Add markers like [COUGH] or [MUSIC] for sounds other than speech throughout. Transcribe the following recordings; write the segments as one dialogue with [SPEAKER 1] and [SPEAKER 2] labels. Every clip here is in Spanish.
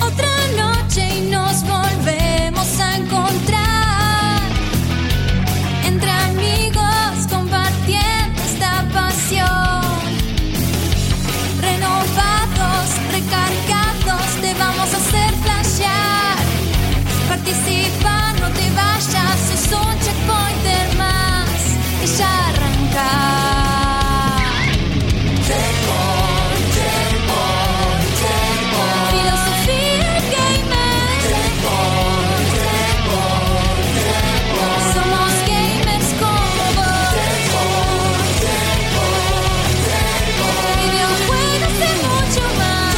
[SPEAKER 1] Otra noche y nos volvemos a encontrar entre amigos compartiendo esta pasión. Renovados, recargados, te vamos a hacer flashear. Participa, no te vayas, es un checkpointer más que ya arrancar. Filosofía gamer. Somos gamers como vos. Videojuegos y mucho más.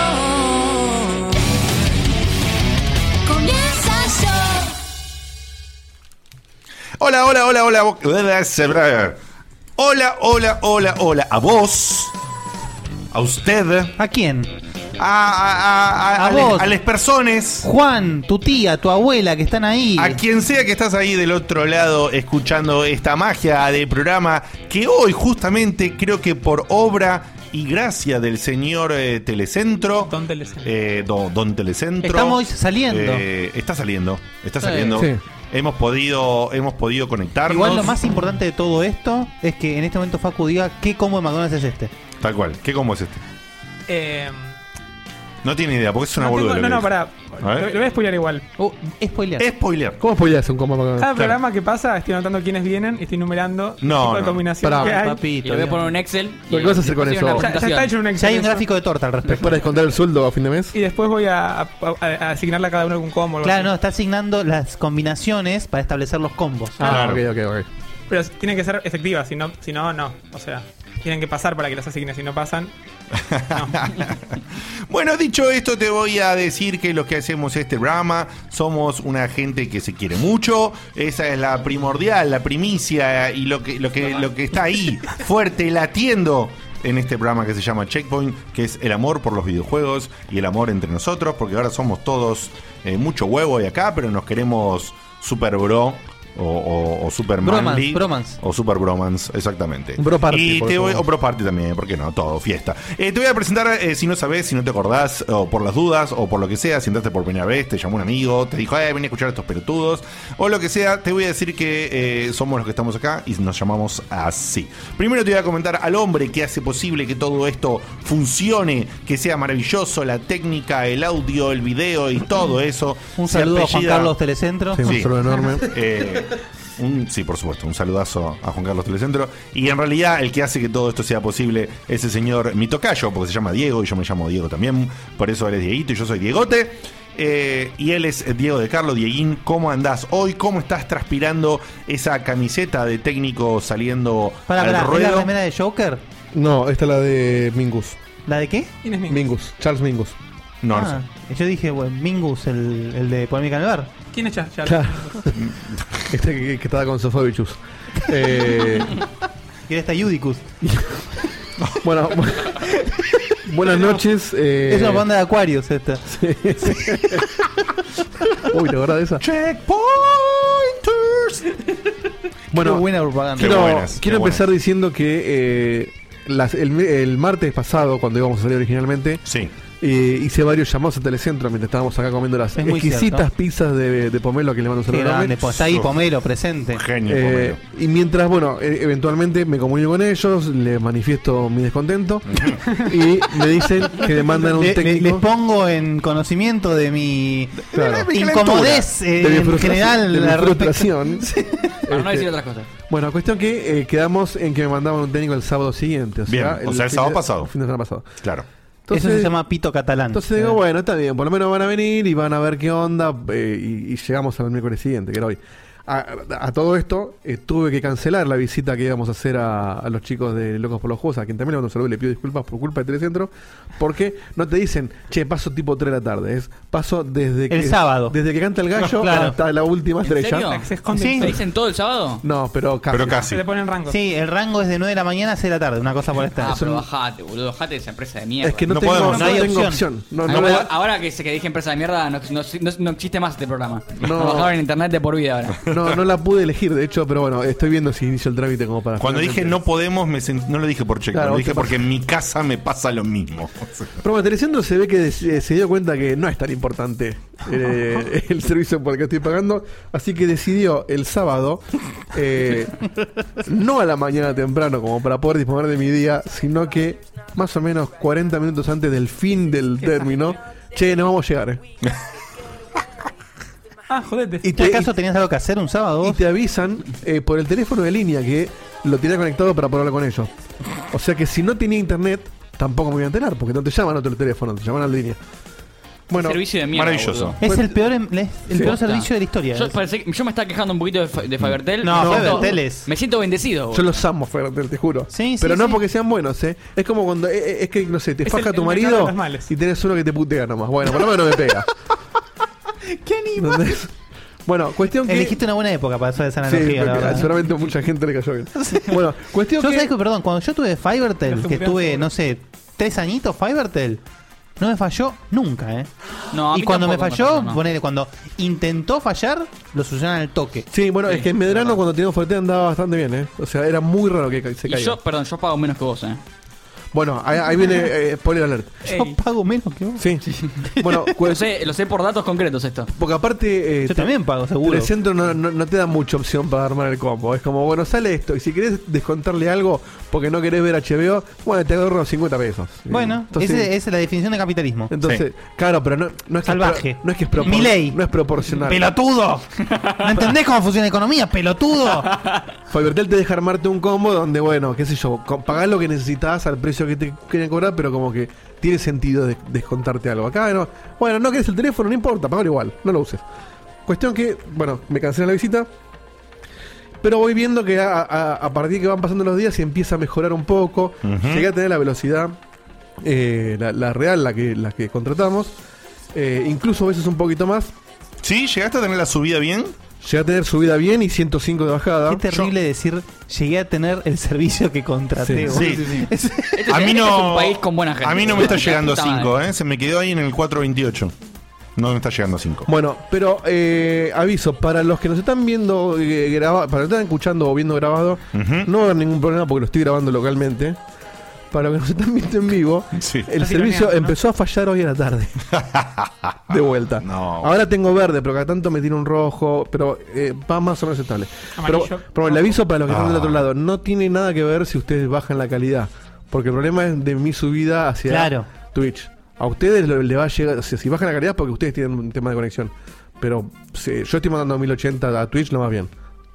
[SPEAKER 1] Tiempo. Comienza yo.
[SPEAKER 2] Hola, hola, hola, hola. vo- Hola, hola, hola, hola. A vos. A usted.
[SPEAKER 3] ¿A quién?
[SPEAKER 2] A, a, a,
[SPEAKER 3] A
[SPEAKER 2] a les-
[SPEAKER 3] vos.
[SPEAKER 2] a les personas.
[SPEAKER 3] Juan, tu tía, tu abuela que están ahí.
[SPEAKER 2] A quien sea que estás ahí del otro lado escuchando esta magia de programa que hoy justamente creo que por obra y gracia del señor eh, Telecentro. Don Telecentro. don, Telecentro.
[SPEAKER 3] Estamos saliendo.
[SPEAKER 2] eh, está saliendo. Está
[SPEAKER 3] Sí.
[SPEAKER 2] saliendo.
[SPEAKER 3] Sí.
[SPEAKER 2] Hemos podido, hemos podido conectarnos.
[SPEAKER 3] Igual lo más importante de todo esto es que en este momento Facu diga qué combo de McDonald's es este.
[SPEAKER 2] Tal cual. ¿Qué cómo es este?
[SPEAKER 4] Eh,
[SPEAKER 2] No tiene idea, porque es una
[SPEAKER 4] no,
[SPEAKER 2] boluda.
[SPEAKER 4] tengo-
[SPEAKER 2] lo
[SPEAKER 4] no,
[SPEAKER 2] que
[SPEAKER 4] no,
[SPEAKER 2] dice.
[SPEAKER 4] pará.
[SPEAKER 2] A
[SPEAKER 4] Lo,
[SPEAKER 2] ver.
[SPEAKER 4] lo voy a spoilear igual.
[SPEAKER 3] spoilear.
[SPEAKER 2] Spoiler.
[SPEAKER 5] ¿Cómo spoileas un combo McDonald's?
[SPEAKER 4] Cada programa que pasa estoy anotando quiénes vienen y estoy numerando
[SPEAKER 5] No,
[SPEAKER 4] tipo de
[SPEAKER 5] no.
[SPEAKER 4] combinación
[SPEAKER 5] Pará,
[SPEAKER 4] que hay.
[SPEAKER 5] papito,
[SPEAKER 6] Le voy a poner un Excel.
[SPEAKER 5] ¿Qué
[SPEAKER 6] y-
[SPEAKER 5] vas a hacer con
[SPEAKER 6] y
[SPEAKER 5] eso?
[SPEAKER 6] una
[SPEAKER 5] Ya- ya
[SPEAKER 6] presentación.
[SPEAKER 4] está hecho un Excel. Ya hay un
[SPEAKER 3] gráfico de torta al respecto.
[SPEAKER 5] ¿Para descontar el sueldo a fin de mes?
[SPEAKER 4] Y después voy a, a- a- a asignarle a cada uno algún combo. algo
[SPEAKER 3] Claro,
[SPEAKER 4] así.
[SPEAKER 3] no, está asignando las combinaciones para establecer los combos.
[SPEAKER 4] Ah,
[SPEAKER 5] ok, ok,
[SPEAKER 4] Pero tienen que ser efectivas, si no, si no, no. O sea, tienen que pasar para que las asigne. Si no pasan,
[SPEAKER 2] Bueno, dicho esto, te voy a decir que los que hacemos este programa somos una gente que se quiere mucho. Esa es la primordial, la primicia eh, y lo que, lo que, lo que
[SPEAKER 3] [LAUGHS]
[SPEAKER 2] está ahí, fuerte, latiendo en este programa que se llama Checkpoint, que es el amor por los videojuegos y el amor entre nosotros, porque ahora somos todos eh, mucho huevo de acá, pero nos queremos super bro. O, o, o super
[SPEAKER 3] Bromance,
[SPEAKER 2] manly,
[SPEAKER 3] bromance.
[SPEAKER 2] o super bromance, exactamente.
[SPEAKER 3] Bro party,
[SPEAKER 2] y
[SPEAKER 3] por
[SPEAKER 2] te voy,
[SPEAKER 3] favor.
[SPEAKER 2] o bro party también, ¿por qué no? Todo, fiesta. Eh, te voy a presentar, eh, si no sabes, si no te acordás, o por las dudas, o por lo que sea, si entraste por primera vez, te llamó un amigo, te dijo, eh, vení a escuchar a estos pelotudos, o lo que sea, te voy a decir que eh, somos los que estamos acá y nos llamamos así. Primero te voy a comentar al hombre que hace posible que todo esto funcione, que sea maravilloso, la técnica, el audio, el video y todo eso.
[SPEAKER 3] Un
[SPEAKER 2] Se
[SPEAKER 3] saludo a Juan
[SPEAKER 2] apellida-
[SPEAKER 3] Carlos Telecentro.
[SPEAKER 2] Sí,
[SPEAKER 3] Sí. [LAUGHS]
[SPEAKER 2] [LAUGHS] Eh, un- sí, por supuesto, un saludazo a Juan Carlos Telecentro. Y en realidad, el que hace que todo esto sea posible es el señor Mi Tocayo, porque se llama Diego y yo me llamo Diego también. Por eso él es Dieguito y yo soy Diegote. Eh, y él es Diego de Carlos. Dieguín, ¿cómo andás hoy? ¿Cómo estás transpirando esa camiseta de técnico saliendo
[SPEAKER 3] Para,
[SPEAKER 2] al
[SPEAKER 3] para, ¿es la
[SPEAKER 2] ruedo?
[SPEAKER 3] remera de Joker?
[SPEAKER 5] No, esta es la de Mingus.
[SPEAKER 3] ¿La de qué?
[SPEAKER 4] ¿Quién es Mingus?
[SPEAKER 5] Mingus, Charles Mingus.
[SPEAKER 2] No,
[SPEAKER 3] Ah, Yo dije, bueno, Mingus, el, el de Polémica en el Bar.
[SPEAKER 4] ¿quién es Char? Char?
[SPEAKER 5] Claro. [LAUGHS] Este que, que estaba con Sofobichus.
[SPEAKER 3] [LAUGHS]
[SPEAKER 5] Eh,
[SPEAKER 3] Y esta
[SPEAKER 5] [LAUGHS]
[SPEAKER 3] Judicus.
[SPEAKER 5] bueno, bu- buenas noches. eh,
[SPEAKER 3] Es una banda de Aquarius esta. [LAUGHS]
[SPEAKER 5] Uy, ¿te acordás de esa?
[SPEAKER 2] Checkpointers.
[SPEAKER 3] Qué
[SPEAKER 5] Bueno,
[SPEAKER 3] buena propaganda.
[SPEAKER 5] quiero,
[SPEAKER 2] Qué buenas,
[SPEAKER 5] quiero
[SPEAKER 2] qué buenas.
[SPEAKER 5] empezar diciendo que eh, las- el, me- el martes pasado, cuando íbamos a salir originalmente,
[SPEAKER 2] Sí.
[SPEAKER 5] eh, hice varios llamados a Telecentro mientras estábamos acá comiendo las
[SPEAKER 3] Es muy
[SPEAKER 5] exquisitas
[SPEAKER 3] cierto.
[SPEAKER 5] pizzas de, de Pomelo que le mando un
[SPEAKER 3] Qué
[SPEAKER 5] saludo. enorme.
[SPEAKER 3] grande, po- está ahí
[SPEAKER 2] Uf.
[SPEAKER 3] Pomelo presente.
[SPEAKER 2] Genio.
[SPEAKER 5] Eh, y mientras, bueno, e- eventualmente me comunico con ellos, les manifiesto mi descontento y me dicen que me mandan un
[SPEAKER 3] Le- le- les
[SPEAKER 5] técnico.
[SPEAKER 3] pongo en conocimiento de mi
[SPEAKER 5] Claro. De mi
[SPEAKER 3] incomodez eh,
[SPEAKER 5] de mi
[SPEAKER 3] en
[SPEAKER 5] frustra-
[SPEAKER 3] general.
[SPEAKER 5] de mi
[SPEAKER 3] al respecto. [LAUGHS]
[SPEAKER 5] frustración.
[SPEAKER 6] Para no
[SPEAKER 5] Este,
[SPEAKER 6] decir otras cosas.
[SPEAKER 5] Bueno, cuestión que eh, quedamos en que me mandaban un técnico el sábado siguiente. O sea,
[SPEAKER 2] Bien, o sea, el
[SPEAKER 5] fin
[SPEAKER 2] sábado
[SPEAKER 5] de-
[SPEAKER 2] pasado.
[SPEAKER 5] Fin de semana pasado.
[SPEAKER 2] Claro.
[SPEAKER 3] Eso se
[SPEAKER 5] Entonces-
[SPEAKER 3] llama pito catalán.
[SPEAKER 5] Entonces digo, eh, bueno, está bien, por lo menos van a venir y van a ver qué onda eh, y, y llegamos al miércoles siguiente, que era hoy. A, a todo esto, eh, tuve que cancelar la visita que íbamos a hacer a, a los chicos de Locos por los Juegos, a quien también le mando un saludo y le pido disculpas por culpa de Telecentro, porque no te dicen, che, paso tipo 3 de la tarde, es paso desde que,
[SPEAKER 3] sábado.
[SPEAKER 5] Desde que canta el
[SPEAKER 3] [LAUGHS]
[SPEAKER 5] gallo
[SPEAKER 3] Claro.
[SPEAKER 5] hasta la última
[SPEAKER 6] ¿En
[SPEAKER 5] estrella.
[SPEAKER 6] serio?
[SPEAKER 4] Se esconde.
[SPEAKER 3] Sí.
[SPEAKER 6] ¿Te dicen todo el sábado?
[SPEAKER 5] No, pero casi.
[SPEAKER 2] Pero casi.
[SPEAKER 4] Se le ponen rango.
[SPEAKER 3] Sí, el rango es de 9 de la mañana a 6 de la tarde, una cosa por esta.
[SPEAKER 6] Ah, pero bajate, boludo, bajate de esa empresa de mierda.
[SPEAKER 5] Es que no,
[SPEAKER 2] No
[SPEAKER 5] tengo,
[SPEAKER 2] podemos.
[SPEAKER 3] No
[SPEAKER 5] no
[SPEAKER 3] hay
[SPEAKER 5] tengo opción.
[SPEAKER 3] opción.
[SPEAKER 5] No, no,
[SPEAKER 6] ahora,
[SPEAKER 5] me-
[SPEAKER 6] ahora que se que dije empresa de mierda, no, no- no- no existe más este programa.
[SPEAKER 5] No.
[SPEAKER 6] Trabajaba en internet de por vida ahora.
[SPEAKER 5] no, no la pude elegir, de hecho, pero bueno, estoy viendo si inicio el trámite como para...
[SPEAKER 2] Cuando dije no podemos, me sent- no lo dije por cheque,
[SPEAKER 5] Claro,
[SPEAKER 2] lo
[SPEAKER 5] vos
[SPEAKER 2] dije
[SPEAKER 5] te
[SPEAKER 2] porque en mi casa me pasa lo mismo.
[SPEAKER 5] Pero bueno, Telecentro se ve que des- eh, se dio cuenta que no es tan importante eh, [LAUGHS] el servicio por el que estoy pagando, así que decidió el sábado, eh, no a la mañana temprano como para poder disponer de mi día, sino que más o menos 40 minutos antes del fin del término, che, no vamos a llegar. eh".
[SPEAKER 4] Ah, jodete.
[SPEAKER 5] Y
[SPEAKER 3] ¿Tú
[SPEAKER 5] te,
[SPEAKER 3] acaso tenías algo que hacer un sábado?
[SPEAKER 5] y
[SPEAKER 3] vos?
[SPEAKER 5] te avisan eh, por el teléfono de línea que lo tenía conectado para poder hablar con ellos. O sea que si no tenía internet, tampoco me voy a enterar, porque no te llaman a otro teléfono, te llaman a la línea. Bueno, Pues,
[SPEAKER 6] Servicio de mierda.
[SPEAKER 2] maravilloso.
[SPEAKER 6] boludo.
[SPEAKER 3] Es el peor, em- es el
[SPEAKER 5] Sí.
[SPEAKER 3] peor servicio de la historia. eh.
[SPEAKER 6] Yo, parece que- yo me estaba quejando un poquito de, Fa- de Fabertel.
[SPEAKER 3] No,
[SPEAKER 6] Me siento-
[SPEAKER 3] Fabertel es-
[SPEAKER 6] Me siento bendecido. boludo.
[SPEAKER 5] Mm. Yo los amo, Fernández, te juro.
[SPEAKER 3] Sí, sí,
[SPEAKER 5] Pero no
[SPEAKER 3] sí.
[SPEAKER 5] porque sean buenos, ¿eh? Es como cuando. eh, eh, Es que, no sé, te
[SPEAKER 4] Es
[SPEAKER 5] faja
[SPEAKER 4] el-
[SPEAKER 5] tu
[SPEAKER 4] el pecado de
[SPEAKER 5] marido
[SPEAKER 4] los males.
[SPEAKER 5] [LAUGHS] y tenés uno que te putea nomás. Bueno, por lo menos no me pega.
[SPEAKER 3] [LAUGHS] ¿Qué anima?
[SPEAKER 5] ¿Entendés? Bueno, cuestión que.
[SPEAKER 3] Elegiste una buena época para hacer esa
[SPEAKER 5] Sí,
[SPEAKER 3] analogía, la
[SPEAKER 5] porque
[SPEAKER 3] verdad.
[SPEAKER 5] seguramente mucha gente le cayó bien. [LAUGHS] Bueno, cuestión
[SPEAKER 3] Yo
[SPEAKER 5] que.
[SPEAKER 3] sabes que, perdón, cuando yo tuve
[SPEAKER 4] Pero
[SPEAKER 3] Fivertel, que
[SPEAKER 4] sufrió,
[SPEAKER 3] estuve,
[SPEAKER 4] sufrió.
[SPEAKER 3] no sé, tres añitos Fivertel, no me falló nunca, ¿eh?
[SPEAKER 6] No, a mí
[SPEAKER 3] y cuando me
[SPEAKER 6] tampoco
[SPEAKER 3] falló,
[SPEAKER 6] no.
[SPEAKER 3] ponele, cuando intentó fallar, lo solucionan al toque.
[SPEAKER 5] Sí, bueno,
[SPEAKER 6] Sí,
[SPEAKER 5] es que en Medrano
[SPEAKER 6] verdad.
[SPEAKER 5] cuando teníamos fuerte andaba bastante bien, ¿eh? O sea, era muy raro que ca- se
[SPEAKER 6] Y
[SPEAKER 5] caiga.
[SPEAKER 6] yo, perdón, yo pago menos que vos, eh.
[SPEAKER 5] Bueno, ahí, ahí viene eh, spoiler alert.
[SPEAKER 4] Ey.
[SPEAKER 3] Yo pago menos que vos.
[SPEAKER 5] Sí. Bueno,
[SPEAKER 6] [LAUGHS] Lo
[SPEAKER 5] pues,
[SPEAKER 6] sé, lo sé por datos concretos esto.
[SPEAKER 5] porque aparte. eh,
[SPEAKER 3] Yo también pago, seguro.
[SPEAKER 5] El centro no, no- no te da mucha opción para armar el combo. Es como, bueno, sale esto. Y si querés descontarle algo porque no querés ver HBO, bueno, te ahorro 50 pesos.
[SPEAKER 3] Bueno,
[SPEAKER 5] entonces,
[SPEAKER 3] ese- esa es la definición de capitalismo.
[SPEAKER 5] entonces claro, pero no, no es que
[SPEAKER 3] Salvaje.
[SPEAKER 5] es pro- no es que es, propor-
[SPEAKER 3] Milei.
[SPEAKER 5] no es proporcional.
[SPEAKER 3] ¡Pelotudo! ¿No entendés cómo funciona la economía?
[SPEAKER 5] [LAUGHS]
[SPEAKER 3] ¡Pelotudo!
[SPEAKER 5] Fabertel te deja armarte un combo donde, bueno, qué sé yo, co- pagás lo que necesitas al precio que te quieren cobrar, pero como que tiene sentido de- descontarte algo. Acá, no, bueno, no querés el teléfono, no importa, pagalo igual, no lo uses. Cuestión que, bueno, me cancelé la visita, pero voy viendo que a, a- a partir que van pasando los días y empieza a mejorar un poco, llegué a tener la velocidad, eh, la, la real, la que, la que contratamos, eh, incluso a veces un poquito más.
[SPEAKER 2] ¿Sí? ¿Llegaste a tener la subida bien?
[SPEAKER 5] Llegué a tener subida bien y 105 de bajada.
[SPEAKER 3] Qué terrible decir, llegué a tener el servicio que contraté.
[SPEAKER 5] Sí,
[SPEAKER 3] boludo.
[SPEAKER 2] sí,
[SPEAKER 3] Es-
[SPEAKER 6] Este
[SPEAKER 2] A
[SPEAKER 6] es- este
[SPEAKER 2] mí
[SPEAKER 6] es
[SPEAKER 2] no.
[SPEAKER 6] un país con buena gente.
[SPEAKER 2] A mí no me está
[SPEAKER 6] La
[SPEAKER 2] llegando a
[SPEAKER 6] puta madre.
[SPEAKER 2] 5, ¿eh? Se me quedó ahí en el 428. No me está llegando a 5.
[SPEAKER 5] Bueno, pero eh, aviso, para los que nos están viendo eh, graba- para los que están escuchando o viendo grabado,
[SPEAKER 2] Ujú.
[SPEAKER 5] no va a haber ningún problema porque lo estoy grabando localmente. Para los que nos están viendo en vivo,
[SPEAKER 2] Sí.
[SPEAKER 5] el
[SPEAKER 4] Estás
[SPEAKER 5] servicio
[SPEAKER 4] ironeando, ¿no?
[SPEAKER 5] empezó a fallar hoy a la tarde. De vuelta.
[SPEAKER 2] No.
[SPEAKER 5] Ahora tengo verde, pero cada tanto me tiene un rojo, pero eh, va más o menos estable. Pero,
[SPEAKER 4] Amarillo.
[SPEAKER 5] pero le aviso para los que están del
[SPEAKER 2] Ah.
[SPEAKER 5] otro lado, no tiene nada que ver si ustedes bajan la calidad, porque el problema es de mi subida hacia
[SPEAKER 3] Claro.
[SPEAKER 5] Twitch. A ustedes lo- le va a llegar, o sea, si bajan la calidad es porque ustedes tienen un tema de conexión, pero si- yo estoy mandando 1080 a Twitch, lo más bien.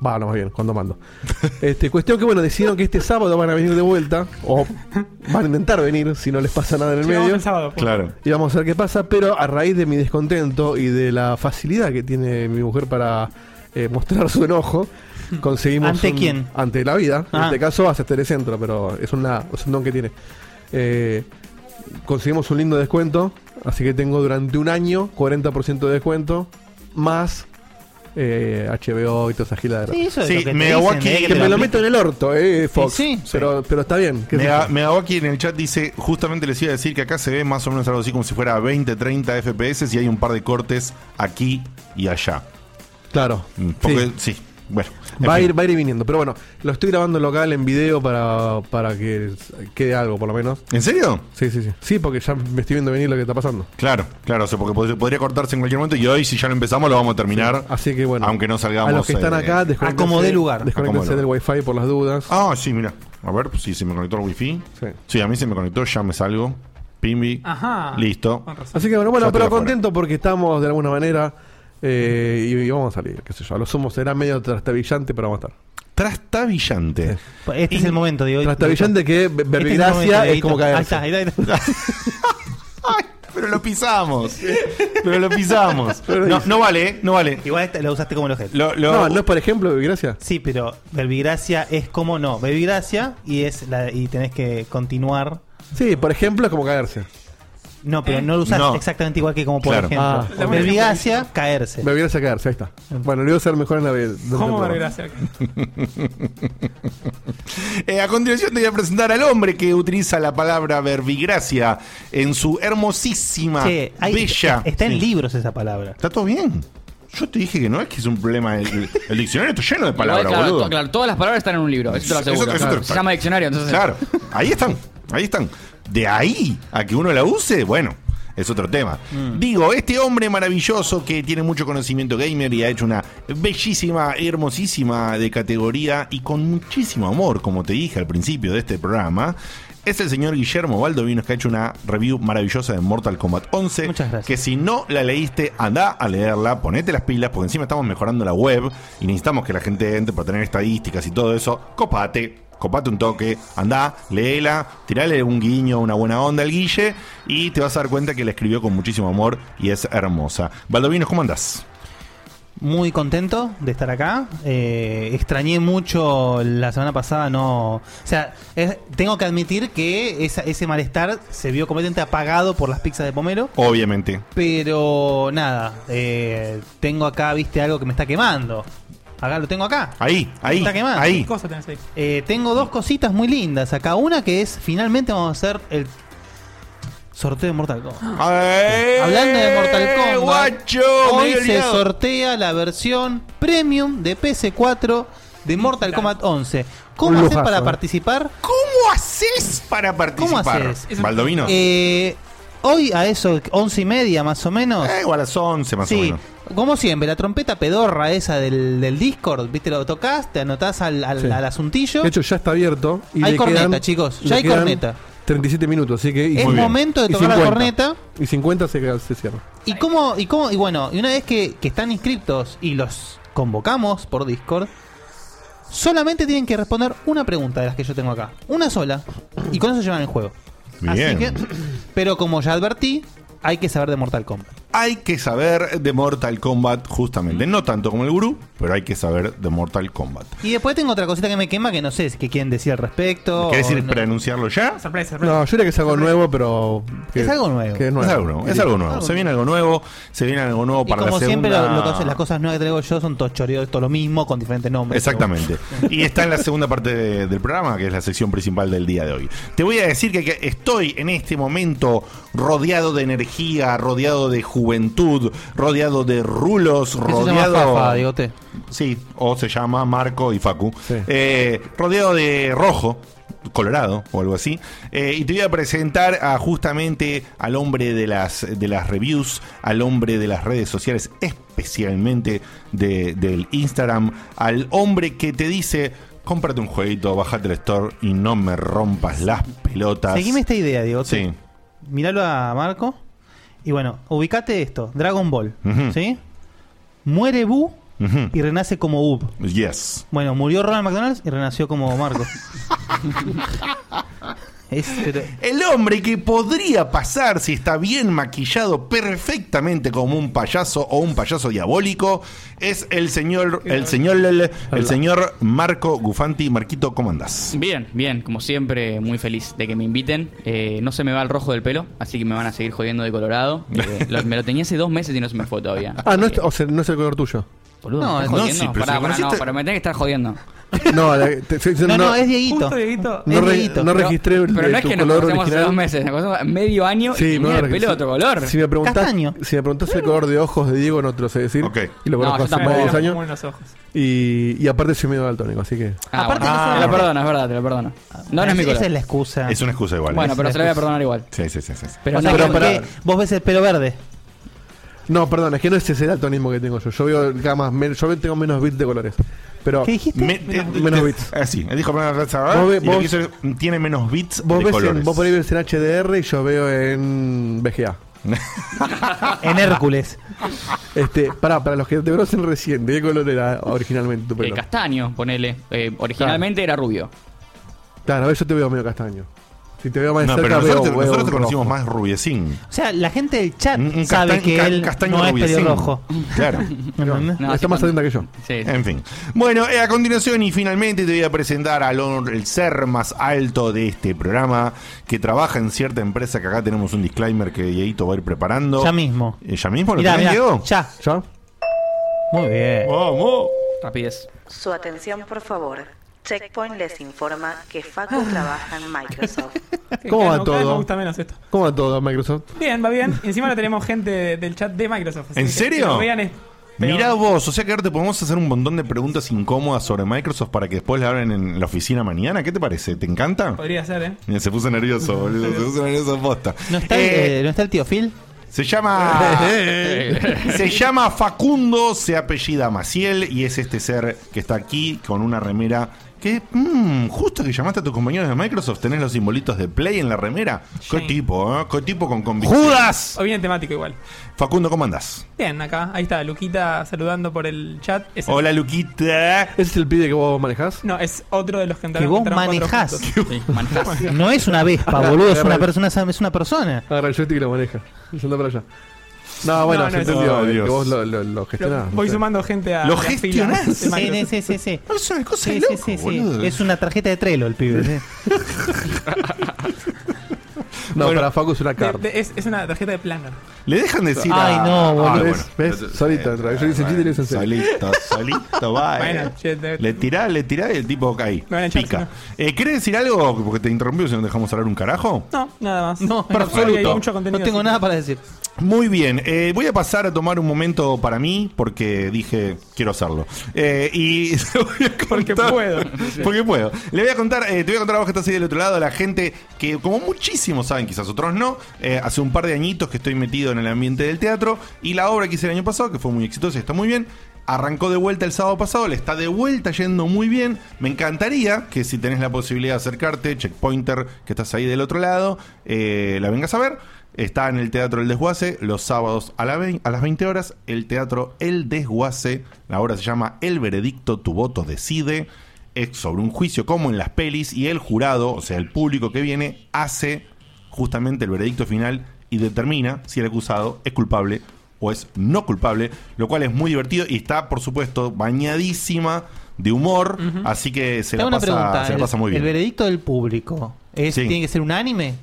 [SPEAKER 5] Va, lo más bien, cuando
[SPEAKER 2] [LAUGHS]
[SPEAKER 5] mando. Este, cuestión que, bueno, decidieron que este sábado van a venir de vuelta, o van a intentar venir, si no les pasa nada en el
[SPEAKER 4] Llegamos
[SPEAKER 5] medio.
[SPEAKER 4] el sábado. pues.
[SPEAKER 2] Claro.
[SPEAKER 5] Y vamos a ver qué pasa, pero a raíz de mi descontento y de la facilidad que tiene mi mujer para eh, mostrar
[SPEAKER 3] [LAUGHS]
[SPEAKER 5] su enojo, conseguimos...
[SPEAKER 3] ¿Ante
[SPEAKER 5] un-
[SPEAKER 3] quién?
[SPEAKER 5] Ante la vida. En
[SPEAKER 3] Ah.
[SPEAKER 5] este caso hace Telecentro, pero es, una, es un don que tiene. Eh, conseguimos un lindo descuento, así que tengo durante un año 40% de descuento, más eh, HBO y todas esas giladas.
[SPEAKER 3] Sí, eso es
[SPEAKER 2] Sí,
[SPEAKER 3] lo que te
[SPEAKER 2] Megawaki,
[SPEAKER 3] dicen, ¿eh?
[SPEAKER 2] que
[SPEAKER 3] te
[SPEAKER 5] Que me lo
[SPEAKER 3] apliquen.
[SPEAKER 5] meto en el orto, eh, Fox.
[SPEAKER 3] Sí, sí.
[SPEAKER 5] Pero, pero está bien. qué sé yo.
[SPEAKER 2] Mega, Megawaki en el chat dice, justamente les iba a decir que acá se ve más o menos algo así como si fuera 20, 30 FPS y hay un par de cortes aquí y allá.
[SPEAKER 5] Claro.
[SPEAKER 2] Mm,
[SPEAKER 5] Sí.
[SPEAKER 2] Porque, sí. bueno. en
[SPEAKER 5] Va a,
[SPEAKER 2] fin.
[SPEAKER 5] ir, va a ir viniendo, pero bueno, lo estoy grabando local en video para, para que quede algo, por lo menos.
[SPEAKER 2] ¿En serio?
[SPEAKER 5] Sí, sí, sí. Sí, porque ya me estoy viendo venir lo que está pasando.
[SPEAKER 2] Claro, claro, o sea, porque pod- podría cortarse en cualquier momento y hoy si ya lo empezamos lo vamos a terminar.
[SPEAKER 5] Así que bueno.
[SPEAKER 2] Aunque no salgamos,
[SPEAKER 5] A los que están
[SPEAKER 2] eh,
[SPEAKER 5] acá, desconéctense-
[SPEAKER 3] acomodé lugar.
[SPEAKER 5] Desconéctense
[SPEAKER 2] Acomodé
[SPEAKER 5] del wifi por las dudas.
[SPEAKER 2] Ah, sí, mira. A ver, si se me conectó el wifi.
[SPEAKER 5] Sí.
[SPEAKER 2] Sí. a mí se me conectó, ya me salgo. Pimbi.
[SPEAKER 4] Ajá.
[SPEAKER 2] Listo.
[SPEAKER 4] Con razón.
[SPEAKER 5] Así que bueno, bueno,
[SPEAKER 2] Ya te
[SPEAKER 5] pero
[SPEAKER 2] la fuera.
[SPEAKER 5] contento porque estamos de alguna manera eh, y, y vamos a salir, qué sé yo. A lo sumo será medio trastabillante, pero vamos a estar.
[SPEAKER 2] Trastabillante.
[SPEAKER 3] Este es el momento, digo.
[SPEAKER 5] Trastabillante que ver-
[SPEAKER 3] Este es el
[SPEAKER 5] verbigracia
[SPEAKER 3] momento,
[SPEAKER 5] es, como
[SPEAKER 2] Ah,
[SPEAKER 3] Dieguito.
[SPEAKER 5] caerse.
[SPEAKER 3] Ahí está, ahí está, ahí está.
[SPEAKER 2] Pero lo
[SPEAKER 5] [LAUGHS]
[SPEAKER 2] pisamos. Pero lo pisamos. [LAUGHS] No, no vale, ¿eh? no vale.
[SPEAKER 3] Igual esta la usaste como el objeto.
[SPEAKER 2] Lo- lo-
[SPEAKER 5] No, no es por ejemplo, gracias.
[SPEAKER 3] Sí, pero Belvigracia es como no. Belvigracia y es la, y tenés que continuar.
[SPEAKER 5] Sí, por ejemplo es como caerse.
[SPEAKER 3] No, pero no lo usás
[SPEAKER 2] No.
[SPEAKER 3] exactamente igual que como por
[SPEAKER 2] Claro.
[SPEAKER 5] Ah,
[SPEAKER 3] ejemplo.
[SPEAKER 4] ok.
[SPEAKER 3] Belvigracia, caerse.
[SPEAKER 5] Me voy a caerse, ahí está. Bueno, lo iba a hacer mejor en la vida.
[SPEAKER 4] ¿Cómo va a
[SPEAKER 5] [LAUGHS]
[SPEAKER 4] gracia?
[SPEAKER 2] Eh, a continuación te voy a presentar al hombre que utiliza la palabra verbigracia en su hermosísima,
[SPEAKER 3] Che, hay-
[SPEAKER 2] bella.
[SPEAKER 3] Está en
[SPEAKER 2] Sí.
[SPEAKER 3] libros esa palabra.
[SPEAKER 2] Está todo bien. Yo te dije que no es que es un problema. El, el diccionario
[SPEAKER 6] [LAUGHS]
[SPEAKER 2] está lleno de palabras,
[SPEAKER 6] claro,
[SPEAKER 2] boludo.
[SPEAKER 6] to- claro, todas las palabras están en un libro, eso te lo
[SPEAKER 2] Eso-
[SPEAKER 6] aseguro.
[SPEAKER 2] eso te-
[SPEAKER 6] claro. Se llama diccionario, entonces.
[SPEAKER 2] Claro, ahí están, ahí están. De ahí a que uno la use, bueno, es otro tema.
[SPEAKER 3] Mm.
[SPEAKER 2] Digo, este hombre maravilloso que tiene mucho conocimiento gamer y ha hecho una bellísima, hermosísima de categoría y con muchísimo amor, como te dije al principio de este programa. Es el señor Guillermo Baldovinos que ha hecho una review maravillosa de Mortal Kombat 11.
[SPEAKER 3] Muchas gracias.
[SPEAKER 2] Que si no la leíste, anda a leerla, ponete las pilas, porque encima estamos mejorando la web y necesitamos que la gente entre para tener estadísticas y todo eso. Copate, copate un toque, anda, léela, tirale un guiño, una buena onda al Guille y te vas a dar cuenta que la escribió con muchísimo amor y es hermosa. Baldovinos, ¿cómo andás?
[SPEAKER 3] Muy contento de estar acá. Eh, extrañé mucho la semana pasada, no. O sea, es- tengo que admitir que esa- ese malestar se vio completamente apagado por las pizzas de pomelo.
[SPEAKER 2] Obviamente.
[SPEAKER 3] Pero nada, eh, tengo acá, viste, algo que me está quemando. Acá lo tengo acá.
[SPEAKER 2] Ahí, ahí,
[SPEAKER 3] Está quemado.
[SPEAKER 2] ahí.
[SPEAKER 4] ¿Qué cosa tenés ahí?
[SPEAKER 3] Eh, tengo dos cositas muy lindas acá. Una que es, finalmente vamos a hacer el sorteo de Mortal Kombat.
[SPEAKER 2] ¡Ay!
[SPEAKER 3] Hablando de Mortal Kombat,
[SPEAKER 2] Eh, guacho, me
[SPEAKER 3] hoy
[SPEAKER 2] había
[SPEAKER 3] se
[SPEAKER 2] olvidado.
[SPEAKER 3] sortea la versión premium de PS4 de Mortal Kombat 11.
[SPEAKER 5] Un
[SPEAKER 3] ¿Cómo haces
[SPEAKER 5] lujazo,
[SPEAKER 3] para
[SPEAKER 5] eh.
[SPEAKER 3] participar?
[SPEAKER 2] ¿Cómo haces para participar?
[SPEAKER 3] haces?
[SPEAKER 4] Es un-
[SPEAKER 2] Baldovinos.
[SPEAKER 3] Eh, hoy a eso, 11 y media más o menos.
[SPEAKER 2] Eh, igual a las 11 más o
[SPEAKER 3] Sí,
[SPEAKER 2] menos.
[SPEAKER 3] como siempre, la trompeta pedorra esa del, del Discord, viste, lo tocas, te anotás al, al,
[SPEAKER 5] Sí.
[SPEAKER 3] al asuntillo.
[SPEAKER 5] De hecho, ya está abierto. Y
[SPEAKER 3] Hay
[SPEAKER 5] le
[SPEAKER 3] corneta,
[SPEAKER 5] quedan-
[SPEAKER 3] chicos, ya
[SPEAKER 5] le
[SPEAKER 3] hay
[SPEAKER 5] quedan
[SPEAKER 3] corneta.
[SPEAKER 5] 37 minutos, así que. y-
[SPEAKER 3] es
[SPEAKER 2] muy bien.
[SPEAKER 3] momento de
[SPEAKER 5] Y
[SPEAKER 3] tocar la
[SPEAKER 5] 50.
[SPEAKER 3] corneta.
[SPEAKER 5] Y 50 se, se cierra.
[SPEAKER 3] ¿Y cómo, y cómo, y bueno, y una vez que, que están inscritos y los convocamos por Discord, solamente tienen que responder una pregunta de las que yo tengo acá. Una sola. Y con eso llevan el juego.
[SPEAKER 2] Bien.
[SPEAKER 3] Así que, [CLEARS THROAT] pero como ya advertí, hay que saber de Mortal Kombat.
[SPEAKER 2] Hay que saber de Mortal Kombat, justamente. No tanto como el gurú, pero hay que saber de Mortal Kombat.
[SPEAKER 3] Y después tengo otra cosita que me quema que no sé si que quieren decir al respecto.
[SPEAKER 2] ¿Querés
[SPEAKER 3] o
[SPEAKER 2] ir
[SPEAKER 3] Oh, no.
[SPEAKER 2] para anunciarlo ya?
[SPEAKER 4] Sorpresa, sorpresa.
[SPEAKER 5] No, yo diría que es algo nuevo, pero. que-
[SPEAKER 3] Es algo nuevo.
[SPEAKER 5] que es
[SPEAKER 2] Es algo nuevo, es algo nuevo. Se viene algo nuevo, se viene algo nuevo
[SPEAKER 3] Y
[SPEAKER 2] para
[SPEAKER 3] como
[SPEAKER 2] la segunda.
[SPEAKER 3] siempre, lo- lo que hacen- las cosas nuevas que traigo yo son todos choreos, todo lo mismo, con diferentes nombres.
[SPEAKER 2] Exactamente. Y está en la segunda parte de- del programa, que es la sección principal del día de hoy. Te voy a decir que, que estoy en este momento rodeado de energía, rodeado de juventud, rodeado de rulos,
[SPEAKER 3] Eso se llama
[SPEAKER 2] rodeado.
[SPEAKER 3] Fafa, digote.
[SPEAKER 2] Sí, o se llama Marco y Facu.
[SPEAKER 5] Sí.
[SPEAKER 2] Eh, rodeado de rojo, colorado o algo así. Eh, y te voy a presentar a, justamente al hombre de las, de las reviews, al hombre de las redes sociales, especialmente de- del Instagram, al hombre que te dice... Cómprate un jueguito, bájate el store y no me rompas las pelotas.
[SPEAKER 3] Seguime esta idea, digote.
[SPEAKER 2] Sí.
[SPEAKER 3] Míralo a Marco. Y bueno, ubicate esto: Dragon Ball.
[SPEAKER 2] Ujú.
[SPEAKER 3] ¿Sí? Muere Bu
[SPEAKER 2] Ujú.
[SPEAKER 3] y renace como Ub.
[SPEAKER 2] Yes.
[SPEAKER 3] Bueno, murió Ronald McDonald y renació como
[SPEAKER 2] [LAUGHS]
[SPEAKER 3] Marco. Es- pero-
[SPEAKER 2] El hombre que podría pasar si está bien maquillado perfectamente como un payaso o un payaso diabólico es el señor, el señor, el, señor Marco Gufanti. Marquito, ¿cómo andás?
[SPEAKER 6] Bien, bien, como siempre, muy feliz de que me inviten. Eh, no se me va el rojo del pelo, así que me van a seguir jodiendo de colorado. Eh,
[SPEAKER 2] [LAUGHS]
[SPEAKER 6] lo- me lo tenía hace dos meses y no se me fue todavía.
[SPEAKER 5] Ah, no es, o sea, no es el color tuyo.
[SPEAKER 6] Boludo,
[SPEAKER 3] No,
[SPEAKER 6] no,
[SPEAKER 3] es-
[SPEAKER 2] no,
[SPEAKER 6] jodiendo?
[SPEAKER 2] sí,
[SPEAKER 6] pará,
[SPEAKER 2] pero si lo
[SPEAKER 6] pará, no,
[SPEAKER 2] conociste-
[SPEAKER 6] pará, me tenés que estar jodiendo.
[SPEAKER 5] No, la- te- te-
[SPEAKER 3] No, no, es Dieguito.
[SPEAKER 4] Justo, Dieguito.
[SPEAKER 5] no,
[SPEAKER 3] es
[SPEAKER 5] re-
[SPEAKER 3] Dieguito.
[SPEAKER 5] no
[SPEAKER 6] Pero-
[SPEAKER 5] registré el-
[SPEAKER 6] pero, no es
[SPEAKER 5] tu
[SPEAKER 6] que nos
[SPEAKER 5] color
[SPEAKER 6] conocemos hace
[SPEAKER 5] original.
[SPEAKER 6] dos meses, nos conocemos hace medio año y
[SPEAKER 5] Sí, me
[SPEAKER 6] tenía
[SPEAKER 5] van a
[SPEAKER 6] el pelo
[SPEAKER 5] registrar.
[SPEAKER 6] de otro color.
[SPEAKER 5] Si me preguntás,
[SPEAKER 3] Castaño.
[SPEAKER 5] si me preguntás el color de ojos de Diego, no te lo sé decir.
[SPEAKER 2] Ok.
[SPEAKER 5] Y lo
[SPEAKER 6] No,
[SPEAKER 5] conozco
[SPEAKER 6] yo
[SPEAKER 5] hace
[SPEAKER 6] tampoco.
[SPEAKER 5] más de dos
[SPEAKER 4] Era
[SPEAKER 5] años.
[SPEAKER 4] como en los ojos.
[SPEAKER 5] Y, y aparte soy medio daltónico, así que.
[SPEAKER 6] Ah,
[SPEAKER 3] Aparte
[SPEAKER 6] bueno.
[SPEAKER 3] no se
[SPEAKER 6] te
[SPEAKER 3] la-
[SPEAKER 6] lo perdono, es verdad, te lo perdono. No, no es mi
[SPEAKER 3] esa
[SPEAKER 6] color.
[SPEAKER 3] es la excusa.
[SPEAKER 2] Es una excusa igual. ¿eh?
[SPEAKER 6] Bueno, pero se lo voy a perdonar igual.
[SPEAKER 2] Sí, sí, sí, sí, sí.
[SPEAKER 6] Pero
[SPEAKER 3] O sea,
[SPEAKER 6] no,
[SPEAKER 5] pero
[SPEAKER 3] que-
[SPEAKER 5] pará.
[SPEAKER 3] que vos ves el pelo verde.
[SPEAKER 5] No, perdón, es que no es ese daltonismo que tengo yo. Yo veo gamas, men- yo veo- tengo menos bits de colores. Pero
[SPEAKER 3] ¿Qué dijiste?
[SPEAKER 2] Me- eh,
[SPEAKER 5] menos
[SPEAKER 2] eh,
[SPEAKER 5] bits.
[SPEAKER 2] Así, él dijo menos bits, ¿verdad?
[SPEAKER 5] Vos ve-
[SPEAKER 2] Y lo que
[SPEAKER 5] vos-
[SPEAKER 2] hizo es- tiene menos bits
[SPEAKER 5] vos
[SPEAKER 2] de
[SPEAKER 5] ves en,
[SPEAKER 2] colores.
[SPEAKER 5] vos por ahí ves en HDR y yo veo en VGA.
[SPEAKER 3] [LAUGHS] En Hércules.
[SPEAKER 5] Este, pará, para los que te conocen recién, ¿de qué color era originalmente
[SPEAKER 2] Eh,
[SPEAKER 5] tu
[SPEAKER 6] el
[SPEAKER 5] pelo?
[SPEAKER 6] castaño, ponele. Eh, originalmente era rubio.
[SPEAKER 5] Claro, a ver, yo te veo medio castaño. Si te veo más de
[SPEAKER 2] No,
[SPEAKER 5] cerca,
[SPEAKER 2] pero
[SPEAKER 5] veo
[SPEAKER 2] nosotros,
[SPEAKER 5] huevo
[SPEAKER 2] nosotros te
[SPEAKER 5] rojo.
[SPEAKER 2] conocimos más rubiecín.
[SPEAKER 3] O sea, la gente del chat
[SPEAKER 2] Un- un
[SPEAKER 3] sabe
[SPEAKER 2] castan-
[SPEAKER 3] que
[SPEAKER 2] ca-
[SPEAKER 3] él
[SPEAKER 2] castaño
[SPEAKER 3] no es
[SPEAKER 2] rubiecín.
[SPEAKER 3] pelirrojo.
[SPEAKER 2] Claro.
[SPEAKER 3] [LAUGHS] ¿Entendés?
[SPEAKER 6] No,
[SPEAKER 5] Está
[SPEAKER 6] sí,
[SPEAKER 5] más
[SPEAKER 6] cuando-
[SPEAKER 5] atenta que yo.
[SPEAKER 6] Sí, sí.
[SPEAKER 2] En fin. Bueno, eh, a continuación y finalmente te voy a presentar al hon- el ser más alto de este programa que trabaja en cierta empresa que acá tenemos un disclaimer que Dieguito va a ir preparando.
[SPEAKER 3] Ya mismo.
[SPEAKER 2] Eh, ¿Ya mismo lo
[SPEAKER 3] Mirá, mirá,
[SPEAKER 2] tenés, Diego?
[SPEAKER 3] ya.
[SPEAKER 5] ¿Ya?
[SPEAKER 3] Muy bien.
[SPEAKER 2] Vamos.
[SPEAKER 6] Rapidez.
[SPEAKER 7] Su atención, por favor. Checkpoint les informa que Facu trabaja en Microsoft.
[SPEAKER 5] ¿Cómo
[SPEAKER 4] Cada- cada
[SPEAKER 5] va todo?
[SPEAKER 4] vez Me gusta menos esto.
[SPEAKER 5] ¿Cómo va todo, Microsoft?
[SPEAKER 4] Bien, va bien. Y Encima ahora tenemos gente de- del chat de Microsoft. así
[SPEAKER 2] ¿En
[SPEAKER 4] que-
[SPEAKER 2] serio?
[SPEAKER 4] que lo vean es- pero-
[SPEAKER 2] Mirá vos, o sea que ahora te podemos hacer un montón de preguntas incómodas sobre Microsoft para que después le hablen en la oficina mañana. ¿Qué te parece? ¿Te encanta?
[SPEAKER 4] Podría ser, ¿eh?
[SPEAKER 2] Mira, se puso nervioso, boludo. Se puso nervioso posta.
[SPEAKER 3] ¿No está, el,
[SPEAKER 2] Eh,
[SPEAKER 3] eh, ¿No está el tío Phil? [LAUGHS]
[SPEAKER 2] Se llama. se llama Facundo, se apellida Maciel y es este ser que está aquí con una remera. Que, mm, justo que llamaste a tus compañeros de Microsoft, tenés los simbolitos de Play en la remera. ¿Qué
[SPEAKER 4] Sí.
[SPEAKER 2] tipo, eh? ¿Qué tipo con convicción? ¡Judas!
[SPEAKER 4] Hoy viene temático igual.
[SPEAKER 2] Facundo, ¿cómo andás?
[SPEAKER 4] Bien, acá. Ahí está, Luquita saludando por el chat. Es el-
[SPEAKER 2] Hola, Luquita.
[SPEAKER 5] ¿Ese es el pibe que vos manejás?
[SPEAKER 4] No, es otro de los que
[SPEAKER 3] Que
[SPEAKER 4] entraron.
[SPEAKER 3] vos
[SPEAKER 4] entraron cuatro
[SPEAKER 3] manejás.
[SPEAKER 4] juntos.
[SPEAKER 6] Sí, manejás.
[SPEAKER 3] No es una
[SPEAKER 2] [LAUGHS]
[SPEAKER 3] vespa, boludo. Es una
[SPEAKER 5] Agarra-
[SPEAKER 3] persona. Es una persona.
[SPEAKER 5] Agarra el joystick y lo maneja. Y se anda para allá. No, bueno,
[SPEAKER 4] no,
[SPEAKER 5] se
[SPEAKER 4] es-
[SPEAKER 5] entendió.
[SPEAKER 2] Oh,
[SPEAKER 5] eh,
[SPEAKER 2] Dios.
[SPEAKER 5] que vos lo, lo, lo
[SPEAKER 4] Lo-
[SPEAKER 5] gestionás.
[SPEAKER 4] voy
[SPEAKER 5] no sé.
[SPEAKER 4] sumando gente a.
[SPEAKER 2] ¿Lo
[SPEAKER 4] a la fila
[SPEAKER 2] gestionás?
[SPEAKER 4] de
[SPEAKER 2] Sí,
[SPEAKER 3] Sí,
[SPEAKER 4] Microsoft.
[SPEAKER 3] sí, sí, sí.
[SPEAKER 2] No, Es una cosa de
[SPEAKER 3] Sí,
[SPEAKER 2] loco,
[SPEAKER 3] sí, sí, sí.
[SPEAKER 2] boludo.
[SPEAKER 3] Es una tarjeta de Trello el pibe. sí.
[SPEAKER 5] No,
[SPEAKER 2] Bueno.
[SPEAKER 5] para Facu es una
[SPEAKER 4] De-
[SPEAKER 5] carta.
[SPEAKER 4] de- es, es una tarjeta de planner.
[SPEAKER 2] Le dejan decir
[SPEAKER 3] Ay,
[SPEAKER 2] a-
[SPEAKER 3] no, boludo.
[SPEAKER 2] Ah,
[SPEAKER 5] ¿Ves? ¿Ves? Solito, entra. Yo hice chiste y lo hice en serio.
[SPEAKER 2] Solito,
[SPEAKER 5] [LAUGHS]
[SPEAKER 2] solito, va. eh.
[SPEAKER 4] Bueno, che, te-
[SPEAKER 2] le tirá, le tirá y el tipo cae.
[SPEAKER 4] Me van a echar,
[SPEAKER 2] pica.
[SPEAKER 4] si no.
[SPEAKER 2] Eh, ¿Querés decir algo? Porque te interrumpimos y no dejamos hablar un carajo.
[SPEAKER 4] No, nada más.
[SPEAKER 3] No,
[SPEAKER 4] Bueno,
[SPEAKER 2] absoluto.
[SPEAKER 4] hoy hay mucho contenido,
[SPEAKER 3] No tengo
[SPEAKER 4] así
[SPEAKER 3] nada para decir.
[SPEAKER 2] Muy bien, eh, voy a pasar a tomar un momento para mí porque dije quiero hacerlo. Eh, y [LAUGHS] se lo voy a
[SPEAKER 4] Porque
[SPEAKER 2] contar- [LAUGHS]
[SPEAKER 4] puedo.
[SPEAKER 2] porque puedo. Le voy a contar, eh, te voy a contar a vos que estás ahí del otro lado, a la gente que, como muchísimos saben, quizás otros no, eh, hace un par de añitos que estoy metido en el ambiente del teatro y la obra que hice el año pasado, que fue muy exitosa y está muy bien. Arrancó de vuelta el sábado pasado, le está de vuelta yendo muy bien. Me encantaría que si tenés la posibilidad de acercarte, checkpointer, que estás ahí del otro lado, eh, la vengas a ver. Está en el Teatro El Desguace los sábados a, la vein- a las 20 horas. El Teatro El Desguace. La obra se llama El Veredicto, tu voto decide. Es sobre un juicio como en las pelis y el jurado, o sea, el público que viene, hace justamente el veredicto final y determina si el acusado es culpable o es no culpable, lo cual es muy divertido y está, por supuesto, bañadísima de humor, así que se
[SPEAKER 3] Te hago
[SPEAKER 2] la,
[SPEAKER 3] una
[SPEAKER 2] pasa,
[SPEAKER 3] pregunta.
[SPEAKER 2] se la
[SPEAKER 3] ¿El-
[SPEAKER 2] pasa muy bien.
[SPEAKER 3] ¿El veredicto del público es-
[SPEAKER 2] Sí.
[SPEAKER 3] tiene que ser unánime?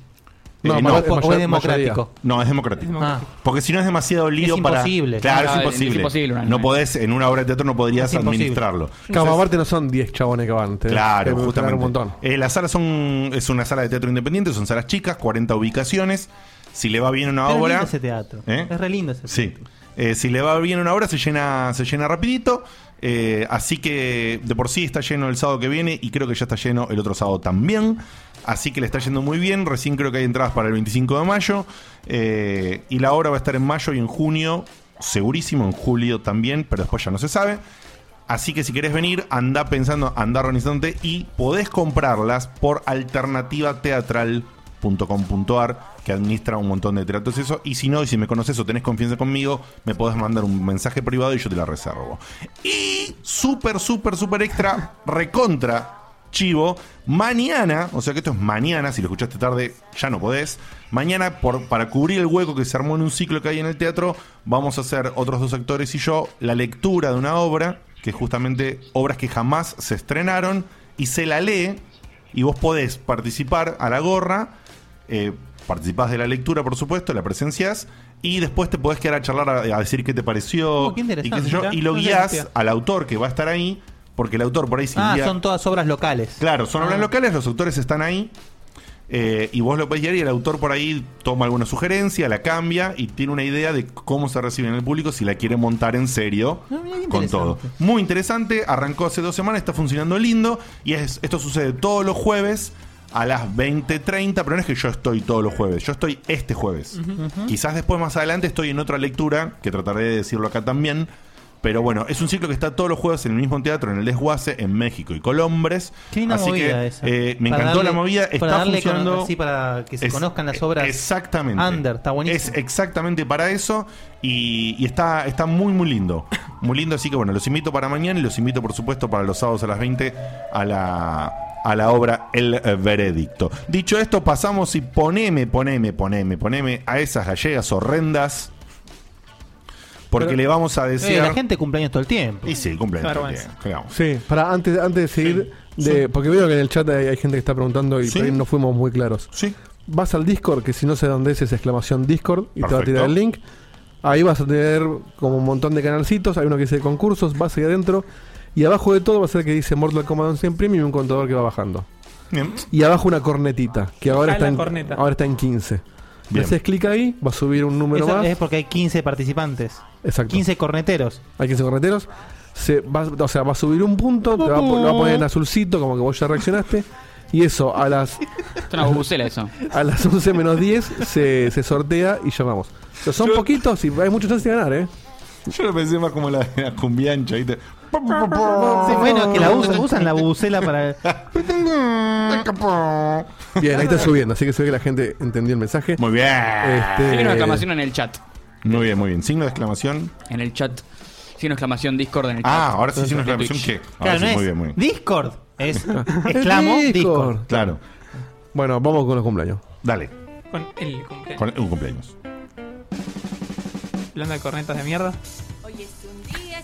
[SPEAKER 2] Eh,
[SPEAKER 5] ma-
[SPEAKER 2] no,
[SPEAKER 3] ¿O, o
[SPEAKER 5] mayor-
[SPEAKER 3] es democrático?
[SPEAKER 5] mayoría.
[SPEAKER 2] No, es
[SPEAKER 4] Es
[SPEAKER 2] democrático.
[SPEAKER 3] Ah.
[SPEAKER 4] democrático.
[SPEAKER 2] Porque si no es demasiado lío
[SPEAKER 3] Es
[SPEAKER 2] para.
[SPEAKER 3] imposible.
[SPEAKER 2] Claro,
[SPEAKER 6] Claro,
[SPEAKER 2] es
[SPEAKER 6] es
[SPEAKER 2] imposible.
[SPEAKER 6] imposible una
[SPEAKER 2] no
[SPEAKER 6] novela.
[SPEAKER 2] podés, en una obra de teatro no podrías
[SPEAKER 3] Es imposible.
[SPEAKER 2] administrarlo.
[SPEAKER 5] Claro, aparte no son 10 chabones que van. tenés que
[SPEAKER 2] Claro,
[SPEAKER 5] mejorar
[SPEAKER 2] justamente.
[SPEAKER 5] un montón.
[SPEAKER 2] Eh, las salas son. Es una sala de teatro independiente, son salas chicas, 40 ubicaciones. Si le va bien una
[SPEAKER 3] Pero es
[SPEAKER 2] obra.
[SPEAKER 3] lindo ese teatro.
[SPEAKER 2] ¿Eh?
[SPEAKER 3] Es re lindo ese
[SPEAKER 2] Sí. Eh, si le va bien una obra, se llena, se llena rapidito. Eh, así que de por sí está lleno el sábado que viene y creo que ya está lleno el otro sábado también. Así que le está yendo muy bien. Recién creo que hay entradas para el 25 de mayo. Eh, y la obra va a estar en mayo y en junio, segurísimo, en julio también, pero después ya no se sabe. Así que si querés venir, anda pensando, anda organizándote y podés comprarlas por alternativateatral.com.ar que administra un montón de teatros y eso. Y si no, y si me conoces o tenés confianza conmigo, me podés mandar un mensaje privado y yo te la reservo. Y súper, súper, súper extra, recontra, chivo, mañana, o sea que esto es mañana, si lo escuchaste tarde ya no podés, mañana por, para cubrir el hueco que se armó en un ciclo que hay en el teatro, vamos a hacer otros dos actores y yo la lectura de una obra, que es justamente obras que jamás se estrenaron, y se la lee, y vos podés participar a la gorra, eh, participás de la lectura por supuesto, la presencias, y después te podés quedar a charlar, a, a decir qué te pareció,
[SPEAKER 3] Oh, qué
[SPEAKER 2] y, qué sé
[SPEAKER 3] interesante,
[SPEAKER 2] yo,
[SPEAKER 4] mirá.
[SPEAKER 2] y lo
[SPEAKER 4] No
[SPEAKER 2] guías
[SPEAKER 4] sabía.
[SPEAKER 2] al autor que va a estar ahí, porque el autor por ahí si
[SPEAKER 3] Ah,
[SPEAKER 2] guía-
[SPEAKER 3] son todas obras locales.
[SPEAKER 2] Claro, son obras
[SPEAKER 3] Ah.
[SPEAKER 2] locales, los autores están ahí. eh, y vos lo podés leer y el autor por ahí toma alguna sugerencia, la cambia y tiene una idea de cómo se recibe en el público si la quiere montar en serio
[SPEAKER 3] Ah, mira qué
[SPEAKER 2] con
[SPEAKER 3] interesante.
[SPEAKER 2] todo. Muy interesante, arrancó hace dos semanas, está funcionando lindo y es- esto sucede todos los jueves a las 20.30, pero no es que yo estoy todos los jueves, yo estoy este jueves. Quizás después más adelante estoy en otra lectura, que trataré de decirlo acá también, pero bueno, es un ciclo que está todos los jueves en el mismo teatro, en el Desguace, en México y Colombres.
[SPEAKER 3] Qué linda
[SPEAKER 2] Así
[SPEAKER 3] movida
[SPEAKER 2] que
[SPEAKER 3] esa.
[SPEAKER 2] eh, me
[SPEAKER 3] Para
[SPEAKER 2] encantó
[SPEAKER 3] darle-
[SPEAKER 2] la movida,
[SPEAKER 3] para
[SPEAKER 2] está
[SPEAKER 3] darle
[SPEAKER 2] funcionando.
[SPEAKER 3] cono- sí, para que se
[SPEAKER 2] Es-
[SPEAKER 3] conozcan las obras.
[SPEAKER 2] Exactamente.
[SPEAKER 3] under, está buenísimo.
[SPEAKER 2] Es exactamente para eso y, y está, está muy, muy lindo. Muy lindo, así que bueno, los invito para mañana y los invito, por supuesto, para los sábados a las 20 a la, a la obra El eh, Veredicto. Dicho esto, pasamos y poneme, poneme, poneme, poneme a esas gallegas horrendas. Porque
[SPEAKER 5] Pero-
[SPEAKER 2] le vamos a decir.
[SPEAKER 3] Eh, la gente cumpleaños todo el tiempo.
[SPEAKER 2] Y sí, cumpleaños.
[SPEAKER 4] Qué
[SPEAKER 2] también,
[SPEAKER 4] vergüenza.
[SPEAKER 2] claro.
[SPEAKER 5] Sí, para antes, antes de seguir, de, porque veo que en el chat hay, hay gente que está preguntando y
[SPEAKER 2] Sí.
[SPEAKER 5] por ahí no fuimos muy claros.
[SPEAKER 2] Sí.
[SPEAKER 5] Vas al Discord, que si no sé dónde es, es exclamación Discord, y te va a tirar
[SPEAKER 2] Perfecto.
[SPEAKER 5] el link. Ahí vas a tener como un montón de canalcitos, hay uno que dice concursos, vas ahí adentro, y abajo de todo va a ser que dice Mortal Kombat 11 en Premium y un contador que va bajando.
[SPEAKER 2] Bien.
[SPEAKER 5] Y abajo una cornetita, que ahora
[SPEAKER 4] Ah,
[SPEAKER 5] está
[SPEAKER 4] la
[SPEAKER 5] en,
[SPEAKER 4] corneta.
[SPEAKER 5] ahora está en 15. Le
[SPEAKER 2] Bien.
[SPEAKER 5] haces clic ahí, va a subir un número
[SPEAKER 3] Eso
[SPEAKER 5] más.
[SPEAKER 3] es porque hay 15 participantes.
[SPEAKER 5] Exacto.
[SPEAKER 3] 15 corneteros.
[SPEAKER 5] Hay 15 corneteros. Se va, o sea, va a subir un punto, te va a, po- lo va a poner en azulcito, como que vos ya reaccionaste. Y eso, a
[SPEAKER 6] Es
[SPEAKER 5] las,
[SPEAKER 2] [LAUGHS]
[SPEAKER 6] una bubucela eso.
[SPEAKER 5] a las 11 menos 10 se, se sortea y llamamos. Pero son poquitos y hay muchos chances de ganar, ¿eh?
[SPEAKER 2] Yo lo pensé más como la, de la cumbiancha, ¿viste?
[SPEAKER 3] Sí, bueno, que la usan, usan la bubucela para.
[SPEAKER 5] Bien, ahí está subiendo, así que se ve que la gente entendió el mensaje.
[SPEAKER 2] Muy bien.
[SPEAKER 5] Este-
[SPEAKER 6] Signo de exclamación en el chat.
[SPEAKER 2] Muy bien, muy bien. Signo de exclamación.
[SPEAKER 6] En el chat. Signo de exclamación Discord en el chat.
[SPEAKER 2] Ah, ahora sí, signo de
[SPEAKER 6] De
[SPEAKER 2] exclamación, ¿qué?
[SPEAKER 6] Twitch.
[SPEAKER 2] Ahora
[SPEAKER 3] Claro, no
[SPEAKER 2] sí,
[SPEAKER 3] es
[SPEAKER 2] muy bien, muy bien.
[SPEAKER 3] Discord.
[SPEAKER 2] [LAUGHS]
[SPEAKER 3] Es exclamo
[SPEAKER 5] Es
[SPEAKER 3] Discord.
[SPEAKER 2] Claro.
[SPEAKER 5] Bueno, vamos con los cumpleaños.
[SPEAKER 2] Dale.
[SPEAKER 4] Con el cumpleaños.
[SPEAKER 2] Con un cumpleaños.
[SPEAKER 4] Hablando de cornetas de mierda.
[SPEAKER 1] Hoy es un día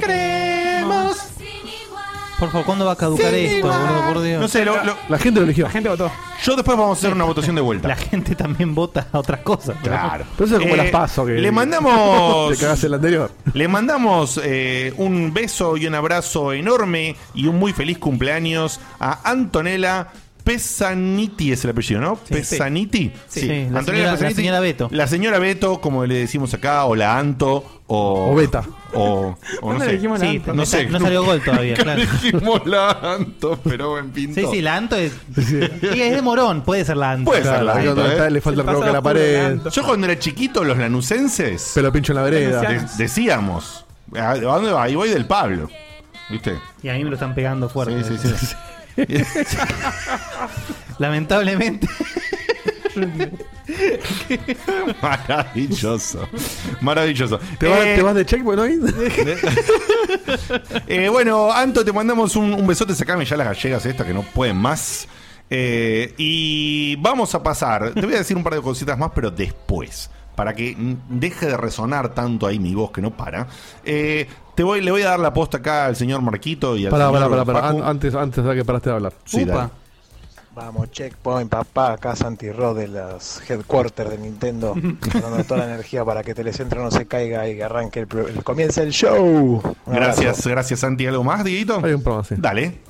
[SPEAKER 2] Creemos.
[SPEAKER 1] sin igual.
[SPEAKER 3] Por favor, ¿cuándo va a caducar esto, boludo? Por Dios.
[SPEAKER 2] No sé, lo- lo-
[SPEAKER 5] La gente lo eligió.
[SPEAKER 4] La gente votó.
[SPEAKER 2] yo después vamos a hacer una votación de vuelta.
[SPEAKER 3] La gente también vota a otras cosas. ¿verdad?
[SPEAKER 2] Claro. Eh,
[SPEAKER 5] Pero eso es como las paso que-
[SPEAKER 2] Le
[SPEAKER 5] Te [LAUGHS]
[SPEAKER 2] mandamos.
[SPEAKER 5] cagaste el anterior.
[SPEAKER 2] Le mandamos eh, un beso y un abrazo enorme y un muy feliz cumpleaños a Antonella Pesaniti es el apellido, ¿no? Pesaniti.
[SPEAKER 3] Sí, la señora- la señora Beto.
[SPEAKER 2] La señora Beto, como le decimos acá, o la Anto, o.
[SPEAKER 5] O Beta.
[SPEAKER 2] O, o no
[SPEAKER 4] ¿Cuándo
[SPEAKER 2] sé.
[SPEAKER 4] le dijimos la
[SPEAKER 3] Sí,
[SPEAKER 4] Anto?
[SPEAKER 2] no sé.
[SPEAKER 3] No salió gol todavía,
[SPEAKER 2] [LAUGHS] Nunca
[SPEAKER 3] claro.
[SPEAKER 2] dijimos la Anto, pero buen pinto.
[SPEAKER 3] Sí, sí, la Anto es. [LAUGHS] Sí, es de Morón, puede ser la Anto.
[SPEAKER 2] Puede ser la
[SPEAKER 5] Ahí
[SPEAKER 2] Anto.
[SPEAKER 5] donde
[SPEAKER 2] ¿eh?
[SPEAKER 5] está, le falta
[SPEAKER 4] El
[SPEAKER 5] provocar la
[SPEAKER 4] pasado oscuro de
[SPEAKER 5] pared,
[SPEAKER 4] Anto.
[SPEAKER 2] Yo cuando era chiquito, los lanucenses.
[SPEAKER 5] pelo pincho en la vereda.
[SPEAKER 4] Anunciar.
[SPEAKER 2] de- decíamos. ¿A dónde va? Ahí voy del Pablo. ¿Viste? [LAUGHS]
[SPEAKER 3] Y a mí me lo están pegando fuerte.
[SPEAKER 2] Sí, sí, sí.
[SPEAKER 3] [LAUGHS] Lamentablemente.
[SPEAKER 2] Maravilloso. Maravilloso.
[SPEAKER 5] ¿Te, vas,
[SPEAKER 2] Eh,
[SPEAKER 5] ¿Te vas de checkpoint [LAUGHS]
[SPEAKER 2] [LAUGHS]
[SPEAKER 5] hoy?
[SPEAKER 2] eh, bueno, Anto, te mandamos un, un besote. Sacame ya las gallegas estas que no pueden más. Eh, y vamos a pasar. Te voy a decir un par de cositas más, pero después. Para que mm, deje de resonar tanto ahí mi voz que no para. Eh, te voy, le voy a dar la posta acá al señor Marquito y al
[SPEAKER 5] Pará, pará, pará,
[SPEAKER 2] señor
[SPEAKER 5] pará.
[SPEAKER 2] Facu.
[SPEAKER 5] An- Antes, antes de que paraste de hablar.
[SPEAKER 2] Sí, dale.
[SPEAKER 3] Upa.
[SPEAKER 8] Vamos, checkpoint, papá, acá Santi Ro de las headquarters de Nintendo, dando toda la energía para que Telecentro no se caiga y que arranque el, pro- el- comience el show. Un abrazo.
[SPEAKER 2] Gracias, gracias Santi. ¿Algo más, Dieguito?
[SPEAKER 5] Hay un programa así.
[SPEAKER 2] Dale.
[SPEAKER 9] [LAUGHS]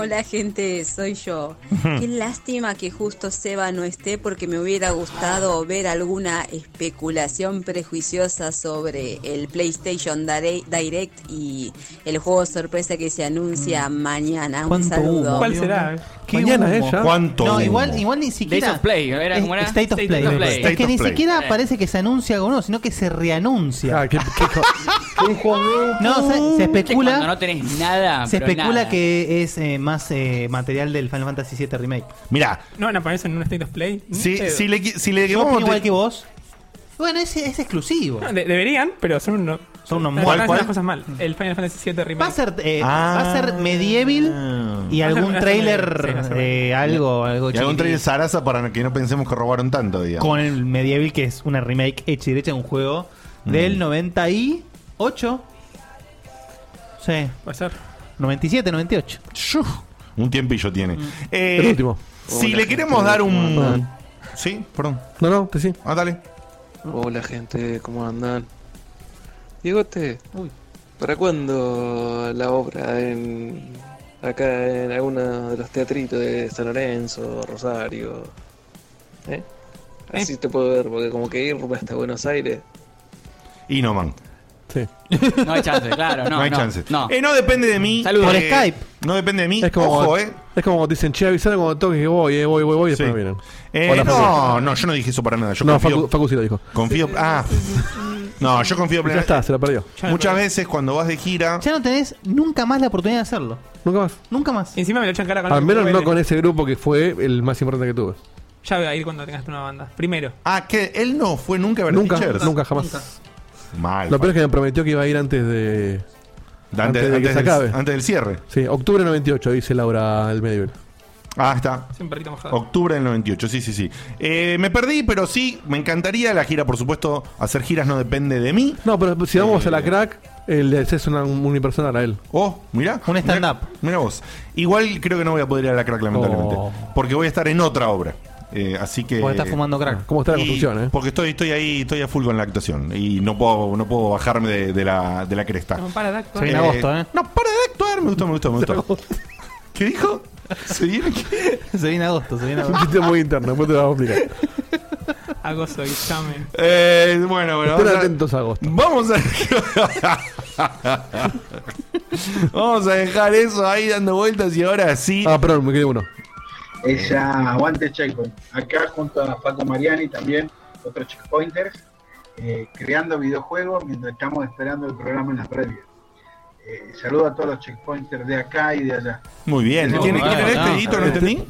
[SPEAKER 9] Hola gente, soy yo. Qué lástima que justo Seba no esté porque me hubiera gustado ver alguna especulación prejuiciosa sobre el PlayStation Dire- Direct y el juego sorpresa que se anuncia mañana. Un
[SPEAKER 3] Mm. ¿Cuánto
[SPEAKER 9] saludo.
[SPEAKER 3] humo?
[SPEAKER 4] ¿Cuál
[SPEAKER 3] Dios
[SPEAKER 4] será?
[SPEAKER 3] mío.
[SPEAKER 5] Mañana, ¿eh? Ya.
[SPEAKER 2] ¿Cuánto?
[SPEAKER 3] No,
[SPEAKER 2] humo?
[SPEAKER 3] igual, igual ni siquiera.
[SPEAKER 6] Days of Play, ¿era? ¿Cómo era?
[SPEAKER 3] Es- State of Play.
[SPEAKER 6] State of Play.
[SPEAKER 3] Es
[SPEAKER 2] State
[SPEAKER 3] que
[SPEAKER 2] of
[SPEAKER 3] ni
[SPEAKER 2] Play.
[SPEAKER 3] siquiera
[SPEAKER 6] Eh.
[SPEAKER 3] parece que se anuncia algo nuevo, sino que se reanuncia.
[SPEAKER 5] Ah, qué- qué co- qué juego.
[SPEAKER 3] [LAUGHS] No, se, se
[SPEAKER 6] Es que cuando
[SPEAKER 3] especula.
[SPEAKER 6] no tenés nada.
[SPEAKER 3] Se
[SPEAKER 6] pero
[SPEAKER 3] especula
[SPEAKER 6] nada.
[SPEAKER 3] que es eh, más eh, material del Final Fantasy VII Remake.
[SPEAKER 2] Mira,
[SPEAKER 4] ¿No van a ponerse en un State of Play? Ni
[SPEAKER 2] si,
[SPEAKER 4] pedo.
[SPEAKER 2] si le, qui- si le
[SPEAKER 3] Yo
[SPEAKER 2] vamos
[SPEAKER 3] opino
[SPEAKER 2] a-
[SPEAKER 3] igual que vos. Bueno, es, es exclusivo.
[SPEAKER 4] No, de- deberían, pero son unos.
[SPEAKER 3] Son unos
[SPEAKER 4] Están
[SPEAKER 3] ¿Cuál,
[SPEAKER 4] haciendo
[SPEAKER 2] cuál?
[SPEAKER 4] las cosas mal. El Final Fantasy VII
[SPEAKER 3] Va a
[SPEAKER 4] Remake.
[SPEAKER 3] ser, eh,
[SPEAKER 2] Ah.
[SPEAKER 3] va a ser medieval y
[SPEAKER 4] Va a
[SPEAKER 6] [LAUGHS]
[SPEAKER 4] ser-
[SPEAKER 3] algún
[SPEAKER 4] va a ser
[SPEAKER 3] trailer,
[SPEAKER 4] medieval, sí, va a ser
[SPEAKER 3] eh, algo, algo
[SPEAKER 2] Y algún
[SPEAKER 3] chiquitín.
[SPEAKER 2] trailer zaraza para que no pensemos que robaron tanto, digamos.
[SPEAKER 3] con el medieval que es una remake hecha y derecha de un juego del 98. Sí,
[SPEAKER 4] Va a ser.
[SPEAKER 3] 97, 98.
[SPEAKER 2] Shuf, Un tiempillo tiene.
[SPEAKER 3] Mm.
[SPEAKER 2] Eh,
[SPEAKER 5] El último.
[SPEAKER 3] Oh,
[SPEAKER 2] Si le queremos dar un.
[SPEAKER 5] Perdón.
[SPEAKER 2] Sí, perdón.
[SPEAKER 5] No, no, te sí.
[SPEAKER 2] Ah, dale.
[SPEAKER 10] Hola gente, ¿cómo andan? Diegote,
[SPEAKER 3] Uy.
[SPEAKER 10] ¿para cuándo la obra en acá en alguno de los teatritos de San Lorenzo, Rosario? ¿Eh? Así te puedo ver, porque como que irme hasta Buenos Aires.
[SPEAKER 2] Y no, man.
[SPEAKER 5] sí.
[SPEAKER 6] No hay chance, claro. No,
[SPEAKER 2] No, hay chance.
[SPEAKER 6] No.
[SPEAKER 2] Eh, no depende de mí.
[SPEAKER 6] Saludos.
[SPEAKER 3] Por
[SPEAKER 2] eh,
[SPEAKER 3] Skype.
[SPEAKER 2] No depende de mí.
[SPEAKER 5] Es como,
[SPEAKER 2] Ojo,
[SPEAKER 5] cuando-
[SPEAKER 2] eh.
[SPEAKER 5] es como cuando te dicen, che, avisar cuando toques que voy, eh, voy, voy, voy, y
[SPEAKER 2] Sí.
[SPEAKER 5] después no vienen.
[SPEAKER 2] Eh,
[SPEAKER 5] Hola,
[SPEAKER 2] no, no, yo no dije eso para nada. Yo
[SPEAKER 5] No,
[SPEAKER 2] confío.
[SPEAKER 5] Facu, Facu sí lo dijo.
[SPEAKER 2] confío ah. No, yo confío
[SPEAKER 5] Ya
[SPEAKER 2] plenamente.
[SPEAKER 5] está, se la perdió.
[SPEAKER 2] Muchas veces cuando vas de gira.
[SPEAKER 3] Ya no tenés nunca más la oportunidad de hacerlo.
[SPEAKER 5] Nunca más.
[SPEAKER 3] Nunca más.
[SPEAKER 4] Y encima me lo echan cara con
[SPEAKER 5] Al
[SPEAKER 4] el
[SPEAKER 5] menos no
[SPEAKER 4] Google.
[SPEAKER 5] con ese grupo que fue el más importante que tuve.
[SPEAKER 4] Ya voy a ir cuando tengas una banda. Primero.
[SPEAKER 2] Ah, que él no fue nunca a ver
[SPEAKER 5] Nunca,
[SPEAKER 2] Teachers?
[SPEAKER 5] nunca, jamás.
[SPEAKER 2] Mal.
[SPEAKER 5] Lo peor es que me prometió que iba a ir antes de.
[SPEAKER 2] Antes- antes del- antes del cierre.
[SPEAKER 5] Sí, octubre 98, dice Laura el medio.
[SPEAKER 2] Ah, está.
[SPEAKER 4] Es un perrito mojado.
[SPEAKER 2] Octubre del 98, sí, sí, sí. Eh, me perdí, pero sí, me encantaría la gira, por supuesto. Hacer giras no depende de mí.
[SPEAKER 5] No, pero si vamos
[SPEAKER 2] Eh,
[SPEAKER 5] a la crack, el es una unipersonal a él.
[SPEAKER 2] Oh, mirá. Un stand-up. Mirá, mirá vos. Igual creo que no voy a poder ir a la crack, lamentablemente.
[SPEAKER 5] Oh.
[SPEAKER 2] Porque voy a estar en otra obra. Eh, así que.
[SPEAKER 3] Porque estás fumando crack. ¿Cómo está la
[SPEAKER 2] Y-
[SPEAKER 3] construcción, eh?
[SPEAKER 2] Porque estoy, estoy ahí, estoy a full con la actuación. Y no puedo, no puedo bajarme de, de la, de la cresta.
[SPEAKER 4] No, para de actuar.
[SPEAKER 3] Se viene agosto, ¿eh?
[SPEAKER 2] No, para de actuar. Me gustó, me gustó, me
[SPEAKER 3] [LAUGHS]
[SPEAKER 2] gustó. ¿Qué dijo? ¿Se viene qué?
[SPEAKER 3] Se viene agosto, se viene
[SPEAKER 5] Es un chiste muy interno, después te lo vamos a explicar.
[SPEAKER 4] Agosto, examen.
[SPEAKER 2] Eh, bueno, bueno.
[SPEAKER 5] Estén
[SPEAKER 2] vamos a-
[SPEAKER 5] atentos a agosto.
[SPEAKER 2] Vamos a. Vamos a dejar eso ahí dando vueltas y ahora sí.
[SPEAKER 5] Ah, perdón, me quedé uno.
[SPEAKER 11] Ella aguante Checkpoint. Acá junto a Facu Mariani también, otros Checkpointers, eh, creando videojuegos mientras estamos esperando el programa en las previas. Eh, saludo a todos los Checkpointers de acá y de allá.
[SPEAKER 2] Muy bien.
[SPEAKER 11] No,
[SPEAKER 2] ¿Quién,
[SPEAKER 11] bueno,
[SPEAKER 2] quién era
[SPEAKER 11] no,
[SPEAKER 2] este hito? ¿No
[SPEAKER 11] este-
[SPEAKER 2] entendí?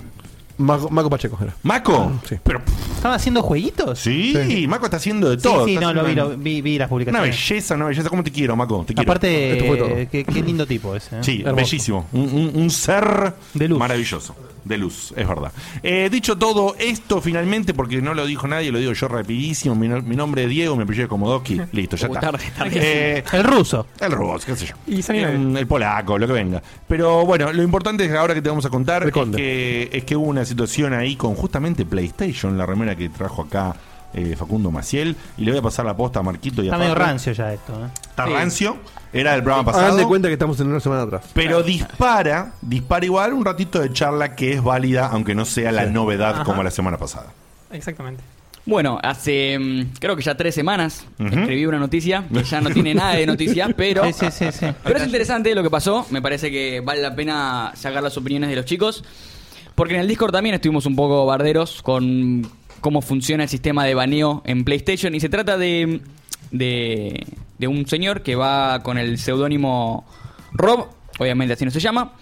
[SPEAKER 5] Maco, Maco Pacheco era. Ah,
[SPEAKER 2] ¿Maco?
[SPEAKER 5] Sí.
[SPEAKER 2] Pero,
[SPEAKER 3] ¿Estaban haciendo jueguitos?
[SPEAKER 2] Sí, Maco está haciendo de todo.
[SPEAKER 3] Sí, sí,
[SPEAKER 2] Está
[SPEAKER 3] no, lo vi,
[SPEAKER 2] haciendo
[SPEAKER 3] lo vi, vi las
[SPEAKER 2] Una
[SPEAKER 3] publicaciones.
[SPEAKER 2] belleza, una belleza. ¿Cómo te quiero, Maco? Te quiero.
[SPEAKER 3] Aparte,
[SPEAKER 2] Esto fue todo.
[SPEAKER 3] qué, qué lindo tipo ese. ¿eh?
[SPEAKER 2] Sí,
[SPEAKER 3] Hermoso.
[SPEAKER 2] bellísimo. Un, un- un ser maravilloso. De luz, es verdad. Eh, dicho todo esto, finalmente, porque no lo dijo nadie, lo digo yo rapidísimo. Mi, no- mi nombre es Diego, mi apellido
[SPEAKER 3] [LAUGHS]
[SPEAKER 2] es Komodoki. Listo, ya
[SPEAKER 3] Uh,
[SPEAKER 2] está.
[SPEAKER 3] tarde, tarde.
[SPEAKER 2] el ruso. El ruso, qué sé yo. Eh, el polaco, lo que venga. Pero bueno, lo importante es que ahora que te vamos a contar es que, es que hubo una situación ahí con justamente PlayStation, la remera que trajo acá eh, Facundo Maciel. Y le voy a pasar la posta a Marquito y a
[SPEAKER 3] Está medio
[SPEAKER 2] Farro.
[SPEAKER 3] rancio ya esto. ¿eh?
[SPEAKER 2] Está rancio. Era del programa pasado.
[SPEAKER 5] Hagan de cuenta que estamos en una semana atrás.
[SPEAKER 2] Pero dispara, dispara igual un ratito de charla que es válida, aunque no sea la novedad
[SPEAKER 6] Ajá.
[SPEAKER 2] como la semana pasada.
[SPEAKER 4] Exactamente. [LAUGHS]
[SPEAKER 6] Bueno, hace mm, creo que ya tres semanas
[SPEAKER 2] Ujú.
[SPEAKER 6] escribí una noticia que ya no tiene nada de
[SPEAKER 3] [LAUGHS]
[SPEAKER 6] noticia, pero,
[SPEAKER 3] Sí, sí, sí, sí.
[SPEAKER 6] pero es interesante lo que pasó. Me parece que vale la pena sacar las opiniones de los chicos. Porque en el Discord también estuvimos un poco barderos con cómo funciona el sistema de baneo en PlayStation. Y se trata de, de, de un señor que va con el seudónimo Rob, obviamente así no se llama,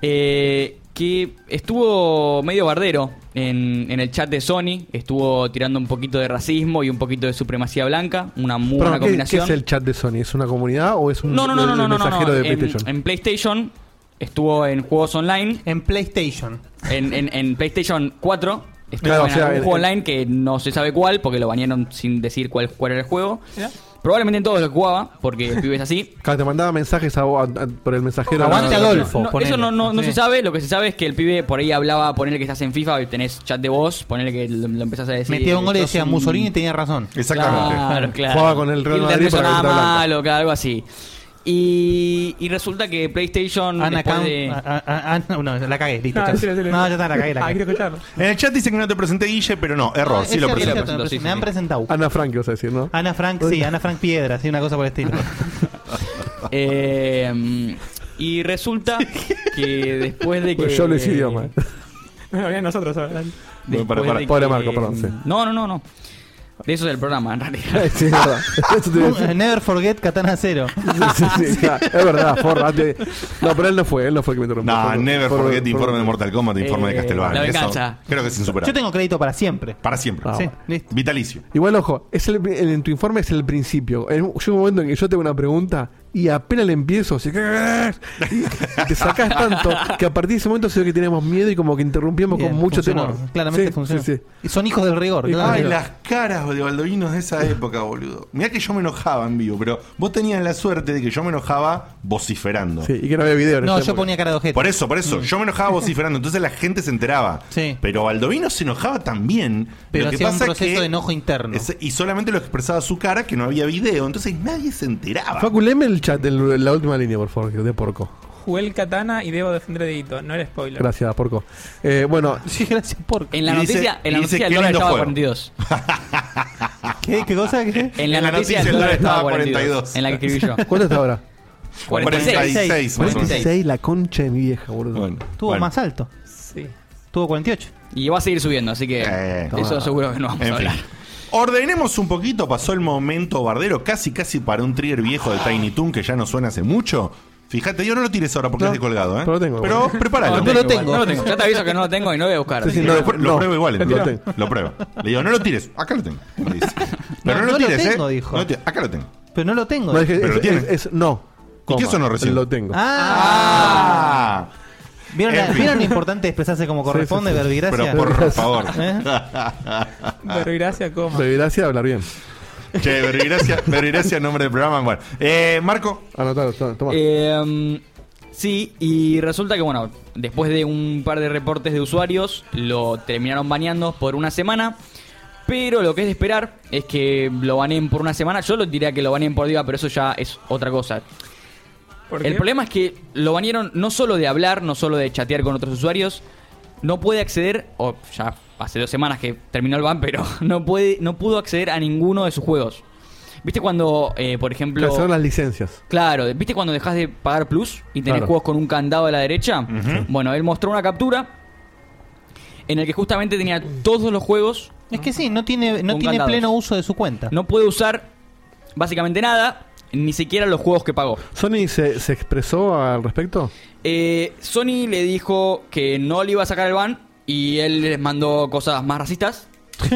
[SPEAKER 6] eh, que estuvo medio bardero en, en el chat de Sony. Estuvo tirando un poquito de racismo y un poquito de supremacía blanca. Una muy buena
[SPEAKER 5] Perdón, ¿qué- ¿qué,
[SPEAKER 6] combinación.
[SPEAKER 5] es el chat de Sony? ¿Es una comunidad o es un
[SPEAKER 6] No, no, no,
[SPEAKER 5] el-
[SPEAKER 6] no,
[SPEAKER 5] el
[SPEAKER 6] no, no, no.
[SPEAKER 5] mensajero de
[SPEAKER 6] En-
[SPEAKER 5] PlayStation?
[SPEAKER 6] En, PlayStation estuvo en juegos online.
[SPEAKER 3] En PlayStation.
[SPEAKER 6] En, en, [LAUGHS] PlayStation 4 estuvo
[SPEAKER 5] Claro, o
[SPEAKER 6] en
[SPEAKER 5] sea,
[SPEAKER 6] algún
[SPEAKER 5] el-
[SPEAKER 6] juego
[SPEAKER 5] el-
[SPEAKER 6] online que no se sabe cuál, porque lo bañaron sin decir cuál, cuál era el juego. Probablemente en todos los que jugaba, porque el pibe es
[SPEAKER 5] [LAUGHS]
[SPEAKER 6] así.
[SPEAKER 5] Claro, te mandaba mensajes a- a- a- por el mensajero.
[SPEAKER 6] Aguante
[SPEAKER 5] a
[SPEAKER 6] Adolfo, No, eso no, no, no se sabe, lo que se sabe es que el pibe por ahí hablaba, ponerle que estás en FIFA y tenés chat de voz, ponerle que lo, lo empezás a decir.
[SPEAKER 3] Metía un gol y
[SPEAKER 6] sos
[SPEAKER 3] decía
[SPEAKER 6] un-
[SPEAKER 3] Mussolini tenía razón.
[SPEAKER 6] Exactamente. Claro, claro.
[SPEAKER 5] Jugaba con el Real
[SPEAKER 6] Y te
[SPEAKER 5] Madrid para
[SPEAKER 6] empezó
[SPEAKER 5] que
[SPEAKER 6] nada
[SPEAKER 5] te hablara.
[SPEAKER 6] malo, claro, algo así. Y, y resulta que PlayStation.
[SPEAKER 3] Ana
[SPEAKER 6] después
[SPEAKER 3] Cam-
[SPEAKER 6] de-
[SPEAKER 3] a- a- a- ah, no, la cagué, listo.
[SPEAKER 6] No,
[SPEAKER 3] chao.
[SPEAKER 6] sí, sí, sí.
[SPEAKER 3] No, ya está, la cagué, la
[SPEAKER 6] Ah,
[SPEAKER 3] cagué.
[SPEAKER 6] hay que
[SPEAKER 2] En el chat dicen que no te presenté, Guille, pero no, error,
[SPEAKER 3] Ah,
[SPEAKER 2] sí
[SPEAKER 3] es
[SPEAKER 2] lo
[SPEAKER 3] cierto,
[SPEAKER 2] presenté.
[SPEAKER 3] es cierto, me presenté. Me han presentado.
[SPEAKER 5] Ana Frank, ibas a decir, ¿no?
[SPEAKER 3] Ana Frank, sí, Ana Frank Piedra, sí, una cosa por el estilo.
[SPEAKER 6] [LAUGHS] Eh, y resulta que después de que.
[SPEAKER 5] Pues yo lo hice
[SPEAKER 6] [LAUGHS]
[SPEAKER 5] idioma.
[SPEAKER 4] No lo harían nosotros ahora.
[SPEAKER 5] Bueno, para-
[SPEAKER 6] después
[SPEAKER 5] para-
[SPEAKER 6] de
[SPEAKER 5] pobre
[SPEAKER 6] que-
[SPEAKER 5] Marco, perdón, sí.
[SPEAKER 6] No, no, no, no. De eso es el programa, en realidad.
[SPEAKER 5] [LAUGHS] [LAUGHS] Sí, es verdad. Eso te iba a decir.
[SPEAKER 3] Never forget Katana Cero.
[SPEAKER 5] Sí, sí, sí, ah, es verdad, forra. antes- No, pero él no fue, él no fue el que me interrumpió.
[SPEAKER 2] No,
[SPEAKER 5] Fue-
[SPEAKER 2] never
[SPEAKER 5] fue-
[SPEAKER 2] forget
[SPEAKER 5] fue-
[SPEAKER 2] informe de Mortal Kombat, informe de
[SPEAKER 5] Eh,
[SPEAKER 2] Castlevania.
[SPEAKER 5] la
[SPEAKER 2] Eso
[SPEAKER 5] venganza.
[SPEAKER 2] creo que es insuperable.
[SPEAKER 3] Yo tengo crédito para siempre.
[SPEAKER 2] Para siempre.
[SPEAKER 5] Ah,
[SPEAKER 3] Sí,
[SPEAKER 5] bueno.
[SPEAKER 3] listo.
[SPEAKER 2] Vitalicio.
[SPEAKER 5] Igual, ojo, es el, el- en tu informe es el principio. En un- llega un momento en que yo tengo una pregunta y apenas le empiezo, así que- [LAUGHS] y te sacás tanto
[SPEAKER 3] [LAUGHS]
[SPEAKER 5] que a partir de ese momento se ve que tenemos miedo y como que interrumpimos
[SPEAKER 3] Bien,
[SPEAKER 5] con mucho
[SPEAKER 3] funcionó,
[SPEAKER 5] temor.
[SPEAKER 3] Claramente
[SPEAKER 5] Sí,
[SPEAKER 3] funciona.
[SPEAKER 5] sí, sí.
[SPEAKER 3] Y Son hijos del rigor. claro.
[SPEAKER 2] Ay, las caras de baldovinos de esa época, boludo. Mirá que yo me enojaba en vivo, pero vos tenías la suerte de que yo me enojaba vociferando.
[SPEAKER 5] Sí, y que no había video. en
[SPEAKER 3] No,
[SPEAKER 5] esa
[SPEAKER 3] yo
[SPEAKER 5] época.
[SPEAKER 3] ponía cara de ojete. Mm.
[SPEAKER 2] Por eso, por eso. Yo me enojaba vociferando, entonces la gente se enteraba. Pero Baldovino se enojaba también.
[SPEAKER 3] Pero
[SPEAKER 2] Lo que
[SPEAKER 3] hacía un
[SPEAKER 2] pasa es
[SPEAKER 3] proceso
[SPEAKER 2] que-
[SPEAKER 3] de enojo interno.
[SPEAKER 2] es- y solamente lo expresaba su cara, que no había video, entonces nadie se enteraba.
[SPEAKER 5] Facu, léeme el chat, el- la última línea, por favor, que de porco.
[SPEAKER 4] Jugué el katana y debo defender de Hito. No era spoiler.
[SPEAKER 5] Gracias, porco. Eh, bueno,
[SPEAKER 3] Sí, gracias por.
[SPEAKER 6] En la noticia, en la noticia el dólar estaba a 42.
[SPEAKER 3] ¿Qué, qué cosa? ¿Qué?
[SPEAKER 6] En la, noticia, el dólar estaba a 42. En la que
[SPEAKER 5] [LAUGHS]
[SPEAKER 6] escribí yo.
[SPEAKER 5] ¿Cuánto está ahora?
[SPEAKER 6] 46, más o menos.
[SPEAKER 5] 46, la concha de mi vieja, boludo.
[SPEAKER 3] Tuvo más alto.
[SPEAKER 4] Sí.
[SPEAKER 3] Tuvo 48.
[SPEAKER 6] Y va a seguir subiendo, así que eso seguro que no vamos
[SPEAKER 2] Eh, En
[SPEAKER 6] a
[SPEAKER 2] fin.
[SPEAKER 6] hablar.
[SPEAKER 2] Ordenemos un poquito, pasó el momento bardero, casi casi para un trigger viejo de Tiny Toon que ya no suena hace mucho. Fíjate, yo no lo tires ahora porque
[SPEAKER 6] No,
[SPEAKER 2] es descolgado, ¿eh?
[SPEAKER 5] pero lo tengo.
[SPEAKER 2] Pero prepáralo.
[SPEAKER 6] No, igual, no lo tengo. Ya te aviso que no lo tengo y no lo voy a buscar.
[SPEAKER 2] Sí, sí,
[SPEAKER 6] así
[SPEAKER 2] no,
[SPEAKER 6] que-
[SPEAKER 2] lo, pr- lo pruebo igual,
[SPEAKER 6] Lo
[SPEAKER 2] entonces.
[SPEAKER 6] tengo.
[SPEAKER 2] lo, pruebo. Le digo, no lo tires, acá lo tengo. me dice. Pero no,
[SPEAKER 3] no lo
[SPEAKER 2] lo tires,
[SPEAKER 3] tengo,
[SPEAKER 2] ¿eh?
[SPEAKER 3] dijo.
[SPEAKER 2] No lo tires, acá lo tengo.
[SPEAKER 3] Pero no lo tengo.
[SPEAKER 5] No, es que-
[SPEAKER 2] Pero
[SPEAKER 5] es-
[SPEAKER 2] lo tiene.
[SPEAKER 5] es- es- no.
[SPEAKER 2] ¿Y qué eso no recién?
[SPEAKER 5] Lo tengo.
[SPEAKER 2] Ah.
[SPEAKER 3] ¿Vieron,
[SPEAKER 2] En
[SPEAKER 3] la-
[SPEAKER 2] fin.
[SPEAKER 3] vieron lo importante de expresarse como corresponde,
[SPEAKER 5] sí.
[SPEAKER 3] verbigracia?
[SPEAKER 5] Pero por
[SPEAKER 3] [LAUGHS]
[SPEAKER 5] favor.
[SPEAKER 3] ¿Eh?
[SPEAKER 2] [LAUGHS]
[SPEAKER 4] Verbigracia, coma.
[SPEAKER 5] Verbigracia, hablar bien.
[SPEAKER 2] Che, verbigracia, verbigracia, nombre del programa. Bueno, eh, Marco.
[SPEAKER 5] Anotalo, toma.
[SPEAKER 6] Eh, sí, y resulta que, bueno, después de un par de reportes de usuarios, lo terminaron baneando por una semana. Pero lo que es de esperar es que lo baneen por una semana. Yo lo diría que lo baneen por diva, pero eso ya es otra cosa. El problema es que lo banieron no solo de hablar, no solo de chatear con otros usuarios. No puede acceder, o ya hace dos semanas que terminó el ban, pero [LAUGHS] no puede, no pudo acceder a ninguno de sus juegos. ¿Viste cuando, eh, por ejemplo...
[SPEAKER 5] Claro, son las licencias.
[SPEAKER 6] Claro, ¿viste cuando dejas de pagar Plus y tenés
[SPEAKER 5] Claro.
[SPEAKER 6] juegos con un candado a la derecha? Bueno, él mostró una captura en el que justamente tenía todos los juegos.
[SPEAKER 3] Es que sí, no tiene, no
[SPEAKER 6] Con
[SPEAKER 3] tiene
[SPEAKER 6] candados.
[SPEAKER 3] pleno uso de su cuenta.
[SPEAKER 6] No puede usar básicamente nada, ni siquiera los juegos que pagó.
[SPEAKER 5] ¿Sony se, se expresó al respecto?
[SPEAKER 6] Eh, Sony le dijo que no le iba a sacar el ban y él les mandó cosas más racistas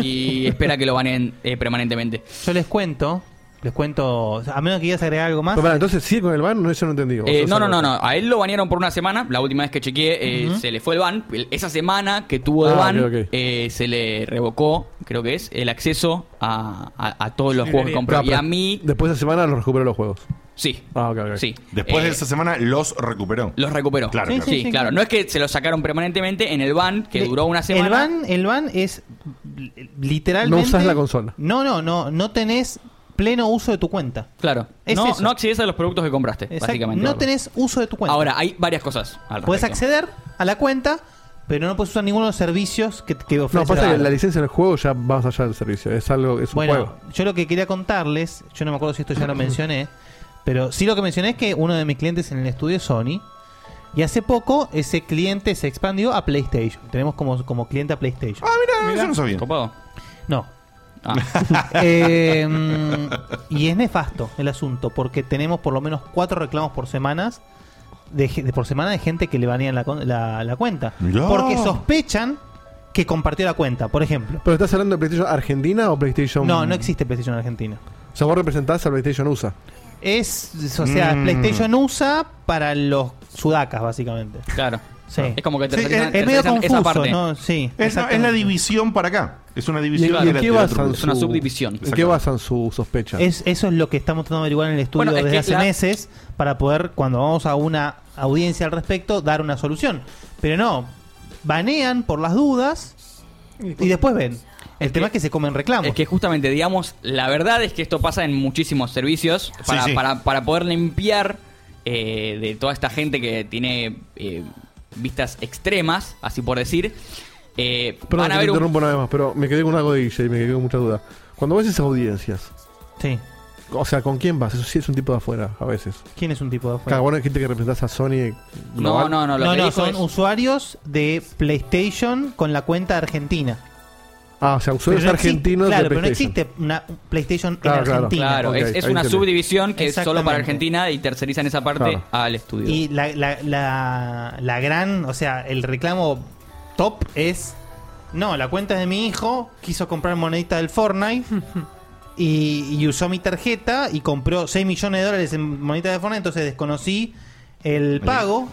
[SPEAKER 6] y espera que lo banen eh, permanentemente.
[SPEAKER 3] Yo les cuento, les cuento, a menos que quieras agregar algo más.
[SPEAKER 5] Pero, pará, entonces sigue con el ban, no, eso no entendí.
[SPEAKER 6] Eh, no, no, no, no. A él lo banearon por una semana. La última vez que chequeé, eh,
[SPEAKER 5] Ujú.
[SPEAKER 6] se le fue el ban. El- Esa semana que tuvo de
[SPEAKER 5] Ah,
[SPEAKER 6] ban,
[SPEAKER 5] ok, ok.
[SPEAKER 6] eh, se le revocó, creo que es, el acceso a, a- a todos los juegos que compró.
[SPEAKER 2] Ah,
[SPEAKER 5] Claro,
[SPEAKER 6] Y
[SPEAKER 5] pero
[SPEAKER 6] a mí,
[SPEAKER 5] Después de esa semana nos recuperó los juegos.
[SPEAKER 6] sí.
[SPEAKER 5] Ah, ok, ok.
[SPEAKER 6] Sí.
[SPEAKER 2] Después de
[SPEAKER 6] Eh,
[SPEAKER 2] esa semana los recuperó.
[SPEAKER 6] Los recuperó.
[SPEAKER 2] Claro,
[SPEAKER 6] Sí,
[SPEAKER 2] claro.
[SPEAKER 6] sí, claro. No es que se los sacaron permanentemente en el ban, que duró una semana.
[SPEAKER 3] El ban, el ban es li- literalmente...
[SPEAKER 6] No usás la
[SPEAKER 5] consola.
[SPEAKER 3] No, no, no, no tenés pleno uso de tu cuenta.
[SPEAKER 6] Claro.
[SPEAKER 3] Es
[SPEAKER 6] no,
[SPEAKER 3] eso.
[SPEAKER 6] no accedes a los productos que compraste,
[SPEAKER 3] Exacto,
[SPEAKER 6] básicamente.
[SPEAKER 3] No tenés uso de tu cuenta.
[SPEAKER 6] Ahora, hay varias cosas. al
[SPEAKER 3] Puedes
[SPEAKER 6] respecto.
[SPEAKER 3] acceder a la cuenta, pero no puedes usar ninguno de los servicios que, que ofrece
[SPEAKER 5] No, pasa que
[SPEAKER 3] la-
[SPEAKER 5] la licencia del juego ya va más allá del servicio. Es algo, es un
[SPEAKER 3] Bueno,
[SPEAKER 5] juego.
[SPEAKER 3] yo lo que quería contarles, yo no me acuerdo si esto ya lo mencioné, pero sí lo que mencioné es que uno de mis clientes en el estudio es Sony. Y hace poco ese cliente se expandió a PlayStation. Tenemos como, como cliente a PlayStation. Ah,
[SPEAKER 2] mira, eso no sabía.
[SPEAKER 6] Copado.
[SPEAKER 3] No. [LAUGHS] Eh, mm, y es nefasto el asunto, porque tenemos por lo menos cuatro reclamos por semanas de, ge- de- por semana de gente que le banean la, con- la- la cuenta.
[SPEAKER 5] Mirá.
[SPEAKER 3] Porque sospechan que compartió la cuenta, por ejemplo.
[SPEAKER 5] ¿Pero estás hablando de PlayStation Argentina o PlayStation.?
[SPEAKER 3] No, no existe PlayStation Argentina.
[SPEAKER 5] O sea, vos representás al PlayStation USA.
[SPEAKER 3] Es, es, o sea,
[SPEAKER 5] Mm.
[SPEAKER 3] PlayStation usa para los sudacas, básicamente.
[SPEAKER 6] Claro.
[SPEAKER 3] Sí.
[SPEAKER 6] Es como que te
[SPEAKER 3] Sí,
[SPEAKER 6] retrasan-
[SPEAKER 3] es-
[SPEAKER 6] te
[SPEAKER 3] es medio
[SPEAKER 6] retrasan
[SPEAKER 3] confuso,
[SPEAKER 6] esa parte.
[SPEAKER 3] ¿no? Sí.
[SPEAKER 2] Es, no, es la división para acá. Es una división
[SPEAKER 5] ¿Y en-
[SPEAKER 2] de
[SPEAKER 5] y en
[SPEAKER 2] la
[SPEAKER 5] qué
[SPEAKER 2] de
[SPEAKER 5] basan
[SPEAKER 2] otro-
[SPEAKER 5] su- ¿En qué basan su sospecha?
[SPEAKER 3] Es- eso es lo que estamos tratando de averiguar en el estudio
[SPEAKER 5] Bueno, es
[SPEAKER 3] desde
[SPEAKER 5] que
[SPEAKER 3] hace
[SPEAKER 5] la-
[SPEAKER 3] meses para poder, cuando vamos a una audiencia al respecto, dar una solución. Pero no, banean por las dudas y después ven. El tema es que se comen reclamos.
[SPEAKER 6] Es que justamente, digamos, la verdad es que esto pasa en muchísimos servicios para,
[SPEAKER 3] sí.
[SPEAKER 6] para, para poder limpiar eh, de toda esta gente que tiene eh, vistas extremas, así por decir. Eh, van
[SPEAKER 5] Perdón, que
[SPEAKER 6] a
[SPEAKER 5] te
[SPEAKER 6] haber un-
[SPEAKER 5] interrumpo una vez más, pero me quedé con algo de Guille y me quedé con mucha duda. Cuando ves esas audiencias,
[SPEAKER 3] Sí.
[SPEAKER 5] o sea, ¿con quién vas? Eso sí es un tipo de afuera, a veces.
[SPEAKER 3] ¿Quién es un tipo de afuera?
[SPEAKER 5] Claro, bueno, hay gente que representás a Sony. global.
[SPEAKER 3] no, no, son usuarios de PlayStation con la cuenta argentina.
[SPEAKER 5] Ah, o sea, usuarios
[SPEAKER 3] Pero no exi-
[SPEAKER 5] argentinos
[SPEAKER 3] claro,
[SPEAKER 5] de
[SPEAKER 3] pero no
[SPEAKER 5] PlayStation.
[SPEAKER 3] existe una PlayStation
[SPEAKER 5] Claro,
[SPEAKER 3] en
[SPEAKER 5] claro.
[SPEAKER 3] Argentina.
[SPEAKER 6] Claro, es- es, una subdivisión que es solo para
[SPEAKER 3] Exactamente.
[SPEAKER 6] Argentina y tercerizan esa parte
[SPEAKER 3] Claro.
[SPEAKER 6] al estudio.
[SPEAKER 3] Y la, la, la, la gran, o sea, el reclamo top es, no, la cuenta es de mi hijo, quiso comprar monedita del
[SPEAKER 5] [LAUGHS]
[SPEAKER 3] Fortnite. Y, y usó mi tarjeta y compró 6 millones de dólares en monedita de Fortnite, entonces desconocí el pago.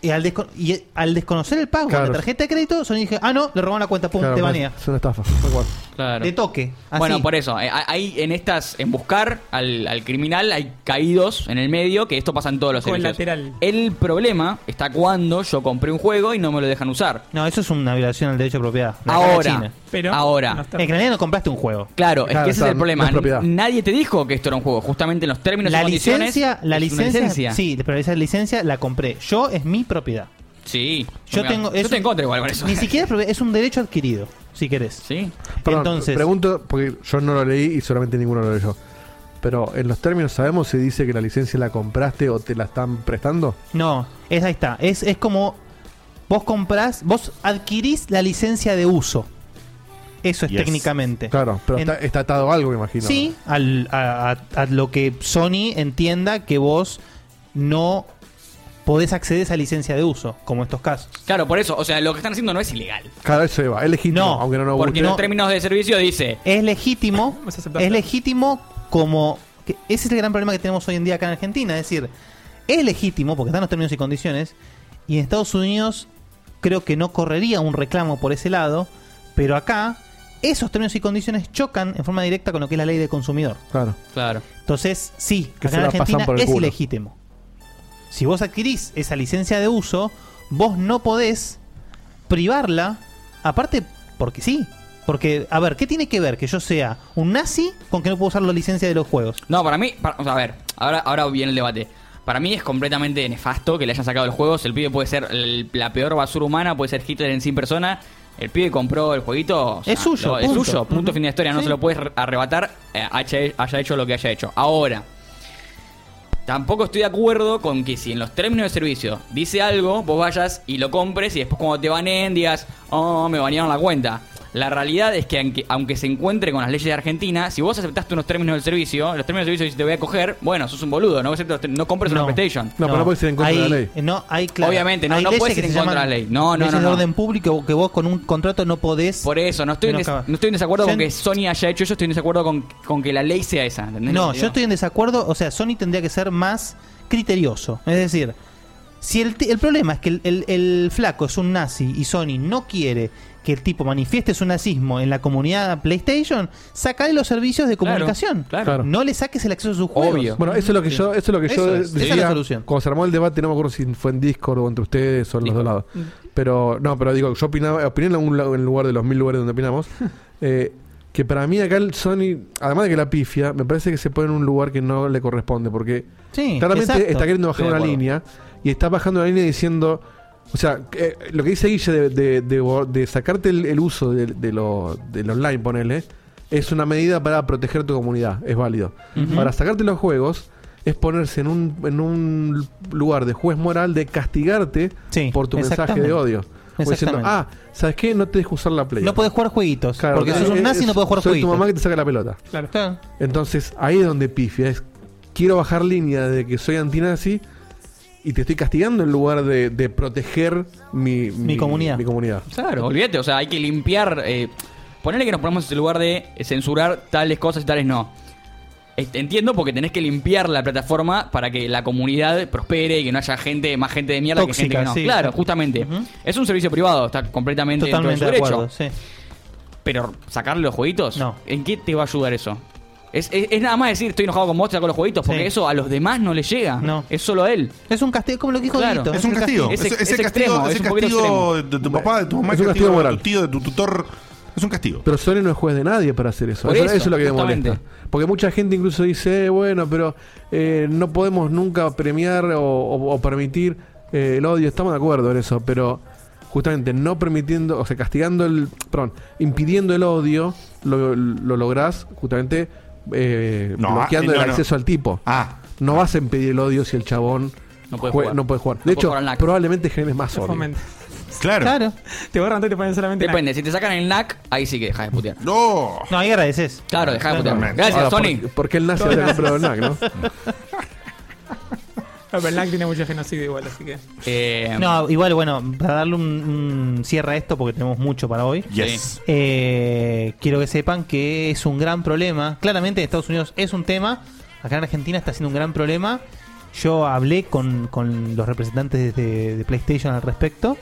[SPEAKER 3] Y al, desco- y al desconocer el pago con
[SPEAKER 5] Claro.
[SPEAKER 3] la tarjeta de crédito, Sony dije, ah, no, le robaron la cuenta, pum,
[SPEAKER 5] Claro,
[SPEAKER 3] te
[SPEAKER 5] pues,
[SPEAKER 3] banea.
[SPEAKER 5] Es una estafa. tal cual.
[SPEAKER 6] Claro.
[SPEAKER 3] De toque. así.
[SPEAKER 6] Bueno, por eso, eh, hay en estas, en buscar al, al criminal, hay caídos en el medio, que esto pasa en todos los servicios.
[SPEAKER 4] Colateral.
[SPEAKER 6] El problema está cuando yo compré un juego y no me lo dejan usar.
[SPEAKER 3] No, eso es una violación al derecho de propiedad. La
[SPEAKER 6] Ahora,
[SPEAKER 3] cara china.
[SPEAKER 6] Pero- ahora. no está-
[SPEAKER 3] en realidad no compraste un juego.
[SPEAKER 6] Claro, es que ese es el
[SPEAKER 3] está,
[SPEAKER 6] problema.
[SPEAKER 3] no es propiedad.
[SPEAKER 6] Nadie te dijo que esto era un juego, justamente en los términos y
[SPEAKER 3] La
[SPEAKER 6] condiciones.
[SPEAKER 3] licencia, la
[SPEAKER 6] es una
[SPEAKER 3] licencia,
[SPEAKER 6] licencia.
[SPEAKER 3] sí, pero esa licencia la compré. Yo es mi propiedad.
[SPEAKER 6] Sí.
[SPEAKER 3] Yo
[SPEAKER 6] Porque-
[SPEAKER 3] tengo,
[SPEAKER 6] yo
[SPEAKER 3] es
[SPEAKER 6] te
[SPEAKER 3] un-
[SPEAKER 6] encuentro igual con eso.
[SPEAKER 3] Ni siquiera es propiedad, es un derecho adquirido, si querés.
[SPEAKER 6] Sí.
[SPEAKER 5] Perdón,
[SPEAKER 3] Entonces,
[SPEAKER 5] pregunto, porque yo no lo leí y seguramente ninguno lo leyó. Pero en los términos sabemos si dice que la licencia la compraste o te la están prestando.
[SPEAKER 3] no, es ahí está. Es, es como vos comprás, vos adquirís la licencia de uso. Eso es
[SPEAKER 5] Yes.
[SPEAKER 3] técnicamente.
[SPEAKER 5] Claro, pero está, está atado a algo, me imagino.
[SPEAKER 3] Sí, al- a, a- a lo que Sony entienda que vos no podés acceder a esa licencia de uso, como estos casos.
[SPEAKER 6] [LAUGHS] Claro, por eso, o sea, lo que están haciendo no es ilegal.
[SPEAKER 5] Claro, eso iba. Es legítimo, aunque no nos
[SPEAKER 6] Porque
[SPEAKER 5] guste.
[SPEAKER 6] en los términos de servicio dice.
[SPEAKER 3] Es legítimo, es legítimo como que ese es el gran problema que tenemos hoy en día acá en Argentina. Es decir, es legítimo porque están los términos y condiciones. Y en Estados Unidos creo que no correría un reclamo por ese lado. Pero acá esos términos y condiciones chocan en forma directa con lo que es la ley de consumidor.
[SPEAKER 5] Claro.
[SPEAKER 6] Claro.
[SPEAKER 3] Entonces, sí,
[SPEAKER 5] Que
[SPEAKER 3] acá
[SPEAKER 5] se
[SPEAKER 3] en
[SPEAKER 5] la pasan
[SPEAKER 3] Argentina
[SPEAKER 5] por el
[SPEAKER 3] es
[SPEAKER 5] culo.
[SPEAKER 3] ilegítimo. Si vos adquirís esa licencia de uso, vos no podés privarla, aparte porque sí. Porque, a ver, ¿qué tiene que ver que yo sea un nazi con que no puedo usar la licencia de los juegos?
[SPEAKER 6] No, para mí, para- o sea, a ver, ahora, ahora viene el debate. Para mí es completamente nefasto que le hayan sacado los juegos. El pibe puede ser el- la peor basura humana, puede ser Hitler en 100 personas. El pibe compró el jueguito. o sea,
[SPEAKER 3] Es suyo,
[SPEAKER 6] lo- es
[SPEAKER 3] punto.
[SPEAKER 6] suyo, punto
[SPEAKER 3] Ujú.
[SPEAKER 6] fin de la historia. No
[SPEAKER 3] Sí.
[SPEAKER 6] se lo puedes arrebatar, eh, haya, haya hecho lo que haya hecho. Ahora, tampoco estoy de acuerdo con que si en los términos de servicio dice algo, vos vayas y lo compres y después cuando te baneen digas, oh, me banearon la cuenta. La realidad es que aunque, aunque se encuentre con las leyes de Argentina, si vos aceptaste unos términos del servicio, los términos del servicio dicen te voy a coger, bueno, sos un boludo, no, aceptas los términos- no compres una PlayStation.
[SPEAKER 3] hay, No, hay claro,
[SPEAKER 6] Obviamente, no-
[SPEAKER 3] hay
[SPEAKER 6] no
[SPEAKER 3] leyes
[SPEAKER 6] puedes
[SPEAKER 3] que
[SPEAKER 6] ir en
[SPEAKER 3] se
[SPEAKER 6] contra
[SPEAKER 3] llaman
[SPEAKER 6] de la ley. No, no,
[SPEAKER 3] leyes
[SPEAKER 6] no,
[SPEAKER 3] de
[SPEAKER 6] no.
[SPEAKER 3] orden público que vos con un contrato no podés.
[SPEAKER 6] Por eso, no estoy, en,
[SPEAKER 3] No,
[SPEAKER 6] des-
[SPEAKER 3] claro.
[SPEAKER 6] no estoy en desacuerdo
[SPEAKER 3] Yo
[SPEAKER 6] con
[SPEAKER 3] en-
[SPEAKER 6] que Sony haya hecho eso, estoy en desacuerdo con, con que la ley sea esa. ¿entendés lo
[SPEAKER 3] No,
[SPEAKER 6] que te
[SPEAKER 3] yo
[SPEAKER 6] digo?
[SPEAKER 3] estoy en desacuerdo. O sea, Sony tendría que ser más criterioso. Es decir, si el, ti- el problema es que el, el- el flaco es un nazi y Sony no quiere que el tipo manifieste su nazismo en la comunidad PlayStation, sacale los servicios de
[SPEAKER 5] Claro,
[SPEAKER 3] comunicación.
[SPEAKER 5] claro.
[SPEAKER 3] No le saques el acceso a sus juegos.
[SPEAKER 5] Bueno, eso es lo que yo, eso es lo que yo
[SPEAKER 3] Eso es, esa
[SPEAKER 5] decía
[SPEAKER 3] es la solución.
[SPEAKER 5] cuando se armó el debate, no me acuerdo si fue en Discord o entre ustedes o en los dos lados.
[SPEAKER 3] Mm.
[SPEAKER 5] Pero, no, pero digo, yo opinaba, opiné en algún lado- en lugar de los mil lugares
[SPEAKER 3] [LAUGHS]
[SPEAKER 5] donde opinamos, eh, que para mí acá el Sony, además de que la pifia, me parece que se pone en un lugar que no le corresponde, porque
[SPEAKER 3] Sí,
[SPEAKER 5] claramente
[SPEAKER 3] exacto.
[SPEAKER 5] está queriendo
[SPEAKER 3] Estoy
[SPEAKER 5] bajar
[SPEAKER 3] de acuerdo.
[SPEAKER 5] una línea y está bajando la línea diciendo, o sea, que, eh, lo que dice Guille de, de- de bo- de sacarte el, el uso de, de lo, del online, ponele, es una medida para proteger tu comunidad, es válido.
[SPEAKER 12] Ujú.
[SPEAKER 5] Para sacarte los juegos es ponerse en un, en un lugar de juez moral de castigarte por tu mensaje
[SPEAKER 3] exactamente.
[SPEAKER 5] de odio. O diciendo,
[SPEAKER 3] Exactamente.
[SPEAKER 5] ah, ¿sabes qué? No te dejo usar la play.
[SPEAKER 3] No podés jugar jueguitos. porque sos un nazi y no podés jugar
[SPEAKER 5] Eh, soy
[SPEAKER 3] jueguitos.
[SPEAKER 5] tu mamá que te saca la pelota.
[SPEAKER 4] Claro.
[SPEAKER 5] Entonces, ahí es donde pifia. Es, quiero bajar línea de que soy antinazi y te estoy castigando en lugar de, de proteger mi,
[SPEAKER 6] comunidad.
[SPEAKER 5] Mi comunidad.
[SPEAKER 6] Claro, olvídate, o sea, hay que limpiar. Eh, ponele que nos ponemos en ese lugar de censurar tales cosas y tales no. Est- Entiendo porque tenés que limpiar la plataforma para que la comunidad prospere y que no haya gente, más gente de mierda que gente
[SPEAKER 3] Tóxica,
[SPEAKER 6] que no.
[SPEAKER 3] sí,
[SPEAKER 6] claro,
[SPEAKER 3] exacto.
[SPEAKER 6] justamente. Es un servicio privado, está completamente
[SPEAKER 3] Totalmente
[SPEAKER 6] dentro
[SPEAKER 3] de
[SPEAKER 6] de su
[SPEAKER 3] acuerdo.
[SPEAKER 6] derecho.
[SPEAKER 3] sí.
[SPEAKER 6] Pero sacarle los jueguitos, ¿en qué te va a ayudar eso? Es, es- es nada más decir, estoy enojado con vos, te saco los jueguitos, porque
[SPEAKER 3] Sí.
[SPEAKER 6] eso a los demás no les llega. Es solo a él.
[SPEAKER 3] Es un castigo, como lo que dijo
[SPEAKER 6] Claro.
[SPEAKER 3] Dieguito,
[SPEAKER 6] Es un castigo.
[SPEAKER 2] Es,
[SPEAKER 6] Es-
[SPEAKER 2] es
[SPEAKER 6] es
[SPEAKER 2] el castigo,
[SPEAKER 6] extremo,
[SPEAKER 2] es
[SPEAKER 6] es
[SPEAKER 2] el
[SPEAKER 6] un poquito
[SPEAKER 2] castigo
[SPEAKER 6] extremo.
[SPEAKER 2] de tu papá, de tu mamá,
[SPEAKER 5] Es un
[SPEAKER 2] castigo
[SPEAKER 5] castigo moral.
[SPEAKER 2] de tu tío, de tu tutor. Es un castigo.
[SPEAKER 5] Pero Sony no es juez de nadie para hacer eso.
[SPEAKER 2] Por
[SPEAKER 5] eso,
[SPEAKER 2] eso,
[SPEAKER 5] eso es lo que me
[SPEAKER 2] justamente.
[SPEAKER 5] molesta. Porque mucha gente incluso dice, "Eh, bueno, pero eh, no podemos nunca premiar o, o- o permitir eh, el odio. Estamos de acuerdo en eso, pero justamente no permitiendo, o sea, castigando el, perdón, impidiendo el odio, lo, lo lográs justamente eh,
[SPEAKER 2] No,
[SPEAKER 5] bloqueando
[SPEAKER 2] ah, eh, no, Ah.
[SPEAKER 5] el
[SPEAKER 2] no.
[SPEAKER 5] acceso al tipo. No vas a impedir el odio si el chabón
[SPEAKER 6] No puede
[SPEAKER 5] jue-
[SPEAKER 6] jugar.
[SPEAKER 5] no puede jugar.
[SPEAKER 6] No
[SPEAKER 5] De
[SPEAKER 6] puede
[SPEAKER 5] hecho,
[SPEAKER 6] jugar al NAC.
[SPEAKER 5] probablemente generes más odio.
[SPEAKER 4] Fomenta.
[SPEAKER 2] Claro.
[SPEAKER 4] Te borran todo y te ponen solamente.
[SPEAKER 6] Depende, si te sacan el NAC, ahí sí que dejas de putear.
[SPEAKER 2] No.
[SPEAKER 3] No, ahí agradeces.
[SPEAKER 6] Claro, dejá de putear.
[SPEAKER 3] Totalmente.
[SPEAKER 6] Gracias,
[SPEAKER 3] Ahora,
[SPEAKER 6] Sony.
[SPEAKER 5] ¿Por, por qué el nazi habría comprado el NAC, no?
[SPEAKER 4] [LAUGHS] No, pero el NAC tiene mucho genocidio igual, así que.
[SPEAKER 6] Eh,
[SPEAKER 4] Em.
[SPEAKER 3] No, igual, bueno, para darle un, un cierre a esto, porque tenemos mucho para hoy.
[SPEAKER 4] Yes.
[SPEAKER 3] Eh, quiero que sepan que es un gran problema. Claramente en Estados Unidos es un tema. Acá en Argentina está siendo un gran problema. Yo hablé con, con los representantes de, de PlayStation al respecto.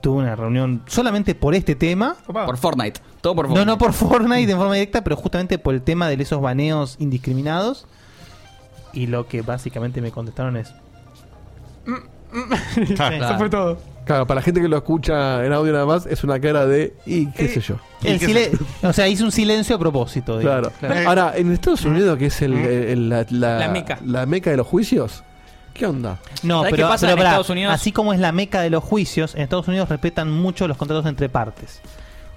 [SPEAKER 3] Tuve una reunión solamente por este tema.
[SPEAKER 6] Por Fortnite. Todo por
[SPEAKER 3] No,
[SPEAKER 6] Fortnite.
[SPEAKER 3] no por Fortnite en forma directa, pero justamente por el tema de esos baneos indiscriminados. Y lo que básicamente me contestaron es...
[SPEAKER 5] Claro.
[SPEAKER 3] Eso fue
[SPEAKER 4] todo.
[SPEAKER 5] Claro, para la gente que lo escucha en audio nada más, es una cara de y qué sé yo.
[SPEAKER 3] El silen- "Eh, o sea, hice un silencio a propósito.
[SPEAKER 5] Claro.
[SPEAKER 3] digamos.
[SPEAKER 5] Ahora, en Estados Unidos, que es el, el- la, la-
[SPEAKER 3] La meca.
[SPEAKER 5] la meca de los juicios, ¿qué onda?
[SPEAKER 3] No,
[SPEAKER 5] ¿Sabés
[SPEAKER 3] pero,
[SPEAKER 5] qué pasa
[SPEAKER 3] pero
[SPEAKER 5] en
[SPEAKER 3] pará,
[SPEAKER 5] Estados Unidos?
[SPEAKER 3] así como es la meca de los juicios, en Estados Unidos respetan mucho los contratos entre partes.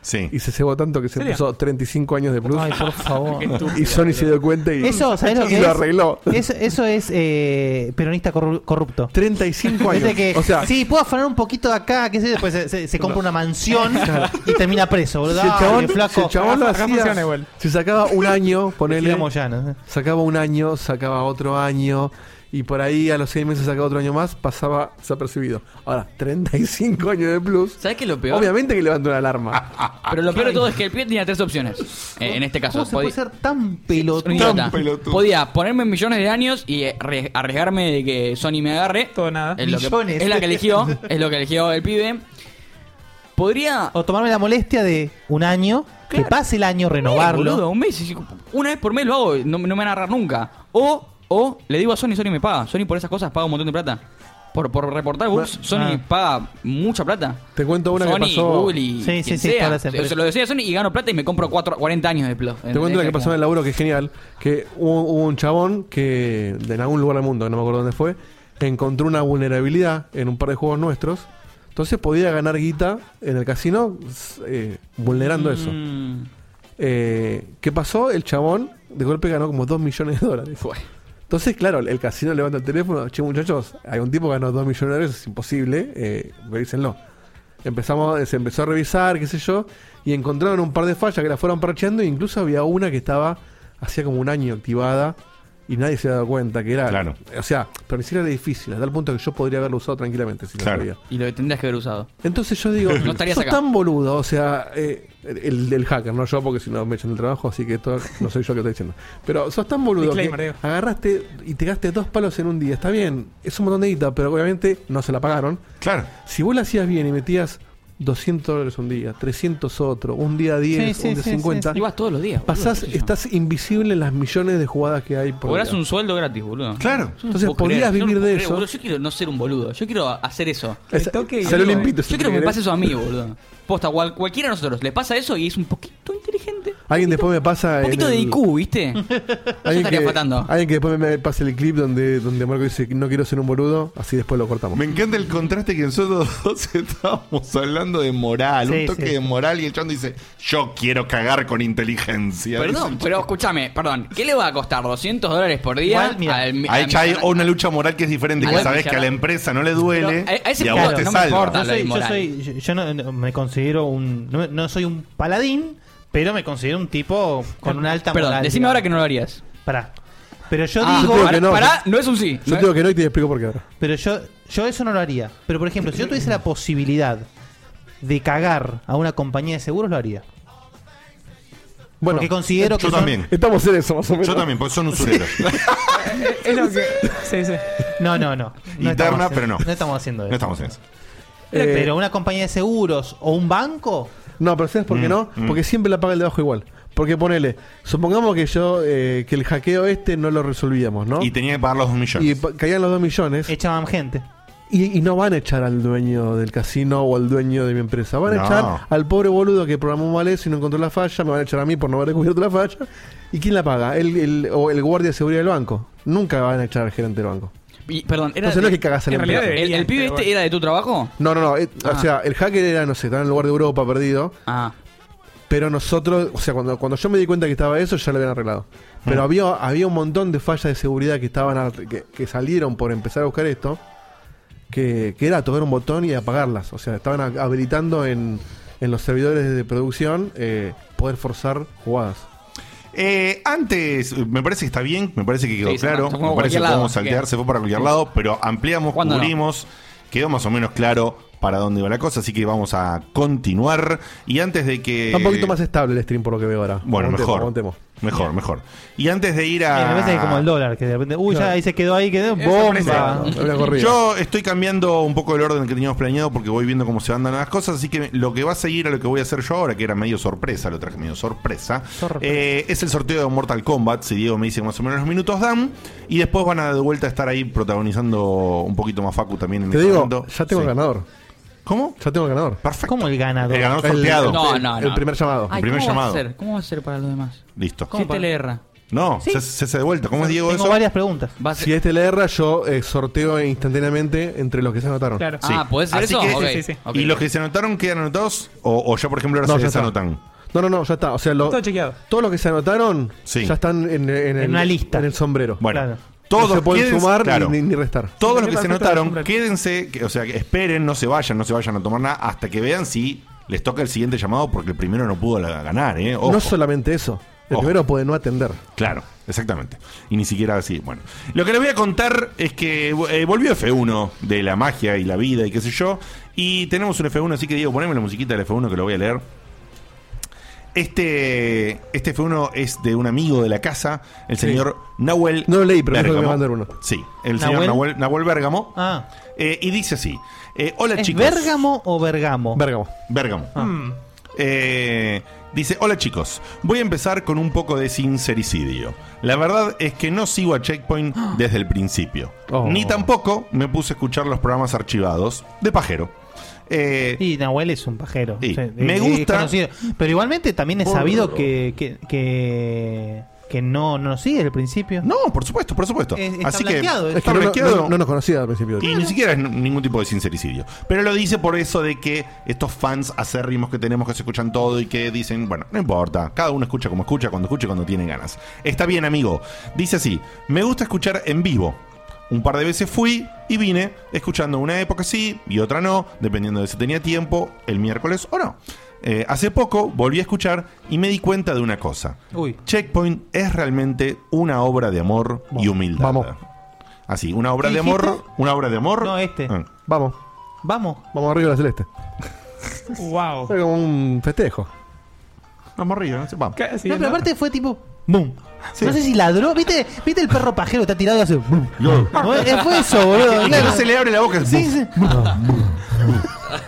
[SPEAKER 2] Sí.
[SPEAKER 5] Y se cebó tanto que se
[SPEAKER 3] ¿Serio?
[SPEAKER 5] puso 35 años de plus.
[SPEAKER 3] Ay, por favor. Qué
[SPEAKER 5] [LAUGHS] y
[SPEAKER 3] estúpido,
[SPEAKER 5] Sony se dio cuenta y,
[SPEAKER 3] Eso, ¿sabes lo
[SPEAKER 5] y
[SPEAKER 3] que es?
[SPEAKER 5] arregló.
[SPEAKER 3] Eso, eso es eh, peronista corru- corrupto.
[SPEAKER 5] 35 años.
[SPEAKER 3] Que,
[SPEAKER 5] O sea-
[SPEAKER 3] sí, puedo afanar un poquito de acá, qué sé yo, después se, se- se compra una
[SPEAKER 5] [LAUGHS]
[SPEAKER 3] mansión y termina preso,
[SPEAKER 5] Si
[SPEAKER 3] boludo.
[SPEAKER 5] el chabón,
[SPEAKER 3] Dale, flaco.
[SPEAKER 5] si el chabón lo hacía, si sacaba un año, ponele.
[SPEAKER 3] Decía Moyano,
[SPEAKER 5] Sacaba un año, sacaba otro año. Y por ahí a los seis meses sacaba otro año más, pasaba desapercibido. Ahora, 35 años de plus.
[SPEAKER 6] ¿Sabes qué es lo peor?
[SPEAKER 5] Obviamente que levantó una alarma.
[SPEAKER 6] [LAUGHS] Pero lo peor de todo es que el pibe tenía tres opciones. Eh, en este caso,
[SPEAKER 3] ¿Cómo se puede
[SPEAKER 6] podía-
[SPEAKER 3] ser tan
[SPEAKER 6] un
[SPEAKER 3] pelotudo?
[SPEAKER 6] idiota. Podía ponerme en millones de años y eh, arries- arriesgarme de que Sony me agarre. Todo nada. Es, lo que-
[SPEAKER 3] Millones.
[SPEAKER 6] es la que eligió. Es lo que eligió el pibe. Podría.
[SPEAKER 3] O tomarme la molestia de un año, que pase el año, renovarlo.
[SPEAKER 6] boludo, un mes. Una vez por mes lo hago. No, no me van a agarrar nunca. O, o le digo a Sony, Sony me paga. Sony por esas cosas paga un montón de plata. por, por reportar bugs,
[SPEAKER 5] Bueno,
[SPEAKER 6] Sony
[SPEAKER 5] ah.
[SPEAKER 6] paga mucha plata.
[SPEAKER 5] Te cuento una
[SPEAKER 6] Sony,
[SPEAKER 5] que pasó.
[SPEAKER 6] Google y quien sea. Yo se lo decía a Sony y gano plata y me compro cuatro- 40 años de Plus.
[SPEAKER 5] Te cuento la que pasó en el laburo que es genial, que hubo, hubo un chabón que de en algún lugar del mundo, que no me acuerdo dónde fue, encontró una vulnerabilidad en un par de juegos nuestros, entonces podía ganar guita en el casino s- eh, vulnerando eso. Eh, ¿Qué pasó? El chabón de golpe ganó como 2 millones de dólares. Entonces, claro, el casino levanta el teléfono, che muchachos, hay un tipo que ganó 2 millones de dólares, es imposible, eh, revísenlo. Empezamos, se empezó a revisar, qué sé yo, y encontraron un par de fallas que las fueron parcheando, e incluso había una que estaba hacía como un año activada y nadie se había dado cuenta que era. Claro. O sea, pero ni siquiera era difícil, hasta el punto que yo podría haberlo usado tranquilamente si
[SPEAKER 6] Claro.
[SPEAKER 5] lo sabía.
[SPEAKER 6] Y lo tendrías que haber usado.
[SPEAKER 5] Entonces yo digo,
[SPEAKER 6] No estarías
[SPEAKER 5] sos
[SPEAKER 6] acá.
[SPEAKER 5] tan boludo, o sea, eh, el, el hacker, no yo, porque si no me echan del trabajo, así que esto no soy yo que estoy diciendo. Pero sos tan boludo que
[SPEAKER 4] Disclaimer, Diego.
[SPEAKER 5] agarraste y te gastaste dos palos en un día, está bien, es un montón de guita, pero obviamente no se la pagaron.
[SPEAKER 2] Claro.
[SPEAKER 5] Si vos la hacías bien y metías 200 dólares un día, 300 otro, un día 10,
[SPEAKER 6] Sí, sí,
[SPEAKER 5] un día
[SPEAKER 6] sí,
[SPEAKER 5] 50,
[SPEAKER 6] sí, sí. Y vas todos los días, boludo,
[SPEAKER 5] Pasás,
[SPEAKER 6] qué sé yo.
[SPEAKER 5] estás invisible en las millones de jugadas que hay por
[SPEAKER 6] Cobrás
[SPEAKER 5] día.
[SPEAKER 6] un sueldo gratis, boludo.
[SPEAKER 5] Claro.
[SPEAKER 6] Yo no
[SPEAKER 5] Entonces,
[SPEAKER 6] puedo creer, yo
[SPEAKER 5] podrías
[SPEAKER 6] no
[SPEAKER 5] vivir
[SPEAKER 6] puedo
[SPEAKER 5] de
[SPEAKER 6] creer,
[SPEAKER 5] eso.
[SPEAKER 6] boludo. Yo quiero no ser un boludo. Yo quiero hacer eso.
[SPEAKER 5] Es-
[SPEAKER 6] Me toque y-
[SPEAKER 5] salió el invito, si
[SPEAKER 6] Yo quiero que me
[SPEAKER 5] querés.
[SPEAKER 6] pase eso a mí, boludo. Posta, cual- cualquiera de nosotros les pasa eso y es un poquito,
[SPEAKER 5] Alguien después me pasa.
[SPEAKER 6] un poquito
[SPEAKER 5] en
[SPEAKER 6] de
[SPEAKER 5] el-
[SPEAKER 6] IQ,
[SPEAKER 5] [LAUGHS]
[SPEAKER 6] ¿viste? Yo
[SPEAKER 5] Alguien
[SPEAKER 6] estaría
[SPEAKER 5] que,
[SPEAKER 6] fatando.
[SPEAKER 5] alguien que después me pase el clip donde, donde Marco dice no quiero ser un boludo, así después lo cortamos.
[SPEAKER 2] Me encanta el contraste que nosotros dos [LAUGHS] estábamos hablando de moral,
[SPEAKER 6] Sí,
[SPEAKER 2] un toque
[SPEAKER 6] sí.
[SPEAKER 2] de moral y el chon dice, yo quiero cagar con inteligencia.
[SPEAKER 6] Perdón, pero escúchame, perdón. ¿Qué le va a costar 200 dólares por día?
[SPEAKER 2] Igual, mira,
[SPEAKER 6] al-
[SPEAKER 2] Ahí
[SPEAKER 6] al-
[SPEAKER 2] ya hay una lucha moral que es diferente, que
[SPEAKER 6] Igual,
[SPEAKER 2] sabes
[SPEAKER 6] ya
[SPEAKER 2] que a
[SPEAKER 6] no.
[SPEAKER 2] la empresa no le duele
[SPEAKER 6] Pero a- a ese
[SPEAKER 2] y a
[SPEAKER 6] punto
[SPEAKER 2] vos te
[SPEAKER 6] no me
[SPEAKER 2] salva.
[SPEAKER 6] importa
[SPEAKER 3] Yo soy- yo soy- yo- yo no, no- me considero un. No, no soy un paladín, pero me considero un tipo con una alta
[SPEAKER 6] Perdón,
[SPEAKER 3] moral.
[SPEAKER 6] decime ahora que no lo harías.
[SPEAKER 3] Pará. Pero yo
[SPEAKER 6] Ah,
[SPEAKER 3] digo.
[SPEAKER 6] yo creo que no. Pará, no es un sí.
[SPEAKER 5] Yo digo que no y te explico por qué [LAUGHS] ahora.
[SPEAKER 3] Pero yo, yo eso no lo haría. Pero por ejemplo, si yo tuviese la posibilidad de cagar a una compañía de seguros, lo haría.
[SPEAKER 5] Bueno,
[SPEAKER 3] Porque considero que. son-
[SPEAKER 5] Estamos en eso, más o menos.
[SPEAKER 2] Yo también, porque
[SPEAKER 6] [LAUGHS]
[SPEAKER 5] [LAUGHS]
[SPEAKER 2] son usureros.
[SPEAKER 4] Es lo que. Sí, sí.
[SPEAKER 3] No, no, no. no
[SPEAKER 2] Interna,
[SPEAKER 3] estamos haciendo-
[SPEAKER 2] pero no.
[SPEAKER 3] No estamos haciendo eso.
[SPEAKER 2] No estamos en eso.
[SPEAKER 5] Eh,
[SPEAKER 3] pero una compañía de seguros o un banco.
[SPEAKER 5] No, pero ¿sabes por qué
[SPEAKER 3] Mm,
[SPEAKER 5] no?
[SPEAKER 3] mm.
[SPEAKER 5] Porque siempre la paga el de abajo igual. Porque ponele, supongamos que yo, eh, que el hackeo este no lo resolvíamos, ¿no?
[SPEAKER 2] Y tenía que pagar los 2 millones.
[SPEAKER 5] Y pa- caían los 2 millones.
[SPEAKER 3] Echaban gente.
[SPEAKER 5] Y, y no van a echar al dueño del casino o al dueño de mi empresa. Van a
[SPEAKER 2] No.
[SPEAKER 5] echar al pobre boludo que programó mal eso y no encontró la falla. Me van a echar a mí por no haber descubierto la falla. ¿Y quién la paga? El, el- o el guardia de seguridad del banco. Nunca van a echar al gerente del banco.
[SPEAKER 6] Y, perdón, era
[SPEAKER 5] Entonces no es que cagás a la
[SPEAKER 6] en realidad
[SPEAKER 5] empresa.
[SPEAKER 6] debería, ¿El, el pibe
[SPEAKER 5] pero
[SPEAKER 6] este
[SPEAKER 5] bueno.
[SPEAKER 6] era de tu trabajo?
[SPEAKER 5] No, no, no. eh,
[SPEAKER 6] Ah.
[SPEAKER 5] O sea, el hacker era, no sé, estaba en el lugar de Europa perdido.
[SPEAKER 6] Ah.
[SPEAKER 5] Pero nosotros, o sea, cuando, cuando yo me di cuenta que estaba eso, ya lo habían arreglado.
[SPEAKER 6] Mm.
[SPEAKER 5] Pero había, había un montón de fallas de seguridad que estaban ar- que, que salieron por empezar a buscar esto, que, que era tocar un botón y apagarlas. O sea, estaban ha- habilitando en, en los servidores de producción eh, poder forzar jugadas.
[SPEAKER 2] Eh, antes, me parece que está bien, me parece que quedó
[SPEAKER 5] Sí, se
[SPEAKER 2] claro,
[SPEAKER 5] fue- se fue
[SPEAKER 2] me
[SPEAKER 5] por
[SPEAKER 2] parece que
[SPEAKER 5] cualquier
[SPEAKER 2] podemos
[SPEAKER 5] lado,
[SPEAKER 2] saltear,
[SPEAKER 5] bien.
[SPEAKER 2] se fue para cualquier lado, pero ampliamos,
[SPEAKER 5] ¿Cuándo no?
[SPEAKER 2] cubrimos, quedó más o menos claro para dónde iba la cosa, así que vamos a continuar. Y antes de que...
[SPEAKER 5] Está un poquito más estable el stream por lo que veo ahora.
[SPEAKER 2] Eh, Bueno,
[SPEAKER 5] Aguantemos,
[SPEAKER 2] mejor.
[SPEAKER 5] aguantemos.
[SPEAKER 2] Mejor, mejor. Y antes de ir
[SPEAKER 3] Eh, me parece que es
[SPEAKER 2] a...
[SPEAKER 3] como el dólar, que de repente. Uy, ya ahí se quedó ahí, quedó.
[SPEAKER 2] Esa
[SPEAKER 3] Bomba.
[SPEAKER 2] parece. Yo estoy cambiando un poco el orden que teníamos planeado porque voy viendo cómo se van dando las cosas, así que lo que va a seguir a lo que voy a hacer yo ahora, que era medio sorpresa, lo traje medio sorpresa, eh, es el sorteo de Mortal Kombat, si Diego me dice más o menos los minutos dan, y después van a de vuelta estar ahí protagonizando un poquito más Facu también en
[SPEAKER 5] Te
[SPEAKER 2] este
[SPEAKER 5] digo,
[SPEAKER 2] momento.
[SPEAKER 5] ya tengo
[SPEAKER 2] Sí.
[SPEAKER 5] el ganador.
[SPEAKER 2] ¿Cómo?
[SPEAKER 5] Ya tengo el ganador.
[SPEAKER 2] Perfecto.
[SPEAKER 3] ¿Cómo el ganador?
[SPEAKER 2] El ganador
[SPEAKER 5] El-
[SPEAKER 2] sorteado.
[SPEAKER 6] No, no, no.
[SPEAKER 5] El primer llamado.
[SPEAKER 6] Ay,
[SPEAKER 2] El primer
[SPEAKER 6] ¿cómo
[SPEAKER 2] llamado.
[SPEAKER 6] Vas a hacer? ¿Cómo vas a hacer para los demás?
[SPEAKER 2] Listo.
[SPEAKER 6] Si este le erra.
[SPEAKER 2] No,
[SPEAKER 6] Sí.
[SPEAKER 2] se, se hace de vuelta. ¿Cómo es Diego eso?
[SPEAKER 3] preguntas.
[SPEAKER 5] Si este le erra, yo eh, sorteo instantáneamente entre los que se anotaron.
[SPEAKER 2] Sí.
[SPEAKER 6] Ah,
[SPEAKER 2] Así que- ¿Y los que se anotaron quedan anotados? ¿O, o ya, por ejemplo, ahora se
[SPEAKER 5] ya está.
[SPEAKER 2] desanotan?
[SPEAKER 5] No, no, no, ya está. O sea, lo-
[SPEAKER 2] Todo
[SPEAKER 5] todos los que se anotaron
[SPEAKER 2] Sí.
[SPEAKER 5] ya están en,
[SPEAKER 2] En una
[SPEAKER 5] lista. En el sombrero.
[SPEAKER 2] Bueno,
[SPEAKER 5] todos
[SPEAKER 2] todos
[SPEAKER 5] no se pueden
[SPEAKER 2] queden-
[SPEAKER 5] sumar ni-
[SPEAKER 2] claro.
[SPEAKER 5] ni, ni restar.
[SPEAKER 2] Todos los que se anotaron, quédense, que- o sea, que esperen, no se vayan, no se vayan a tomar nada hasta que vean si les toca el siguiente llamado porque el primero no pudo la- ganar, ¿eh? Ojo.
[SPEAKER 5] No solamente eso. El
[SPEAKER 2] Ojo.
[SPEAKER 5] primero puede no atender.
[SPEAKER 2] Claro, exactamente. Y ni siquiera así. Bueno, lo que les voy a contar es que eh, volvió F1 de la magia y la vida y qué sé yo. Y tenemos un F1, así que Diego, poneme la musiquita del F1 que lo voy a leer. Este, este F1 es de un amigo de la casa, el señor Nahuel. No
[SPEAKER 5] lo leí, pero me dijo que
[SPEAKER 2] Bergamo.
[SPEAKER 5] me mandara uno.
[SPEAKER 2] Sí, el
[SPEAKER 3] ¿Nahuel?
[SPEAKER 2] señor Nahuel, Nahuel Bergamo.
[SPEAKER 3] Ah.
[SPEAKER 2] Eh, y dice así: eh, Hola
[SPEAKER 3] ¿Es
[SPEAKER 2] chicos.
[SPEAKER 3] Bérgamo Ah. o Bergamo?
[SPEAKER 2] mm,
[SPEAKER 5] Bergamo.
[SPEAKER 2] Bergamo. Eh, Dice, hola chicos, voy a empezar con un poco de sincericidio. La verdad es que no sigo a Checkpoint desde el principio. Ni tampoco me puse a escuchar los programas archivados de pajero.
[SPEAKER 3] y Nahuel es un pajero.
[SPEAKER 2] eh, Sí.
[SPEAKER 3] Sí,
[SPEAKER 2] Me
[SPEAKER 3] es
[SPEAKER 2] gusta-
[SPEAKER 3] conocido. Pero igualmente también es
[SPEAKER 2] Por-
[SPEAKER 3] sabido que, que, que, que no, no nos sigue desde el principio.
[SPEAKER 2] No, por supuesto, por supuesto. Así que-
[SPEAKER 5] Es que no, no- no- no nos conocía al principio.
[SPEAKER 2] Y ni siquiera es n- ningún tipo de sincericidio. Pero lo dice por eso de que estos fans acérrimos que tenemos que se escuchan todo y que dicen, bueno, no importa, cada uno escucha como escucha, cuando escucha, y cuando tiene ganas. Está bien, amigo. Dice así, me gusta escuchar en vivo. Un par de veces fui y vine escuchando una época sí y otra no, dependiendo de si tenía tiempo el miércoles o no. Eh, hace poco volví a escuchar y me di cuenta de una cosa. Checkpoint es realmente una obra de amor y humildad. Vamos. Así, una obra
[SPEAKER 5] ¿Qué
[SPEAKER 2] de
[SPEAKER 5] dijiste?
[SPEAKER 2] amor, una obra de amor. Ah.
[SPEAKER 3] No, este.
[SPEAKER 5] Vamos.
[SPEAKER 3] Vamos.
[SPEAKER 5] Vamos arriba de la celeste.
[SPEAKER 4] Wow.
[SPEAKER 5] Fue como un festejo.
[SPEAKER 2] Vamos arriba, no sé, vamos.
[SPEAKER 3] no, pero
[SPEAKER 5] ¿no?
[SPEAKER 3] aparte fue tipo. ¡Boom! No sé si ladró. ¿Viste, ¿Viste el perro pajero que está tirado y hace. boom? No, eh, fue eso, boludo.
[SPEAKER 2] Y [LAUGHS] que
[SPEAKER 3] claro.
[SPEAKER 2] no se le abre la boca.
[SPEAKER 3] Sí, sí.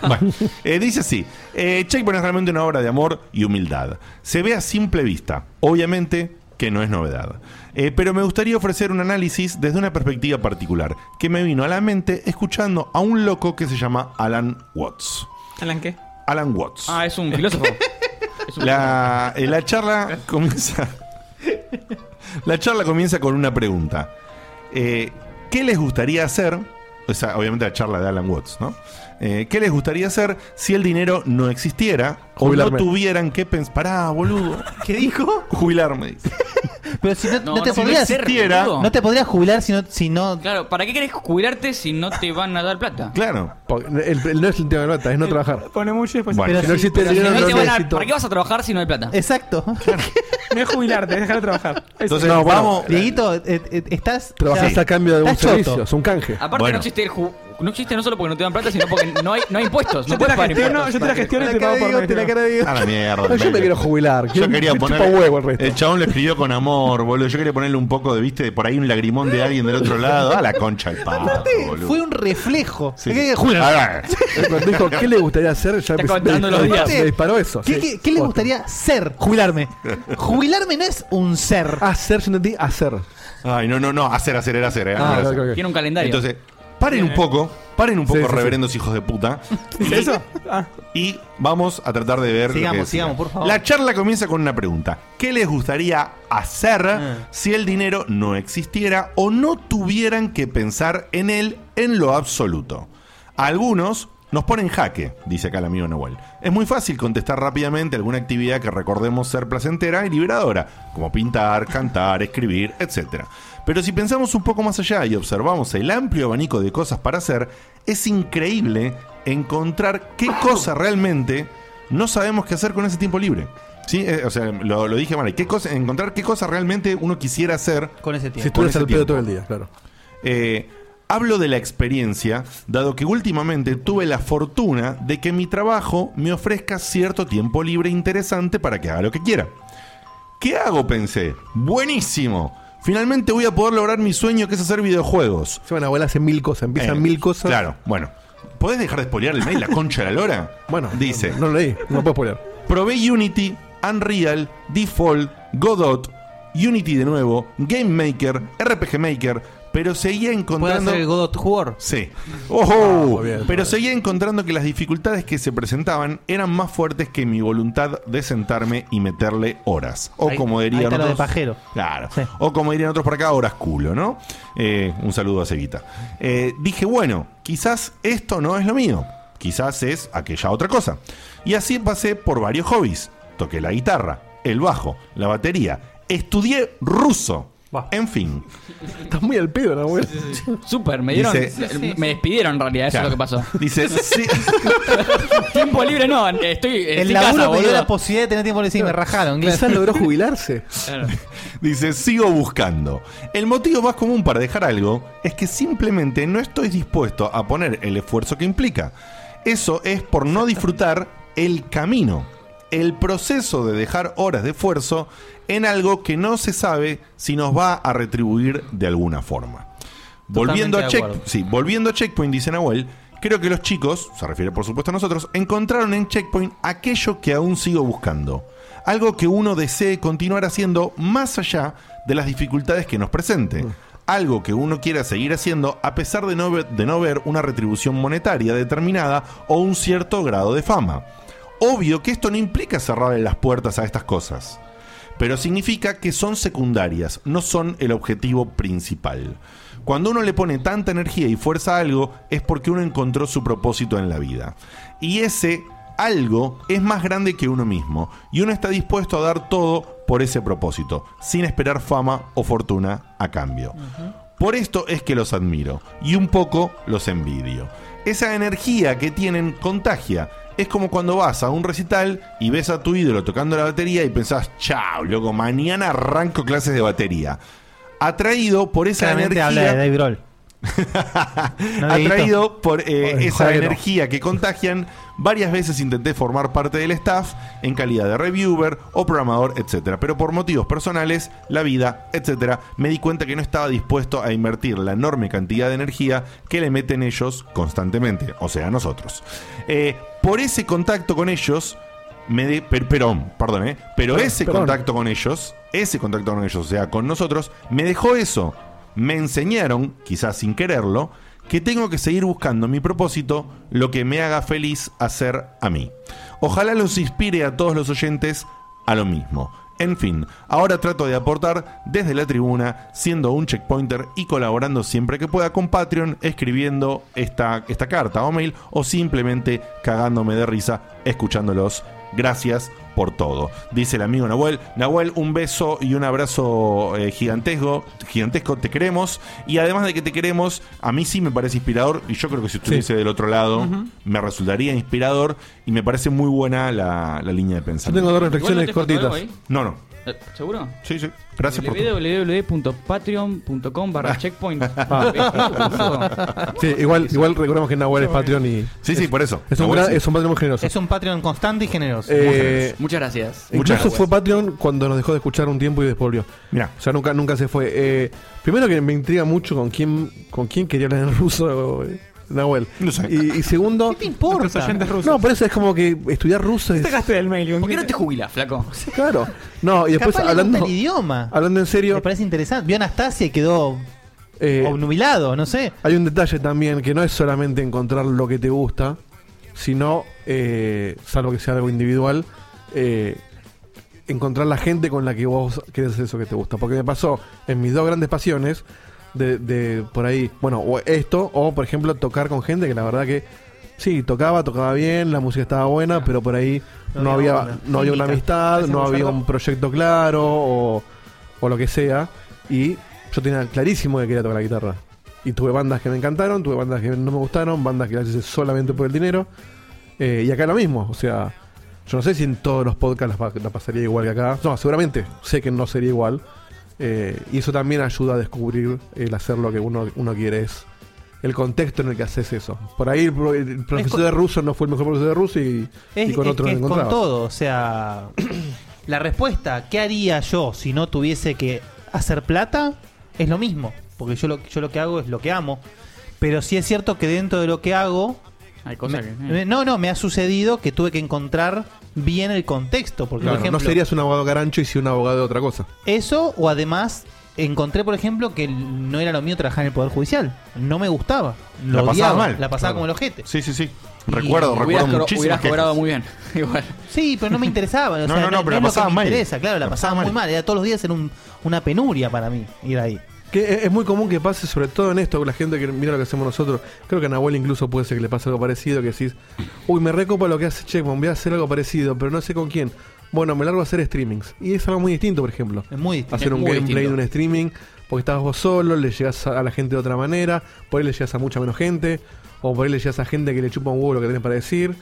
[SPEAKER 2] Bueno, eh, dice así: eh, Checkpoint es realmente una obra de amor y humildad. Se ve a simple vista. Obviamente que no es novedad. Eh, pero me gustaría ofrecer un análisis desde una perspectiva particular que me vino a la mente escuchando a un loco que se llama Alan Watts.
[SPEAKER 4] ¿Alan qué?
[SPEAKER 2] Alan Watts.
[SPEAKER 6] Ah, es un filósofo.
[SPEAKER 2] La, eh, la charla comienza. La charla comienza con una pregunta. Eh, ¿Qué les gustaría hacer? O sea, obviamente la charla de Alan Watts, ¿no? Eh, ¿Qué les gustaría hacer si el dinero no existiera o
[SPEAKER 5] Jubilarme.
[SPEAKER 2] no tuvieran que pensar? Pará, boludo.
[SPEAKER 3] ¿Qué dijo?
[SPEAKER 2] Jubilarme.
[SPEAKER 3] Pero si no,
[SPEAKER 6] No,
[SPEAKER 3] no
[SPEAKER 6] no,
[SPEAKER 3] te
[SPEAKER 6] si no
[SPEAKER 3] podrías.
[SPEAKER 6] existiera-
[SPEAKER 3] no te podrías jubilar si no. Si no
[SPEAKER 6] Claro, ¿para qué querés jubilarte si no te van a dar plata?
[SPEAKER 2] Claro.
[SPEAKER 5] El, el- no es el tema de nota, es no trabajar.
[SPEAKER 4] Pone mucho y después
[SPEAKER 5] Bueno, si no existe el dinero, no,
[SPEAKER 6] te
[SPEAKER 5] no
[SPEAKER 6] van a- [LAUGHS]
[SPEAKER 5] existe.
[SPEAKER 6] ¿Para qué vas a trabajar si no hay plata?
[SPEAKER 3] Exacto.
[SPEAKER 4] No es jubilarte, es dejar de trabajar.
[SPEAKER 5] Entonces, No, bueno, vamos.
[SPEAKER 3] Dieguito, eh, eh, estás.
[SPEAKER 5] Trabajas
[SPEAKER 3] o sea,
[SPEAKER 5] a cambio de un
[SPEAKER 3] estás choto.
[SPEAKER 5] servicio, es un canje.
[SPEAKER 6] Aparte
[SPEAKER 5] Bueno.
[SPEAKER 6] no existe el ju- no existe no solo porque no te dan plata, sino porque no hay, no hay impuestos. No
[SPEAKER 5] Yo te
[SPEAKER 6] puedes
[SPEAKER 5] la
[SPEAKER 6] pagar
[SPEAKER 5] gestiono,
[SPEAKER 6] impuestos.
[SPEAKER 5] yo te la gestiono y te La pago cara por de Diego, mes, te la ¿no? cara de Diego.
[SPEAKER 2] A Ah, la mierda.
[SPEAKER 5] No, yo me quiero jubilar.
[SPEAKER 2] Yo quería poner.
[SPEAKER 5] huevo
[SPEAKER 2] el, chabón lo escribió con amor, boludo. Yo quería ponerle un poco de, viste, por ahí un lagrimón de alguien del otro lado. A la concha del pato, boludo.
[SPEAKER 3] Fue un reflejo.
[SPEAKER 2] Sí.
[SPEAKER 3] Es que- [LAUGHS]
[SPEAKER 2] A ver.
[SPEAKER 5] Cuando Ah,
[SPEAKER 2] [LAUGHS]
[SPEAKER 5] dijo, ¿qué le gustaría hacer? Ya
[SPEAKER 3] Está
[SPEAKER 5] empecé-
[SPEAKER 3] contando
[SPEAKER 5] me-
[SPEAKER 3] los
[SPEAKER 5] me-
[SPEAKER 3] días.
[SPEAKER 5] me disparó eso.
[SPEAKER 3] ¿Qué,
[SPEAKER 5] sí.
[SPEAKER 3] qué- qué le gustaría ser? Jubilarme. Jubilarme no es un ser.
[SPEAKER 5] Hacer, yo entendí, hacer.
[SPEAKER 2] Ay, no, no, no, hacer, hacer, era hacer. eh.
[SPEAKER 5] Ah,
[SPEAKER 2] Hacer.
[SPEAKER 5] ok, ok. Tiene un calendario.
[SPEAKER 2] Entonces, paren un poco, paren un poco, reverendos hijos de puta.
[SPEAKER 5] [LAUGHS]
[SPEAKER 2] Y,
[SPEAKER 5] Ah.
[SPEAKER 2] y vamos a tratar de ver. lo
[SPEAKER 3] Sigamos,
[SPEAKER 2] que decía.
[SPEAKER 3] sigamos, por favor.
[SPEAKER 2] La charla comienza con una pregunta: ¿Qué les gustaría hacer si el dinero no existiera o no tuvieran que pensar en él en lo absoluto? Algunos. Nos ponen jaque, dice acá el amigo Nahuel. Es muy fácil contestar rápidamente alguna actividad que recordemos ser placentera y liberadora, como pintar, cantar, escribir, etc. Pero si pensamos un poco más allá y observamos el amplio abanico de cosas para hacer, es increíble encontrar qué cosa realmente no sabemos qué hacer con ese tiempo libre. Sí, Eh, o sea, lo, lo dije mal. ¿Qué cosa, encontrar qué cosa realmente uno quisiera hacer
[SPEAKER 3] con ese
[SPEAKER 5] Si estuvieras al pedo todo el día, claro.
[SPEAKER 2] eh, hablo de la experiencia, dado que últimamente tuve la fortuna de que mi trabajo me ofrezca cierto tiempo libre interesante para que haga lo que quiera. ¿Qué hago? Pensé. Buenísimo. Finalmente voy a poder lograr mi sueño que es hacer videojuegos.
[SPEAKER 5] Se van abuela hace mil cosas, empiezan
[SPEAKER 2] Eh,
[SPEAKER 5] mil cosas.
[SPEAKER 2] Claro, bueno. ¿Podés dejar de spoilear el mail, la concha de
[SPEAKER 5] [LAUGHS]
[SPEAKER 2] la lora? Bueno, dice.
[SPEAKER 5] No lo leí, no puedo spoilear.
[SPEAKER 2] Probé Unity, Unreal, Default, Godot, Unity de nuevo, Game Maker, RPG Maker, pero seguía encontrando.
[SPEAKER 3] hacer el Godot War?
[SPEAKER 2] Sí. ¡Ojo!
[SPEAKER 3] Ah, bien,
[SPEAKER 2] pero seguía encontrando que las dificultades que se presentaban eran más fuertes que mi voluntad de sentarme y meterle horas. O
[SPEAKER 3] Ahí-
[SPEAKER 2] como
[SPEAKER 3] ahí
[SPEAKER 2] dirían
[SPEAKER 3] está lo de
[SPEAKER 2] otros.
[SPEAKER 3] pajero.
[SPEAKER 2] Claro. O como dirían otros por acá, horas culo, ¿no? Eh, un saludo a Cevita. Eh, dije, bueno, quizás esto no es lo mío. Quizás es aquella otra cosa. Y así pasé por varios hobbies. Toqué la guitarra, el bajo, la batería. Estudié ruso. En fin.
[SPEAKER 5] Estás muy al pedo, la abuela.
[SPEAKER 6] Súper, me dieron.
[SPEAKER 2] Dice-
[SPEAKER 6] Me despidieron en realidad, eso
[SPEAKER 2] Claro.
[SPEAKER 6] es lo que pasó. [LAUGHS]
[SPEAKER 2] Dice, sí.
[SPEAKER 6] Tiempo libre no, estoy. estoy
[SPEAKER 3] El
[SPEAKER 6] en
[SPEAKER 3] laburo
[SPEAKER 6] casa,
[SPEAKER 3] me dio
[SPEAKER 6] boludo.
[SPEAKER 3] la posibilidad de tener tiempo libre y me rajaron. claro.
[SPEAKER 5] Quizás logró jubilarse.
[SPEAKER 2] [LAUGHS] Dice, sigo buscando. El motivo más común para dejar algo es que simplemente no estoy dispuesto a poner el esfuerzo que implica. Eso es por no disfrutar el camino, el proceso de dejar horas de esfuerzo en algo que no se sabe si nos va a retribuir de alguna forma. Volviendo a,
[SPEAKER 13] Totalmente de
[SPEAKER 2] check,
[SPEAKER 13] acuerdo.
[SPEAKER 2] sí, volviendo a Checkpoint, dice Nahuel, creo que los chicos, se refiere por supuesto a nosotros, encontraron en Checkpoint aquello que aún sigo buscando. algo que uno desee continuar haciendo más allá de las dificultades que nos presente. Algo que uno quiera seguir haciendo a pesar de no, ve- de no ver una retribución monetaria determinada o un cierto grado de fama. Obvio que esto no implica cerrarle las puertas a estas cosas pero significa que son secundarias, no son el objetivo principal. Cuando uno le pone tanta energía y fuerza a algo es porque uno encontró su propósito en la vida. Y ese algo es más grande que uno mismo, y uno está dispuesto a dar todo por ese propósito, sin esperar fama o fortuna a cambio. Por esto es que los admiro y un poco los envidio. Esa energía que tienen contagia. Es como cuando vas a un recital y ves a tu ídolo tocando la batería y pensás, chao, loco, mañana arranco clases de batería. Atraído por esa
[SPEAKER 3] Claramente
[SPEAKER 2] energía.
[SPEAKER 3] habla de Dave Grohl. No, Dieguito.
[SPEAKER 2] Atraído por eh,
[SPEAKER 3] Pobre,
[SPEAKER 2] esa
[SPEAKER 3] ojalá que no.
[SPEAKER 2] energía que contagian, varias veces intenté formar parte del staff en calidad de reviewer o programador, etcétera. Pero por motivos personales, la vida, etcétera, me di cuenta que no estaba dispuesto a invertir la enorme cantidad de energía que le meten ellos constantemente, o sea, nosotros. Eh, por ese contacto con ellos, me de, per- perón, perdón, eh, pero
[SPEAKER 5] Perdón,
[SPEAKER 2] ese
[SPEAKER 5] perdón.
[SPEAKER 2] contacto con ellos, ese contacto con ellos, o sea, con nosotros, me dejó eso. Me enseñaron, quizás sin quererlo, que tengo que seguir buscando mi propósito, lo que me haga feliz hacer a mí. Ojalá los inspire a todos los oyentes a lo mismo. En fin, ahora trato de aportar desde la tribuna, siendo un checkpointer y colaborando siempre que pueda con Patreon, escribiendo esta, esta carta o mail o simplemente cagándome de risa escuchándolos. Gracias por todo. Dice el amigo Nahuel. Nahuel, un beso y un abrazo eh, gigantesco. Gigantesco, te queremos. Y además de que te queremos, a mí sí me parece inspirador. Y yo creo que si estuviese del otro lado,
[SPEAKER 5] Ujú.
[SPEAKER 2] me resultaría inspirador. Y me parece muy buena la, la línea de
[SPEAKER 5] Yo
[SPEAKER 2] pensamiento.
[SPEAKER 5] tengo dos reflexiones
[SPEAKER 6] Igual no te faltó cortitas. algo ahí.
[SPEAKER 2] No, no.
[SPEAKER 6] Eh, ¿Seguro?
[SPEAKER 2] Sí, sí. Gracias por todo. Ah.
[SPEAKER 6] www.patreon.com barra
[SPEAKER 2] [LAUGHS]
[SPEAKER 6] checkpoint. Ah,
[SPEAKER 5] Sí, igual, igual recordemos que Nahuel es
[SPEAKER 3] eh.
[SPEAKER 5] Patreon y.
[SPEAKER 2] Sí, sí, por eso.
[SPEAKER 5] Es un, gran- Ah, es un Patreon muy generoso.
[SPEAKER 3] Es un Patreon constante y generoso.
[SPEAKER 5] Eh,
[SPEAKER 6] Muchas gracias.
[SPEAKER 5] Incluso fue Patreon cuando nos dejó de escuchar un tiempo y después volvió.
[SPEAKER 2] Mira.
[SPEAKER 5] O sea, nunca, nunca se fue. Eh, primero que me intriga mucho con quién, con quién quería hablar en ruso eh, Nahuel. Y, y segundo. ¿Qué te
[SPEAKER 4] Nuestros
[SPEAKER 5] importa?
[SPEAKER 4] oyentes rusos.
[SPEAKER 5] No, por eso es como que estudiar ruso es.
[SPEAKER 4] Sacaste del mail.
[SPEAKER 6] ¿Por qué no te jubilas, flaco?
[SPEAKER 5] Claro. No, y después
[SPEAKER 3] Capaz le
[SPEAKER 5] hablando.
[SPEAKER 3] gusta el idioma.
[SPEAKER 5] Hablando en serio. Eh,
[SPEAKER 3] Me parece interesante. Vio a Anastasia y quedó obnubilado, no sé.
[SPEAKER 5] Hay un detalle también que no es solamente encontrar lo que te gusta, sino, eh, salvo que sea algo individual, eh, encontrar la gente con la que vos querés hacer eso que te gusta. Porque me pasó en mis dos grandes pasiones, de, de por ahí, bueno, o esto, o por ejemplo tocar con gente que la verdad que sí, tocaba, tocaba bien, la música estaba buena, pero por ahí no,
[SPEAKER 14] No había
[SPEAKER 5] había,
[SPEAKER 14] onda.
[SPEAKER 5] no había una
[SPEAKER 14] Química.
[SPEAKER 5] amistad,
[SPEAKER 14] Decimos,
[SPEAKER 5] no había
[SPEAKER 14] Gerardo.
[SPEAKER 5] un proyecto claro o, o lo que sea. Y yo tenía clarísimo que quería tocar la guitarra. Y tuve bandas que me encantaron, tuve bandas que no me gustaron, bandas que las hice solamente por el dinero. Eh, y acá lo mismo, o sea, yo no sé si en todos los podcasts la, pa- la pasaría igual que acá. No, seguramente, sé que no sería igual. Eh, y eso también ayuda a descubrir el hacer lo que uno, uno quiere es el contexto en el que haces eso. Por ahí el, pro- el profesor
[SPEAKER 3] co-
[SPEAKER 5] de ruso no fue el mejor profesor de ruso y,
[SPEAKER 3] Es,
[SPEAKER 5] y con
[SPEAKER 3] es
[SPEAKER 5] otro
[SPEAKER 3] que
[SPEAKER 5] no
[SPEAKER 3] es con
[SPEAKER 5] encontraba.
[SPEAKER 3] todo, o sea, [CLEARS THROAT] la respuesta, ¿qué haría yo si no tuviese que hacer plata? Es lo mismo, porque yo lo, yo lo que hago es lo que amo. Pero sí es cierto que dentro de lo que hago...
[SPEAKER 6] Hay cosas que- eh.
[SPEAKER 3] me- no, no, me ha sucedido que tuve que encontrar bien el contexto, porque
[SPEAKER 5] Claro,
[SPEAKER 3] por ejemplo...
[SPEAKER 5] no serías un abogado carancho y si un abogado de otra cosa.
[SPEAKER 3] Eso, o además, encontré, por ejemplo, que no era lo mío trabajar en el Poder Judicial. No me gustaba. Lo
[SPEAKER 2] La pasaba
[SPEAKER 3] odiaba,
[SPEAKER 2] mal.
[SPEAKER 3] La pasaba
[SPEAKER 2] Claro.
[SPEAKER 3] como el ojete. [LAUGHS]
[SPEAKER 2] Sí, sí, sí. Recuerdo, recuerdo muchísimas
[SPEAKER 6] Hubieras
[SPEAKER 2] quejas.
[SPEAKER 6] cobrado muy bien. [LAUGHS] Igual.
[SPEAKER 3] Sí, pero no me interesaba. o
[SPEAKER 2] No,
[SPEAKER 3] sea,
[SPEAKER 2] no, no, pero la
[SPEAKER 3] es lo que
[SPEAKER 2] pasaba
[SPEAKER 3] me
[SPEAKER 2] mal.
[SPEAKER 3] interesa, claro, la,
[SPEAKER 2] La
[SPEAKER 3] pasaba,
[SPEAKER 2] pasaba
[SPEAKER 3] muy mal. Era todos los días en un- una penuria para mí ir ahí.
[SPEAKER 5] Que es- es muy común que pase, sobre todo en esto, con la gente que mira lo que hacemos nosotros. Creo que a Nahuel incluso puede ser que le pase algo parecido, que decís, uy, me recopa lo que hace Checkmon, voy a hacer algo parecido, pero no sé con quién. Bueno, me largo a hacer streamings. Y es algo muy distinto, por ejemplo.
[SPEAKER 3] Es muy distinto.
[SPEAKER 5] Hacer
[SPEAKER 3] Es
[SPEAKER 5] un
[SPEAKER 3] muy
[SPEAKER 5] gameplay
[SPEAKER 3] distinto.
[SPEAKER 5] de un streaming, porque estás vos solo, le llegas a a la gente de otra manera, por ahí le llegas a mucha menos gente, o por ahí le llegas a gente que le chupa un huevo lo que tenés para decir.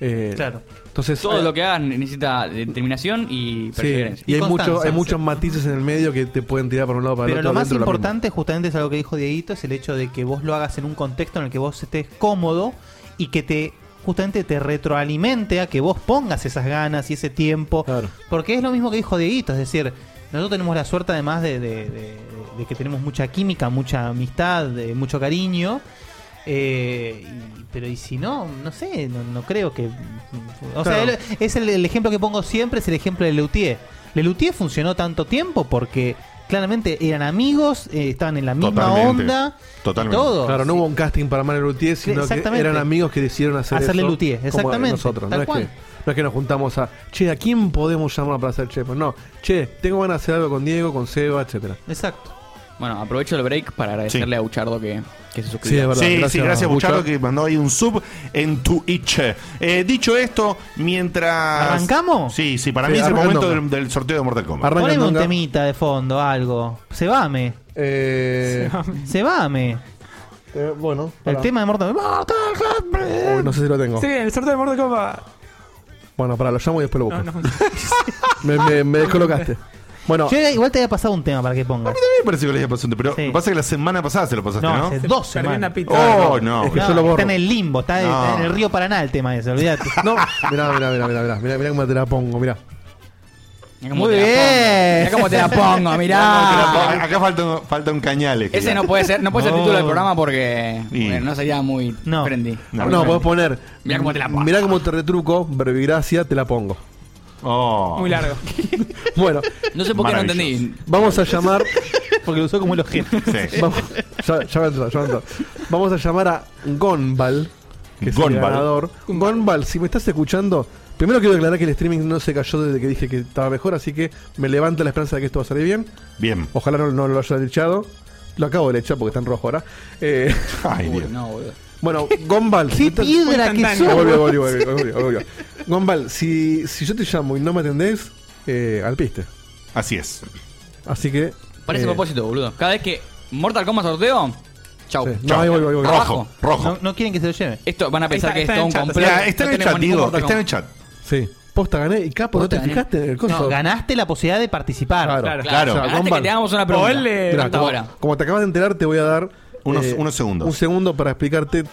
[SPEAKER 5] Eh,
[SPEAKER 3] Claro.
[SPEAKER 5] Entonces,
[SPEAKER 6] Todo
[SPEAKER 5] eh,
[SPEAKER 6] lo que hagas necesita determinación y
[SPEAKER 5] sí,
[SPEAKER 6] perseverancia.
[SPEAKER 5] y hay, mucho, hay muchos matices en el medio que te pueden tirar para un lado para
[SPEAKER 3] Pero
[SPEAKER 5] el otro.
[SPEAKER 3] lo más
[SPEAKER 5] dentro de misma.
[SPEAKER 3] importante, justamente es algo que dijo Dieguito, es el hecho de que vos lo hagas en un contexto en el que vos estés cómodo y que te justamente te retroalimente a que vos pongas esas ganas y ese tiempo. Porque es lo mismo que dijo Dieguito, es decir, nosotros tenemos la suerte además de, de- de- de que tenemos mucha química, mucha amistad, de, mucho cariño. Eh, y- pero y si no, no sé, no, no creo que... O sea,
[SPEAKER 5] Claro.
[SPEAKER 3] él- [LAUGHS] es el, el ejemplo que pongo siempre, es el ejemplo de Leutier. Leutier funcionó tanto tiempo porque claramente eran amigos, eh, estaban en la misma
[SPEAKER 5] Totalmente.
[SPEAKER 3] onda,
[SPEAKER 5] Totalmente.
[SPEAKER 3] todo.
[SPEAKER 5] Claro, no hubo un casting para Mario Luthier, sino que
[SPEAKER 3] Exactamente.
[SPEAKER 5] eran amigos que decidieron hacer
[SPEAKER 3] Hacerle
[SPEAKER 5] eso
[SPEAKER 3] Luthier,
[SPEAKER 5] como
[SPEAKER 3] exactamente,
[SPEAKER 5] Nosotros,
[SPEAKER 3] tal
[SPEAKER 5] no es, que,
[SPEAKER 3] cual.
[SPEAKER 5] no es que nos juntamos a, che, ¿a quién podemos llamar para hacer Chepo? No, che, tengo ganas de hacer algo con Diego, con Seba, etcétera.
[SPEAKER 3] Exacto.
[SPEAKER 6] Bueno, aprovecho el break para agradecerle a Uchardo que, que se suscribió.
[SPEAKER 2] Sí, sí, gracias, Buchardo, que mandó ahí un sub en Twitch. Eh, dicho esto, mientras.
[SPEAKER 3] ¿Arrancamos?
[SPEAKER 2] Sí, sí, para mí
[SPEAKER 3] Sí,
[SPEAKER 2] es el
[SPEAKER 3] arrancando.
[SPEAKER 2] momento del, del sorteo de Mortal Kombat.
[SPEAKER 3] Poneme un temita de fondo, algo. Sebame.
[SPEAKER 5] Eh...
[SPEAKER 3] Sebame.
[SPEAKER 5] bueno.
[SPEAKER 3] El tema de Mortal Mortal Kombat.
[SPEAKER 5] Uy, Oh, no sé si lo tengo.
[SPEAKER 4] Sí, el sorteo de Mortal Kombat.
[SPEAKER 5] Bueno, para, lo llamo y después lo busco.
[SPEAKER 3] [LAUGHS]
[SPEAKER 4] No, no.
[SPEAKER 5] me, me- me descolocaste. Bueno,
[SPEAKER 3] Yo igual te había pasado un tema para que pongas.
[SPEAKER 2] Me parece que lo había pasado antes, pero lo que pasa es que la semana pasada se lo pasaste,
[SPEAKER 3] No,
[SPEAKER 2] ¿no?
[SPEAKER 3] hace dos
[SPEAKER 2] Perdí
[SPEAKER 3] semanas.
[SPEAKER 2] una pita. Oh, no.
[SPEAKER 3] No, Está en el limbo, está,
[SPEAKER 2] No.
[SPEAKER 3] está en el río Paraná el tema ese, olvídate. [LAUGHS]
[SPEAKER 5] no, mirá, mirá, mirá, mirá, mirá, mirá, mirá cómo te la pongo, mirá.
[SPEAKER 6] cómo te la pongo, mirá cómo te
[SPEAKER 3] [LAUGHS]
[SPEAKER 6] la pongo, mirá.
[SPEAKER 2] Cómo te la pongo. Acá falta un, falta un cañal. es que
[SPEAKER 6] Ese
[SPEAKER 2] ya.
[SPEAKER 6] no puede ser, no puede ser
[SPEAKER 2] No.
[SPEAKER 6] el título del programa porque
[SPEAKER 2] Y-
[SPEAKER 6] porque no sería muy trendy.
[SPEAKER 5] No, podés poner.
[SPEAKER 6] Mirá cómo te la pongo.
[SPEAKER 5] Mirá cómo te retruco, verbigracia, te la pongo.
[SPEAKER 2] Oh.
[SPEAKER 4] Muy largo.
[SPEAKER 5] Bueno.
[SPEAKER 6] No sé por qué no entendí.
[SPEAKER 5] Vamos a llamar. Porque
[SPEAKER 3] lo usó como los jefes.
[SPEAKER 5] Sí. Vamos, ya, ya va a entrar, ya va a entrar. Vamos a llamar a Gonbal, que es el
[SPEAKER 2] Gonbal.
[SPEAKER 5] ganador. Gonbal, si me estás escuchando, primero quiero aclarar que el streaming no se cayó desde que dije que estaba mejor, así que me levanta la esperanza de que esto va a salir bien.
[SPEAKER 2] Bien.
[SPEAKER 5] Ojalá no, no lo haya echado. Lo acabo de echar porque está en rojo ahora. Eh, Bueno, Gombal, si
[SPEAKER 3] ¡Qué piedra que sos!
[SPEAKER 5] Volvió, volvió, volvió, volvió, volvió. Gombal, si, si yo te llamo y no me atendés, eh, al piste.
[SPEAKER 2] Así es.
[SPEAKER 5] Así que.
[SPEAKER 6] Parece
[SPEAKER 5] eh,
[SPEAKER 6] propósito, boludo. Cada vez que Mortal Kombat sorteo, chau.
[SPEAKER 5] Sí. No,
[SPEAKER 6] Chau.
[SPEAKER 5] ahí voy, voy, voy.
[SPEAKER 6] Abajo.
[SPEAKER 5] Rojo, rojo.
[SPEAKER 3] No, no quieren que se lo lleve.
[SPEAKER 6] Esto, van a pensar que es todo un complot.
[SPEAKER 2] sea, está en el chat, Diego, está en el chat.
[SPEAKER 5] Sí. Posta gané y capo, ¿no te
[SPEAKER 3] gané.
[SPEAKER 5] fijaste en el coso?
[SPEAKER 3] No, ganaste la posibilidad de participar.
[SPEAKER 5] Claro, Gomval. Mirá, como, como te acabas de enterar, te voy a dar. eh,
[SPEAKER 2] Unos- unos segundos.
[SPEAKER 5] Un segundo para explicarte. Yo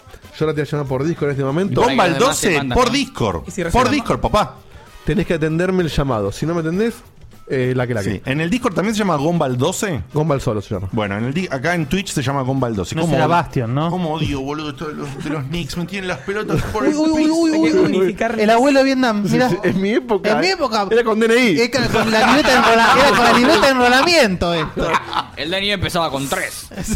[SPEAKER 5] ahora te voy a llamar por Discord en este momento.
[SPEAKER 2] Gombal 12 por Discord. por Discord, papá.
[SPEAKER 5] Tenés que atenderme el llamado. Si no me atendés, eh, la que la que.
[SPEAKER 2] Sí. En el Discord también se llama Gombal 12.
[SPEAKER 5] Gombal solo se llama.
[SPEAKER 2] Bueno, en el di- acá en Twitch se llama Gombal 12.
[SPEAKER 3] No
[SPEAKER 2] ¿Cómo
[SPEAKER 3] será
[SPEAKER 2] od-
[SPEAKER 3] Bastion, ¿no?
[SPEAKER 2] ¿Cómo odio, boludo, esto de los, de los Knicks? Me tienen las pelotas por
[SPEAKER 3] Uy,
[SPEAKER 2] el
[SPEAKER 3] uy, uy,
[SPEAKER 2] piso.
[SPEAKER 3] uy, uy, uy. El abuelo de Vietnam, mirá.
[SPEAKER 5] en mi época.
[SPEAKER 3] En mi época.
[SPEAKER 5] Era con DNI.
[SPEAKER 3] Era con la libreta de, enrola- era [LAUGHS] con la libreta de enrolamiento esto.
[SPEAKER 6] [LAUGHS] El Dani empezaba con tres.
[SPEAKER 5] [LAUGHS]
[SPEAKER 3] [LAUGHS]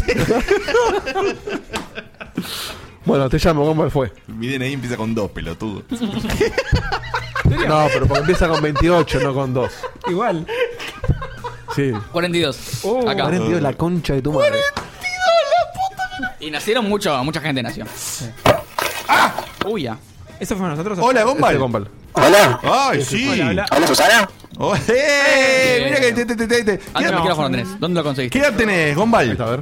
[SPEAKER 5] Bueno, te llamo, Gombal fue.
[SPEAKER 2] Mi DNI empieza con dos, pelotudo.
[SPEAKER 5] [LAUGHS] No, pero porque empieza con 28, no con 2.
[SPEAKER 4] Igual.
[SPEAKER 5] Sí.
[SPEAKER 6] 42.
[SPEAKER 3] Uh,
[SPEAKER 6] Acá.
[SPEAKER 5] 42, la concha de tu madre.
[SPEAKER 6] Y nacieron mucho, mucha gente nació.
[SPEAKER 2] Ah.
[SPEAKER 6] Uy, ya.
[SPEAKER 4] [LAUGHS] ¿Eso fuimos nosotros?
[SPEAKER 2] Hola, Gombal.
[SPEAKER 5] Este Gombal.
[SPEAKER 2] Hola. Ay, sí. eh.
[SPEAKER 6] Hola, hola.
[SPEAKER 2] Susana. Oye, mira que te, te, te, te, te.
[SPEAKER 6] Ah,
[SPEAKER 2] Quédate-
[SPEAKER 6] no, micrófono tenés. ¿Dónde lo conseguiste?
[SPEAKER 2] ¿Qué edad tenés, Gombal?
[SPEAKER 5] A ver.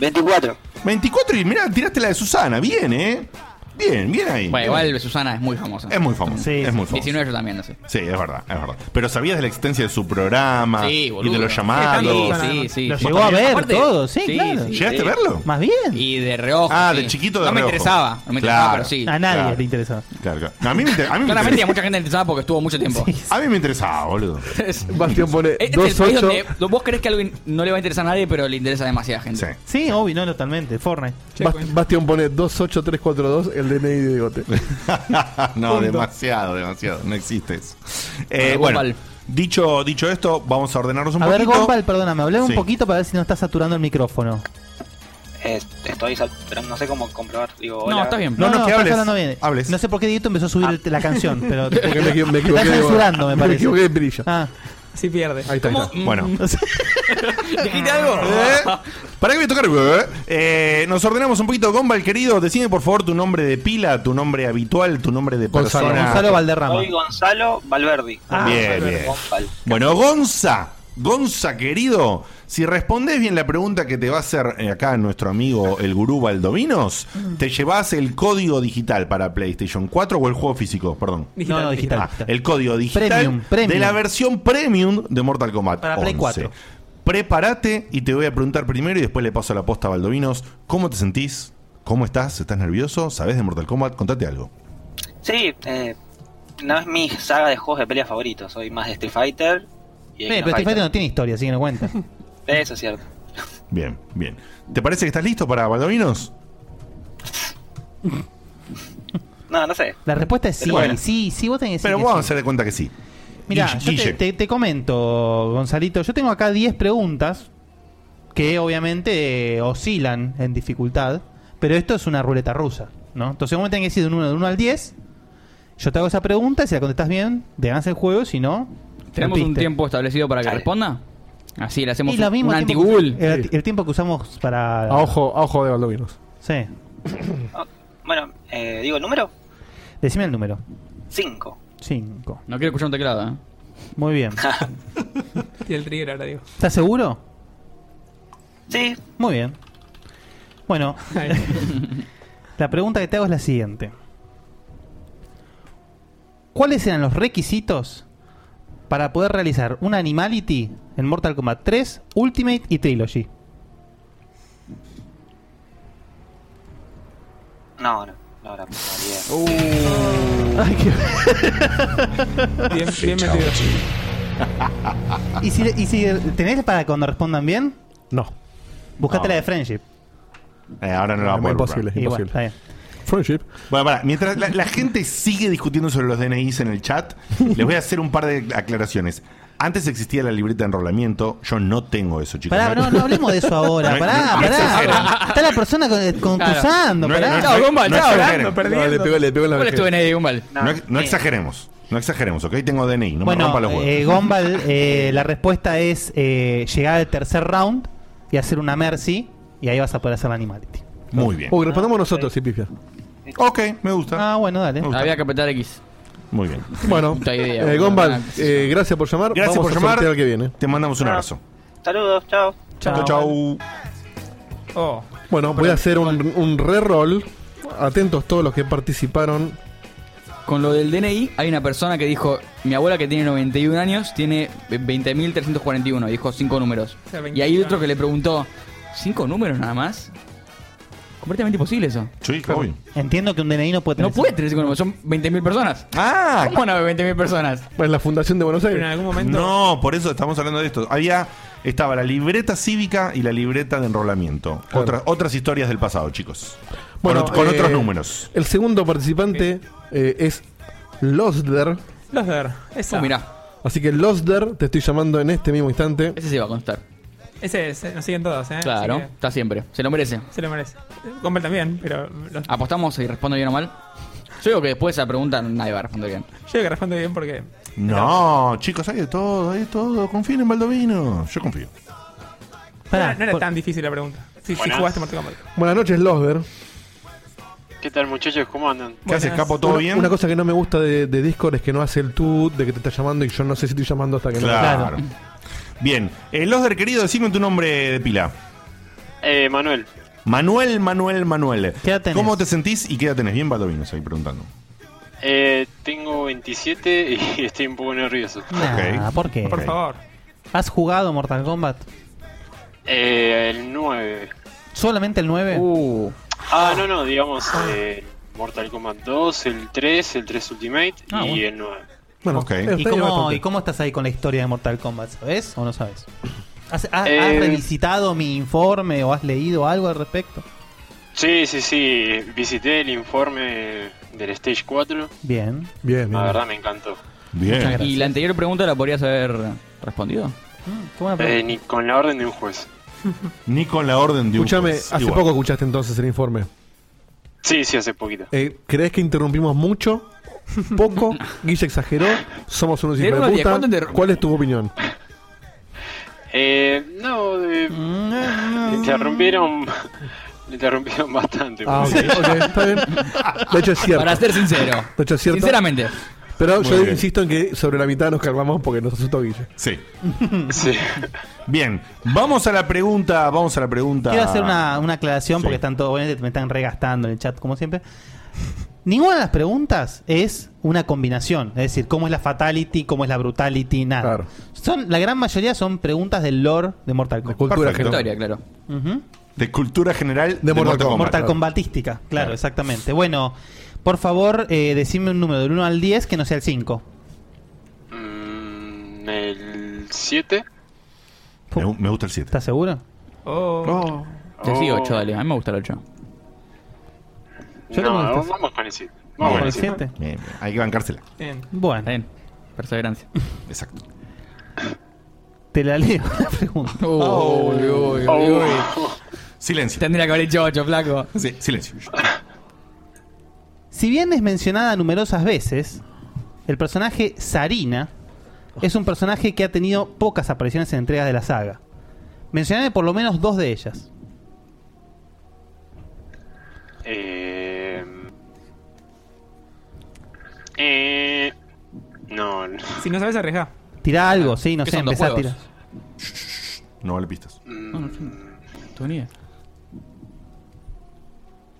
[SPEAKER 2] 24. 24 y mira, tiraste la de Susana. Bien, ¿eh? Bien, bien ahí.
[SPEAKER 6] Bueno, igual Susana es muy famosa.
[SPEAKER 2] Es muy famoso. es muy famoso.
[SPEAKER 6] 19 yo también, no sé.
[SPEAKER 2] Sí, es verdad, es verdad. Pero sabías de la existencia de su programa
[SPEAKER 6] Sí,
[SPEAKER 2] y de
[SPEAKER 6] boludo.
[SPEAKER 2] los llamados.
[SPEAKER 6] Sí, sí, sí.
[SPEAKER 3] Lo
[SPEAKER 6] Sí.
[SPEAKER 3] llegó a ver
[SPEAKER 6] Aparte-
[SPEAKER 3] todo, sí, claro.
[SPEAKER 2] ¿Llegaste a verlo?
[SPEAKER 3] Más bien.
[SPEAKER 6] Y de reojo.
[SPEAKER 2] Ah,
[SPEAKER 6] sí.
[SPEAKER 2] de chiquito de
[SPEAKER 6] No me
[SPEAKER 2] reojo.
[SPEAKER 6] interesaba, no me interesaba,
[SPEAKER 2] Claro.
[SPEAKER 6] pero sí.
[SPEAKER 3] A nadie
[SPEAKER 2] Claro.
[SPEAKER 3] le interesaba.
[SPEAKER 2] Claro, claro. No, a mí me, inter- a mí me
[SPEAKER 6] Claramente a
[SPEAKER 2] interesaba.
[SPEAKER 6] mucha gente le interesaba porque estuvo mucho tiempo.
[SPEAKER 2] A mí me
[SPEAKER 5] [LAUGHS]
[SPEAKER 2] interesaba, boludo.
[SPEAKER 5] Bastión pone
[SPEAKER 6] Este es el país
[SPEAKER 5] 28.
[SPEAKER 6] donde vos crees que algo in- no le va a interesar a nadie, pero le interesa a demasiada gente.
[SPEAKER 3] Sí, obvio, no, totalmente. Fortnite.
[SPEAKER 5] Bast- Bastión pone 28342, el DNI de Gote.
[SPEAKER 2] [LAUGHS] no,
[SPEAKER 5] Punto.
[SPEAKER 2] demasiado, demasiado. No existe eso. Eh,
[SPEAKER 5] Bueno,
[SPEAKER 2] bueno,
[SPEAKER 5] Gombal.
[SPEAKER 2] dicho, dicho esto, vamos a ordenarnos un
[SPEAKER 3] A ver,
[SPEAKER 2] poquito.
[SPEAKER 3] Gombal, perdóname, hablé un
[SPEAKER 2] Sí.
[SPEAKER 3] poquito para ver si no está saturando el micrófono.
[SPEAKER 13] Es- estoy sal- pero no sé cómo comprobar. Digo,
[SPEAKER 3] No,
[SPEAKER 13] hola.
[SPEAKER 3] está bien. No, No, no, no, que estás hables. hablando bien. No sé por qué Dieguito empezó a subir el- la canción, pero te-
[SPEAKER 5] Ah. [LAUGHS] Porque me, equi- me
[SPEAKER 3] te
[SPEAKER 5] equivoqué.
[SPEAKER 3] está
[SPEAKER 5] de-
[SPEAKER 3] censurando, me
[SPEAKER 5] [LAUGHS] Me
[SPEAKER 3] parece.
[SPEAKER 5] equivoqué de brillo.
[SPEAKER 3] Ah.
[SPEAKER 4] Sí pierde.
[SPEAKER 5] Ahí está, ahí está.
[SPEAKER 2] Bueno.
[SPEAKER 6] mm.
[SPEAKER 2] [LAUGHS] ¿Eh?
[SPEAKER 6] ¿Dijiste algo?
[SPEAKER 2] ¿Para qué voy a tocar? eh? Eh, nos ordenamos un poquito, Gombal, querido. Decime por favor tu nombre de pila, tu nombre habitual, tu nombre de
[SPEAKER 3] Gonzalo.
[SPEAKER 2] persona.
[SPEAKER 3] Gonzalo Valderrama.
[SPEAKER 13] Soy Gonzalo Valverdi.
[SPEAKER 8] Ah,
[SPEAKER 2] bien, bien. Bueno, Gonza, Gonza querido, si respondes bien la pregunta que te va a hacer eh, acá nuestro amigo el gurú Valdominos, te llevas el código digital para PlayStation 4 o el juego físico, perdón.
[SPEAKER 3] Digital, No, no, digital,
[SPEAKER 2] Ah,
[SPEAKER 3] digital.
[SPEAKER 2] el código digital
[SPEAKER 3] Premium, premium.
[SPEAKER 2] de la versión premium de Mortal Kombat
[SPEAKER 3] Para Play
[SPEAKER 2] 11.
[SPEAKER 3] 4.
[SPEAKER 2] Prepárate y te voy a preguntar primero y después le paso la posta a Valdominos. ¿Cómo te sentís? ¿Cómo estás? ¿Estás nervioso? ¿Sabes de Mortal Kombat? Contate algo.
[SPEAKER 13] Sí, eh, no es mi saga de juegos de pelea favorito. Soy más de Street Fighter. Y
[SPEAKER 3] Eh,
[SPEAKER 13] King
[SPEAKER 3] pero
[SPEAKER 13] of
[SPEAKER 3] Street Fighter
[SPEAKER 13] Fighter.
[SPEAKER 3] no tiene historia, así que no cuenta.
[SPEAKER 13] [LAUGHS] Eso es cierto.
[SPEAKER 2] Bien, bien. ¿Te parece que estás listo para Valdominos?
[SPEAKER 13] No, no sé.
[SPEAKER 3] La respuesta es sí,
[SPEAKER 2] Pero bueno.
[SPEAKER 3] sí, sí, vos tenés que decir
[SPEAKER 2] Pero
[SPEAKER 3] que
[SPEAKER 2] vos vamos a
[SPEAKER 3] sí.
[SPEAKER 2] hacer de cuenta que sí.
[SPEAKER 3] Mira,
[SPEAKER 2] Guille-
[SPEAKER 3] yo te,
[SPEAKER 2] Guille.
[SPEAKER 3] te- te comento, Gonzalito. Yo tengo acá 10 preguntas que obviamente eh, oscilan en dificultad, pero esto es una ruleta rusa, ¿no? Entonces vos me tenés que decir de un 1 de uno al 10. Yo te hago esa pregunta, si la contestas bien, te ganas el juego, si no,
[SPEAKER 6] ¿Tenemos un
[SPEAKER 3] rompiste.
[SPEAKER 6] tiempo establecido para que responda? Así, le hacemos
[SPEAKER 3] Y lo
[SPEAKER 6] un,
[SPEAKER 3] mismo
[SPEAKER 6] un
[SPEAKER 3] tiempo
[SPEAKER 6] anti-Google.
[SPEAKER 3] que- El, el tiempo que usamos para.
[SPEAKER 5] A ojo, a ojo de baldovinos.
[SPEAKER 3] Sí. [COUGHS]
[SPEAKER 13] Bueno, eh, digo el número
[SPEAKER 3] Decime el número:
[SPEAKER 13] 5.
[SPEAKER 3] 5.
[SPEAKER 6] No quiero escuchar un teclado, ¿eh?
[SPEAKER 3] Muy
[SPEAKER 6] [LAUGHS]
[SPEAKER 3] bien.
[SPEAKER 4] Tiene el trigger ahora, digo.
[SPEAKER 3] ¿Estás seguro?
[SPEAKER 13] Sí.
[SPEAKER 3] Muy bien.
[SPEAKER 6] [LAUGHS]
[SPEAKER 3] Bueno, la pregunta que te hago es la siguiente. ¿Cuáles eran los requisitos para poder realizar una Animality en Mortal Kombat 3, Ultimate y Trilogy?
[SPEAKER 13] No, no. No, la puta idea.
[SPEAKER 11] [LAUGHS]
[SPEAKER 4] Bien, bien metido.
[SPEAKER 3] ¿Y si, y si tenés para cuando respondan bien?
[SPEAKER 5] No.
[SPEAKER 3] Buscate
[SPEAKER 2] No.
[SPEAKER 3] la de Friendship.
[SPEAKER 2] Eh, ahora no lo
[SPEAKER 5] No,
[SPEAKER 2] vamos a
[SPEAKER 5] imposible,
[SPEAKER 2] buscar.
[SPEAKER 3] Y bueno, está bien.
[SPEAKER 5] Friendship.
[SPEAKER 2] Bueno, pará, mientras la, la gente sigue discutiendo sobre los DNIs en el chat, les voy a hacer un par de aclaraciones. Antes existía la libreta de enrolamiento, yo no tengo eso, chicos.
[SPEAKER 3] Pará, no, no hablemos de eso ahora.
[SPEAKER 2] [LAUGHS] No,
[SPEAKER 3] Pará,
[SPEAKER 2] no, no
[SPEAKER 3] pará.
[SPEAKER 2] exageren.
[SPEAKER 3] Está la persona con- concursando,
[SPEAKER 2] No,
[SPEAKER 3] pará.
[SPEAKER 2] no, no, no exageren.
[SPEAKER 6] ¿Cuál es tu DNI, Gumball?
[SPEAKER 2] No, ex- no exageremos, no exageremos, ok, tengo DNI, no me rompa los
[SPEAKER 3] eh. Bueno,
[SPEAKER 2] huevos.
[SPEAKER 3] eh, Gombal, eh, [LAUGHS] la respuesta es eh, llegar al tercer round y hacer una Mercy y ahí vas a poder hacer la Animality.
[SPEAKER 2] [LAUGHS] Muy bien.
[SPEAKER 5] O que respondamos nosotros, sí, pifia.
[SPEAKER 2] Ok, me gusta.
[SPEAKER 3] Ah, bueno, dale.
[SPEAKER 6] Había que apretar X.
[SPEAKER 2] Muy bien.
[SPEAKER 5] Bueno,
[SPEAKER 6] Puta idea,
[SPEAKER 5] eh,
[SPEAKER 6] boludo.
[SPEAKER 5] Gombal,
[SPEAKER 6] Ah,
[SPEAKER 5] eh, gracias por llamar.
[SPEAKER 2] Gracias
[SPEAKER 5] Vamos
[SPEAKER 2] por
[SPEAKER 5] a
[SPEAKER 2] llamar.
[SPEAKER 5] sortear el que viene.
[SPEAKER 2] Te mandamos un abrazo.
[SPEAKER 13] Saludos, chao.
[SPEAKER 2] Chau, chau.
[SPEAKER 4] Oh.
[SPEAKER 5] Bueno, voy a hacer un, un reroll. Atentos todos los que participaron.
[SPEAKER 6] Con lo del DNI, hay una persona que dijo: Mi abuela que tiene 91 años tiene 20.341. Dijo cinco números.
[SPEAKER 4] O sea,
[SPEAKER 6] Y hay otro que le preguntó: ¿Cinco números nada más? Completamente imposible eso.
[SPEAKER 2] Sí,
[SPEAKER 3] Entiendo que un DNI no puede tener.
[SPEAKER 6] No puede tener cinco números, son 20.000 personas.
[SPEAKER 2] Ah,
[SPEAKER 6] ¿Cómo no 20.000 personas?
[SPEAKER 5] Pues la Fundación
[SPEAKER 6] [LAUGHS]
[SPEAKER 5] de Buenos Aires.
[SPEAKER 2] No, por eso estamos hablando de esto. Había estaba la libreta cívica y la libreta de enrolamiento. Otras otras historias del pasado, chicos. Bueno, con,
[SPEAKER 5] eh,
[SPEAKER 2] otros números.
[SPEAKER 5] El segundo participante eh, es Losder.
[SPEAKER 4] Los ver.
[SPEAKER 6] Oh,
[SPEAKER 4] Esa.
[SPEAKER 5] Así que Losder, te estoy llamando en este mismo instante.
[SPEAKER 6] Ese se va a constar.
[SPEAKER 4] Ese es, nos siguen todos, ¿eh?
[SPEAKER 6] Claro,
[SPEAKER 4] Así
[SPEAKER 6] está siempre. Se lo merece.
[SPEAKER 4] que se lo merece. Gombal también, pero. los-
[SPEAKER 6] ¿Apostamos y respondo bien o mal? Yo digo que después de esa pregunta nadie va a responder bien.
[SPEAKER 4] Yo creo que respondo bien porque.
[SPEAKER 2] No, chicos, hay de todo, hay de todo. Confíen en Baldovino. Yo confío.
[SPEAKER 4] no, era- no era tan difícil la pregunta. Si, si
[SPEAKER 15] Buenas.
[SPEAKER 4] jugaste Mortal Kombat.
[SPEAKER 5] Buenas noches, Losder.
[SPEAKER 15] ¿Qué tal muchachos? ¿Cómo andan?
[SPEAKER 2] ¿Qué haces, Capo? ¿Todo
[SPEAKER 5] Una-
[SPEAKER 2] bien?
[SPEAKER 5] Una cosa que no me gusta de, de Discord es que no hace el tú de que te está llamando y yo no sé si estoy llamando hasta que no.
[SPEAKER 2] Claro. Bien. Eh, Losder, querido, decime tu nombre de pila.
[SPEAKER 15] Eh, Manuel,
[SPEAKER 2] Manuel, Manuel, Manuel.
[SPEAKER 15] tenés?
[SPEAKER 2] ¿Cómo te sentís y qué edad tenés? Bien, Baldovino, ahí preguntando.
[SPEAKER 15] eh, tengo 27 [LAUGHS] y estoy un poco nervioso.
[SPEAKER 3] Ah, ¿Por qué?
[SPEAKER 15] Por favor.
[SPEAKER 3] ¿Has jugado Mortal Kombat?
[SPEAKER 15] Eh, el 9.
[SPEAKER 3] ¿Solamente el 9?
[SPEAKER 2] Uh.
[SPEAKER 15] Ah, no, no, digamos eh, Mortal Kombat 2, el 3, el 3 Ultimate
[SPEAKER 3] Ah,
[SPEAKER 15] y
[SPEAKER 3] bueno.
[SPEAKER 15] el 9.
[SPEAKER 3] ¿Y, cómo, y cómo estás ahí con la historia de Mortal Kombat? ¿Sabes o no sabes? ¿Has, ha- has
[SPEAKER 15] Eh.
[SPEAKER 3] revisitado mi informe o has leído algo al respecto?
[SPEAKER 15] Sí, sí, sí, visité el informe del Stage 4.
[SPEAKER 3] Bien.
[SPEAKER 5] Bien,
[SPEAKER 15] La verdad me encantó.
[SPEAKER 6] Muchas gracias. ¿Y la anterior pregunta la podrías haber respondido?
[SPEAKER 15] Eh, ni con la orden de un juez.
[SPEAKER 2] Ni con la orden de un
[SPEAKER 5] Escúchame,
[SPEAKER 2] juez.
[SPEAKER 5] hace
[SPEAKER 2] Igual.
[SPEAKER 5] poco escuchaste entonces el informe.
[SPEAKER 15] Sí, sí, hace poquito.
[SPEAKER 5] Eh, ¿Crees que
[SPEAKER 6] [LAUGHS]
[SPEAKER 5] interrumpimos mucho? ¿Poco? Guille exageró. Somos unos
[SPEAKER 15] Del
[SPEAKER 5] hijos
[SPEAKER 15] uno
[SPEAKER 5] de
[SPEAKER 15] al diez,
[SPEAKER 5] puta.
[SPEAKER 15] ¿cuánto interrum-
[SPEAKER 5] ¿Cuál es tu opinión?
[SPEAKER 15] Eh, no, eh, interrumpieron, [LAUGHS] interrumpieron bastante.
[SPEAKER 5] Ah, ok,
[SPEAKER 15] pues.
[SPEAKER 5] ok, está bien.
[SPEAKER 6] [LAUGHS]
[SPEAKER 5] De hecho es cierto.
[SPEAKER 6] Para ser sincero.
[SPEAKER 5] De hecho es cierto.
[SPEAKER 6] Sinceramente.
[SPEAKER 5] Pero
[SPEAKER 2] Muy
[SPEAKER 5] yo
[SPEAKER 2] bien.
[SPEAKER 5] insisto en que sobre la mitad nos calmamos porque nos asustó Guille.
[SPEAKER 2] Sí.
[SPEAKER 15] [LAUGHS]
[SPEAKER 2] Bien, vamos a la pregunta, vamos a la pregunta.
[SPEAKER 3] Quiero hacer una, una aclaración porque están todos, obviamente me están regastando en el chat, como siempre. Ninguna de las preguntas es una combinación, es decir, cómo es la fatality, cómo es la brutality, nada. Son, la gran mayoría son preguntas del lore de Mortal Kombat.
[SPEAKER 2] Perfecto.
[SPEAKER 3] Ujú.
[SPEAKER 2] De cultura general de,
[SPEAKER 3] Mortal, Kombatística, claro, exactamente. Bueno, por favor, eh, decime un número del 1 al 10 que no sea el 5.
[SPEAKER 15] Mm, el 7.
[SPEAKER 2] Me, gu- me gusta el 7.
[SPEAKER 3] ¿Estás seguro?
[SPEAKER 4] Oh.
[SPEAKER 6] Decí 8, dale. A mí me gusta el 8.
[SPEAKER 3] Yo
[SPEAKER 15] no,
[SPEAKER 3] le contesto.
[SPEAKER 15] vamos con el 7.
[SPEAKER 2] Ah,
[SPEAKER 3] Vamos
[SPEAKER 15] Vamos
[SPEAKER 3] con
[SPEAKER 15] con
[SPEAKER 3] el
[SPEAKER 15] el 7.
[SPEAKER 3] siete.
[SPEAKER 2] Bien, bien. Hay que bancársela.
[SPEAKER 4] Bien.
[SPEAKER 3] Bueno.
[SPEAKER 6] Perseverancia.
[SPEAKER 2] Exacto.
[SPEAKER 3] Te la leo [LAUGHS] la pregunta.
[SPEAKER 6] Uy, uy, uy.
[SPEAKER 2] Silencio.
[SPEAKER 6] Tendría que haber hecho 8, flaco.
[SPEAKER 2] Sí, silencio.
[SPEAKER 3] Si bien es mencionada numerosas veces, el personaje Sarina es un personaje que ha tenido pocas apariciones en entregas de la saga. Mencioname por lo menos dos de ellas.
[SPEAKER 15] Eh, eh, no, no.
[SPEAKER 4] Si no sabes, arriesgar.
[SPEAKER 3] Tirá algo, sí, no
[SPEAKER 4] ¿Qué
[SPEAKER 3] sé,
[SPEAKER 4] son dos
[SPEAKER 3] empezá a
[SPEAKER 4] juegos?
[SPEAKER 3] tirar.
[SPEAKER 2] No vale pistas.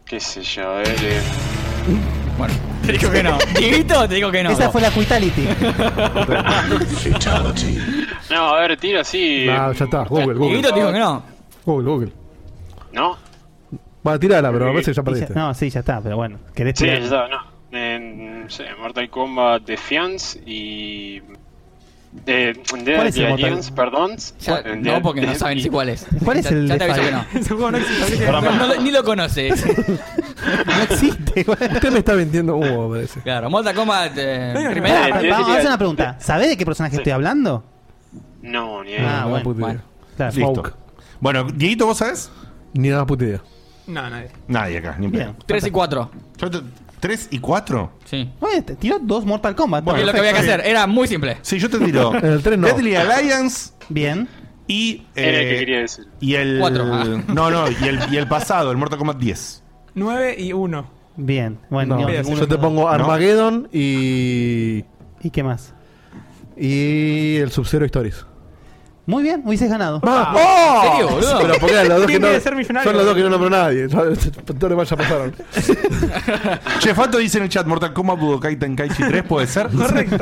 [SPEAKER 15] qué sé yo, eh, eh.
[SPEAKER 6] Bueno, te digo que
[SPEAKER 3] [LAUGHS]
[SPEAKER 6] no.
[SPEAKER 15] [LAUGHS]
[SPEAKER 6] Dieguito, te digo que no.
[SPEAKER 3] Esa fue la Quitality.
[SPEAKER 15] No, a ver, tiro así.
[SPEAKER 5] Ah,
[SPEAKER 16] Eh,
[SPEAKER 5] ya está, Google, Google.
[SPEAKER 15] Dieguito te dijo que
[SPEAKER 6] no.
[SPEAKER 5] Google, Google.
[SPEAKER 15] ¿No?
[SPEAKER 5] Va, tirala, pero me parece que ya
[SPEAKER 3] Y ya-
[SPEAKER 5] perdiste.
[SPEAKER 3] no, sí, ya está, pero bueno. ¿Querés
[SPEAKER 15] Sí, ya
[SPEAKER 3] tirar?
[SPEAKER 15] está, no. En, sí, Mortal Kombat Defiance y. Eh, Dead
[SPEAKER 3] ¿Cuál es el Mortal-
[SPEAKER 15] Alliance, perdón.
[SPEAKER 6] Ya,
[SPEAKER 15] En
[SPEAKER 6] no,
[SPEAKER 15] Dead-
[SPEAKER 6] porque no saben ni cuál es.
[SPEAKER 3] ¿Cuál es
[SPEAKER 6] Ya-
[SPEAKER 3] el
[SPEAKER 6] Ya te
[SPEAKER 3] de
[SPEAKER 6] aviso que
[SPEAKER 3] Fire?
[SPEAKER 6] no.
[SPEAKER 3] [LAUGHS]
[SPEAKER 6] No lo- Ni lo conoces.
[SPEAKER 2] [LAUGHS]
[SPEAKER 5] Usted me está vendiendo humo, me parece.
[SPEAKER 6] Claro, Mortal Kombat. eh,
[SPEAKER 3] Pará,
[SPEAKER 6] primera-
[SPEAKER 3] pará,
[SPEAKER 6] primera-
[SPEAKER 3] Ah, Vamos a hacer una pregunta. ¿Sabés de qué personaje estoy hablando?
[SPEAKER 15] No, ni
[SPEAKER 3] Ah,
[SPEAKER 5] Ni
[SPEAKER 3] bueno,
[SPEAKER 5] puta idea.
[SPEAKER 3] bueno. Claro.
[SPEAKER 2] Listo. Bueno, Dieguito, ¿vos sabés?
[SPEAKER 5] Ni nada puta idea.
[SPEAKER 4] No, nadie.
[SPEAKER 2] Nadie acá, ni en
[SPEAKER 3] Bien.
[SPEAKER 2] pedo.
[SPEAKER 6] Tres y cuatro.
[SPEAKER 2] ¿Tres y cuatro?
[SPEAKER 6] Sí.
[SPEAKER 3] Bueno, te tiró dos Mortal Kombat.
[SPEAKER 6] Porque
[SPEAKER 3] Bueno,
[SPEAKER 6] lo que había que
[SPEAKER 3] perfecto.
[SPEAKER 6] hacer era muy simple.
[SPEAKER 2] Sí, yo te tiro.
[SPEAKER 3] [LAUGHS] En el tres no.
[SPEAKER 2] Deadly Alliance.
[SPEAKER 3] Bien.
[SPEAKER 2] Y.
[SPEAKER 15] Era el que quería decir.
[SPEAKER 2] Y el.
[SPEAKER 4] Cuatro. Ah.
[SPEAKER 2] [LAUGHS] No, no, y el, y el pasado, el Mortal Kombat 10.
[SPEAKER 4] 9 y 1.
[SPEAKER 3] Bien, bueno.
[SPEAKER 5] No,
[SPEAKER 3] ni- ninguno-
[SPEAKER 5] yo te pongo Armageddon y.
[SPEAKER 3] ¿Y qué más?
[SPEAKER 5] Y el Sub-Zero Stories.
[SPEAKER 3] Muy bien, hubieses ganado.
[SPEAKER 5] ¡Oh! Pero porque eran los dos que no, son los dos que
[SPEAKER 3] [LAUGHS]
[SPEAKER 5] no nombró nadie. Todos los demás ya [LAUGHS] pasaron.
[SPEAKER 2] Chefato dice en el chat: Mortal Kombat Budokai Tenkaichi 3,
[SPEAKER 5] [LAUGHS]
[SPEAKER 2] ¿puede ser? Correcto.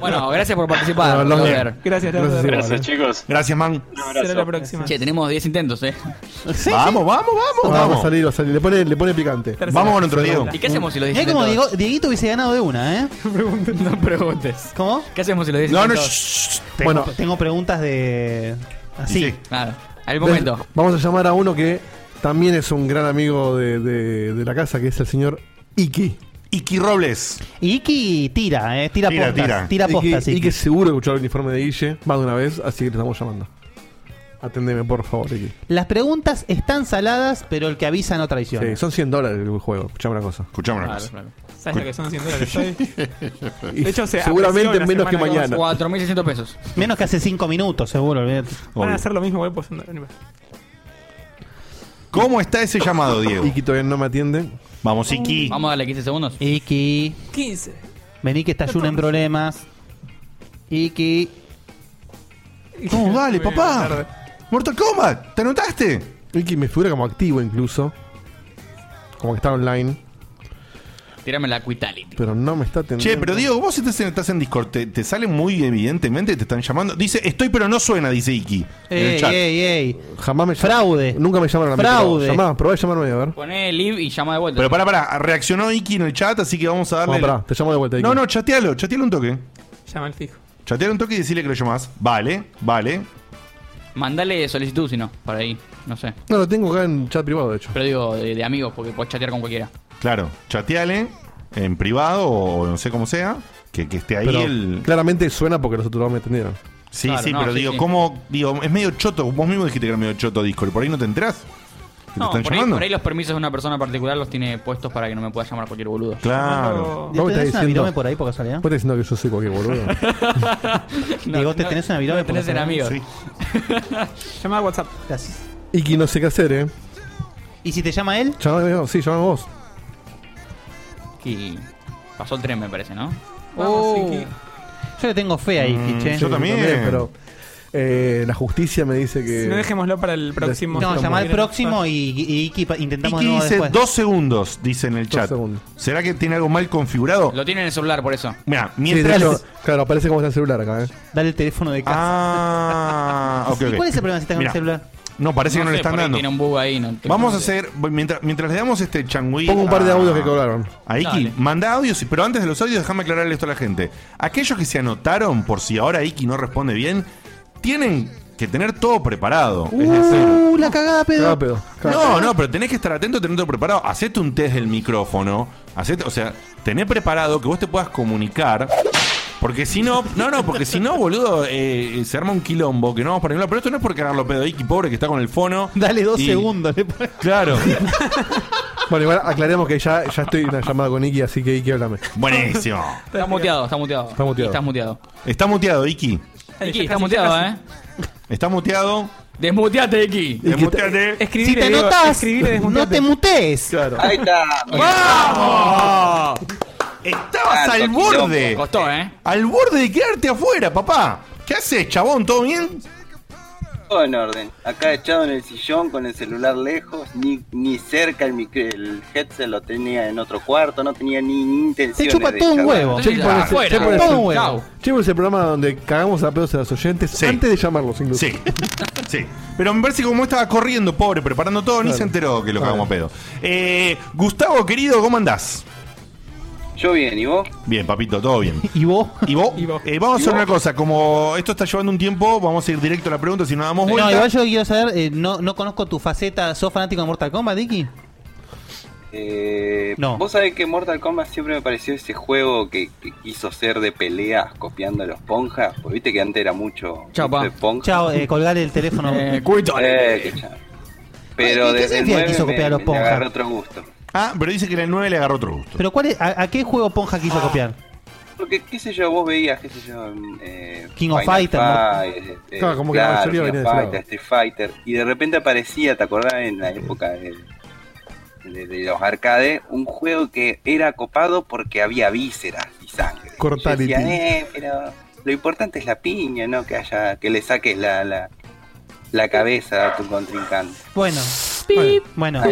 [SPEAKER 6] Bueno, gracias por participar.
[SPEAKER 2] Bueno, los
[SPEAKER 6] Lover.
[SPEAKER 2] bien. Gracias, Lover. Gracias, Gracias,
[SPEAKER 15] chicos.
[SPEAKER 2] Gracias, man.
[SPEAKER 4] Será la próxima.
[SPEAKER 6] Che, tenemos 10 intentos, eh.
[SPEAKER 2] vamos, vamos,
[SPEAKER 5] No,
[SPEAKER 2] vamos.
[SPEAKER 5] va a salir, va a salir. Le pone, le pone picante.
[SPEAKER 2] Vamos con otro Diego.
[SPEAKER 6] ¿Y qué hacemos si los
[SPEAKER 3] Mirá
[SPEAKER 6] 10
[SPEAKER 3] como
[SPEAKER 6] intentos?
[SPEAKER 3] Diego- Dieguito hubiese ganado de una, ¿eh?
[SPEAKER 6] No preguntes.
[SPEAKER 3] ¿Cómo?
[SPEAKER 6] ¿Qué hacemos si los 10
[SPEAKER 3] No, no,
[SPEAKER 6] intentos?
[SPEAKER 3] Tengo, bueno, tengo preguntas de. Así.
[SPEAKER 6] Claro. Al momento.
[SPEAKER 5] Vamos a llamar a uno que también es un gran amigo de, de- de la casa, que es el señor Iki.
[SPEAKER 2] Iki Robles.
[SPEAKER 3] Iki tira, eh, tira, postas. Tira postas,
[SPEAKER 5] Iki,
[SPEAKER 3] Iki.
[SPEAKER 5] Iki seguro escuchó el uniforme de Guille más de una vez, así que le estamos llamando. Atendeme, por favor, Iki.
[SPEAKER 3] Las preguntas están saladas, pero el que avisa no traiciona.
[SPEAKER 5] Sí, Eh, son 100 dólares el juego. Escuchame una cosa.
[SPEAKER 2] Escuchame
[SPEAKER 3] una Claro, cosa. claro.
[SPEAKER 4] ¿Sabes lo que son 100 dólares hoy?
[SPEAKER 5] Y
[SPEAKER 4] De hecho, se
[SPEAKER 5] seguramente
[SPEAKER 4] apreció la
[SPEAKER 5] menos que
[SPEAKER 4] semana
[SPEAKER 5] mañana.
[SPEAKER 4] pasada.
[SPEAKER 6] 4.600 pesos.
[SPEAKER 3] [LAUGHS] Menos que hace 5 minutos, seguro. olvídate.
[SPEAKER 4] Van a hacer lo mismo, güey, pues. no, no.
[SPEAKER 2] ¿Cómo está ese llamado, Diego?
[SPEAKER 5] Iki todavía no me atiende.
[SPEAKER 2] Vamos,
[SPEAKER 6] [LAUGHS]
[SPEAKER 2] Iki.
[SPEAKER 6] Vamos a darle 15 segundos.
[SPEAKER 3] Iki.
[SPEAKER 4] 15.
[SPEAKER 3] Vení que está Jun en problemas. Iki.
[SPEAKER 2] Vamos, dale, papá. Mortal Kombat, ¿te anotaste?
[SPEAKER 5] Iki me figura como activo incluso. Como que está online.
[SPEAKER 6] Tírame la Quitality.
[SPEAKER 5] Pero no me está atendiendo.
[SPEAKER 2] Che, pero Diego, vos estás en, estás en Discord, te, te sale muy evidentemente, te están llamando. Dice, estoy pero no suena, dice Iki. en el
[SPEAKER 6] Ey,
[SPEAKER 2] chat.
[SPEAKER 3] Ey, ey.
[SPEAKER 5] Jamás me
[SPEAKER 3] Eh, Fraude.
[SPEAKER 5] Nunca me llamaron a mí.
[SPEAKER 2] Fraude.
[SPEAKER 5] pero Llamá, probá a llamarme a ver.
[SPEAKER 6] Poné el live y llama de vuelta.
[SPEAKER 2] Pero pará, pará, reaccionó Iki en el chat, así que vamos a darle.
[SPEAKER 5] No, pará, te llamo de vuelta, Iki.
[SPEAKER 2] No, no, chatealo, chatealo un toque.
[SPEAKER 4] Llama al fijo.
[SPEAKER 2] Chatealo un toque y decirle que lo llamás. Vale, vale.
[SPEAKER 6] Mandale solicitud si no, para ahí. No sé.
[SPEAKER 5] No, lo tengo acá en chat privado, de hecho.
[SPEAKER 6] Pero digo, de, de amigos, porque podés chatear con cualquiera.
[SPEAKER 2] Claro, chateale en privado o no sé cómo sea, que, que esté ahí
[SPEAKER 5] Pero
[SPEAKER 2] el.
[SPEAKER 5] Claramente suena porque los otros dos me atendieron.
[SPEAKER 2] Sí,
[SPEAKER 5] Claro,
[SPEAKER 2] sí,
[SPEAKER 5] no,
[SPEAKER 2] pero
[SPEAKER 5] sí,
[SPEAKER 2] digo,
[SPEAKER 5] sí.
[SPEAKER 2] ¿cómo? Digo, es medio choto. Vos mismo dijiste que era medio choto Discord, por ahí no te enterás. que te
[SPEAKER 6] No,
[SPEAKER 2] están
[SPEAKER 6] por ahí,
[SPEAKER 2] llamando.
[SPEAKER 6] por ahí los permisos de una persona particular los tiene puestos para que no me pueda llamar cualquier boludo.
[SPEAKER 2] Claro.
[SPEAKER 5] ¿Vos me estás diciendo-
[SPEAKER 3] por ahí por casualidad?
[SPEAKER 5] ¿Vos estás diciendo que yo soy
[SPEAKER 3] [LAUGHS]
[SPEAKER 5] cualquier boludo?
[SPEAKER 3] Diego, te tenés una virome
[SPEAKER 6] no tenés en amigos.
[SPEAKER 4] [LAUGHS] Llama a WhatsApp.
[SPEAKER 3] Gracias.
[SPEAKER 5] Iki no sé qué hacer, ¿eh?
[SPEAKER 3] ¿Y si te llama él?
[SPEAKER 5] Llamame vos, sí, llamame vos.
[SPEAKER 6] Y pasó el tren, me parece, ¿no?
[SPEAKER 3] Yo le tengo fe a
[SPEAKER 2] Mm,
[SPEAKER 3] Iki, che.
[SPEAKER 5] Mm, Yo también. pero eh, la justicia me dice que.
[SPEAKER 2] Eh,
[SPEAKER 4] Si no, dejémoslo para el próximo.
[SPEAKER 3] No, llama al próximo y, y Iki pa- intentamos de
[SPEAKER 2] Iki
[SPEAKER 3] nuevo
[SPEAKER 2] dice
[SPEAKER 3] después.
[SPEAKER 2] dos segundos, dice en el chat. ¿Será que tiene algo mal configurado?
[SPEAKER 6] Lo tiene en el celular, por eso.
[SPEAKER 2] Mira,
[SPEAKER 5] Sí,
[SPEAKER 2] mientras.
[SPEAKER 5] de hecho, claro, aparece como está el celular acá, ¿eh?
[SPEAKER 3] Dale el teléfono de
[SPEAKER 2] casa. Ah, ok,
[SPEAKER 3] ¿Y
[SPEAKER 2] ok.
[SPEAKER 3] cuál es el problema si está con el
[SPEAKER 2] Mirá,
[SPEAKER 3] celular?
[SPEAKER 2] No, parece que no
[SPEAKER 6] sé,
[SPEAKER 2] le están
[SPEAKER 6] por ahí
[SPEAKER 2] dando.
[SPEAKER 6] Tiene un bug ahí. No,
[SPEAKER 2] Vamos a hacer, mientras, mientras le damos este changüí.
[SPEAKER 5] Pongo un par de
[SPEAKER 2] a-
[SPEAKER 5] audios que cobraron.
[SPEAKER 2] A Iki,
[SPEAKER 5] Dale.
[SPEAKER 2] manda audios, pero antes de los audios, déjame aclarar esto a la gente. Aquellos que se anotaron, por si ahora Iki no responde bien, tienen que tener todo preparado. Es decir,
[SPEAKER 3] Uh, la cagada, pedo.
[SPEAKER 2] no, no, pero tenés que estar atento, tener todo preparado. Hacete un test del micrófono. Hacete, o sea, tener preparado que vos te puedas comunicar. Porque si no, no, no, porque si no, boludo, eh, se arma un quilombo que no vamos para ningún lado. Pero esto no es por cagarlo pedo, Iki, pobre que está con el fono.
[SPEAKER 3] Dale dos
[SPEAKER 2] Y-
[SPEAKER 3] segundos. le pon-
[SPEAKER 2] Claro.
[SPEAKER 5] Bueno, igual aclaremos que ya, ya estoy en una llamada con Iki, así que Iki, háblame.
[SPEAKER 2] Buenísimo.
[SPEAKER 6] [LAUGHS] Está muteado, está muteado.
[SPEAKER 5] Está muteado.
[SPEAKER 6] Y Estás
[SPEAKER 2] [LAUGHS]
[SPEAKER 6] muteado.
[SPEAKER 2] Está muteado, Iki.
[SPEAKER 6] Iki, estás muteado, ¿eh?
[SPEAKER 2] Está muteado.
[SPEAKER 6] Desmuteate, Iki.
[SPEAKER 2] Desmuteate.
[SPEAKER 6] Escribile,
[SPEAKER 3] si te
[SPEAKER 6] Diego,
[SPEAKER 3] notas,
[SPEAKER 6] escribile,
[SPEAKER 3] no
[SPEAKER 6] desmuteate.
[SPEAKER 3] te mutees. Claro.
[SPEAKER 13] Ahí está.
[SPEAKER 2] ¡Vamos! Estabas al
[SPEAKER 6] Ah, Tanto
[SPEAKER 2] borde.
[SPEAKER 6] quilombo. Costó, ¿eh?
[SPEAKER 2] Al borde de quedarte afuera, papá. ¿Qué haces, chabón? ¿Todo bien?
[SPEAKER 16] Todo en orden. Acá echado en el sillón con el celular lejos, ni, ni cerca el, micro, el headset lo tenía en otro cuarto, no tenía ni intención.
[SPEAKER 5] chupa todo un huevo. Checkpoint es- Checkpoint es-
[SPEAKER 16] Todo un huevo.
[SPEAKER 5] Checkpoint es el programa donde cagamos a pedos a los oyentes antes de llamarlos incluso.
[SPEAKER 2] Sí. Sí. Pero me parece que como estaba corriendo, pobre, preparando todo, ni
[SPEAKER 5] Claro.
[SPEAKER 2] se enteró que lo cagamos a pedo. Eh, Gustavo, querido, ¿cómo andás?
[SPEAKER 16] Yo bien, ¿y vos?
[SPEAKER 2] Bien, papito, todo bien.
[SPEAKER 3] ¿Y vos?
[SPEAKER 2] ¿Y vos? Eh, vamos
[SPEAKER 16] ¿Y
[SPEAKER 2] a hacer
[SPEAKER 16] vos?
[SPEAKER 2] una cosa. Como esto está llevando un tiempo, vamos a ir directo a la pregunta. Si no damos
[SPEAKER 3] No,
[SPEAKER 2] vuelta.
[SPEAKER 3] igual yo quiero saber, eh, no, no conozco tu faceta, ¿sos fanático de Mortal Kombat, Dicky?
[SPEAKER 16] Eh,
[SPEAKER 3] No.
[SPEAKER 16] Vos sabés que Mortal Kombat siempre me pareció ese juego que, que quiso ser de peleas copiando a los ponjas. Porque viste que antes era mucho,
[SPEAKER 3] Chao,
[SPEAKER 16] mucho
[SPEAKER 3] pa.
[SPEAKER 16] de ponja.
[SPEAKER 3] Chao, eh, colgale el teléfono.
[SPEAKER 16] Eh, qué chao. Pero
[SPEAKER 3] ¿Y qué
[SPEAKER 16] desde el
[SPEAKER 3] significa
[SPEAKER 16] 9
[SPEAKER 3] quiso
[SPEAKER 16] me-
[SPEAKER 3] copiar a los
[SPEAKER 16] me
[SPEAKER 3] ponjas?
[SPEAKER 16] agarré otro gusto.
[SPEAKER 2] Ah, pero dice que en el 9 le agarró otro gusto.
[SPEAKER 3] ¿Pero cuál es- a, a qué juego Ponja
[SPEAKER 16] Ah.
[SPEAKER 3] quiso copiar?
[SPEAKER 16] Porque, qué sé yo, vos veías, qué sé yo, eh,
[SPEAKER 3] King of
[SPEAKER 16] Final
[SPEAKER 3] Fighter, ¿no?
[SPEAKER 16] Fight, eh, eh,
[SPEAKER 5] Claro, como que la mayoría
[SPEAKER 16] King
[SPEAKER 5] venía
[SPEAKER 16] of
[SPEAKER 5] de ese
[SPEAKER 16] Fighter, Street Fighter, y de repente aparecía, ¿te acordás en la época de, de- de los arcades? Un juego que era copado porque había vísceras y sangre. Yo
[SPEAKER 5] Cortality.
[SPEAKER 16] decía, eh, pero lo importante es la piña, ¿no? Que haya, que le saques la, la, la cabeza a tu contrincante.
[SPEAKER 3] Bueno. Bueno,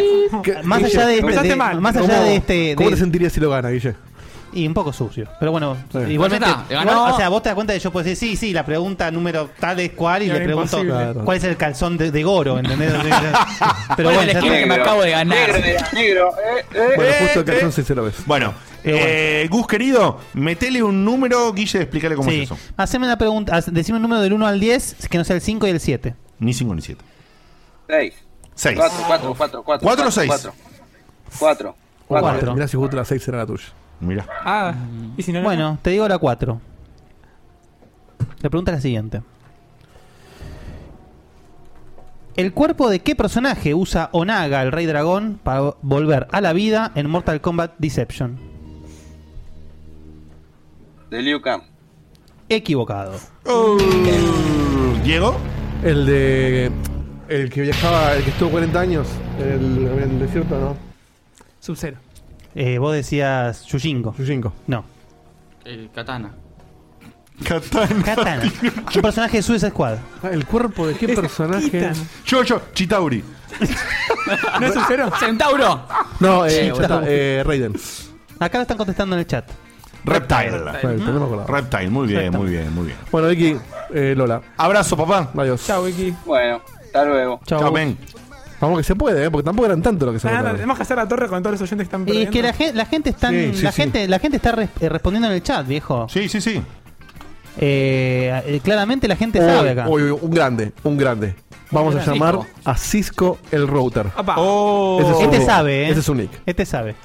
[SPEAKER 3] más
[SPEAKER 5] Guille,
[SPEAKER 3] allá de, este,
[SPEAKER 5] empezaste
[SPEAKER 3] de-
[SPEAKER 5] mal.
[SPEAKER 3] más allá
[SPEAKER 5] ¿Cómo-
[SPEAKER 3] de este
[SPEAKER 5] ¿Cómo
[SPEAKER 3] de-
[SPEAKER 5] te sentirías si lo gana, Guille?
[SPEAKER 3] y un poco sucio, pero bueno,
[SPEAKER 5] Sí.
[SPEAKER 3] igualmente,
[SPEAKER 5] Pues ya está,
[SPEAKER 3] igual-
[SPEAKER 5] ganó.
[SPEAKER 3] o sea, vos te das cuenta de yo puedo decir, sí, sí, la pregunta número tal es cual y
[SPEAKER 5] Era
[SPEAKER 3] le pregunto
[SPEAKER 5] imposible.
[SPEAKER 3] cuál es el calzón de, de Goro, ¿entendés?
[SPEAKER 6] [LAUGHS] ¿Cuál
[SPEAKER 3] pero
[SPEAKER 6] es
[SPEAKER 3] bueno,
[SPEAKER 6] la
[SPEAKER 3] ya
[SPEAKER 6] esquina
[SPEAKER 3] está.
[SPEAKER 6] que me acabo de ganar?
[SPEAKER 16] negro,
[SPEAKER 5] Bueno, justo
[SPEAKER 2] eh.
[SPEAKER 5] acá son seis vez.
[SPEAKER 2] Bueno, eh, Gus querido, metele un número, Guille, explícale cómo
[SPEAKER 3] Sí.
[SPEAKER 2] es eso.
[SPEAKER 3] Haceme la pregunta, haz- decime un número del 1 al 10, que no sea el 5 y el 7.
[SPEAKER 2] Ni 5 ni 7.
[SPEAKER 16] Seis.
[SPEAKER 2] Seis.
[SPEAKER 16] Cuatro, cuatro, cuatro, cuatro.
[SPEAKER 2] ¿Cuatro o seis?
[SPEAKER 16] Cuatro. Cuatro.
[SPEAKER 5] Cuatro. eh, Mirá si justo la seis será la tuya.
[SPEAKER 2] Mirá.
[SPEAKER 4] Ah, y si no, no,
[SPEAKER 3] Mm. Bueno, te digo la 4. La pregunta es la siguiente. ¿El cuerpo de qué personaje usa Onaga, el rey dragón, para vo- volver a la vida en Mortal Kombat Deception?
[SPEAKER 16] De Liu Kang.
[SPEAKER 3] Equivocado.
[SPEAKER 5] Uh,
[SPEAKER 2] ¿Diego?
[SPEAKER 5] El de. El que viajaba, el que estuvo 40 años. El, en el desierto, ¿no?
[SPEAKER 4] Sub-Zero.
[SPEAKER 3] Eh, vos decías Yushinko. No.
[SPEAKER 6] El Eh, katana.
[SPEAKER 5] [LAUGHS]
[SPEAKER 2] Katana.
[SPEAKER 3] Katana. Un personaje de Suicide Squad.
[SPEAKER 5] Ah, El cuerpo de qué personaje.
[SPEAKER 2] Yo, yo, Chitauri.
[SPEAKER 5] ¿No es un
[SPEAKER 3] [LAUGHS]
[SPEAKER 5] cero?
[SPEAKER 6] ¡Centauro!
[SPEAKER 5] No, eh,
[SPEAKER 3] Sí,
[SPEAKER 5] ya
[SPEAKER 3] boludo.
[SPEAKER 5] está, eh, Raiden.
[SPEAKER 3] Acá lo están contestando en el chat.
[SPEAKER 2] Reptile.
[SPEAKER 5] Reptile, no me acordaba.
[SPEAKER 2] Reptile, muy bien, muy bien, muy bien.
[SPEAKER 5] Bueno, Iki, eh, Lola.
[SPEAKER 2] Abrazo, papá.
[SPEAKER 5] Adiós.
[SPEAKER 4] Chao, Vicky.
[SPEAKER 16] Bueno, hasta luego.
[SPEAKER 2] Chao, Ben.
[SPEAKER 5] Vamos que se puede, ¿eh? porque tampoco eran tanto lo que se
[SPEAKER 4] Nada,
[SPEAKER 5] votaron.
[SPEAKER 4] Ah, tenemos que hacer la torre con todos los oyentes que están
[SPEAKER 3] Y
[SPEAKER 4] perdiendo.
[SPEAKER 3] es que la, gen- la gente está
[SPEAKER 5] Sí, sí,
[SPEAKER 3] la
[SPEAKER 5] sí.
[SPEAKER 3] gente la gente está res- eh, respondiendo en el chat, viejo. Eh,
[SPEAKER 2] Sí, sí, sí.
[SPEAKER 3] claramente la gente
[SPEAKER 5] Uy,
[SPEAKER 3] sabe acá.
[SPEAKER 5] uy, uy, un grande, un grande. Vamos a
[SPEAKER 3] grande.
[SPEAKER 5] llamar a Cisco el router.
[SPEAKER 2] Oh.
[SPEAKER 5] Ese es
[SPEAKER 3] este
[SPEAKER 5] un-
[SPEAKER 3] sabe, ¿eh?
[SPEAKER 5] Ese es un nick.
[SPEAKER 3] Este sabe.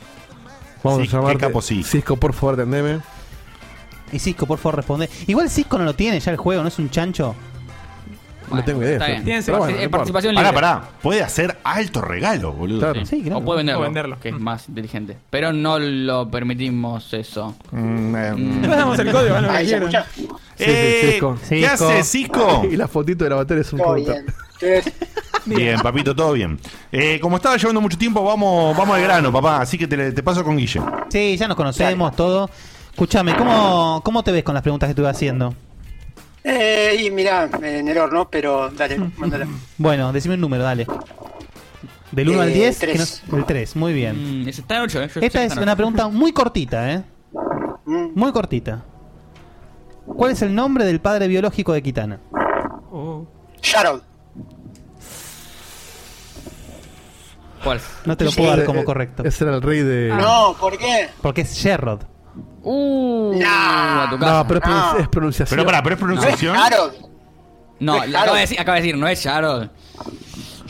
[SPEAKER 5] Vamos a llamar. [LAUGHS]
[SPEAKER 2] capo,
[SPEAKER 5] Cisco, por favor, atendeme.
[SPEAKER 3] Y Cisco, por favor, responde. Igual Cisco no lo tiene ya el juego, ¿no es un chancho?
[SPEAKER 5] no tengo idea.
[SPEAKER 3] está
[SPEAKER 5] yo.
[SPEAKER 3] bien. eh, Tienen
[SPEAKER 5] Pero bueno, no importa.
[SPEAKER 2] Pará, pará. Puede hacer alto regalo, boludo.
[SPEAKER 5] Claro.
[SPEAKER 3] Sí,
[SPEAKER 6] O puede venderlo,
[SPEAKER 4] O venderlo.
[SPEAKER 6] que es más inteligente. Pero no lo permitimos eso.
[SPEAKER 2] Mm.
[SPEAKER 4] Pasamos el código, van a lo que
[SPEAKER 6] Ahí se
[SPEAKER 4] quieran.
[SPEAKER 5] Sí, sí,
[SPEAKER 2] Eh,
[SPEAKER 5] Cisco.
[SPEAKER 2] ¿qué hace, Cisco?
[SPEAKER 5] [LAUGHS] Y la fotito de la batería es un [LAUGHS]
[SPEAKER 2] Todo
[SPEAKER 5] router.
[SPEAKER 2] Bien, papito, todo bien. Eh, como estaba llevando mucho tiempo, vamos, vamos al grano, papá. Así que te, te paso con Guille.
[SPEAKER 3] Sí, ya nos conocemos, todo. Escúchame, ¿cómo, ¿cómo te ves con las preguntas que estuve haciendo?
[SPEAKER 17] Eh, y mirá, eh, en el horno, pero dale,
[SPEAKER 2] Mm.
[SPEAKER 17] mándala.
[SPEAKER 3] Bueno, decime un número, dale. Del 1
[SPEAKER 17] Eh,
[SPEAKER 3] al 10,
[SPEAKER 17] tres.
[SPEAKER 3] que nos- el 3, muy bien.
[SPEAKER 6] Mm, ese está en 8, ¿eh? Yo-
[SPEAKER 3] Esta
[SPEAKER 6] yo-
[SPEAKER 3] es
[SPEAKER 6] está en [LAUGHS]
[SPEAKER 3] una
[SPEAKER 6] ocho.
[SPEAKER 3] pregunta muy cortita, ¿eh?
[SPEAKER 5] Mm.
[SPEAKER 3] Muy cortita. ¿Cuál es el nombre del padre biológico de Kitana?
[SPEAKER 16] Oh.
[SPEAKER 17] Sharon.
[SPEAKER 6] ¿Cuál?
[SPEAKER 3] No te lo puedo dar como correcto. Ah.
[SPEAKER 5] Ese era eh, el rey
[SPEAKER 2] Eh.
[SPEAKER 5] de.
[SPEAKER 17] No, ¿por qué?
[SPEAKER 3] Porque es Sherrod.
[SPEAKER 6] Uh,
[SPEAKER 17] no,
[SPEAKER 5] Ah, No, pero es, pronun-
[SPEAKER 17] No.
[SPEAKER 5] es pronunciación.
[SPEAKER 2] Pero pará, pero es
[SPEAKER 17] No es Harold.
[SPEAKER 6] Ah. No,
[SPEAKER 4] Es
[SPEAKER 6] acaba
[SPEAKER 4] Harold.
[SPEAKER 6] de, decir, acaba de decir, no es Harold.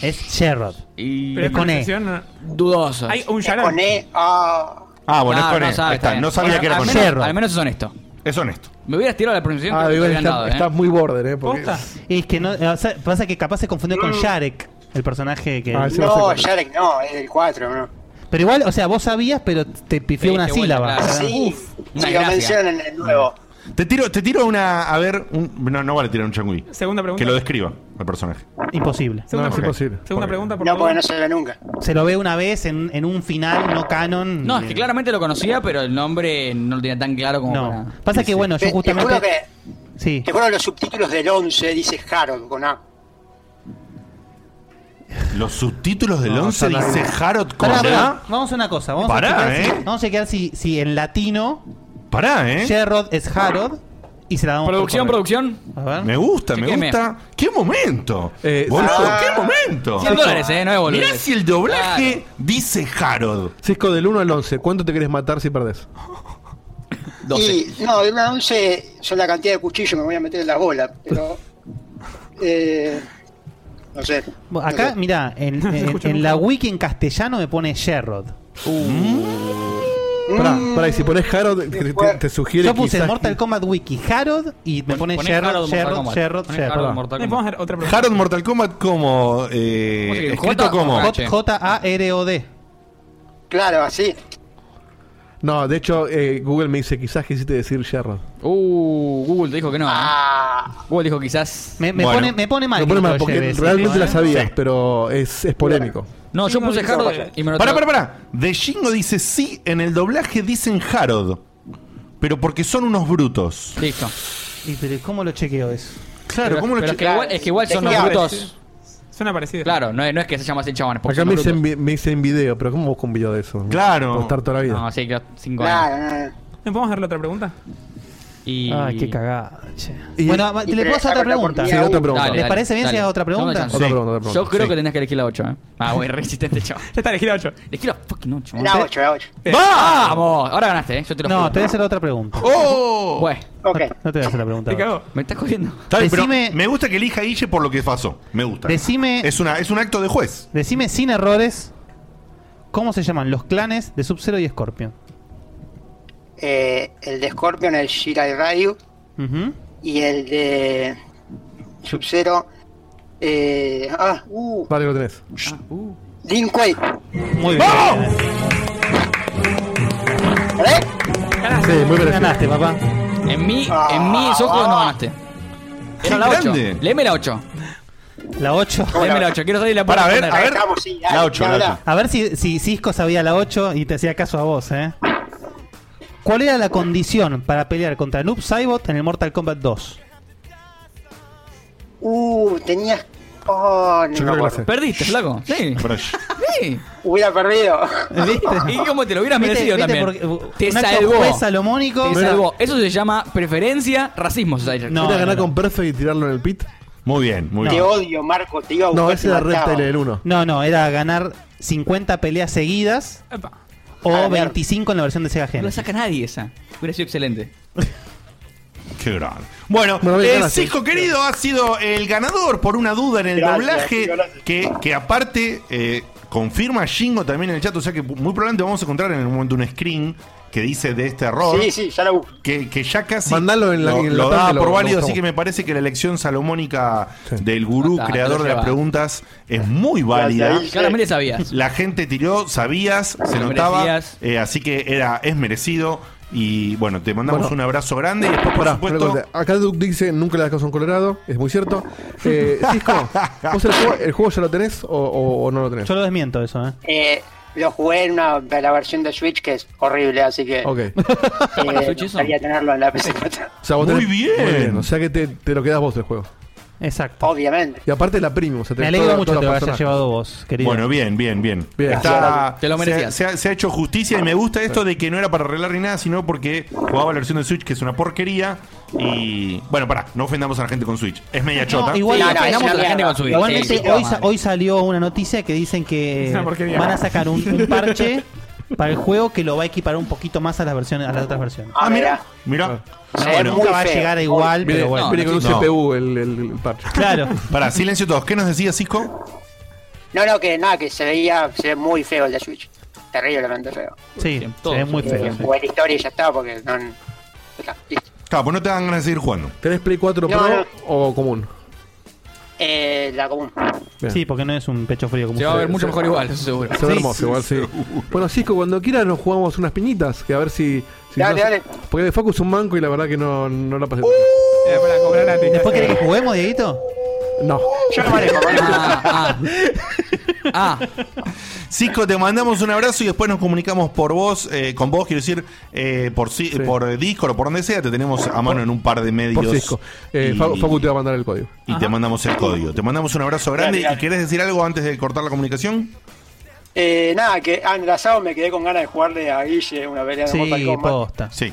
[SPEAKER 3] Es Sherrod.
[SPEAKER 6] Y...
[SPEAKER 4] Pero es con E.
[SPEAKER 6] Dudoso.
[SPEAKER 4] Hay un Sharon.
[SPEAKER 17] Con E, ah.
[SPEAKER 2] Ah, bueno, es con
[SPEAKER 6] no
[SPEAKER 2] E.
[SPEAKER 6] sabe,
[SPEAKER 2] Está,
[SPEAKER 6] bien.
[SPEAKER 2] no sabía
[SPEAKER 6] Bueno,
[SPEAKER 2] que era
[SPEAKER 6] al
[SPEAKER 2] con
[SPEAKER 6] menos-
[SPEAKER 2] Sherrod.
[SPEAKER 6] Al menos es honesto.
[SPEAKER 2] Es honesto.
[SPEAKER 6] Me hubiera tirado la pronunciación
[SPEAKER 5] Ah,
[SPEAKER 6] que
[SPEAKER 5] igual
[SPEAKER 6] te hubieran
[SPEAKER 5] está-
[SPEAKER 6] dado, ¿eh?
[SPEAKER 5] estás muy border, ¿eh? Porque- Mm.
[SPEAKER 3] Es que no, eh, o sea, pasa que capaz se confundió con Sharek, el personaje
[SPEAKER 2] Ah,
[SPEAKER 5] Ah,
[SPEAKER 3] que.
[SPEAKER 17] no,
[SPEAKER 2] E.
[SPEAKER 17] Yarek no, es del 4, ¿no?
[SPEAKER 3] Pero igual, o sea, vos sabías, pero te pifió una sílaba.
[SPEAKER 17] Sí,
[SPEAKER 2] una
[SPEAKER 17] sí, lo
[SPEAKER 2] gracia.
[SPEAKER 17] mencionan en el nuevo.
[SPEAKER 2] Mm. Te tiro, te tiro una. A ver, un- no, no vale tirar un changui.
[SPEAKER 4] Segunda pregunta.
[SPEAKER 2] Que lo describa el personaje.
[SPEAKER 3] Imposible.
[SPEAKER 4] Segunda
[SPEAKER 2] No, es
[SPEAKER 4] pregunta.
[SPEAKER 2] imposible.
[SPEAKER 4] Segunda pregunta, por
[SPEAKER 17] No,
[SPEAKER 4] favor.
[SPEAKER 17] porque no se ve nunca.
[SPEAKER 3] Se lo ve una vez en, en un final no canon. Eh,
[SPEAKER 6] No, es que claramente lo conocía, pero el nombre no lo tenía tan claro como
[SPEAKER 3] No.
[SPEAKER 6] para...
[SPEAKER 3] Pasa que, bueno, yo
[SPEAKER 17] Te- Te
[SPEAKER 3] justamente.
[SPEAKER 17] juro que,
[SPEAKER 3] Sí.
[SPEAKER 17] te juro que los subtítulos del 11 dice Harold con A.
[SPEAKER 2] Los subtítulos del 11
[SPEAKER 3] están
[SPEAKER 2] dice
[SPEAKER 3] ahí.
[SPEAKER 2] Harold con
[SPEAKER 3] Pará, pará,
[SPEAKER 2] A.
[SPEAKER 3] Vamos a una cosa. Vamos
[SPEAKER 2] Pará,
[SPEAKER 3] a chequear si-
[SPEAKER 2] eh.
[SPEAKER 3] vamos a chequear si, si en latino.
[SPEAKER 2] Pará, eh.
[SPEAKER 3] Sherrod es Harold. Y se la damos por
[SPEAKER 6] Producción,
[SPEAKER 3] correo.
[SPEAKER 6] producción.
[SPEAKER 3] A ver.
[SPEAKER 2] Me gusta, me
[SPEAKER 3] Chequeme.
[SPEAKER 2] gusta. ¡Qué momento! Boludo,
[SPEAKER 5] ah.
[SPEAKER 2] ¡Qué momento!
[SPEAKER 5] 100 dólares, eh, no es boludez.
[SPEAKER 2] Mirá si el doblaje dice Harold.
[SPEAKER 5] Cisco, del 1 al 11, ¿cuánto te querés matar si perdés?
[SPEAKER 17] Y, no, de una 11 son la cantidad de cuchillos que me voy a meter en la bola,
[SPEAKER 2] [LAUGHS]
[SPEAKER 17] pero. Eh, no sé.
[SPEAKER 3] Bueno, Acá, mirá,
[SPEAKER 4] [LAUGHS]
[SPEAKER 3] en, en- en la wiki en castellano me pone Sherrod.
[SPEAKER 5] Pará, pará, y si pones Harold, te, te- te sugiere
[SPEAKER 3] Yo puse
[SPEAKER 5] quizás
[SPEAKER 3] Mortal Kombat Wiki, Harold, y me pone Sherrod, Sherrod, Sherrod, Sherrod.
[SPEAKER 4] Eh, Vamos a hacer otra pregunta.
[SPEAKER 2] Harold Mortal Kombat como. Eh,
[SPEAKER 3] J-
[SPEAKER 2] escrito como.
[SPEAKER 3] J-A-R-O-D.
[SPEAKER 17] Claro, así.
[SPEAKER 5] No, de hecho, eh, Google me dice quizás quisiste decir Sherrod.
[SPEAKER 6] Uh, Google te dijo que no. ¿eh? Google dijo quizás.
[SPEAKER 3] Me,
[SPEAKER 5] me Bueno. pone- me pone mal Me pone que mal, lo porque lleve ese realmente tema, la ¿eh? sabías, pero es, polémico.
[SPEAKER 6] No, yo puse Harold y me lo
[SPEAKER 2] Pará,
[SPEAKER 6] tra-
[SPEAKER 2] pará, pará. De Shingo dice sí, en el doblaje dicen Harold. Pero porque son unos brutos.
[SPEAKER 6] Listo.
[SPEAKER 3] Y pero ¿cómo lo chequeo eso?
[SPEAKER 2] Claro,
[SPEAKER 6] Pero-
[SPEAKER 2] ¿cómo lo
[SPEAKER 6] pero es que
[SPEAKER 2] chequeas?
[SPEAKER 6] igual- Es que igual son
[SPEAKER 2] Es
[SPEAKER 6] los
[SPEAKER 2] que-
[SPEAKER 6] brutos.
[SPEAKER 4] Suena parecido.
[SPEAKER 6] Claro, no es, no es que se llama así el chabón. es porque
[SPEAKER 5] Acá
[SPEAKER 6] son
[SPEAKER 5] me
[SPEAKER 6] los
[SPEAKER 5] dicen,
[SPEAKER 6] brutos.
[SPEAKER 5] vi- me dicen video, pero ¿cómo busco un video de eso?
[SPEAKER 2] Claro.
[SPEAKER 5] Puedo estar toda la vida.
[SPEAKER 6] No, sí, que cinco años.
[SPEAKER 17] Claro,
[SPEAKER 4] ¿Me podemos hacerle otra pregunta?
[SPEAKER 6] Y...
[SPEAKER 3] Ay, qué cagada. che. Bueno, va- ¿le puedo hacer otra pregunta?
[SPEAKER 6] Sí, otra pregunta.
[SPEAKER 3] ¿Les parece bien si hago otra pregunta?
[SPEAKER 6] Segunda chance. Yo creo que tenés que elegir la 8, ¿eh? Ah, güey, resistente, chaval. Ya
[SPEAKER 4] está, elegí la 8.
[SPEAKER 6] Elegí la fucking 8.
[SPEAKER 17] La 8, la 8.
[SPEAKER 6] ¡Vamos! Ahora ganaste, ¿eh? Yo te lo
[SPEAKER 3] No,
[SPEAKER 6] juro.
[SPEAKER 3] te voy a hacer otra pregunta.
[SPEAKER 2] ¡Oh!
[SPEAKER 6] Bueno.
[SPEAKER 2] Ok.
[SPEAKER 3] No te voy a hacer la pregunta. ahora.
[SPEAKER 6] Me estás jodiendo.
[SPEAKER 2] Está bien, pero
[SPEAKER 3] Decime-
[SPEAKER 2] me gusta que elija a Guille por lo que pasó. Me gusta.
[SPEAKER 3] Decime-
[SPEAKER 2] Es, una, es un acto de juez.
[SPEAKER 3] Decime sin errores, ¿cómo se llaman los clanes de Sub-Zero y Scorpion?
[SPEAKER 17] Eh, el de Scorpion, el Shirai Ryu
[SPEAKER 3] Ujú.
[SPEAKER 17] y el de Sub-Zero. Eh, ah, uh,
[SPEAKER 5] Vale, lo tenés.
[SPEAKER 17] Lin Kuei.
[SPEAKER 3] Muy bien.
[SPEAKER 5] Sí, muy merecido.
[SPEAKER 3] Ganaste, papá.
[SPEAKER 6] En, mí, en mis ojos no ganaste. Era la 8.
[SPEAKER 2] grande.
[SPEAKER 6] Léeme la 8.
[SPEAKER 3] La 8.
[SPEAKER 6] Léeme la 8. Quiero salir la
[SPEAKER 2] Para, a ver,
[SPEAKER 6] puerta.
[SPEAKER 2] a ver. La 8, la 8.
[SPEAKER 3] A ver si, si Cisco sabía la 8 y te hacía caso a vos, ¿eh? ¿Cuál era la condición para pelear contra Noob Saibot en el Mortal Kombat 2?
[SPEAKER 17] Uh, tenías. Oh, no me acuerdo.
[SPEAKER 6] Perdiste, flaco. Sí. Sí.
[SPEAKER 17] Hubiera perdido. [LAUGHS]
[SPEAKER 6] Y como te lo hubieras
[SPEAKER 3] ¿Viste?
[SPEAKER 6] merecido
[SPEAKER 3] ¿Viste?
[SPEAKER 6] también.
[SPEAKER 3] Porque,
[SPEAKER 6] te
[SPEAKER 3] un acto
[SPEAKER 6] salvó.
[SPEAKER 3] juez salomónico.
[SPEAKER 6] Te
[SPEAKER 3] Mira.
[SPEAKER 6] salvó. Eso se llama preferencia, racismo. Society.
[SPEAKER 5] ¿Quieres ganar con Perfect y tirarlo en el pit?
[SPEAKER 2] Muy bien, muy
[SPEAKER 17] Te odio, Marco, te iba a buscar.
[SPEAKER 5] No, ese
[SPEAKER 17] te
[SPEAKER 5] era
[SPEAKER 17] mataba.
[SPEAKER 5] Reptile el 1.
[SPEAKER 3] No, no, era ganar 50 peleas seguidas
[SPEAKER 6] Ah,
[SPEAKER 3] o
[SPEAKER 6] mierda.
[SPEAKER 3] 25 en la versión de Sega
[SPEAKER 6] No la
[SPEAKER 3] Genesis.
[SPEAKER 6] saca nadie esa. Hubiera sido excelente.
[SPEAKER 2] Qué grande. Bueno,
[SPEAKER 6] bien,
[SPEAKER 2] eh,
[SPEAKER 6] gracias.
[SPEAKER 2] Cisco querido ha sido el ganador por una duda en el
[SPEAKER 6] Gracias,
[SPEAKER 2] doblaje Que, que aparte eh, confirma Shingo también en el chat, o sea que muy probablemente vamos a encontrar en algún momento un screen que dice de este error.
[SPEAKER 17] Sí, sí, ya la busco.
[SPEAKER 2] Que, que ya casi
[SPEAKER 5] Mandalo en la-
[SPEAKER 2] lo,
[SPEAKER 5] en la
[SPEAKER 2] lo
[SPEAKER 5] tarde
[SPEAKER 2] daba
[SPEAKER 5] lo-
[SPEAKER 2] por
[SPEAKER 5] lo
[SPEAKER 2] válido, así
[SPEAKER 5] buscamos.
[SPEAKER 2] que me parece que la elección salomónica del gurú,
[SPEAKER 6] Está,
[SPEAKER 2] creador
[SPEAKER 6] lo
[SPEAKER 2] de las
[SPEAKER 6] lleva.
[SPEAKER 2] preguntas, es muy válida.
[SPEAKER 6] Guille. Claramente sabías.
[SPEAKER 2] La gente tiró, sabías, se
[SPEAKER 6] Lo
[SPEAKER 2] notaba,
[SPEAKER 6] merecías.
[SPEAKER 2] eh, así que era es merecido. Y bueno, te mandamos
[SPEAKER 5] Bueno.
[SPEAKER 2] un abrazo grande y después, por
[SPEAKER 5] Pará,
[SPEAKER 2] supuesto,
[SPEAKER 5] una cosa. acá Duke dice nunca le das cosas a un colorado, es muy cierto. Eh,
[SPEAKER 2] [LAUGHS]
[SPEAKER 5] Cisco, ¿vos el juego, el juego ya lo tenés o, o- o no lo tenés?
[SPEAKER 3] Yo lo desmiento eso, ¿eh?
[SPEAKER 17] Eh, lo jugué en una, en la versión de Switch que es horrible, así que.
[SPEAKER 5] Ok.
[SPEAKER 17] Eh, gustaría tenerlo en la PC4.
[SPEAKER 5] O sea, vos
[SPEAKER 2] Muy
[SPEAKER 5] tenés-
[SPEAKER 2] bien.
[SPEAKER 5] O sea que te, te lo quedas vos el juego.
[SPEAKER 3] Exacto.
[SPEAKER 17] Obviamente.
[SPEAKER 5] Y aparte la premium. O sea,
[SPEAKER 3] Me
[SPEAKER 5] tenés
[SPEAKER 3] alegro
[SPEAKER 5] toda-
[SPEAKER 3] mucho
[SPEAKER 5] todos
[SPEAKER 3] que
[SPEAKER 5] los
[SPEAKER 3] lo hayas
[SPEAKER 5] personajes.
[SPEAKER 3] llevado vos, querido.
[SPEAKER 2] Bueno, bien, bien, bien.
[SPEAKER 5] Bien.
[SPEAKER 2] Está-
[SPEAKER 5] Te lo merecías.
[SPEAKER 2] Se, ha- se ha- se ha hecho justicia y me gusta esto de que no era para arreglar ni nada, sino porque jugaba la versión de Switch, que es una porquería. Y bueno, pará, no ofendamos a la gente con Switch. Es media chota.
[SPEAKER 3] No, igual-
[SPEAKER 6] Sí, ofendamos a la gente con su vida.
[SPEAKER 3] Igualmente,
[SPEAKER 6] Sí, sí,
[SPEAKER 3] hoy,
[SPEAKER 6] sí.
[SPEAKER 5] [LAUGHS]
[SPEAKER 3] sa- hoy salió una noticia que dicen que van a sacar un, un parche para el juego que lo va a equiparar un poquito más a las versiones, a las otras versiones.
[SPEAKER 2] Ah, mira. Mira.
[SPEAKER 3] No, bueno, nunca va a llegar a igual, pero bueno.
[SPEAKER 5] Viene con un
[SPEAKER 2] No.
[SPEAKER 5] CPU el, el, el parche.
[SPEAKER 3] Claro.
[SPEAKER 2] Para, silencio todos. ¿Qué nos decía Cisco?
[SPEAKER 17] No, no, que nada, que se veía se ve muy feo el de Switch. Terriblemente feo.
[SPEAKER 3] Sí, se ve muy feo. sí.
[SPEAKER 17] Buena historia y ya está, porque no. ya está, listo.
[SPEAKER 2] Claro, pues no te dan ganas de seguir jugando.
[SPEAKER 5] ¿Tenés Play 4
[SPEAKER 17] No,
[SPEAKER 5] Pro
[SPEAKER 17] no.
[SPEAKER 5] o común?
[SPEAKER 17] Eh, la común.
[SPEAKER 3] Sí, porque no es un pecho frío como
[SPEAKER 5] Se va a ver mucho mejor igual, eso
[SPEAKER 6] seguro.
[SPEAKER 5] Se ve hermoso, igual sí. Bueno, Cisco, cuando quieras nos jugamos unas piñitas, que a ver si. si
[SPEAKER 17] Dale,
[SPEAKER 5] no-
[SPEAKER 17] dale.
[SPEAKER 5] Porque de Focus es un manco y la verdad que no, no la pasé.
[SPEAKER 3] ¿Después querés que juguemos, Dieguito?
[SPEAKER 5] No.
[SPEAKER 17] Yo no manejo,
[SPEAKER 2] Cisco, Ah, te mandamos un abrazo y después nos comunicamos por vos, eh, con vos, quiero decir, eh, por, si- por Discord o por donde sea, te tenemos a mano en un par de medios.
[SPEAKER 5] Por Cisco. Eh,
[SPEAKER 2] Y-
[SPEAKER 5] Facu Facu te va a mandar el código.
[SPEAKER 2] y te mandamos el código. Te mandamos un abrazo grande.
[SPEAKER 17] Dale, dale.
[SPEAKER 2] ¿Y querés decir algo antes de cortar la comunicación?
[SPEAKER 17] Eh, nada, que ah, en el asado me quedé con ganas de jugarle a Guille una pelea de Mortal Kombat.
[SPEAKER 2] Sí.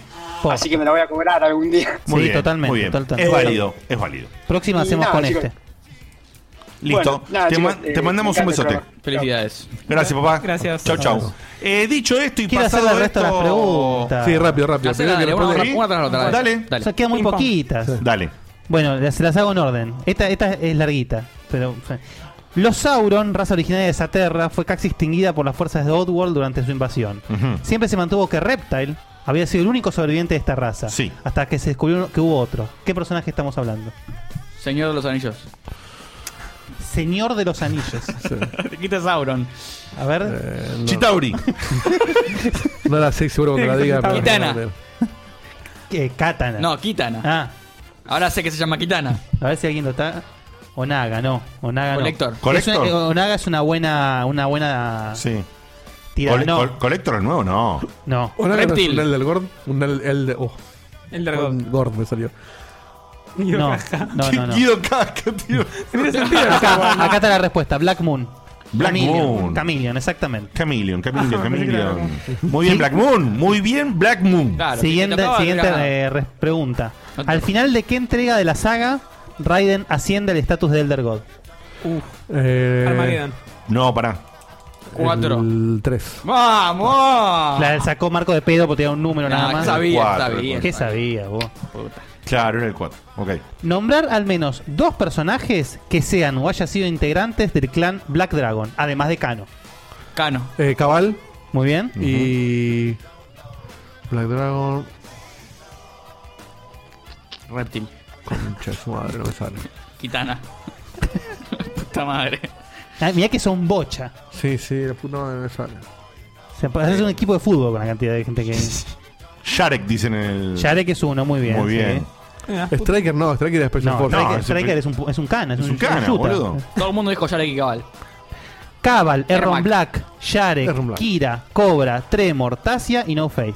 [SPEAKER 17] Así que me la voy a cobrar algún día.
[SPEAKER 2] [LAUGHS] Muy bien, Muy bien. Es válido, es válido.
[SPEAKER 3] Próxima
[SPEAKER 17] Y
[SPEAKER 3] hacemos
[SPEAKER 17] nada,
[SPEAKER 3] con
[SPEAKER 17] chicos.
[SPEAKER 3] este.
[SPEAKER 2] Listo.
[SPEAKER 17] Bueno, nada,
[SPEAKER 2] te,
[SPEAKER 17] chicos,
[SPEAKER 2] man-
[SPEAKER 17] eh,
[SPEAKER 2] te mandamos
[SPEAKER 17] me
[SPEAKER 2] un
[SPEAKER 17] encanta el
[SPEAKER 2] besote.
[SPEAKER 17] programa.
[SPEAKER 6] Felicidades.
[SPEAKER 2] Gracias, papá.
[SPEAKER 4] Gracias.
[SPEAKER 2] Chau, chau. Eh, dicho esto y
[SPEAKER 3] Quiero hacer
[SPEAKER 2] pasado
[SPEAKER 3] el resto de las
[SPEAKER 2] esto-
[SPEAKER 3] preguntas.
[SPEAKER 5] Sí, rápido, rápido.
[SPEAKER 3] Hacela,
[SPEAKER 5] Primero
[SPEAKER 3] dale,
[SPEAKER 5] que
[SPEAKER 3] una-
[SPEAKER 5] responda-
[SPEAKER 3] una tras la otra, dale.
[SPEAKER 5] Dale.
[SPEAKER 3] O sea, quedan muy
[SPEAKER 5] Ping pong.
[SPEAKER 3] poquitas.
[SPEAKER 2] Dale.
[SPEAKER 3] Bueno, las, las hago en orden. Esta, esta es larguita, pero. Los Sauron, raza originaria de Saterra, fue casi extinguida por las fuerzas de Oddworld durante su invasión. Siempre se mantuvo que Reptile había sido el único sobreviviente de esta raza. Hasta que se descubrió que hubo otro. ¿Qué personaje estamos hablando?
[SPEAKER 6] Señor de los Anillos.
[SPEAKER 3] Señor de los
[SPEAKER 2] [LAUGHS]
[SPEAKER 3] Anillos.
[SPEAKER 6] Te quita Sauron.
[SPEAKER 3] A ver.
[SPEAKER 2] Eh, Chitauri.
[SPEAKER 5] No la sé, seguro cuando la diga. pero-
[SPEAKER 6] Kitana.
[SPEAKER 3] Eh, Katana.
[SPEAKER 6] No, Kitana.
[SPEAKER 3] Ah.
[SPEAKER 6] Ahora sé que se llama Kitana.
[SPEAKER 3] A ver si alguien lo está. Onaga, no. Onaga no.
[SPEAKER 6] Collector.
[SPEAKER 3] Es
[SPEAKER 6] Collector.
[SPEAKER 3] una- eh, Onaga es una buena. Una buena.
[SPEAKER 2] Sí.
[SPEAKER 3] Tira,
[SPEAKER 2] Cole-
[SPEAKER 3] no.
[SPEAKER 2] col- ¿Colector es nuevo? No.
[SPEAKER 3] No.
[SPEAKER 5] Hola,
[SPEAKER 3] Reptil.
[SPEAKER 5] ¿no es ¿Un del Gord? Un el, el de. Oh.
[SPEAKER 4] Eldergord.
[SPEAKER 5] Un Gord me salió.
[SPEAKER 3] No, no, [LAUGHS] no, no.
[SPEAKER 2] Guido Casca, tío.
[SPEAKER 3] acá, acá está la respuesta, Black Moon.
[SPEAKER 2] Black
[SPEAKER 3] Chameleon,
[SPEAKER 2] Moon.
[SPEAKER 3] Chameleon, exactamente. [LAUGHS]
[SPEAKER 2] Chameleon, Chameleon,
[SPEAKER 3] Ah, pensé que era
[SPEAKER 2] Chameleon. Muy bien, Black Moon. Muy bien, Black Moon.
[SPEAKER 3] siguiente siguiente eh, res- pregunta. Al final de qué entrega de la saga Raiden asciende al estatus de Elder God?
[SPEAKER 5] Eh,
[SPEAKER 2] No, pará.
[SPEAKER 6] Cuatro.
[SPEAKER 5] El 3.
[SPEAKER 6] ¡Vamos!
[SPEAKER 3] La sacó Marco de pedo porque tenía un número
[SPEAKER 6] Nah,
[SPEAKER 3] nada
[SPEAKER 6] ¿qué
[SPEAKER 3] más.
[SPEAKER 6] sabía? Cuatro, sabía.
[SPEAKER 3] ¿Qué sabía vos?
[SPEAKER 2] Claro, era el 4. Ok.
[SPEAKER 3] Nombrar al menos dos personajes que sean o hayan sido integrantes del clan Black Dragon, además de Kano.
[SPEAKER 6] Cano.
[SPEAKER 5] Eh, Cabal.
[SPEAKER 3] Muy bien.
[SPEAKER 5] Y. Black Dragon.
[SPEAKER 6] Reptil.
[SPEAKER 5] Concha de su madre, no me sale.
[SPEAKER 6] Kitana. [LAUGHS] Puta madre.
[SPEAKER 3] Ah, mirá que son bocha.
[SPEAKER 5] Sí, sí, la puta madre no me sale.
[SPEAKER 3] Se puede hacer un equipo de fútbol con la cantidad de
[SPEAKER 6] [LAUGHS]
[SPEAKER 3] gente que.
[SPEAKER 2] Sharek, dicen en el.
[SPEAKER 3] Yarek es uno, muy bien.
[SPEAKER 2] Muy bien.
[SPEAKER 6] Ah,
[SPEAKER 3] sí.
[SPEAKER 5] Striker no, Striker es Special
[SPEAKER 3] No,
[SPEAKER 5] Forces.
[SPEAKER 3] Striker, Striker es, un, pu- es un cana, es, un, es un shooter.
[SPEAKER 6] Todo el mundo dijo Yarek y Cabal.
[SPEAKER 3] Cabal,
[SPEAKER 6] Ermac.
[SPEAKER 3] Erron Black, Yarek,
[SPEAKER 6] Erron Black.
[SPEAKER 3] Kira, Cobra, Tremor, Tasia y No Face.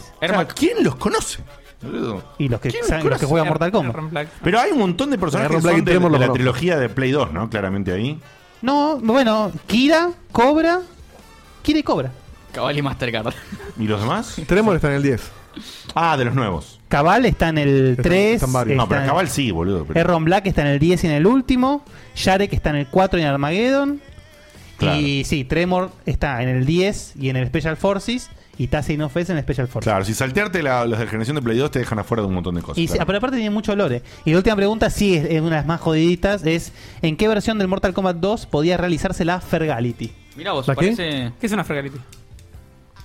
[SPEAKER 2] ¿Quién los conoce? boludo?
[SPEAKER 3] Y los que,
[SPEAKER 2] ¿Quién
[SPEAKER 3] saben- los
[SPEAKER 2] conoce?
[SPEAKER 3] que juegan Mortal Kombat.
[SPEAKER 2] Pero hay un montón de personajes que
[SPEAKER 3] Erron Black
[SPEAKER 2] son
[SPEAKER 3] y
[SPEAKER 2] de,
[SPEAKER 3] Tremor
[SPEAKER 2] de
[SPEAKER 3] los
[SPEAKER 2] la
[SPEAKER 3] conozco.
[SPEAKER 2] trilogía de Play 2, ¿no? Claramente ahí.
[SPEAKER 3] No, bueno, Kira, Cobra, Kira y Cobra.
[SPEAKER 6] Cabal y Mastercard.
[SPEAKER 2] ¿Y los demás?
[SPEAKER 3] [LAUGHS]
[SPEAKER 5] Tremor está en el 10.
[SPEAKER 2] Ah, de los nuevos.
[SPEAKER 3] Cabal está en el 3.
[SPEAKER 2] No, pero
[SPEAKER 3] está en-
[SPEAKER 2] Cabal sí, boludo. pero-
[SPEAKER 3] Erron Black está en el 10 y en el último. Yarek está en el 4 y en Armageddon.
[SPEAKER 2] Claro.
[SPEAKER 3] Y sí, Tremor está en el 10 y en el Special Forces. Y Tasia y No Face en el Special Forces.
[SPEAKER 2] Claro, si saltearte la, los de generación de Play 2 te dejan afuera de un montón de cosas.
[SPEAKER 3] Y sí,
[SPEAKER 2] claro.
[SPEAKER 3] pero aparte tiene mucho lore. Y la última pregunta, sí, es, es una de las más jodiditas, es ¿en qué versión del Mortal Kombat 2 podía realizarse la Fergality?
[SPEAKER 6] Mirá vos,
[SPEAKER 3] ¿La qué?
[SPEAKER 6] parece.
[SPEAKER 4] ¿Qué es una Fergality?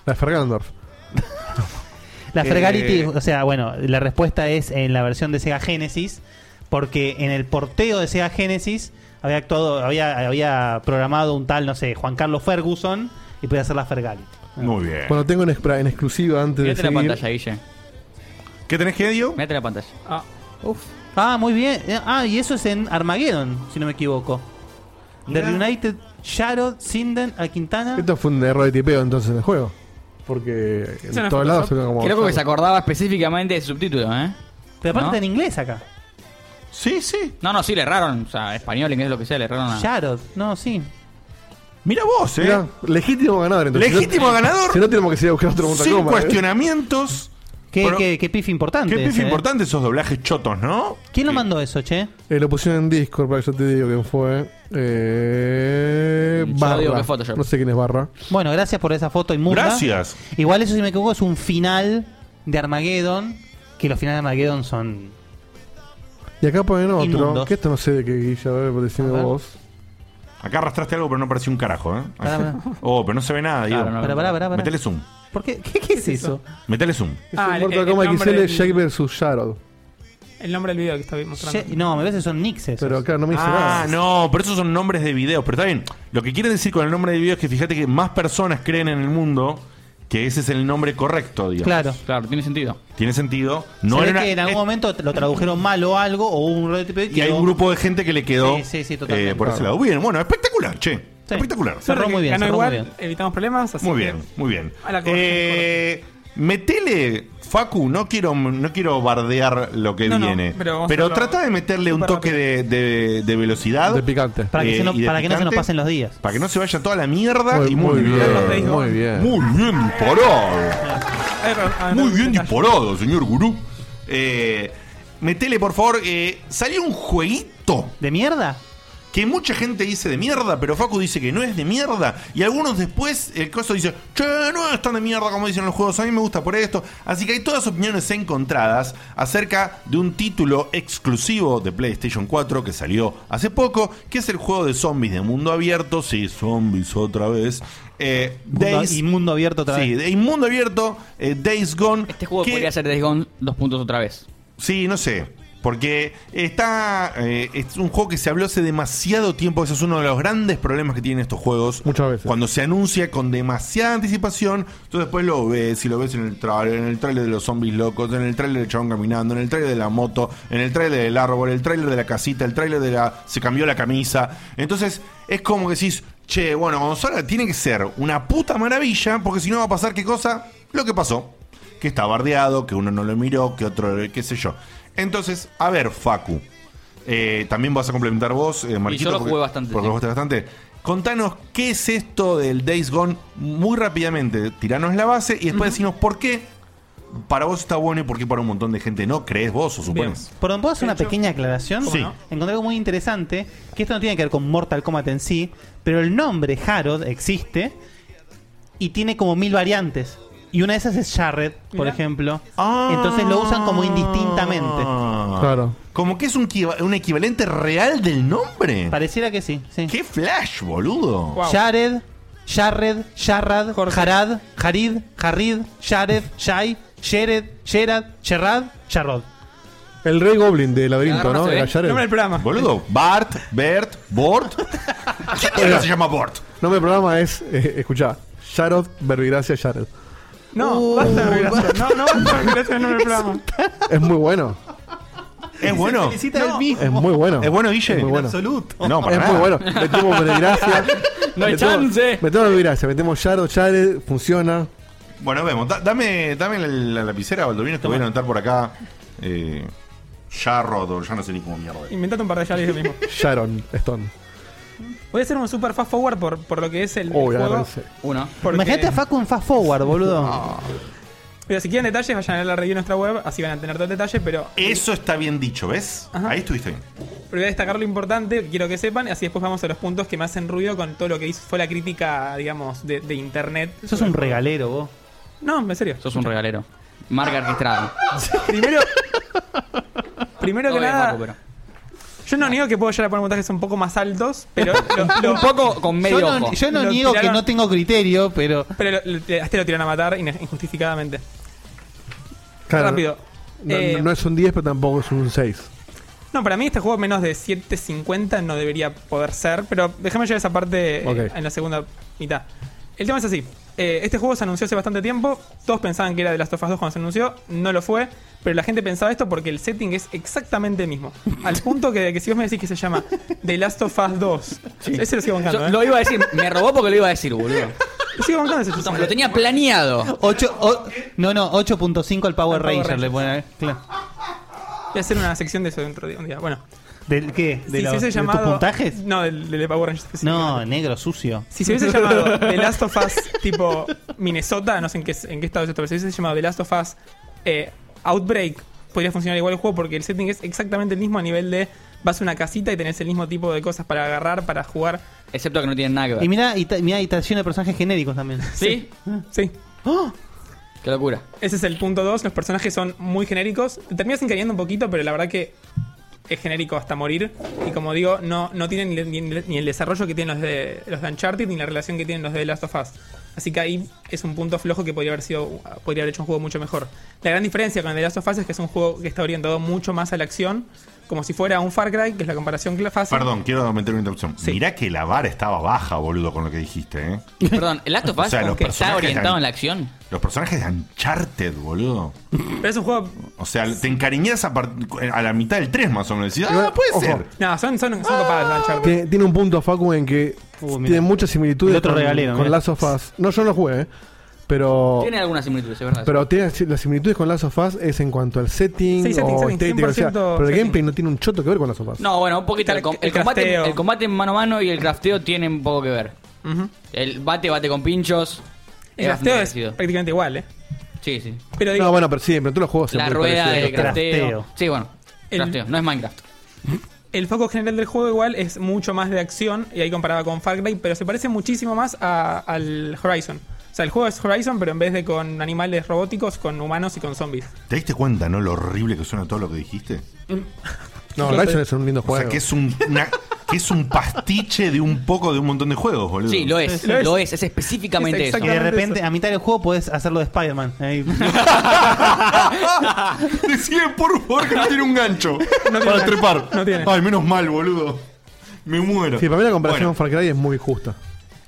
[SPEAKER 5] La Fergandorf.
[SPEAKER 3] [LAUGHS] La
[SPEAKER 5] Eh,
[SPEAKER 3] Fergality, o sea, bueno, la respuesta es en la versión de Sega Genesis, porque en el porteo de Sega Genesis había actuado, había, había programado un tal, no sé, Juan Carlos Ferguson y podía hacer la Fergality.
[SPEAKER 2] Muy bien.
[SPEAKER 5] Ah. Bueno, tengo en, expra- en exclusiva antes de
[SPEAKER 6] Mirate la
[SPEAKER 5] seguir.
[SPEAKER 6] pantalla, Guille.
[SPEAKER 2] ¿Qué tenés que Dio?
[SPEAKER 6] Mirate la pantalla.
[SPEAKER 4] Ah.
[SPEAKER 3] Ah, muy bien. Eh, Ah, y eso es en Armageddon, si no me equivoco. The
[SPEAKER 5] Mirá.
[SPEAKER 3] United Shadow, Sinden, a Quintana.
[SPEAKER 5] Esto fue un error de tipeo entonces en el juego. Porque
[SPEAKER 3] no
[SPEAKER 5] en
[SPEAKER 3] es
[SPEAKER 5] todos lados se ve como.
[SPEAKER 6] Qué loco que se acordaba específicamente de ese subtítulo, ¿eh?
[SPEAKER 3] Pero aparte
[SPEAKER 6] ¿No?
[SPEAKER 3] está en inglés acá.
[SPEAKER 2] Sí, sí.
[SPEAKER 6] No, no, sí, le erraron. O sea, español, inglés, lo que sea, le erraron a.
[SPEAKER 3] Sharod, no, sí.
[SPEAKER 2] Mira vos, eh.
[SPEAKER 5] Mirá, legítimo ganador entonces.
[SPEAKER 2] Legítimo
[SPEAKER 5] Si no-
[SPEAKER 2] ganador.
[SPEAKER 5] Si no tenemos que seguir a buscar otro Mortal
[SPEAKER 2] Sin
[SPEAKER 5] Kombat, eh.
[SPEAKER 2] cuestionamientos.
[SPEAKER 3] Qué,
[SPEAKER 2] Pero-
[SPEAKER 3] qué- qué pif importante.
[SPEAKER 2] Qué pif
[SPEAKER 3] ese, eh.
[SPEAKER 2] importante esos doblajes chotos, ¿no?
[SPEAKER 3] ¿Quién lo mandó eso, che?
[SPEAKER 5] Eh, lo pusieron en Discord, para que yo te digo quién fue. Eh,
[SPEAKER 3] Yo
[SPEAKER 5] barra.
[SPEAKER 3] digo que es Photoshop.
[SPEAKER 5] No sé quién es Barra.
[SPEAKER 3] Bueno, gracias por esa foto inmunda.
[SPEAKER 5] Gracias.
[SPEAKER 3] Igual eso, si me equivoco, es un final de Armageddon. Que los finales de Armageddon son...
[SPEAKER 5] Y acá ponen otro,
[SPEAKER 3] Inmundos.
[SPEAKER 5] que esto no sé de qué guilla, a ver, decime vos.
[SPEAKER 2] Acá arrastraste algo, pero no pareció un carajo, ¿eh?
[SPEAKER 3] Pará, pará.
[SPEAKER 2] [LAUGHS] Oh, pero no se ve nada, Diego.
[SPEAKER 3] no, Pará, pará, pará, pará.
[SPEAKER 2] Metele zoom.
[SPEAKER 3] ¿Por qué? ¿Qué, qué es eso?
[SPEAKER 2] Metele zoom.
[SPEAKER 5] Es
[SPEAKER 4] Ah,
[SPEAKER 5] un
[SPEAKER 4] el-
[SPEAKER 5] Mortal
[SPEAKER 4] el
[SPEAKER 5] Kombat
[SPEAKER 4] nombre
[SPEAKER 5] XL
[SPEAKER 4] del-
[SPEAKER 5] Jack vs. Jarod.
[SPEAKER 4] El nombre del video que estoy mostrando.
[SPEAKER 3] Ye- no, me parece que son Nix esos.
[SPEAKER 5] Pero acá no
[SPEAKER 2] Ah, no, pero esos son nombres de videos. Pero está bien. Lo que quiere decir con el nombre de video es que fíjate que más personas creen en el mundo que ese es el nombre correcto, digamos.
[SPEAKER 3] Claro.
[SPEAKER 6] Claro, tiene sentido.
[SPEAKER 2] Tiene sentido.
[SPEAKER 3] No
[SPEAKER 2] No era una-
[SPEAKER 3] que en algún momento lo tradujeron mal o algo, o hubo un error de tipo-
[SPEAKER 2] Y hay un grupo de gente que le quedó
[SPEAKER 3] Sí, sí, sí,
[SPEAKER 2] eh,
[SPEAKER 3] totalmente.
[SPEAKER 2] por ese lado. Bien, bueno, espectacular, che. Espectacular.
[SPEAKER 4] Cerró muy bien. Ganó igual, evitamos problemas. así
[SPEAKER 2] Muy
[SPEAKER 4] que-
[SPEAKER 2] bien, muy bien.
[SPEAKER 4] A la
[SPEAKER 2] Eh, metele, Facu, no quiero, no quiero bardear lo que
[SPEAKER 4] No, no,
[SPEAKER 2] viene.
[SPEAKER 4] pero
[SPEAKER 2] pero
[SPEAKER 4] vamos a hacerlo
[SPEAKER 2] trata de meterle un toque de, de- de velocidad. eh, De
[SPEAKER 5] picante.
[SPEAKER 3] Para que se no- para que no se nos pasen los días.
[SPEAKER 2] Para que no se vaya toda la mierda.
[SPEAKER 5] Muy-
[SPEAKER 2] y
[SPEAKER 5] muy
[SPEAKER 2] muy,
[SPEAKER 5] bien,
[SPEAKER 2] bien.
[SPEAKER 5] muy bien.
[SPEAKER 2] Muy bien disparado. Muy bien disparado, señor gurú. Eh, metele, por favor. eh, salió un jueguito.
[SPEAKER 3] ¿De mierda?
[SPEAKER 2] Que mucha gente dice de mierda, pero Facu dice que no es de mierda. Y algunos después, el coso dice, che, no es tan de mierda como dicen los juegos, a mí me gusta por esto. Así que hay todas opiniones encontradas acerca de un título exclusivo de PlayStation 4 que salió hace poco, que es el juego de zombies de mundo abierto. Sí, zombies otra vez. Eh,
[SPEAKER 3] Mundo-
[SPEAKER 2] Days-
[SPEAKER 3] y mundo abierto otra
[SPEAKER 2] Sí,
[SPEAKER 3] vez.
[SPEAKER 2] de Inmundo Abierto, eh, Days Gone.
[SPEAKER 6] Este juego podría ser Days Gone dos puntos otra vez.
[SPEAKER 2] Sí, no sé. Porque está. eh, es un juego que se habló hace demasiado tiempo. Ese es uno de los grandes problemas que tienen estos juegos.
[SPEAKER 5] Muchas veces.
[SPEAKER 2] Cuando se anuncia con demasiada anticipación, tú después lo ves y lo ves en el trailer, en el trailer de los zombies locos, en el trailer del chabón caminando, en el trailer de la moto, en el trailer del árbol, el trailer de la casita, el trailer de la. se cambió la camisa. Entonces, es como que decís, che, bueno, Gonzalo tiene que ser una puta maravilla, porque si no va a pasar qué cosa, lo que pasó que está bardeado, que uno no lo miró, que otro, qué sé yo. Entonces, a ver, Facu, eh, también vas a complementar vos, eh, Marquito,
[SPEAKER 6] yo lo
[SPEAKER 2] porque-
[SPEAKER 6] jugué bastante,
[SPEAKER 2] Porque
[SPEAKER 6] sí.
[SPEAKER 2] jugaste bastante. Contanos qué es esto del Days Gone muy rápidamente. Tiranos la base y después decinos por qué para vos está bueno y por qué para un montón de gente no. ¿Crees vos o supones?
[SPEAKER 3] Perdón, ¿puedo hacer una pequeña aclaración?
[SPEAKER 2] Sí.
[SPEAKER 3] Encontré algo muy interesante, que esto no tiene que ver con Mortal Kombat en sí, pero el nombre Harold existe y tiene como mil variantes. Y una de esas es Jared, por
[SPEAKER 2] Mirá.
[SPEAKER 3] ejemplo.
[SPEAKER 2] Ah.
[SPEAKER 3] Entonces lo usan como indistintamente.
[SPEAKER 5] Claro.
[SPEAKER 2] Como que es un, equiva- un equivalente real del nombre.
[SPEAKER 3] Pareciera que sí. sí.
[SPEAKER 2] ¡Qué flash, boludo!
[SPEAKER 3] Jared, Jared, Jarrad, Jarad, Jarid, Jarid, Jared, Shai, Jared, Gerad, Gerad, Jarrod.
[SPEAKER 5] El Rey Goblin de Laberinto, ¿no? Era Jared.
[SPEAKER 4] programa.
[SPEAKER 2] Boludo, Bart, Bert, Bort.
[SPEAKER 6] [LAUGHS]
[SPEAKER 2] ¿Qué mierda se llama Bort?
[SPEAKER 5] Nombre del programa es, eh, escuchá, Jarod, Verbigracia, Jared.
[SPEAKER 4] No,
[SPEAKER 3] Uh.
[SPEAKER 4] basta de gracias. No, no, basta de gracias,
[SPEAKER 5] [LAUGHS]
[SPEAKER 4] no me programa.
[SPEAKER 5] Es muy bueno.
[SPEAKER 2] Es bueno.
[SPEAKER 3] Felicita el mismo.
[SPEAKER 5] Es muy bueno.
[SPEAKER 2] Es bueno, Guille.
[SPEAKER 5] Es muy bueno.
[SPEAKER 2] En absoluto. No, para
[SPEAKER 5] es
[SPEAKER 2] nada.
[SPEAKER 5] muy bueno. Metemos Verbigracia.
[SPEAKER 2] No hay
[SPEAKER 5] metemos-
[SPEAKER 2] chance.
[SPEAKER 5] Metemos Verbigracia, metemos Jarod, Jared, funciona.
[SPEAKER 2] Bueno, vemos. Da- dame, dame la, la lapicera, Baldovino, que voy a anotar por acá. Eh, Jarrod, o ya no sé ni cómo mierda.
[SPEAKER 4] Inventate un par de Jarvis mismo.
[SPEAKER 5] [LAUGHS] Sharon Stone.
[SPEAKER 4] Voy a hacer un super fast forward por, por lo que es el.
[SPEAKER 5] Oh,
[SPEAKER 4] el
[SPEAKER 5] la
[SPEAKER 4] juego.
[SPEAKER 5] pensé.
[SPEAKER 6] Uno.
[SPEAKER 4] Porque-
[SPEAKER 3] Imagínate a Facu en Fast Forward, boludo.
[SPEAKER 4] Pero si quieren detalles, vayan a la review de nuestra web, así van a tener todo el detalle, pero.
[SPEAKER 2] Eso está bien dicho, ¿ves? Ahí estuviste bien.
[SPEAKER 4] Pero voy a destacar lo importante, que quiero que sepan, así después vamos a los puntos que me hacen ruido con todo lo que hizo, fue la crítica, digamos, de, de internet.
[SPEAKER 3] Sos un regalero, vos.
[SPEAKER 4] No, en serio.
[SPEAKER 6] Sos un regalero. Marca registrada.
[SPEAKER 4] Primero. primero que
[SPEAKER 6] Todo bien,
[SPEAKER 4] nada.
[SPEAKER 6] Marco, pero-
[SPEAKER 4] Yo no niego que puedo llegar a poner montajes un poco más altos,
[SPEAKER 6] [LAUGHS]
[SPEAKER 4] pero.
[SPEAKER 6] Un poco con medio
[SPEAKER 3] yo no,
[SPEAKER 6] ojo.
[SPEAKER 3] yo no
[SPEAKER 4] Lo
[SPEAKER 3] niego que
[SPEAKER 4] tiraron-
[SPEAKER 3] no tengo criterio, pero.
[SPEAKER 4] Pero lo- lo- a este lo tiran a matar ine- injustificadamente.
[SPEAKER 5] Claro.
[SPEAKER 4] Rápido.
[SPEAKER 5] No,
[SPEAKER 4] Eh,
[SPEAKER 5] no es un 10, pero tampoco es un 6.
[SPEAKER 4] No, para mí este juego menos de 7.50 no debería poder ser, pero déjame llegar a esa parte eh,
[SPEAKER 5] Ok.
[SPEAKER 4] en la segunda mitad. El tema es así. eh, este juego se anunció hace bastante tiempo. Todos pensaban que era de Last of Us 2 cuando se anunció. No lo fue. Pero la gente pensaba esto porque el setting es exactamente el mismo. Al punto que, que si vos me decís que se llama The Last of Us 2. Ese lo sigo bancando.
[SPEAKER 6] Yo
[SPEAKER 4] ¿eh?
[SPEAKER 6] Lo iba a decir, me robó porque lo iba a decir, boludo.
[SPEAKER 4] Lo sigo bancando ese chiste.
[SPEAKER 6] Lo tenía planeado.
[SPEAKER 3] Ocho- o- no, no, 8.5 al Power
[SPEAKER 4] Al Power
[SPEAKER 3] Ranger,
[SPEAKER 4] Ranger.
[SPEAKER 3] le ponen. Claro.
[SPEAKER 4] Voy a hacer una sección de eso dentro de un día. Bueno.
[SPEAKER 3] ¿Del qué? ¿De,
[SPEAKER 4] si
[SPEAKER 3] la-
[SPEAKER 4] se hubiese
[SPEAKER 3] de
[SPEAKER 4] llamado-
[SPEAKER 3] tus
[SPEAKER 4] [LAUGHS]
[SPEAKER 3] puntajes?
[SPEAKER 4] No, del, del de Power Rangers.
[SPEAKER 3] No, negro, sucio.
[SPEAKER 4] Si se hubiese
[SPEAKER 3] [LAUGHS]
[SPEAKER 4] llamado The Last of Us tipo Minnesota, no sé en qué, en qué estado es esto, pero si se hubiese llamado The Last of Us Eh, Outbreak podría funcionar igual el juego porque el setting es exactamente el mismo a nivel de vas a una casita y tenés el mismo tipo de cosas para agarrar, para jugar.
[SPEAKER 6] Excepto que no tienen nada que ver.
[SPEAKER 3] Y mira, y, ta- mirá, y está lleno de personajes genéricos también.
[SPEAKER 6] ¿Sí?
[SPEAKER 4] Sí.
[SPEAKER 6] Qué locura.
[SPEAKER 4] Ese es el punto 2. Los personajes son muy genéricos. Te terminas encariñando un poquito, pero la verdad que es genérico hasta morir. Y como digo, no, no tienen ni, ni- ni el desarrollo que tienen los de, los de Uncharted ni la relación que tienen los de Last of Us. Así que ahí es un punto flojo que podría haber sido podría haber hecho un juego mucho mejor. La gran diferencia con el de Last of Us es que es un juego que está orientado mucho más a la acción, como si fuera un Far Cry, que es la comparación cla- fácil.
[SPEAKER 2] Perdón, quiero meter una interrupción. Mirá que la vara estaba baja, boludo, con lo que dijiste, ¿eh?
[SPEAKER 6] Perdón, ¿el Last of Us
[SPEAKER 2] O sea, los
[SPEAKER 6] está
[SPEAKER 2] personajes
[SPEAKER 6] orientado
[SPEAKER 2] eran-
[SPEAKER 6] en la acción?
[SPEAKER 2] Los personajes de Uncharted, boludo.
[SPEAKER 4] Pero es un juego.
[SPEAKER 2] O sea, te encariñas a, part- a la mitad del 3 más o menos. Decís, ah, puede
[SPEAKER 5] Ojo.
[SPEAKER 2] ser.
[SPEAKER 4] No, son, son, son copadas las Uncharted.
[SPEAKER 5] Tiene, tiene un punto Facu en que
[SPEAKER 4] mirá.
[SPEAKER 5] tiene muchas similitudes
[SPEAKER 4] El otro
[SPEAKER 5] con,
[SPEAKER 4] regalero,
[SPEAKER 5] con
[SPEAKER 4] mirá.
[SPEAKER 5] Last of Us. No, yo no jugué, ¿eh?
[SPEAKER 2] Oh.
[SPEAKER 5] pero
[SPEAKER 6] Tiene algunas similitudes, es verdad.
[SPEAKER 5] pero tiene si- las similitudes con Last of Us es en cuanto al setting,
[SPEAKER 6] Sí, setting,
[SPEAKER 5] o
[SPEAKER 6] setting,
[SPEAKER 5] estética, o sea,
[SPEAKER 6] 100%
[SPEAKER 5] pero el
[SPEAKER 6] setting.
[SPEAKER 5] gameplay no tiene un choto que ver con Last of Us.
[SPEAKER 6] No, bueno, un poquito. El, com- el combate,
[SPEAKER 5] crafteo.
[SPEAKER 6] el combate mano a mano y el crafteo tienen un poco que ver. El bate, bate con pinchos.
[SPEAKER 4] El
[SPEAKER 6] bastante
[SPEAKER 4] crafteo es
[SPEAKER 6] parecido.
[SPEAKER 4] prácticamente igual, ¿eh?
[SPEAKER 6] Sí, sí.
[SPEAKER 4] Pero digo-
[SPEAKER 5] no, bueno, pero siempre, todos los juegos
[SPEAKER 6] La
[SPEAKER 5] siempre
[SPEAKER 6] rueda
[SPEAKER 5] parecen-
[SPEAKER 6] del crafteo. Sí, bueno.
[SPEAKER 4] El-
[SPEAKER 6] Crafteo, no es Minecraft.
[SPEAKER 4] El foco general del juego igual es mucho más de acción, y ahí comparaba con Far Cry, pero se parece muchísimo más a- al Horizon. O sea, el juego es Horizon, pero en vez de con animales robóticos, con humanos y con zombies.
[SPEAKER 2] ¿Te diste cuenta, no? Lo horrible que suena todo lo que dijiste.
[SPEAKER 5] No, Horizon es un lindo
[SPEAKER 2] O sea,
[SPEAKER 5] juego.
[SPEAKER 2] que es un, una- que es un pastiche de un poco de un montón de juegos, boludo.
[SPEAKER 6] Sí, lo es, lo es, es, específicamente eso.
[SPEAKER 3] Y de repente, a mitad del juego podés hacerlo de Spider-Man.
[SPEAKER 2] [LAUGHS]
[SPEAKER 3] Ahí.
[SPEAKER 2] [LAUGHS] Decime, por favor, que no tiene un gancho para trepar.
[SPEAKER 4] No tiene.
[SPEAKER 2] Ay, menos mal, boludo. Me muero.
[SPEAKER 5] Sí, para mí la comparación
[SPEAKER 2] Bueno.
[SPEAKER 5] con Far Cry es muy justa.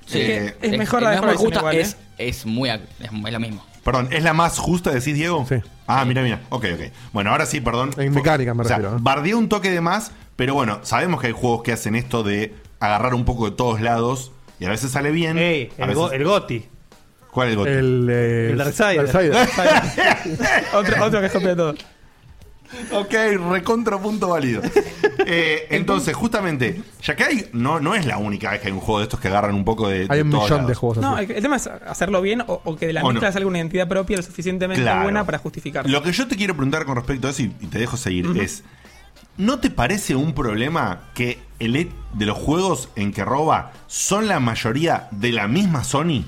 [SPEAKER 6] Sí.
[SPEAKER 2] Eh,
[SPEAKER 4] es mejor la de
[SPEAKER 6] mejor
[SPEAKER 4] Horizon
[SPEAKER 6] justa,
[SPEAKER 4] igual, ¿eh?
[SPEAKER 6] es, es muy ac- es, es lo mismo.
[SPEAKER 2] Perdón, ¿es la más justa, decís, Diego? Sí. Ah, mira, mira. Ok, ok. Bueno, ahora sí, perdón. En mecánica me
[SPEAKER 5] refiero, ¿eh?
[SPEAKER 2] Bardeé un toque de más, pero bueno, sabemos que hay juegos que hacen esto de agarrar un poco de todos lados y a veces sale bien. a
[SPEAKER 3] el
[SPEAKER 2] veces-
[SPEAKER 3] go- el Goti.
[SPEAKER 2] ¿Cuál es el Goti?
[SPEAKER 5] El, eh,
[SPEAKER 3] El Darksider.
[SPEAKER 2] [LAUGHS]
[SPEAKER 4] [LAUGHS] otro, otro que copia todo.
[SPEAKER 2] Ok, recontra punto válido. Eh, entonces, justamente, ya que hay, no, no es la única vez que hay un juego de estos que agarran un poco de. de todos lados.
[SPEAKER 4] No, el, el tema es hacerlo bien o, o que de la
[SPEAKER 2] O no.
[SPEAKER 4] mezcla salga una identidad propia lo suficientemente
[SPEAKER 2] Claro.
[SPEAKER 4] buena para justificarlo.
[SPEAKER 2] Lo que yo te quiero preguntar con respecto a eso, y y te dejo seguir,
[SPEAKER 4] Ujú.
[SPEAKER 2] es. ¿No te parece un problema que el e- de los juegos en que roba son la mayoría de la misma Sony?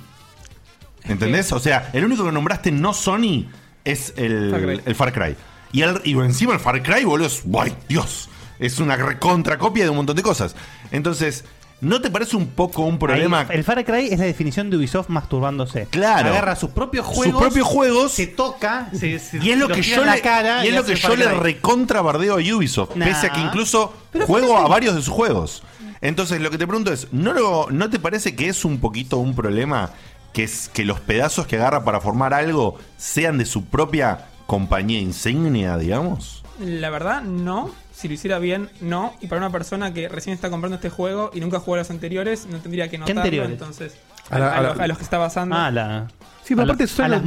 [SPEAKER 2] ¿Entendés? O sea, el único que nombraste no Sony es el
[SPEAKER 5] Far
[SPEAKER 2] el Far
[SPEAKER 5] Cry.
[SPEAKER 2] Cry. Y, el- y encima el Far Cry, boludo, es. ¡Ay, Dios! Es una recontracopia de un montón de cosas. Entonces, ¿no te parece un poco un problema?
[SPEAKER 3] Ahí, el Far Cry es la definición de Ubisoft masturbándose.
[SPEAKER 2] Claro.
[SPEAKER 3] Agarra sus propios
[SPEAKER 2] Sus
[SPEAKER 3] juegos.
[SPEAKER 2] propios juegos.
[SPEAKER 3] Se toca. se- se-
[SPEAKER 2] Y es lo
[SPEAKER 3] los
[SPEAKER 2] que
[SPEAKER 3] tira
[SPEAKER 2] yo
[SPEAKER 3] en la
[SPEAKER 2] le,
[SPEAKER 3] cara
[SPEAKER 2] y es lo
[SPEAKER 3] hace
[SPEAKER 2] que
[SPEAKER 3] el
[SPEAKER 2] yo
[SPEAKER 3] Far
[SPEAKER 2] le
[SPEAKER 3] Cry.
[SPEAKER 2] recontravardeo a Ubisoft,
[SPEAKER 3] Nah.
[SPEAKER 2] pese a que incluso juego a varios de sus juegos. Entonces, lo que te pregunto es, ¿no, lo- ¿no te parece que es un poquito un problema que, es, que los pedazos que agarra para formar algo sean de su propia compañía insignia, digamos?
[SPEAKER 4] La verdad, no. Si lo hiciera bien, no. Y para una persona que recién está comprando este juego y nunca jugó a los anteriores, no tendría que notarlo.
[SPEAKER 3] anteriores?
[SPEAKER 4] Entonces,
[SPEAKER 5] A
[SPEAKER 4] a,
[SPEAKER 5] la-
[SPEAKER 4] a
[SPEAKER 5] a la-
[SPEAKER 4] los, a los que está basando.
[SPEAKER 3] Ah, la.
[SPEAKER 5] Sí, pero aparte Sony,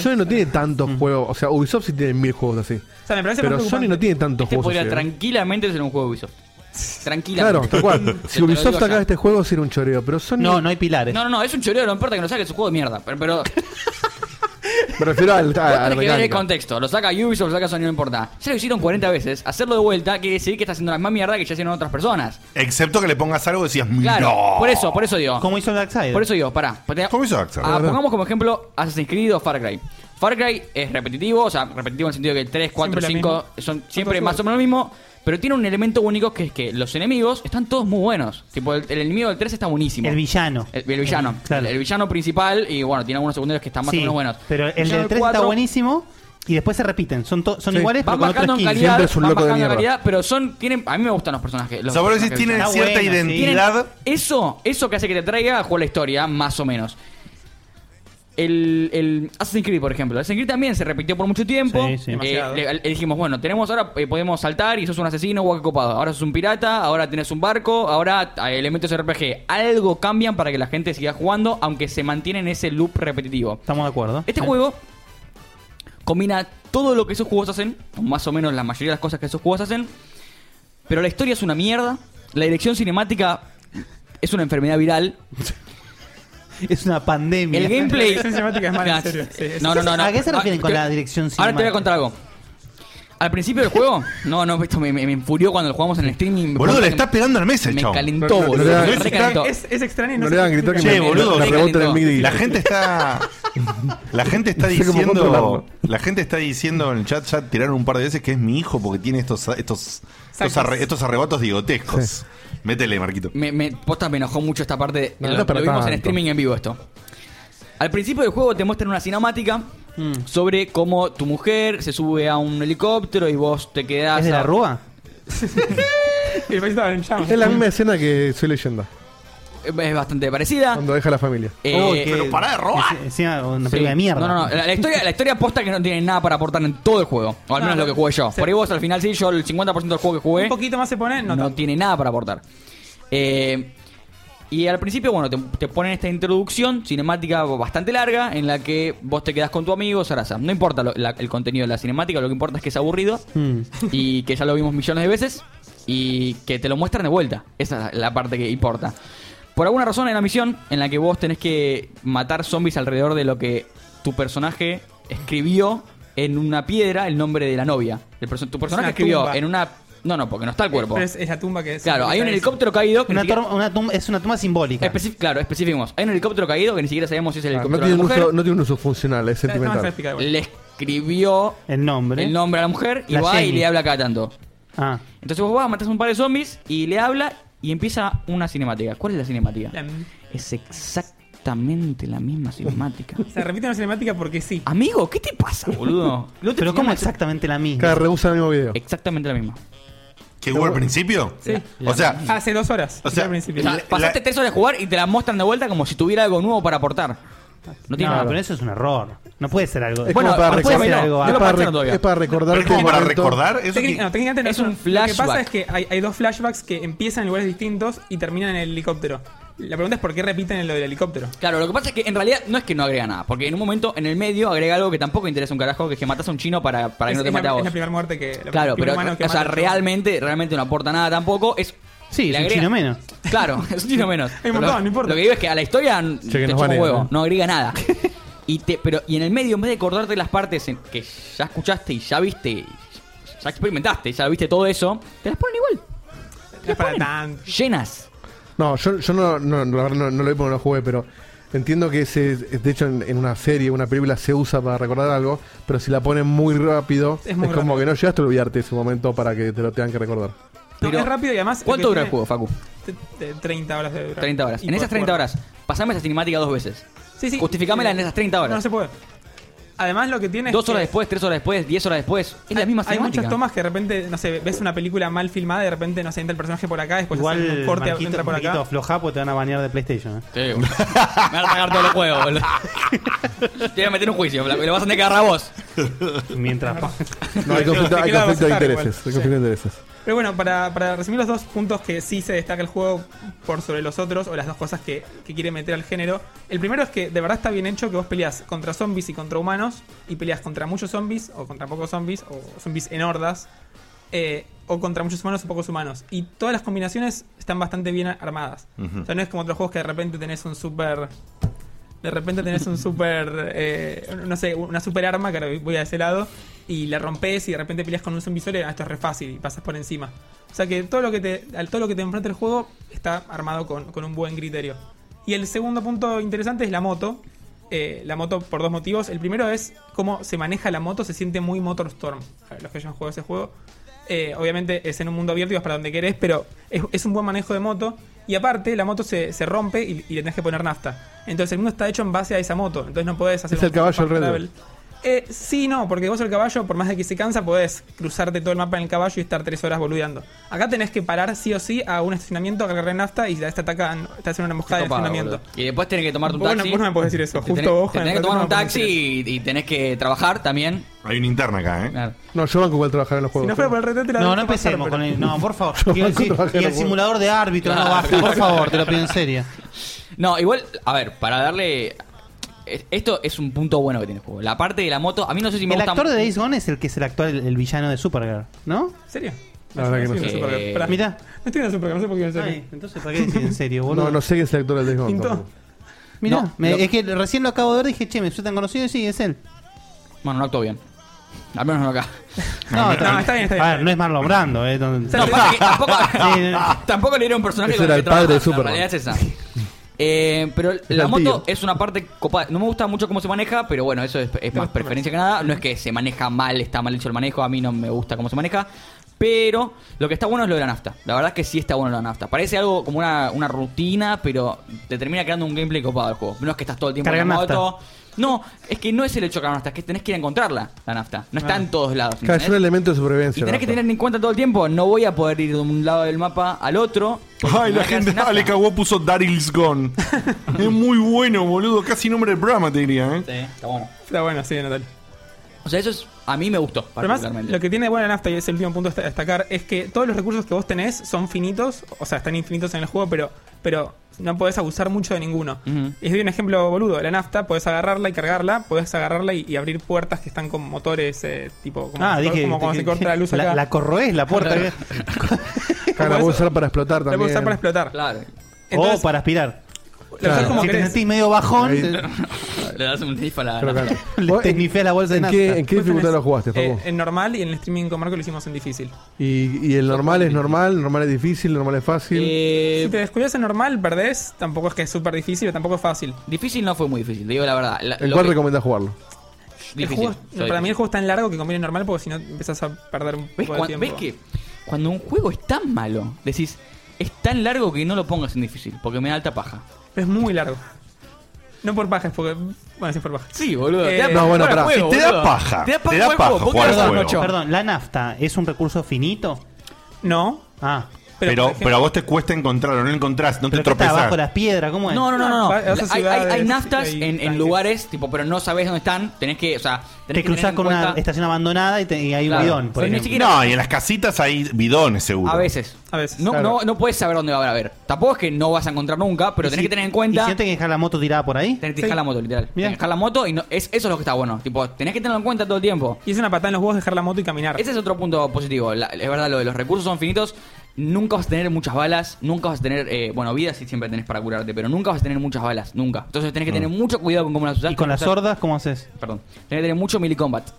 [SPEAKER 5] Sony
[SPEAKER 4] Eh,
[SPEAKER 5] no tiene tantos juegos. O sea, Ubisoft sí tiene mil juegos así.
[SPEAKER 4] O sea, me parece más
[SPEAKER 5] pero Sony
[SPEAKER 4] preocupante.
[SPEAKER 5] no tiene tantos
[SPEAKER 6] Este
[SPEAKER 5] juegos
[SPEAKER 6] podría
[SPEAKER 5] así. ¿eh?
[SPEAKER 6] tranquilamente ser un juego de Ubisoft. Tranquilamente.
[SPEAKER 5] Claro,
[SPEAKER 6] [LAUGHS]
[SPEAKER 5] tal cual.
[SPEAKER 6] Te
[SPEAKER 5] si
[SPEAKER 6] lo
[SPEAKER 5] Ubisoft
[SPEAKER 6] digo ya.
[SPEAKER 5] saca este juego, sería un choreo. Pero Sony.
[SPEAKER 6] No,
[SPEAKER 3] no hay pilares.
[SPEAKER 6] No, no, no, es un choreo, no importa que lo saque, es un juego de mierda. Pero,
[SPEAKER 5] [LAUGHS]
[SPEAKER 6] pero
[SPEAKER 5] Me refiero al.
[SPEAKER 6] vos
[SPEAKER 5] a- a la
[SPEAKER 6] tenés que ver el
[SPEAKER 5] Ah, mecánica.
[SPEAKER 6] contexto. Lo saca Ubisoft, lo saca Sony, no importa. Ya lo hicieron 40 veces. Hacerlo de vuelta quiere decir que está haciendo la misma mierda que ya hicieron otras personas.
[SPEAKER 2] Excepto que le pongas algo y decías, mira.
[SPEAKER 6] Claro, por eso, por eso digo.
[SPEAKER 3] Como hizo Darkseid.
[SPEAKER 6] Por eso digo, pará.
[SPEAKER 2] ¿Cómo hizo Darkseid?
[SPEAKER 6] Ah,
[SPEAKER 2] Verdad.
[SPEAKER 6] pongamos como ejemplo Assassin's Creed o Far Cry. Far Cry es repetitivo, o sea, repetitivo en el sentido que 3, 4,
[SPEAKER 4] Siempre lo
[SPEAKER 6] 5
[SPEAKER 4] mismo.
[SPEAKER 6] son
[SPEAKER 4] Son
[SPEAKER 6] siempre
[SPEAKER 4] todos
[SPEAKER 6] más o menos lo mismo, pero tiene un elemento único que es que los enemigos están todos muy buenos. Tipo, el, el enemigo del 3 está buenísimo.
[SPEAKER 3] El villano.
[SPEAKER 6] El, el villano. El, el villano principal y bueno, tiene algunos secundarios que están más
[SPEAKER 3] Sí,
[SPEAKER 6] o menos buenos.
[SPEAKER 3] Pero el
[SPEAKER 6] villano
[SPEAKER 3] del 3 está
[SPEAKER 6] cuatro
[SPEAKER 3] buenísimo y después se repiten. Son, to- son
[SPEAKER 6] Sí.
[SPEAKER 3] iguales,
[SPEAKER 6] van
[SPEAKER 3] pero con
[SPEAKER 6] bajando
[SPEAKER 3] otro
[SPEAKER 6] en
[SPEAKER 3] skin.
[SPEAKER 6] calidad, van bajando en calidad, pero son tienen a mí me gustan los personajes los
[SPEAKER 2] O sea, vos decís,
[SPEAKER 6] personajes
[SPEAKER 2] tienen
[SPEAKER 6] que
[SPEAKER 2] cierta
[SPEAKER 6] Está bueno, sí.
[SPEAKER 2] identidad.
[SPEAKER 6] Tienen- eso eso que hace que te traiga a jugar la historia más o menos el, el Assassin's Creed, por ejemplo. Assassin's Creed también se repitió por mucho tiempo.
[SPEAKER 3] Sí, sí.
[SPEAKER 6] Eh,
[SPEAKER 3] Demasiado.
[SPEAKER 6] le- le dijimos, bueno, tenemos ahora, eh, podemos saltar y sos un asesino o copado. Ahora sos un pirata, ahora tenés un barco, ahora hay elementos RPG. Algo cambian para que la gente siga jugando, aunque se mantiene en ese loop repetitivo.
[SPEAKER 3] Estamos de acuerdo.
[SPEAKER 6] Este juego combina todo lo que esos juegos hacen, o más o menos la mayoría de las cosas que esos juegos hacen, pero la historia es
[SPEAKER 3] [LAUGHS]
[SPEAKER 6] una mierda, la dirección cinemática es una enfermedad viral.
[SPEAKER 3] Es una pandemia.
[SPEAKER 6] El
[SPEAKER 3] [LAUGHS]
[SPEAKER 6] gameplay.
[SPEAKER 4] La dirección cinemática es mala, en serio. Sí, es-
[SPEAKER 6] No, no, no, no.
[SPEAKER 3] ¿A qué se refieren
[SPEAKER 6] Ah,
[SPEAKER 3] con
[SPEAKER 6] te-
[SPEAKER 3] la dirección
[SPEAKER 6] Ahora te voy
[SPEAKER 3] cinemática?
[SPEAKER 6] a contar algo. Al principio del juego, no, no, esto me, me, me enfurió cuando lo jugamos en el streaming.
[SPEAKER 2] Boludo, le estás pegando al mesa,
[SPEAKER 6] Me
[SPEAKER 2] chavo.
[SPEAKER 6] calentó,
[SPEAKER 2] No, no, no,
[SPEAKER 6] boludo.
[SPEAKER 2] no,
[SPEAKER 6] me
[SPEAKER 2] no,
[SPEAKER 6] recalentó.
[SPEAKER 4] Es, es extraño y
[SPEAKER 2] No
[SPEAKER 4] no,
[SPEAKER 2] le hagan gritar que me-
[SPEAKER 6] boludo,
[SPEAKER 2] la
[SPEAKER 6] me calentó.
[SPEAKER 2] pregunta del MIDI. La gente está.
[SPEAKER 5] [LAUGHS]
[SPEAKER 2] La gente está
[SPEAKER 5] No sé cómo
[SPEAKER 2] diciendo.
[SPEAKER 5] controlarlo.
[SPEAKER 2] La gente está diciendo en el chat, ya tiraron un par de veces que es mi hijo porque tiene estos estos estos,
[SPEAKER 6] Sacos.
[SPEAKER 2] arre- estos arrebatos digotescos. Métele, Marquito.
[SPEAKER 6] Me, me, posta, me enojó mucho esta parte.
[SPEAKER 2] No,
[SPEAKER 6] lo,
[SPEAKER 2] no es para
[SPEAKER 6] lo vimos en
[SPEAKER 2] tanto.
[SPEAKER 6] streaming en vivo esto. Al principio del juego te muestran una cinemática sobre cómo tu mujer se sube a un helicóptero y vos te quedás.
[SPEAKER 5] ¿Es de
[SPEAKER 6] [LAUGHS]
[SPEAKER 5] la [LAUGHS]
[SPEAKER 3] Rúa?
[SPEAKER 4] el país estaba en
[SPEAKER 6] Ah,
[SPEAKER 4] llamas.
[SPEAKER 5] Es la misma escena que soy leyenda.
[SPEAKER 6] Es bastante parecida.
[SPEAKER 5] Cuando deja la familia.
[SPEAKER 6] Eh, pero pará de robar.
[SPEAKER 3] Encima, una
[SPEAKER 6] Sí.
[SPEAKER 3] película de mierda.
[SPEAKER 6] No, no, no. La, la historia, la historia posta que no tiene nada para aportar en todo el juego. O al menos lo que jugué yo. Por ahí vos al final sí, yo el 50% del juego que jugué.
[SPEAKER 4] Un poquito más se pone, no,
[SPEAKER 6] no,
[SPEAKER 4] tanto.
[SPEAKER 6] tiene nada para aportar. Eh, y al principio, bueno, te, te ponen esta introducción cinemática bastante larga en la que vos te quedás con tu amigo Sarasa. No importa lo- la- el contenido de la cinemática, lo que importa es que es aburrido
[SPEAKER 3] Mm.
[SPEAKER 6] y que ya lo vimos millones de veces y que te lo muestran de vuelta. Esa es la parte que importa. Por alguna razón hay una misión en la que vos tenés que matar zombies alrededor de lo que tu personaje escribió en una piedra el nombre de la novia. El perso- tu personaje
[SPEAKER 4] una
[SPEAKER 6] escribió
[SPEAKER 4] tumba.
[SPEAKER 6] en una... No, no, porque no está el cuerpo.
[SPEAKER 4] Pero es, es la tumba que es.
[SPEAKER 6] Claro, hay un
[SPEAKER 4] es-
[SPEAKER 6] helicóptero caído.
[SPEAKER 3] Una tor- una tum- es una tumba simbólica.
[SPEAKER 6] claro, especificamos. Hay un helicóptero caído que ni siquiera sabemos si es el
[SPEAKER 5] No
[SPEAKER 6] helicóptero
[SPEAKER 5] tiene,
[SPEAKER 6] de
[SPEAKER 5] un
[SPEAKER 6] la mujer.
[SPEAKER 5] uso, no tiene un uso funcional, es sentimental.
[SPEAKER 6] Le escribió
[SPEAKER 3] el nombre.
[SPEAKER 6] el nombre a la mujer y
[SPEAKER 5] La
[SPEAKER 6] va y
[SPEAKER 5] Jenny.
[SPEAKER 6] le habla cada tanto.
[SPEAKER 3] Ah.
[SPEAKER 6] Entonces vos vas, matas un par de zombies y le habla y empieza una cinemática. ¿Cuál es la cinemática? Es exactamente la misma cinemática.
[SPEAKER 4] Se repite una cinemática porque sí.
[SPEAKER 6] Amigo, ¿qué te pasa, boludo?
[SPEAKER 3] Pero ¿cómo exactamente la misma?
[SPEAKER 5] Cada reusa el mismo video.
[SPEAKER 6] Exactamente la misma.
[SPEAKER 2] ¿Que hubo al principio?
[SPEAKER 4] Sí.
[SPEAKER 2] O sea,
[SPEAKER 4] Hace dos horas.
[SPEAKER 2] o sea,
[SPEAKER 4] al principio.
[SPEAKER 6] O sea, pasaste tres horas de jugar y te la muestran de vuelta como si tuviera algo nuevo para aportar. No
[SPEAKER 3] No,
[SPEAKER 6] tiene nada.
[SPEAKER 3] pero eso es un error. No puede ser algo.
[SPEAKER 6] Es Bueno, como para
[SPEAKER 3] no puede
[SPEAKER 6] recordar-
[SPEAKER 3] ser algo.
[SPEAKER 6] es para rec- es para
[SPEAKER 5] recordar
[SPEAKER 3] Pero es como para recordar,
[SPEAKER 4] Técnic- no, técnicamente no
[SPEAKER 6] es un
[SPEAKER 4] Lo que pasa
[SPEAKER 6] flashback.
[SPEAKER 4] es que hay, hay dos flashbacks que empiezan en lugares distintos y terminan en el helicóptero. La pregunta es por qué repiten lo del helicóptero.
[SPEAKER 6] Claro, lo que pasa es que en realidad no es que no agrega nada, porque en un momento en el medio agrega algo que tampoco interesa un carajo, que es que matas a un chino para, para que
[SPEAKER 4] es,
[SPEAKER 6] no te
[SPEAKER 4] es
[SPEAKER 6] mate
[SPEAKER 4] la,
[SPEAKER 6] a vos.
[SPEAKER 4] es la primera muerte que. la
[SPEAKER 6] Claro,
[SPEAKER 4] primer
[SPEAKER 6] pero
[SPEAKER 4] humano que
[SPEAKER 6] o sea,
[SPEAKER 4] mata.
[SPEAKER 6] realmente, realmente no aporta nada tampoco. Es,
[SPEAKER 3] sí,
[SPEAKER 6] le
[SPEAKER 3] es un chino menos. [LAUGHS]
[SPEAKER 6] Claro, es un chino menos.
[SPEAKER 4] Hay un montón,
[SPEAKER 6] Lo-
[SPEAKER 4] no importa.
[SPEAKER 6] Lo que digo es que a la historia n-
[SPEAKER 3] Che, que
[SPEAKER 6] te
[SPEAKER 3] nos
[SPEAKER 6] chupa un
[SPEAKER 3] baneen,
[SPEAKER 6] huevo,
[SPEAKER 3] eh.
[SPEAKER 6] no agrega
[SPEAKER 3] [LAUGHS]
[SPEAKER 6] nada. Y, te, pero, y en el medio, en vez de acordarte las partes en- que ya escuchaste y ya viste, y ya experimentaste, ya viste todo eso, te las ponen igual.
[SPEAKER 4] No es para tanto.
[SPEAKER 6] Llenas.
[SPEAKER 5] No, yo, yo no, no, no, la verdad no, no lo vi porque no lo jugué, pero entiendo que ese, es- de hecho en, en una serie, una película se usa para recordar algo, pero si la ponen muy rápido,
[SPEAKER 4] Es
[SPEAKER 5] es,
[SPEAKER 4] muy
[SPEAKER 5] como que no llegaste a olvidarte ese momento para que te lo tengan que recordar.
[SPEAKER 4] No, es rápido y además.
[SPEAKER 6] ¿Cuánto
[SPEAKER 4] que
[SPEAKER 6] dura el juego,
[SPEAKER 4] tiene-
[SPEAKER 6] Facu?
[SPEAKER 4] de- de 30 horas de durar.
[SPEAKER 6] 30 horas.
[SPEAKER 4] Y
[SPEAKER 6] En esas
[SPEAKER 4] podés
[SPEAKER 6] 30
[SPEAKER 4] jugar.
[SPEAKER 6] horas, pasame esa cinemática dos veces.
[SPEAKER 4] Sí, sí.
[SPEAKER 6] Justificámela
[SPEAKER 4] Eh,
[SPEAKER 6] en esas 30 horas.
[SPEAKER 4] No se puede. Además, lo que tiene. es
[SPEAKER 6] Dos
[SPEAKER 4] que
[SPEAKER 6] horas después, tres horas después, diez horas después. Es la misma
[SPEAKER 4] Hay
[SPEAKER 6] cinemática.
[SPEAKER 4] muchas tomas que de repente, no sé, ves una película mal filmada y de repente, no sé, entra el personaje por acá, después hacen
[SPEAKER 3] Igual
[SPEAKER 4] un corte,
[SPEAKER 3] Marquito,
[SPEAKER 4] entra por
[SPEAKER 3] Marquito,
[SPEAKER 4] acá.
[SPEAKER 3] aflojá porque te van a banear de PlayStation.
[SPEAKER 6] Sí,
[SPEAKER 3] ¿eh?
[SPEAKER 6] boludo. [LAUGHS] Me van a pagar todos los juegos, boludo. [LAUGHS] Te voy a meter un juicio, flaco, y lo vas a tener que agarrar vos.
[SPEAKER 3] Mientras.
[SPEAKER 6] [LAUGHS]
[SPEAKER 5] No, hay conflicto, hay
[SPEAKER 4] Te quedabas
[SPEAKER 5] conflicto de
[SPEAKER 4] tarde
[SPEAKER 5] intereses.
[SPEAKER 4] igual.
[SPEAKER 5] Hay
[SPEAKER 4] Sí.
[SPEAKER 5] conflicto de intereses.
[SPEAKER 4] Pero bueno, para, para resumir los dos puntos que sí se destaca el juego por sobre los otros, o las dos cosas que, que quiere meter al género. El primero es que de verdad está bien hecho que vos peleas contra zombies y contra humanos, y peleas contra muchos zombies, o contra pocos zombies, o zombies en hordas, eh, o contra muchos humanos o pocos humanos. Y todas las combinaciones están bastante bien armadas.
[SPEAKER 2] Ujú.
[SPEAKER 4] O sea, no es como otros juegos que de repente tenés un super. De repente tenés un super. eh, no sé, una super arma, que ahora voy a ese lado, y la rompes y de repente peleas con un zombie solo y ah, esto es re fácil y pasas por encima. O sea que todo lo que te, al- todo lo que te enfrenta el juego está armado con, con un buen criterio. Y el segundo punto interesante es la moto. Eh, la moto por dos motivos. El primero es cómo se maneja la moto, se siente muy Motorstorm. A Los que hayan jugado ese juego. Eh, obviamente es en un mundo abierto y vas para donde querés, pero es, es un buen manejo de moto. Y aparte, la moto se, se rompe y, y le tenés que poner nafta. Entonces el mundo está hecho en base a esa moto. Entonces no podés hacer
[SPEAKER 5] Es el
[SPEAKER 4] un
[SPEAKER 5] caballo
[SPEAKER 4] fast
[SPEAKER 5] del Red
[SPEAKER 4] travel. Eh, sí, no, porque vos el caballo, por más de que se cansa, podés cruzarte todo el mapa en el caballo y estar tres horas boludeando. Acá tenés que parar sí o sí a un estacionamiento, a cargar nafta y te atacan, te hacen una emboscada en el
[SPEAKER 6] Copado,
[SPEAKER 4] estacionamiento.
[SPEAKER 6] boludo. y después tenés que tomarte un
[SPEAKER 4] Vos no-
[SPEAKER 6] taxi.
[SPEAKER 4] vos no me podés decir eso,
[SPEAKER 6] Te tenés-
[SPEAKER 4] justo vos,
[SPEAKER 6] te tenés que
[SPEAKER 4] Juan,
[SPEAKER 6] tomar
[SPEAKER 4] no
[SPEAKER 6] un
[SPEAKER 4] me podés
[SPEAKER 6] taxi y, y tenés que trabajar también.
[SPEAKER 2] Hay una interna acá, ¿eh?
[SPEAKER 5] No, yo banco igual trabajar en los juegos.
[SPEAKER 4] por el retrato, la
[SPEAKER 3] No,
[SPEAKER 4] dejo
[SPEAKER 3] no
[SPEAKER 4] pasar,
[SPEAKER 3] empecemos
[SPEAKER 4] pero-
[SPEAKER 3] con el. No, por favor.
[SPEAKER 5] Yo
[SPEAKER 3] Y el,
[SPEAKER 5] banco
[SPEAKER 3] si-
[SPEAKER 5] trabajar
[SPEAKER 3] y el
[SPEAKER 5] en
[SPEAKER 3] simulador de árbitro, no basta, por favor, te lo pido
[SPEAKER 6] [LAUGHS]
[SPEAKER 3] en serio.
[SPEAKER 6] No, igual, a ver, para darle. es- Esto es un punto bueno que tiene el juego. La parte de la moto, a mí no sé si me
[SPEAKER 3] El
[SPEAKER 6] gusta.
[SPEAKER 3] actor de Days Gone es el que es el actual el villano de Supergirl, ¿no?
[SPEAKER 4] ¿En serio?
[SPEAKER 5] La verdad que no
[SPEAKER 4] Sí,
[SPEAKER 5] sé.
[SPEAKER 4] Supergirl.
[SPEAKER 6] Eh,
[SPEAKER 4] Pará.
[SPEAKER 3] mirá.
[SPEAKER 4] No estoy en la Supergirl, no sé por qué iba a ser.
[SPEAKER 3] Ay, entonces, ¿para qué decís en serio, boludo?
[SPEAKER 5] No, no sé qué es el actor del Days Gone.
[SPEAKER 4] Pintó.
[SPEAKER 5] tampoco.
[SPEAKER 3] Mirá,
[SPEAKER 6] No,
[SPEAKER 3] me-
[SPEAKER 6] lo-
[SPEAKER 3] es que recién lo acabo de ver y dije, che, me soy tan conocido y sí, es él.
[SPEAKER 6] Bueno, no actuó bien. Al menos no acá.
[SPEAKER 3] [LAUGHS] No, A ver, no es Marlon Brando, eh. donde-
[SPEAKER 6] No, pasa que tampoco,
[SPEAKER 3] [LAUGHS]
[SPEAKER 6] tampoco le era un personaje
[SPEAKER 3] Ese
[SPEAKER 6] con
[SPEAKER 3] era
[SPEAKER 6] que
[SPEAKER 3] el padre de
[SPEAKER 6] trabaja,
[SPEAKER 3] Superman.
[SPEAKER 6] La realidad es
[SPEAKER 3] [LAUGHS]
[SPEAKER 6] esa. Eh, pero la
[SPEAKER 3] el
[SPEAKER 6] moto es una parte copada. No me gusta mucho cómo se maneja, pero bueno, eso es, es más preferencia que nada. No es que se maneja mal, está mal hecho el manejo. A mí no me gusta cómo se maneja. Pero lo que está bueno es lo de la nafta. La verdad es que sí está bueno lo de la nafta. Parece algo como una, una rutina, pero te termina creando un gameplay copado del juego. No es que estás todo el tiempo en la
[SPEAKER 3] Carga nafta.
[SPEAKER 6] moto. No, es que no es el hecho de cargar nafta, es que tenés que ir a encontrarla, la nafta. No está
[SPEAKER 5] Ah.
[SPEAKER 6] en todos lados.
[SPEAKER 5] Claro, es
[SPEAKER 6] ¿entendés?
[SPEAKER 5] un elemento de supervivencia.
[SPEAKER 6] Y tenés que
[SPEAKER 5] ¿no?
[SPEAKER 6] tener en cuenta todo el tiempo, no voy a poder ir de un lado del mapa al otro.
[SPEAKER 2] Ay, la gente Ale Cagó puso Daryl's
[SPEAKER 6] [LAUGHS]
[SPEAKER 2] Gone. es muy bueno, boludo. Casi nombre del programa te diría, ¿eh?
[SPEAKER 6] Sí, está bueno.
[SPEAKER 4] Está bueno, sí, Natal.
[SPEAKER 6] O sea, eso es, a mí me gustó,
[SPEAKER 4] Pero además,
[SPEAKER 6] particularmente.
[SPEAKER 4] lo que tiene de buena nafta, y es el último punto a destacar, es que todos los recursos que vos tenés son finitos, o sea, están infinitos en el juego, pero, pero no podés abusar mucho de ninguno.
[SPEAKER 6] Ujú.
[SPEAKER 4] Y os doy un ejemplo boludo, la nafta, podés agarrarla y cargarla, podés agarrarla y, y abrir puertas que están con motores, eh, tipo, como,
[SPEAKER 3] Ah,
[SPEAKER 4] como-
[SPEAKER 3] dije.
[SPEAKER 4] como cuando
[SPEAKER 3] dije-
[SPEAKER 4] se corta la luz
[SPEAKER 3] la,
[SPEAKER 4] acá.
[SPEAKER 3] La corroes, la puerta. que-
[SPEAKER 5] Claro, la puedo usar para explotar
[SPEAKER 4] La
[SPEAKER 5] también.
[SPEAKER 4] puedes usar para explotar.
[SPEAKER 6] Claro.
[SPEAKER 3] o para aspirar.
[SPEAKER 5] Claro.
[SPEAKER 3] si te
[SPEAKER 5] querés.
[SPEAKER 3] sentís medio bajón,
[SPEAKER 5] Ahí-
[SPEAKER 3] te-
[SPEAKER 6] [LAUGHS] Le das un tip a la.
[SPEAKER 5] Pero claro.
[SPEAKER 3] le te snifeas la bolsa de
[SPEAKER 5] ¿En
[SPEAKER 3] nafta.
[SPEAKER 5] qué, ¿En qué dificultad lo jugaste,
[SPEAKER 4] Eh,
[SPEAKER 5] Facu?
[SPEAKER 4] en normal y en el streaming con Marco lo hicimos en difícil.
[SPEAKER 5] ¿Y, y el normal es normal, el normal es difícil, el normal es fácil.
[SPEAKER 6] Eh,
[SPEAKER 4] si te descuidas en normal, perdés. Tampoco es que es súper difícil, pero tampoco es fácil.
[SPEAKER 6] Difícil no fue muy difícil, te digo la verdad. La-
[SPEAKER 5] ¿En
[SPEAKER 6] lo
[SPEAKER 5] cuál
[SPEAKER 6] que-
[SPEAKER 5] recomendás jugarlo?
[SPEAKER 4] El
[SPEAKER 6] Difícil.
[SPEAKER 4] juego-
[SPEAKER 6] Yo
[SPEAKER 4] para mí
[SPEAKER 6] difícil.
[SPEAKER 4] el juego es tan largo que conviene normal porque si no empezás a perder un
[SPEAKER 6] ¿Ves,
[SPEAKER 4] poco de
[SPEAKER 6] cuan-
[SPEAKER 4] tiempo.
[SPEAKER 6] ves que cuando un juego es tan malo, decís, es tan largo que no lo pongas en difícil, porque me da alta paja.
[SPEAKER 4] Es muy largo. No por paja, es porque. Bueno, sí, es por paja.
[SPEAKER 6] Sí, boludo.
[SPEAKER 4] Eh,
[SPEAKER 3] pará.
[SPEAKER 4] juego, boludo.
[SPEAKER 3] te da paja
[SPEAKER 4] ¿por qué no
[SPEAKER 3] jugar al
[SPEAKER 4] lo
[SPEAKER 3] juego.
[SPEAKER 4] escucho?
[SPEAKER 3] Perdón, ¿la nafta es un recurso finito?
[SPEAKER 4] No.
[SPEAKER 3] Ah.
[SPEAKER 2] Pero, pero, a vos te cuesta encontrarlo, no lo encontrás, no te
[SPEAKER 3] ¿Qué está abajo
[SPEAKER 2] tropezás.
[SPEAKER 3] de las piedras? ¿Cómo es?
[SPEAKER 6] No, no, no, no. no.
[SPEAKER 3] Va- vas a
[SPEAKER 6] Hay, hay- hay
[SPEAKER 3] ciudades,
[SPEAKER 6] naftas
[SPEAKER 3] hay
[SPEAKER 6] en- en,
[SPEAKER 3] tanques.
[SPEAKER 6] lugares, tipo, pero no sabés dónde están. Tenés que, o sea, tenés
[SPEAKER 3] Te
[SPEAKER 6] que tener
[SPEAKER 3] cruzás
[SPEAKER 6] en
[SPEAKER 3] con
[SPEAKER 6] cuenta-
[SPEAKER 3] una estación abandonada y, te- y hay un
[SPEAKER 6] Claro.
[SPEAKER 3] bidón, por
[SPEAKER 6] Pero ni
[SPEAKER 3] ejemplo.
[SPEAKER 6] siquiera- No, y en
[SPEAKER 2] Ah, las casitas hay bidones, seguro.
[SPEAKER 6] A veces.
[SPEAKER 4] A veces.
[SPEAKER 6] No,
[SPEAKER 3] Claro.
[SPEAKER 6] no, no puedes saber dónde va a haber. Tampoco es que no vas a encontrar nunca, pero
[SPEAKER 3] Y
[SPEAKER 6] tenés
[SPEAKER 3] si-
[SPEAKER 6] que tener en cuenta.
[SPEAKER 3] ¿Y si no tenés que dejar la moto tirada por ahí?
[SPEAKER 6] Tenés que dejar la moto, literal. Tenés que dejar la moto y no, es, eso es lo que está bueno. Tipo, tenés que tenerlo en cuenta todo el tiempo.
[SPEAKER 4] Y es una patada en los huevos dejar la moto y caminar.
[SPEAKER 6] Ese es otro punto positivo. La- es verdad, lo de los recursos son finitos. Nunca vas a tener muchas balas. Nunca vas a tener. eh, bueno, vida sí siempre tenés para curarte, pero nunca vas a tener muchas balas. Nunca. Entonces tenés que tener mucho cuidado con cómo las usás.
[SPEAKER 3] Mm. ¿Y con las
[SPEAKER 6] sordas
[SPEAKER 3] sordas cómo haces?
[SPEAKER 6] Perdón. Tenés que tener mucho milicombat.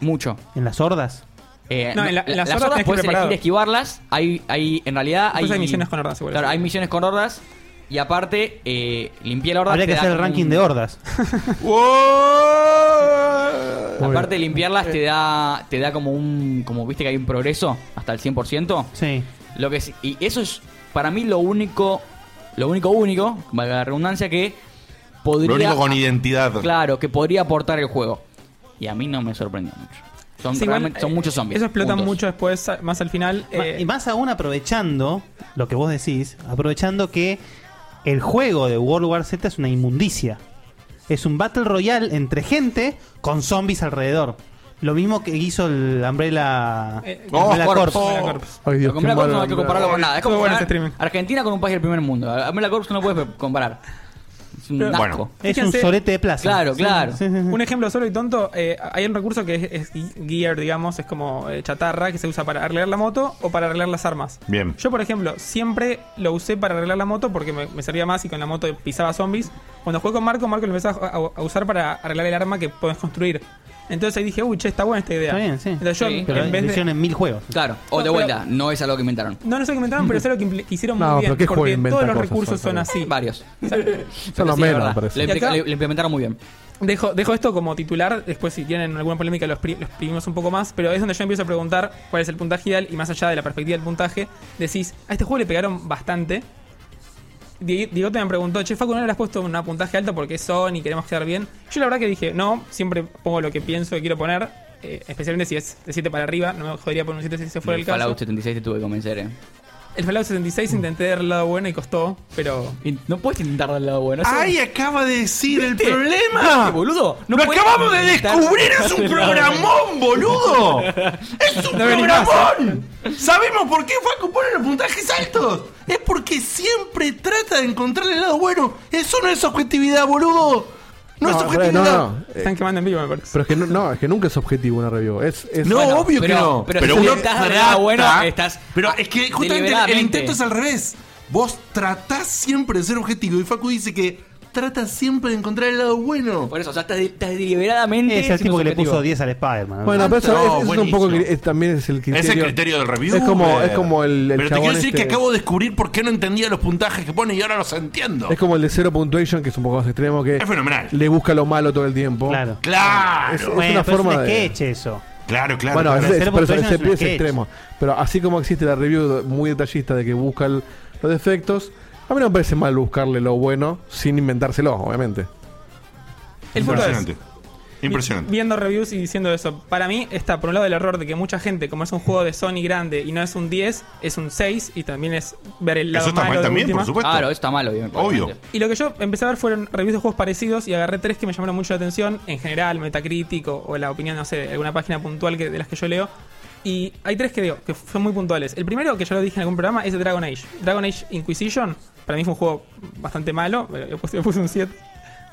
[SPEAKER 6] Mucho.
[SPEAKER 3] ¿En las sordas?
[SPEAKER 6] Eh,
[SPEAKER 3] No,
[SPEAKER 6] no,
[SPEAKER 3] en la- en
[SPEAKER 6] la-
[SPEAKER 3] las
[SPEAKER 6] las
[SPEAKER 3] hordas
[SPEAKER 6] hordas
[SPEAKER 3] tenés que
[SPEAKER 6] podés
[SPEAKER 3] preparado.
[SPEAKER 6] elegir esquivarlas. Hay, hay, en realidad hay,
[SPEAKER 3] Después hay misiones con hordas, igual.
[SPEAKER 6] Claro, hay misiones con hordas. Y aparte, eh, limpiar la horda.
[SPEAKER 3] Habría
[SPEAKER 6] te
[SPEAKER 3] que
[SPEAKER 6] da
[SPEAKER 3] hacer el
[SPEAKER 6] como
[SPEAKER 3] ranking
[SPEAKER 6] un-
[SPEAKER 3] de hordas.
[SPEAKER 6] Aparte, limpiarlas te da, te da como un. Como viste que hay un progreso hasta el 100%.
[SPEAKER 3] Sí.
[SPEAKER 6] Lo que es, y eso es para mí lo único. Lo único, único, valga la redundancia, que podría.
[SPEAKER 2] Lo único con identidad.
[SPEAKER 6] Claro, que podría aportar el juego. Y a mí no me sorprendió mucho. Son,
[SPEAKER 4] Sí, igual,
[SPEAKER 6] realmente- son
[SPEAKER 4] eh,
[SPEAKER 6] muchos zombies.
[SPEAKER 4] Eso explota
[SPEAKER 6] puntos.
[SPEAKER 4] mucho después, a- más al final.
[SPEAKER 3] Ma-
[SPEAKER 4] eh,
[SPEAKER 3] y más aún aprovechando lo que vos decís, aprovechando que el juego de World War Z es una inmundicia. Es un Battle Royale entre gente con zombies alrededor. Lo mismo que hizo el Umbrella,
[SPEAKER 6] Eh,
[SPEAKER 3] Umbrella
[SPEAKER 6] Corps.
[SPEAKER 3] Corps.
[SPEAKER 6] Umbrella Corps. Pero Umbrella Corps no hay que compararlo con nada. Es como
[SPEAKER 3] Estuvo bueno
[SPEAKER 6] comparar
[SPEAKER 3] este streaming.
[SPEAKER 6] Argentina con un país del primer mundo. A Umbrella Corps no puedes comparar. Es un
[SPEAKER 4] Pero-
[SPEAKER 6] asco.
[SPEAKER 3] Es un sorete de plaza.
[SPEAKER 6] Claro,
[SPEAKER 4] Sí,
[SPEAKER 6] claro.
[SPEAKER 4] sí, sí, sí. Un ejemplo solo y tonto, eh, hay un recurso que es, es gear, digamos, es como eh, chatarra que se usa para arreglar la moto o para arreglar las armas.
[SPEAKER 2] Bien.
[SPEAKER 4] Yo, por ejemplo, siempre lo usé para arreglar la moto porque me, me servía más y con la moto pisaba zombies. Cuando jugué con Marco, Marco lo empezó a, a- a usar para arreglar el arma que podés construir. Entonces ahí dije, uy, che, está buena esta idea.
[SPEAKER 3] Está bien, sí.
[SPEAKER 4] Entonces yo,
[SPEAKER 3] Pero
[SPEAKER 4] en vez de...
[SPEAKER 3] hicieron en mil juegos.
[SPEAKER 6] Claro, o de
[SPEAKER 4] No,
[SPEAKER 6] vuelta, no es algo que inventaron.
[SPEAKER 4] No, no sé qué inventaron,
[SPEAKER 6] [LAUGHS]
[SPEAKER 4] pero es algo que impl- hicieron
[SPEAKER 6] No,
[SPEAKER 4] muy
[SPEAKER 6] pero
[SPEAKER 4] bien.
[SPEAKER 6] ¿qué juego
[SPEAKER 4] porque
[SPEAKER 6] inventa
[SPEAKER 4] todos los
[SPEAKER 6] cosas,
[SPEAKER 4] recursos son
[SPEAKER 6] Facu?
[SPEAKER 4] así. [LAUGHS]
[SPEAKER 6] Varios.
[SPEAKER 4] O sea,
[SPEAKER 6] Pero sí, es verdad. Lo,
[SPEAKER 4] Y
[SPEAKER 6] impl-
[SPEAKER 4] acá-
[SPEAKER 6] lo- lo implementaron muy bien.
[SPEAKER 4] Dejo, dejo esto como titular, después si tienen alguna polémica lo, expri- lo exprimimos un poco más, pero es donde yo empiezo a preguntar cuál es el puntaje ideal y más allá de la perspectiva del puntaje, decís, a este juego le pegaron bastante. Die- Diego te me preguntó, che, Facu, ¿no le has puesto un puntaje alto porque son y queremos quedar bien? Yo la verdad que dije, no, siempre pongo lo que pienso que quiero poner, eh, especialmente si es de 7 para arriba, no me jodería poner un 7 si ese fuera el,
[SPEAKER 6] el
[SPEAKER 4] caso.
[SPEAKER 6] Fallout 76 te tuve que convencer, eh.
[SPEAKER 4] El Fallout 76 intenté dar el lado bueno y costó, pero...
[SPEAKER 6] No puedes intentar dar el lado bueno.
[SPEAKER 2] ¡Ay, acaba de decir el problema!
[SPEAKER 6] ¿Viste, boludo? No
[SPEAKER 2] ¡Lo
[SPEAKER 6] puedes
[SPEAKER 2] acabamos de
[SPEAKER 6] intentar
[SPEAKER 2] descubrir!
[SPEAKER 6] [LAUGHS]
[SPEAKER 2] ¡Es un [LAUGHS]
[SPEAKER 6] hacer nada.
[SPEAKER 2] programón, boludo! ¡Es un
[SPEAKER 6] No venís más,
[SPEAKER 2] programón! Sabemos por qué Facu pone los puntajes altos. Es porque siempre trata de encontrarle el lado bueno. Eso no es objetividad, boludo. No, es
[SPEAKER 5] No,
[SPEAKER 2] objetividad.
[SPEAKER 5] no, no.
[SPEAKER 4] Están quemando en vivo, me parece.
[SPEAKER 5] Pero es que, no, no, es que nunca es objetivo una review. Es, es-
[SPEAKER 2] No, obvio que no.
[SPEAKER 5] uno
[SPEAKER 6] [LAUGHS]
[SPEAKER 2] trata-
[SPEAKER 6] estás
[SPEAKER 2] Pero es que justamente el
[SPEAKER 6] deliberadamente.
[SPEAKER 2] intento es al revés. Vos tratás siempre de ser objetivo y Facu dice que trata siempre de encontrar el lado bueno.
[SPEAKER 6] Por eso, o sea, estás, estás deliberadamente.
[SPEAKER 3] Es el tipo que le puso 10 al Spider-Man. ¿no?
[SPEAKER 5] Bueno, pero eso,
[SPEAKER 3] No,
[SPEAKER 5] es- eso es un
[SPEAKER 3] buenísimo.
[SPEAKER 5] poco. cri- es- también es el criterio.
[SPEAKER 2] Es el criterio del review.
[SPEAKER 5] Es como, es como el. el
[SPEAKER 2] Pero te
[SPEAKER 5] chabón
[SPEAKER 2] quiero decir
[SPEAKER 5] este-
[SPEAKER 2] que acabo de descubrir por qué no entendía los puntajes que pone y ahora los entiendo.
[SPEAKER 5] Es como el de Zero Punctuation, que es un poco más extremo, que
[SPEAKER 2] Es fenomenal.
[SPEAKER 5] le busca lo malo todo el tiempo.
[SPEAKER 3] Claro.
[SPEAKER 2] Claro.
[SPEAKER 5] Es- es Bueno, una pero es forma un de- sketch
[SPEAKER 3] eso.
[SPEAKER 2] Claro, claro.
[SPEAKER 5] bueno,
[SPEAKER 2] claro.
[SPEAKER 5] ese- pero ese, pie es extremo. Pero así como existe la review muy detallista de que busca el- los defectos, a mí no me parece mal buscarle lo bueno sin inventárselo, obviamente.
[SPEAKER 4] El punto es,
[SPEAKER 2] Impresionante. Impresionante.
[SPEAKER 4] viendo reviews y diciendo eso, para mí está por un lado el error de que mucha gente, como es un juego de Sony grande y no es un 10, es un 6 y también es ver el lado
[SPEAKER 6] Eso está
[SPEAKER 4] malo
[SPEAKER 6] mal
[SPEAKER 4] de
[SPEAKER 6] también,
[SPEAKER 4] última.
[SPEAKER 6] por supuesto. Claro, eso está mal, obviamente. Obvio.
[SPEAKER 4] Y lo que yo empecé a ver fueron reviews de juegos parecidos y agarré tres que me llamaron mucho la atención, en general, Metacritic o, o la opinión, no sé, de alguna página puntual que, de las que yo leo. Y hay tres que digo, que son muy puntuales. El primero, que ya lo dije en algún programa, es de Dragon Age. Dragon Age Inquisition, para mí fue un juego bastante malo, pero [LAUGHS] le puse, le puse un 7.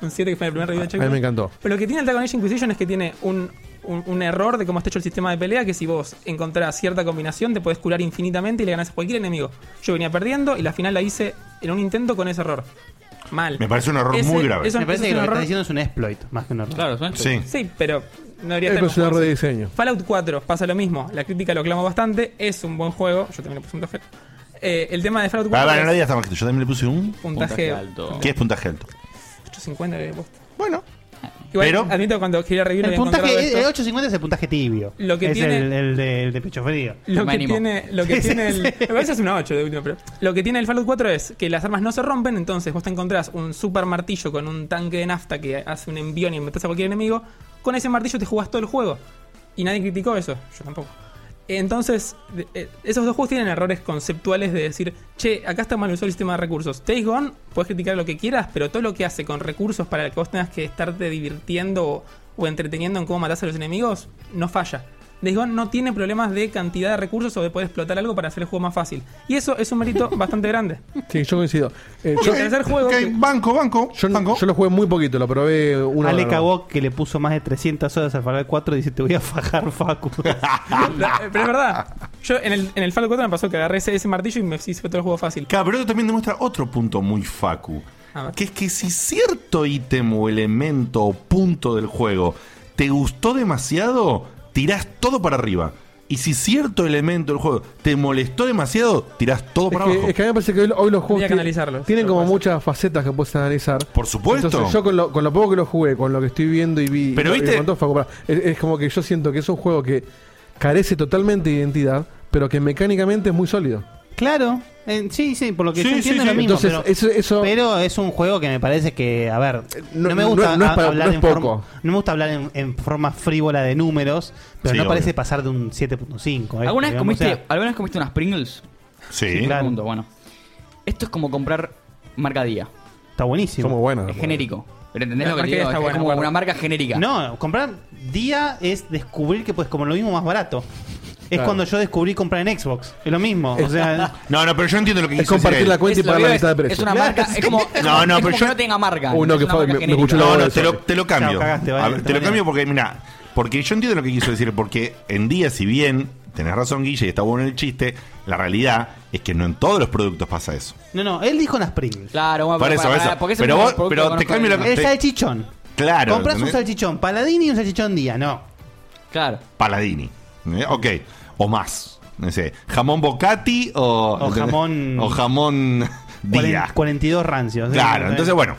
[SPEAKER 4] Un 7 que fue el primer review de
[SPEAKER 5] Ah, A mí
[SPEAKER 4] Checkpoint.
[SPEAKER 5] me encantó.
[SPEAKER 4] Pero lo que tiene el Dragon Age Inquisition es que tiene un, un- un error de cómo está hecho el sistema de pelea, que si vos encontrás cierta combinación te podés curar infinitamente y le ganás a cualquier enemigo. Yo venía perdiendo y la final la hice en un intento con ese error. Mal.
[SPEAKER 2] Me parece un error
[SPEAKER 4] Ese-
[SPEAKER 2] muy grave.
[SPEAKER 4] eso-
[SPEAKER 3] Me parece
[SPEAKER 4] eso es
[SPEAKER 3] que lo que
[SPEAKER 4] un
[SPEAKER 3] está
[SPEAKER 4] error-
[SPEAKER 3] diciendo es un exploit, más que un error.
[SPEAKER 6] Claro,
[SPEAKER 4] Sí. pero no debería
[SPEAKER 5] Es
[SPEAKER 4] estar en
[SPEAKER 5] un error
[SPEAKER 4] los
[SPEAKER 5] de
[SPEAKER 4] juegos.
[SPEAKER 5] diseño.
[SPEAKER 4] Fallout 4 pasa lo mismo. La crítica lo aclama bastante. Es un buen juego. Yo también le puse un toque. Eh, el tema de Fallout 4
[SPEAKER 2] Para, para, no
[SPEAKER 4] es
[SPEAKER 2] lo digas tan bajito. Yo también le puse un
[SPEAKER 4] Puntaje alto.
[SPEAKER 2] ¿Qué es puntaje alto?
[SPEAKER 4] 850 le he puesto.
[SPEAKER 2] Bueno.
[SPEAKER 4] Igual
[SPEAKER 2] Pero-
[SPEAKER 4] admito que cuando quería review lo
[SPEAKER 3] El
[SPEAKER 4] había
[SPEAKER 3] puntaje,
[SPEAKER 4] encontrado
[SPEAKER 3] el
[SPEAKER 4] esto.
[SPEAKER 3] 850 es el puntaje tibio.
[SPEAKER 4] Lo que
[SPEAKER 3] es
[SPEAKER 4] tiene-
[SPEAKER 3] el, el de, el de pecho frío.
[SPEAKER 4] Lo que, tiene, lo que
[SPEAKER 3] Sí, sí,
[SPEAKER 4] tiene
[SPEAKER 3] sí.
[SPEAKER 4] el. [LAUGHS] Me parece es una 8 de última, pero. Lo que tiene el Fallout 4 es que las armas no se rompen, entonces vos te encontrás un super martillo con un tanque de nafta que hace un envión y metes a cualquier enemigo. Con ese martillo te jugás todo el juego. Y nadie criticó eso, yo tampoco. Entonces, de- eh, esos dos juegos tienen errores conceptuales de decir, che, acá está mal usado el sistema de recursos. Days Gone, puedes criticar lo que quieras, pero todo lo que hace con recursos para que vos tengas que estarte divirtiendo o, o entreteniendo en cómo matás a los enemigos, no falla. Days Gone no tiene problemas de cantidad de recursos o de poder explotar algo para hacer el juego más fácil. Y eso es un mérito [LAUGHS] bastante grande.
[SPEAKER 5] Sí, yo coincido. Eh,
[SPEAKER 4] Y
[SPEAKER 5] yo,
[SPEAKER 4] el tercer juego que-
[SPEAKER 2] Banco, banco.
[SPEAKER 5] yo, yo lo jugué muy poquito, lo probé una
[SPEAKER 3] Ale
[SPEAKER 5] hora
[SPEAKER 3] Cabo, que le puso más de 300 horas al Fallout 4, dice: Te voy a fajar,
[SPEAKER 2] [LAUGHS]
[SPEAKER 3] Facu.
[SPEAKER 4] La- eh, pero es verdad. Yo en el, en el Fallout 4 me pasó que agarré ese, ese martillo y me hice todo el juego fácil.
[SPEAKER 2] Claro, pero eso también demuestra otro punto muy facu.
[SPEAKER 4] A ver.
[SPEAKER 2] Que es que si cierto ítem o elemento o punto del juego te gustó demasiado, tirás todo para arriba. Y si cierto elemento del juego te molestó demasiado, tirás todo
[SPEAKER 5] Es
[SPEAKER 2] para
[SPEAKER 5] que,
[SPEAKER 2] abajo.
[SPEAKER 5] es que a mí me parece que hoy, hoy los juegos
[SPEAKER 2] que
[SPEAKER 5] ti-
[SPEAKER 2] analizarlos,
[SPEAKER 5] tienen como muchas facetas que puedes analizar. Por
[SPEAKER 2] supuesto.
[SPEAKER 5] Entonces, yo con lo, con lo poco que lo jugué, con lo que estoy viendo y vi,
[SPEAKER 2] Pero
[SPEAKER 5] y lo- y
[SPEAKER 2] viste-
[SPEAKER 5] con todo fue a comprar. es, es como que yo siento que es un juego que carece totalmente de identidad, pero que mecánicamente es muy sólido.
[SPEAKER 3] Claro, eh, sí, sí, por lo que
[SPEAKER 5] Sí,
[SPEAKER 3] yo entiendo es
[SPEAKER 5] sí, sí.
[SPEAKER 3] lo mismo.
[SPEAKER 5] Entonces,
[SPEAKER 3] pero, pero es un juego que me parece que, a ver, no, me gusta
[SPEAKER 5] Eh, no- no es
[SPEAKER 3] a-
[SPEAKER 5] para-
[SPEAKER 3] hablar
[SPEAKER 5] no es
[SPEAKER 3] en forma,
[SPEAKER 5] poco.
[SPEAKER 3] no me gusta hablar en, en forma frívola de números, pero
[SPEAKER 6] Sí,
[SPEAKER 3] no
[SPEAKER 6] obvio.
[SPEAKER 3] parece pasar de un 7.5. eh,
[SPEAKER 6] ¿Alguna vez,
[SPEAKER 3] digamos,
[SPEAKER 6] comiste,
[SPEAKER 3] o sea,
[SPEAKER 6] ¿Alguna vez comiste unas Pringles?
[SPEAKER 2] Sí.
[SPEAKER 3] claro.
[SPEAKER 6] Punto, bueno. Esto es como comprar marca Día.
[SPEAKER 3] Está buenísimo.
[SPEAKER 5] Son muy buenas.
[SPEAKER 6] Es genérico. Pero entendés
[SPEAKER 3] La
[SPEAKER 6] lo que te
[SPEAKER 3] marca Día
[SPEAKER 6] digo,
[SPEAKER 3] está
[SPEAKER 6] es
[SPEAKER 3] buena,
[SPEAKER 6] como
[SPEAKER 3] guarda.
[SPEAKER 6] una marca genérica.
[SPEAKER 3] No, comprar día es descubrir que puedes como lo mismo más barato. Es
[SPEAKER 6] Claro.
[SPEAKER 3] cuando yo descubrí comprar en Xbox. Es lo mismo.
[SPEAKER 6] [LAUGHS]
[SPEAKER 3] O sea,
[SPEAKER 2] No, no, pero yo entiendo lo que
[SPEAKER 3] Es
[SPEAKER 2] quiso
[SPEAKER 3] compartir
[SPEAKER 2] decir él.
[SPEAKER 3] la cuenta y Es- pagar la lo mitad de veo, es- precio.
[SPEAKER 6] Es una marca, es como, es como-
[SPEAKER 2] No, no,
[SPEAKER 6] es como
[SPEAKER 2] pero
[SPEAKER 6] que
[SPEAKER 2] yo-
[SPEAKER 6] no tenga marca.
[SPEAKER 2] Uno
[SPEAKER 6] es una marca genérica.
[SPEAKER 2] No, no, te lo, te lo cambio.
[SPEAKER 3] Chao, cagaste, vale,
[SPEAKER 2] A ver,
[SPEAKER 3] está
[SPEAKER 2] te lo
[SPEAKER 3] bien.
[SPEAKER 2] cambio porque, mira, porque yo entiendo lo que quiso decir, porque en día, si bien tenés razón, Guille, y está bueno el chiste, la realidad es que no en todos los productos pasa eso.
[SPEAKER 3] no, no, él dijo las Pringles.
[SPEAKER 6] Claro,
[SPEAKER 2] Por eso, por eso. Pero vos- pero te cambio lo que-
[SPEAKER 3] El
[SPEAKER 2] te-
[SPEAKER 3] salchichón.
[SPEAKER 2] Claro.
[SPEAKER 3] Compras un
[SPEAKER 2] ¿entendés?
[SPEAKER 3] salchichón paladín y un salchichón día, no.
[SPEAKER 6] Claro.
[SPEAKER 2] Paladini. ¿eh? Ok. O más. No sé. Jamón bocati o.
[SPEAKER 3] O jamón-
[SPEAKER 2] O jamón. Día.
[SPEAKER 3] 42 rancios. ¿eh?
[SPEAKER 2] Claro,
[SPEAKER 3] ¿eh?
[SPEAKER 2] entonces bueno.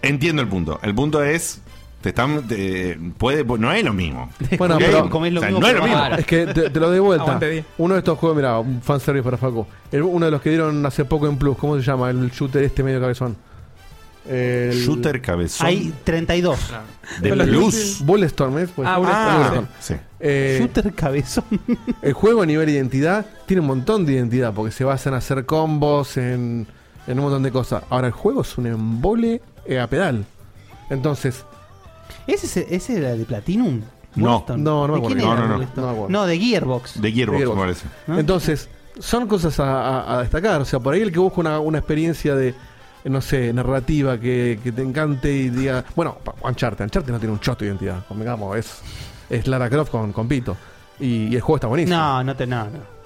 [SPEAKER 2] Entiendo el punto. El punto es. Te están. te- puede, no es
[SPEAKER 5] [LAUGHS]
[SPEAKER 2] lo mismo.
[SPEAKER 5] Bueno,
[SPEAKER 2] ¿Ok?
[SPEAKER 5] pero
[SPEAKER 2] O sea, No es lo mismo.
[SPEAKER 5] Es que te, te lo doy vuelta.
[SPEAKER 2] Aguante, Di.
[SPEAKER 5] Uno de estos juegos, mira, un fanservice para Facu. El- uno de los que dieron hace poco en Plus, ¿cómo se llama? El shooter este medio cabezón. El-
[SPEAKER 2] Shooter cabezón.
[SPEAKER 3] Hay 32.
[SPEAKER 2] De Pero Plus. los-
[SPEAKER 5] Bulletstorm, ¿eh? Pues,
[SPEAKER 3] Ah,
[SPEAKER 5] Bulletstorm.
[SPEAKER 3] Bulletstorm.
[SPEAKER 2] Sí.
[SPEAKER 5] Eh,
[SPEAKER 3] Shooter cabezón.
[SPEAKER 5] el juego a nivel identidad tiene un montón de identidad porque se basan en hacer combos, en, en un montón de cosas. Ahora, el juego es un embole eh, a pedal. Entonces,
[SPEAKER 3] ¿Ese, es- ese era de Platinum?
[SPEAKER 5] No.
[SPEAKER 3] Bulletstorm.
[SPEAKER 5] No, no me
[SPEAKER 3] ¿De quién
[SPEAKER 5] acuerdo.
[SPEAKER 3] era
[SPEAKER 5] No, no, no.
[SPEAKER 3] Bulletstorm?
[SPEAKER 5] No me acuerdo.
[SPEAKER 3] No, de Gearbox.
[SPEAKER 2] De Gearbox, me parece.
[SPEAKER 3] ¿No?
[SPEAKER 5] Entonces, son cosas a, a- a destacar. O sea, por ahí el que busca una, una experiencia de, no sé, narrativa que, que te encante y diga. Bueno, pa- Uncharted. Uncharted no tiene un choto de identidad. Convengamos, es, es Lara Croft con, con Pito. Y, y el juego está buenísimo.
[SPEAKER 3] No, no te. No, no.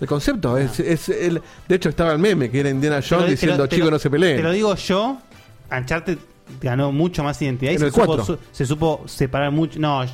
[SPEAKER 5] El concepto es. es el, de hecho, estaba el meme que era Indiana
[SPEAKER 3] Te lo-
[SPEAKER 5] Jones
[SPEAKER 3] te lo-
[SPEAKER 5] diciendo,
[SPEAKER 3] te
[SPEAKER 5] chicos,
[SPEAKER 3] lo-
[SPEAKER 5] no se peleen.
[SPEAKER 3] Te lo digo yo, Uncharted ganó mucho más identidad y
[SPEAKER 5] En
[SPEAKER 3] se
[SPEAKER 5] el
[SPEAKER 3] supo,
[SPEAKER 5] cuatro.
[SPEAKER 3] su- se supo separar mucho. No, a-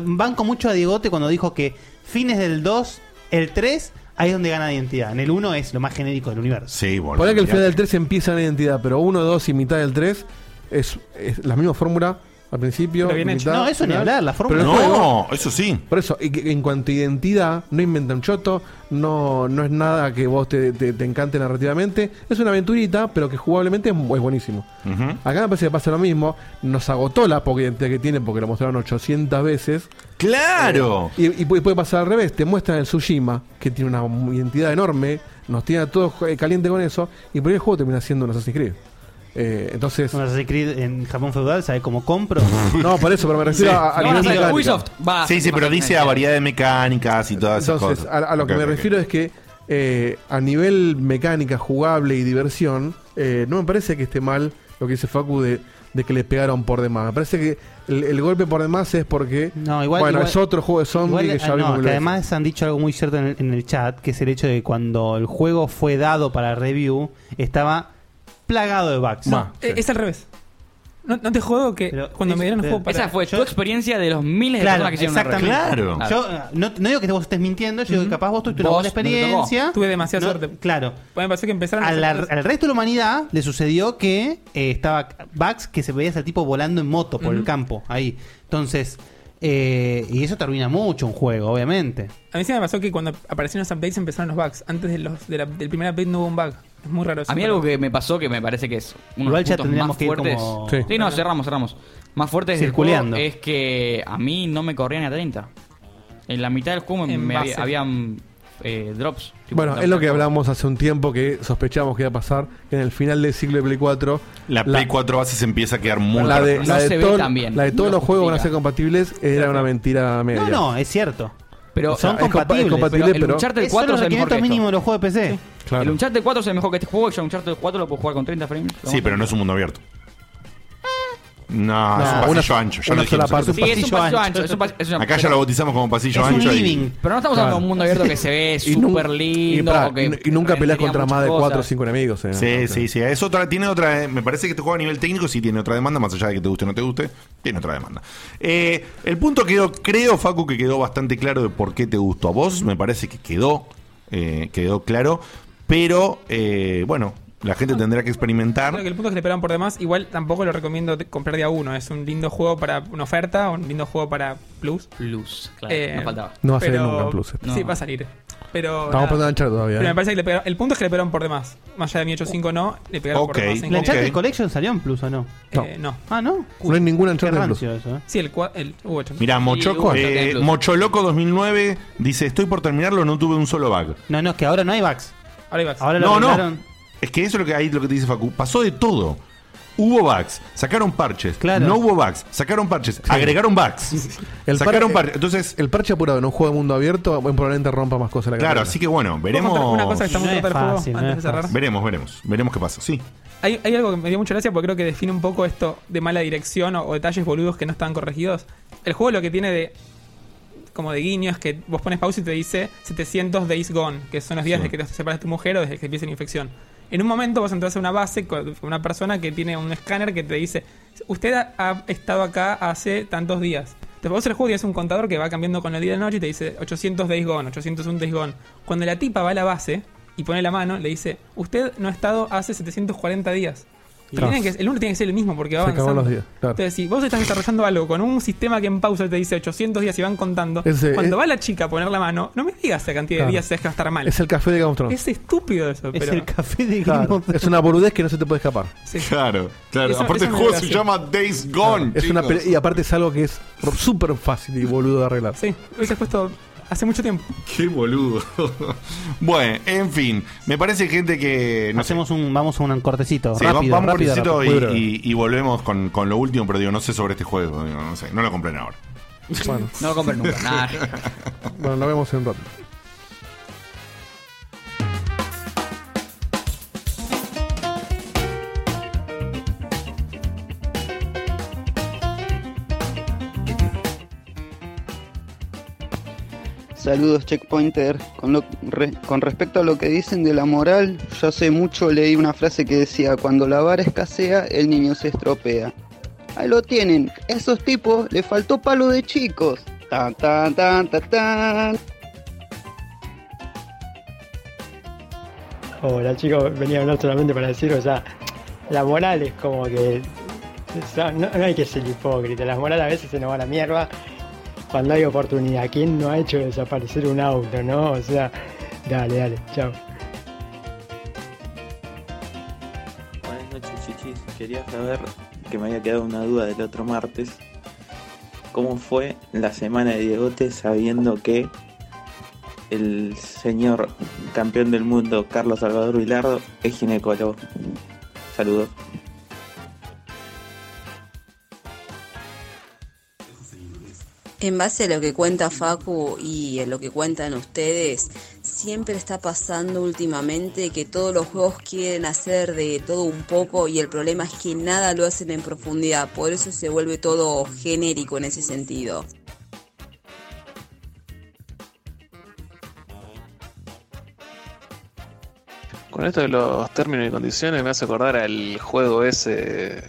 [SPEAKER 3] banco mucho a Diegote cuando dijo que fines del 2, el 3, ahí es donde gana identidad. En el 1 es lo más genérico del universo.
[SPEAKER 2] Sí, bueno.
[SPEAKER 5] Poné que el final del 3 empieza en identidad, pero 1, 2 y mitad del 3 es, es la misma fórmula al principio.
[SPEAKER 3] Pero bien hecho.
[SPEAKER 5] mitad,
[SPEAKER 3] No, eso ni
[SPEAKER 5] final.
[SPEAKER 3] hablar, la fórmula.
[SPEAKER 5] Pero el
[SPEAKER 3] No,
[SPEAKER 5] juego-
[SPEAKER 2] eso sí.
[SPEAKER 5] Por eso, y que- en cuanto a identidad, no inventan choto, no, no es nada que vos te, te- te encante narrativamente. Es una aventurita, pero que jugablemente es, bu- es buenísimo. Acá me parece que pasa lo mismo. Nos agotó la poca identidad que tiene porque lo mostraron 800 veces.
[SPEAKER 2] ¡Claro!
[SPEAKER 5] Eh, y, y puede puede pasar al revés. Te muestran el Tsushima, que tiene una identidad enorme. Nos tiene a todos eh, caliente con eso. Y por ahí el juego termina siendo un Assassin's Creed. Eh, entonces.
[SPEAKER 3] Un Assassin's Creed en Japón feudal, ¿sabe cómo compro?
[SPEAKER 5] [LAUGHS] no, por eso, pero me refiero a, a nivel mecánico.
[SPEAKER 2] sí, sí, pero dice a variedad de mecánicas y todas esas
[SPEAKER 5] Entonces,
[SPEAKER 2] cosas.
[SPEAKER 5] a, a lo que
[SPEAKER 2] Ok,
[SPEAKER 5] me
[SPEAKER 2] ok, ok.
[SPEAKER 5] refiero es que eh, a nivel mecánica, jugable y diversión, eh, no me parece que esté mal lo que dice Facu de, de que le pegaron por demás. Me parece que el, el golpe por demás es porque
[SPEAKER 3] No, igual-
[SPEAKER 5] bueno,
[SPEAKER 3] igual-
[SPEAKER 5] es otro juego de zombie
[SPEAKER 3] igual,
[SPEAKER 5] que ya
[SPEAKER 3] ah, no,
[SPEAKER 5] vimos.
[SPEAKER 3] que además han dicho algo muy cierto en el, en el chat, que es el hecho de que cuando el juego fue dado para review, estaba plagado de bugs.
[SPEAKER 4] No, eh, es al revés. No, no te jodo que cuando me dieron el juego para...
[SPEAKER 6] Esa fue tu experiencia de los miles de
[SPEAKER 3] Claro,
[SPEAKER 6] personas que hicieron una
[SPEAKER 3] exactamente.
[SPEAKER 6] review.
[SPEAKER 3] Yo eh, no, no digo que vos estés mintiendo, yo digo que capaz vos tuviste una
[SPEAKER 4] Vos
[SPEAKER 3] buena
[SPEAKER 4] no te tocó.
[SPEAKER 3] experiencia.
[SPEAKER 4] Tuve demasiada
[SPEAKER 3] No,
[SPEAKER 4] suerte.
[SPEAKER 3] Claro.
[SPEAKER 4] Me pareció que empezaron a
[SPEAKER 3] A la-
[SPEAKER 4] hacer-
[SPEAKER 3] al resto de la humanidad le sucedió que eh, estaba Bugs que se veía ese tipo volando en moto por
[SPEAKER 4] Ujú.
[SPEAKER 3] el campo, ahí. Entonces, eh, y eso te arruina mucho un juego, obviamente.
[SPEAKER 4] A mí sí me pasó que cuando aparecieron los updates empezaron los bugs. Antes de los, de la- del primer update no hubo un bug. Es muy raro. eso,
[SPEAKER 6] A mí
[SPEAKER 4] pero-
[SPEAKER 6] algo que me pasó que me parece que es uno de
[SPEAKER 4] Igual
[SPEAKER 6] los
[SPEAKER 4] ya
[SPEAKER 6] puntos
[SPEAKER 4] tendríamos
[SPEAKER 6] más
[SPEAKER 4] que ir
[SPEAKER 6] fuertes.
[SPEAKER 4] como-
[SPEAKER 6] Sí.
[SPEAKER 4] Sí.
[SPEAKER 6] no, cerramos, cerramos. Más fuertes del
[SPEAKER 3] Circuleando.
[SPEAKER 6] juego es que a mí no me corrían a 30. En la mitad del juego me,
[SPEAKER 5] En
[SPEAKER 6] me
[SPEAKER 5] base.
[SPEAKER 6] había- habían eh, drops. tipo,
[SPEAKER 5] Bueno,
[SPEAKER 6] drops.
[SPEAKER 5] es lo que hablamos hace un tiempo que sospechamos que iba a pasar, que en el final del siglo de Play 4
[SPEAKER 2] La Play 4 base se empieza a quedar muy
[SPEAKER 5] la de,
[SPEAKER 2] atrás.
[SPEAKER 5] la de todo- la de todos los juegos van a ser compatibles era una mentira media.
[SPEAKER 3] No, no, es cierto.
[SPEAKER 6] Pero-
[SPEAKER 3] son
[SPEAKER 5] O sea, es compa- es
[SPEAKER 3] compatibles.
[SPEAKER 5] compatible, pero-
[SPEAKER 6] Uncharted
[SPEAKER 3] Es
[SPEAKER 6] 4
[SPEAKER 3] solo
[SPEAKER 6] es el mejor
[SPEAKER 3] requerimiento
[SPEAKER 6] que
[SPEAKER 3] mínimo
[SPEAKER 6] esto.
[SPEAKER 3] de los juegos de PC.
[SPEAKER 6] El Uncharted 4 es el mejor que este juego. Yo Uncharted 4 lo puedo jugar con 30 frames.
[SPEAKER 2] Sí, pero no es un mundo abierto. No,
[SPEAKER 6] No,
[SPEAKER 2] es un
[SPEAKER 6] una-
[SPEAKER 2] pasillo ancho. Ya
[SPEAKER 6] una
[SPEAKER 2] lo dijimos.
[SPEAKER 6] sola parte. Sí, es un pasillo ancho, es un pas- es una-
[SPEAKER 2] Acá ya lo bautizamos como pasillo
[SPEAKER 6] Es un
[SPEAKER 2] ancho. y-
[SPEAKER 6] living. Pero no estamos hablando de un mundo abierto que se ve
[SPEAKER 5] [LAUGHS] Y nun-
[SPEAKER 6] súper
[SPEAKER 5] Y,
[SPEAKER 6] lindo.
[SPEAKER 5] pará,
[SPEAKER 6] o que
[SPEAKER 5] y- y nunca
[SPEAKER 6] rendería
[SPEAKER 5] peleas contra
[SPEAKER 6] muchas
[SPEAKER 5] más de
[SPEAKER 6] cosas.
[SPEAKER 5] 4 o 5 enemigos. eh.
[SPEAKER 2] Sí, sí, sí. Es otra, tiene otra. eh, Me parece que este juego a nivel técnico sí tiene otra demanda, más allá de que te guste o no te guste, tiene otra demanda. Eh, el punto quedó, creo, Facu, que quedó bastante claro de por qué te gustó a vos. Me parece que quedó, eh, quedó claro. Pero, eh, bueno, la gente tendrá que experimentar.
[SPEAKER 4] Creo que el punto es que le pegaron por demás. Igual tampoco lo recomiendo te- comprar de a uno. Es un lindo juego para una oferta, un lindo juego para Plus. Eh,
[SPEAKER 6] Plus, claro, no faltaba.
[SPEAKER 5] No va a salir nunca en Plus esto.
[SPEAKER 4] Sí,
[SPEAKER 5] No.
[SPEAKER 4] va a salir. Pero,
[SPEAKER 5] Estamos por lanzar todavía,
[SPEAKER 4] Pero
[SPEAKER 5] eh.
[SPEAKER 4] me parece que le pegaron, el punto es que le pegaron por demás. Más allá de mi 8.5 no, le pegaron por demás. en
[SPEAKER 3] ¿La
[SPEAKER 4] general.
[SPEAKER 3] Uncharted Collection salió en Plus o no?
[SPEAKER 4] Eh, no.
[SPEAKER 3] Ah, no.
[SPEAKER 5] No hay ninguna
[SPEAKER 3] Qué
[SPEAKER 5] Uncharted en Plus.
[SPEAKER 3] rancio eso, eh.
[SPEAKER 4] Sí, el, cua- el hubo ocho.
[SPEAKER 2] Mirá, Mochoco, eh, Mocholoco 2009 dice: Estoy por terminarlo, no tuve un solo bug.
[SPEAKER 3] No, no, es que ahora no hay bugs.
[SPEAKER 4] Ahora hay bugs.
[SPEAKER 3] Ahora lo
[SPEAKER 2] no, no.
[SPEAKER 3] arreglaron.
[SPEAKER 2] Es que eso es lo que, ahí lo que te dice Facu. Pasó de todo. Hubo bugs, sacaron parches. No hubo bugs, sacaron parches, agregaron bugs.
[SPEAKER 5] El
[SPEAKER 2] sacaron
[SPEAKER 5] parche-
[SPEAKER 2] parches. Entonces,
[SPEAKER 5] El parche apurado en un juego de mundo abierto bueno, probablemente rompa más cosas. la
[SPEAKER 2] claro,
[SPEAKER 5] cartera.
[SPEAKER 2] así que bueno, veremos.
[SPEAKER 4] una cosa que está muy No es rota el juego fácil, no antes de es cerrar? fácil.
[SPEAKER 2] Veremos, veremos. Veremos qué pasa. Sí.
[SPEAKER 4] Hay, hay algo que me dio mucha gracia porque creo que define un poco esto de mala dirección o, o detalles boludos que no están corregidos. El juego lo que tiene de como de guiño es que vos pones pausa y te dice 700 days gone, que son los días
[SPEAKER 12] Sí.
[SPEAKER 4] desde que te separas de tu mujer o desde que empieza la infección. En un momento vos entras a una base con una persona que tiene un escáner que te dice, usted ha, ha estado acá hace tantos días. Después vos el juego y es un contador que va cambiando con el día y la noche y te dice 800 days gone, 801 days gone. Cuando la tipa va a la base y pone la mano, le dice, usted no ha estado hace 740 días. Y
[SPEAKER 5] Claro.
[SPEAKER 4] tienen que- el número tiene que ser el mismo porque va
[SPEAKER 5] Se
[SPEAKER 4] avanzando.
[SPEAKER 5] acabó los días, claro.
[SPEAKER 4] Entonces, si vos estás desarrollando algo con un sistema que en pausa te dice 800 días y van contando,
[SPEAKER 5] Ese-
[SPEAKER 4] cuando
[SPEAKER 5] es-
[SPEAKER 4] va la chica a poner la mano, no me digas la cantidad
[SPEAKER 5] Claro.
[SPEAKER 4] de días que va a estar mal.
[SPEAKER 5] Es el café de Game of Thrones.
[SPEAKER 4] Es estúpido eso. pero...
[SPEAKER 3] café de
[SPEAKER 5] Claro, Es una boludez que no se te puede escapar.
[SPEAKER 2] [LAUGHS] Claro, claro.
[SPEAKER 4] Eso- eso
[SPEAKER 2] Aparte, el
[SPEAKER 4] me
[SPEAKER 2] juego
[SPEAKER 4] da
[SPEAKER 2] se
[SPEAKER 4] gracia.
[SPEAKER 2] llama Days Gone.
[SPEAKER 5] Es una
[SPEAKER 2] chicos.
[SPEAKER 5] pele- y aparte es algo que es r- súper fácil y boludo de arreglar.
[SPEAKER 4] Sí, lo hubieses puesto hace mucho tiempo.
[SPEAKER 2] Qué boludo. [LAUGHS] bueno, en fin. Me parece gente que. No sé.
[SPEAKER 3] Hacemos un, vamos a un cortecito.
[SPEAKER 2] Sí,
[SPEAKER 3] rápido,
[SPEAKER 2] vamos por
[SPEAKER 3] rápido,
[SPEAKER 2] necesito
[SPEAKER 3] rápido.
[SPEAKER 2] y, y- y volvemos con, con lo último, pero digo, no sé sobre este juego. digo, no sé, no lo compren ahora.
[SPEAKER 5] Bueno.
[SPEAKER 6] No lo compré
[SPEAKER 2] [LAUGHS]
[SPEAKER 6] nunca. nada.
[SPEAKER 5] Bueno, nos vemos en un rato.
[SPEAKER 18] Saludos checkpointer. Con, lo- re- con respecto a lo que dicen de la moral, yo hace mucho leí una frase que decía, cuando la vara escasea, el niño se estropea. Ahí lo tienen, esos tipos le faltó palo de chicos. Tan, tan, tan, tan, tan.
[SPEAKER 17] Hola chicos, venía a hablar solamente para decir, o sea, la moral es como que. o sea, No, no hay que ser hipócrita, la moral a veces se nos va a la mierda cuando hay oportunidad. ¿Quién no ha hecho desaparecer un auto, no? O sea, dale, dale, chao.
[SPEAKER 4] Buenas noches, chichis. Quería saber, que me había quedado una duda del otro martes, ¿cómo fue la semana de Diegote sabiendo que el señor campeón del mundo, Carlos Salvador Vilardo, es ginecólogo? Saludos.
[SPEAKER 9] En base a lo que cuenta Facu y a lo que cuentan ustedes, siempre está pasando últimamente que todos los juegos quieren hacer de todo un poco y el problema es que nada lo hacen en profundidad, por eso se vuelve todo genérico en ese sentido.
[SPEAKER 10] Con esto de los términos y condiciones me hace acordar al juego ese.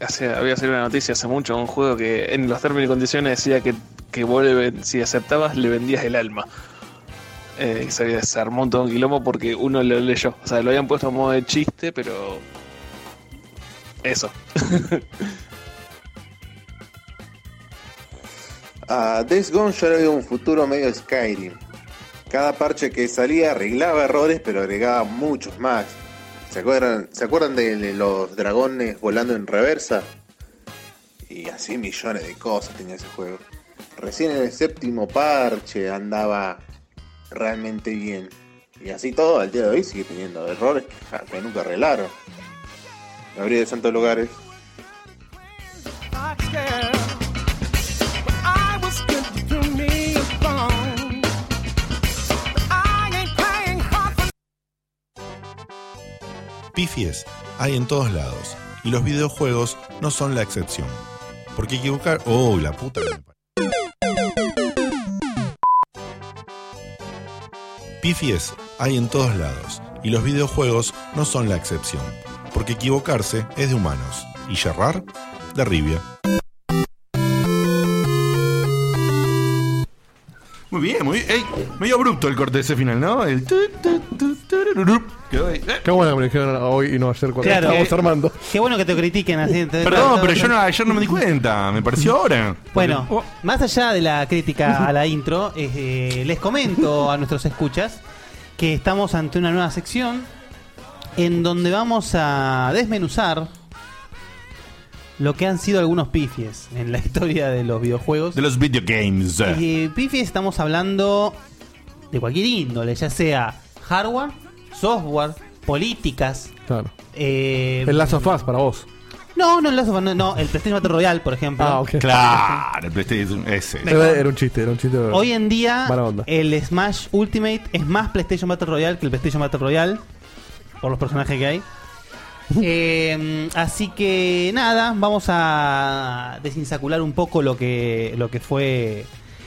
[SPEAKER 10] hace- había salido una noticia hace mucho, un juego que en los términos y condiciones decía que, que vos le ven- si aceptabas le vendías el alma. Eh, y se había- se armó un todo un quilombo porque uno lo leyó. O sea, lo habían puesto a modo de chiste, pero. Eso.
[SPEAKER 5] A Days Gone yo le veo un futuro medio Skyrim. Cada parche que salía arreglaba errores, pero agregaba muchos más. ¿Se acuerdan, ¿se acuerdan de de los dragones volando en reversa? Y así millones de cosas tenía ese juego. Recién en el séptimo parche andaba realmente bien. Y así todo, al día de hoy sigue teniendo errores que, ja, que nunca arreglaron. Me abrí de santos lugares.
[SPEAKER 11] Pifies hay en todos lados y los videojuegos no son la excepción. Porque equivocar... ¡Oh, la puta! que me parió! Pifies hay en todos lados y los videojuegos no son la excepción. Porque equivocarse es de humanos y yerrar de ribia.
[SPEAKER 2] Muy bien, muy bien. Ey, medio abrupto el corte ese final, ¿no? El tu, tu, tu, turururup. Quedó ahí. Eh.
[SPEAKER 16] Qué bueno que me lo dijeron hoy y no ayer cuando
[SPEAKER 2] Claro.
[SPEAKER 16] estábamos
[SPEAKER 2] Eh,
[SPEAKER 16] armando.
[SPEAKER 3] Qué bueno que te critiquen así. entonces-
[SPEAKER 2] Perdón, pero yo no, oh. ayer no me di cuenta. Me pareció ahora.
[SPEAKER 3] Bueno, más allá de la crítica a la intro, eh, les comento a nuestros escuchas que estamos ante una nueva sección en donde vamos a desmenuzar lo que han sido algunos pifies en la historia de los videojuegos.
[SPEAKER 2] De los video games.
[SPEAKER 3] Eh, pifies estamos hablando de cualquier índole, ya sea hardware, software, políticas.
[SPEAKER 16] Claro.
[SPEAKER 3] eh,
[SPEAKER 16] El Last of Us para vos.
[SPEAKER 3] No, no, el Last of Us, no, no, el PlayStation Battle Royale, por ejemplo.
[SPEAKER 16] Ah, ok.
[SPEAKER 2] Claro, el PlayStation ese.
[SPEAKER 16] Era, era un chiste, era un chiste.
[SPEAKER 3] Hoy en día,
[SPEAKER 16] Mala onda.
[SPEAKER 3] el Smash Ultimate es más PlayStation Battle Royale que el PlayStation Battle Royale, por los personajes
[SPEAKER 16] [LAUGHS]
[SPEAKER 3] que hay. Eh, así que nada, vamos a desinsacular un poco lo que, lo que fue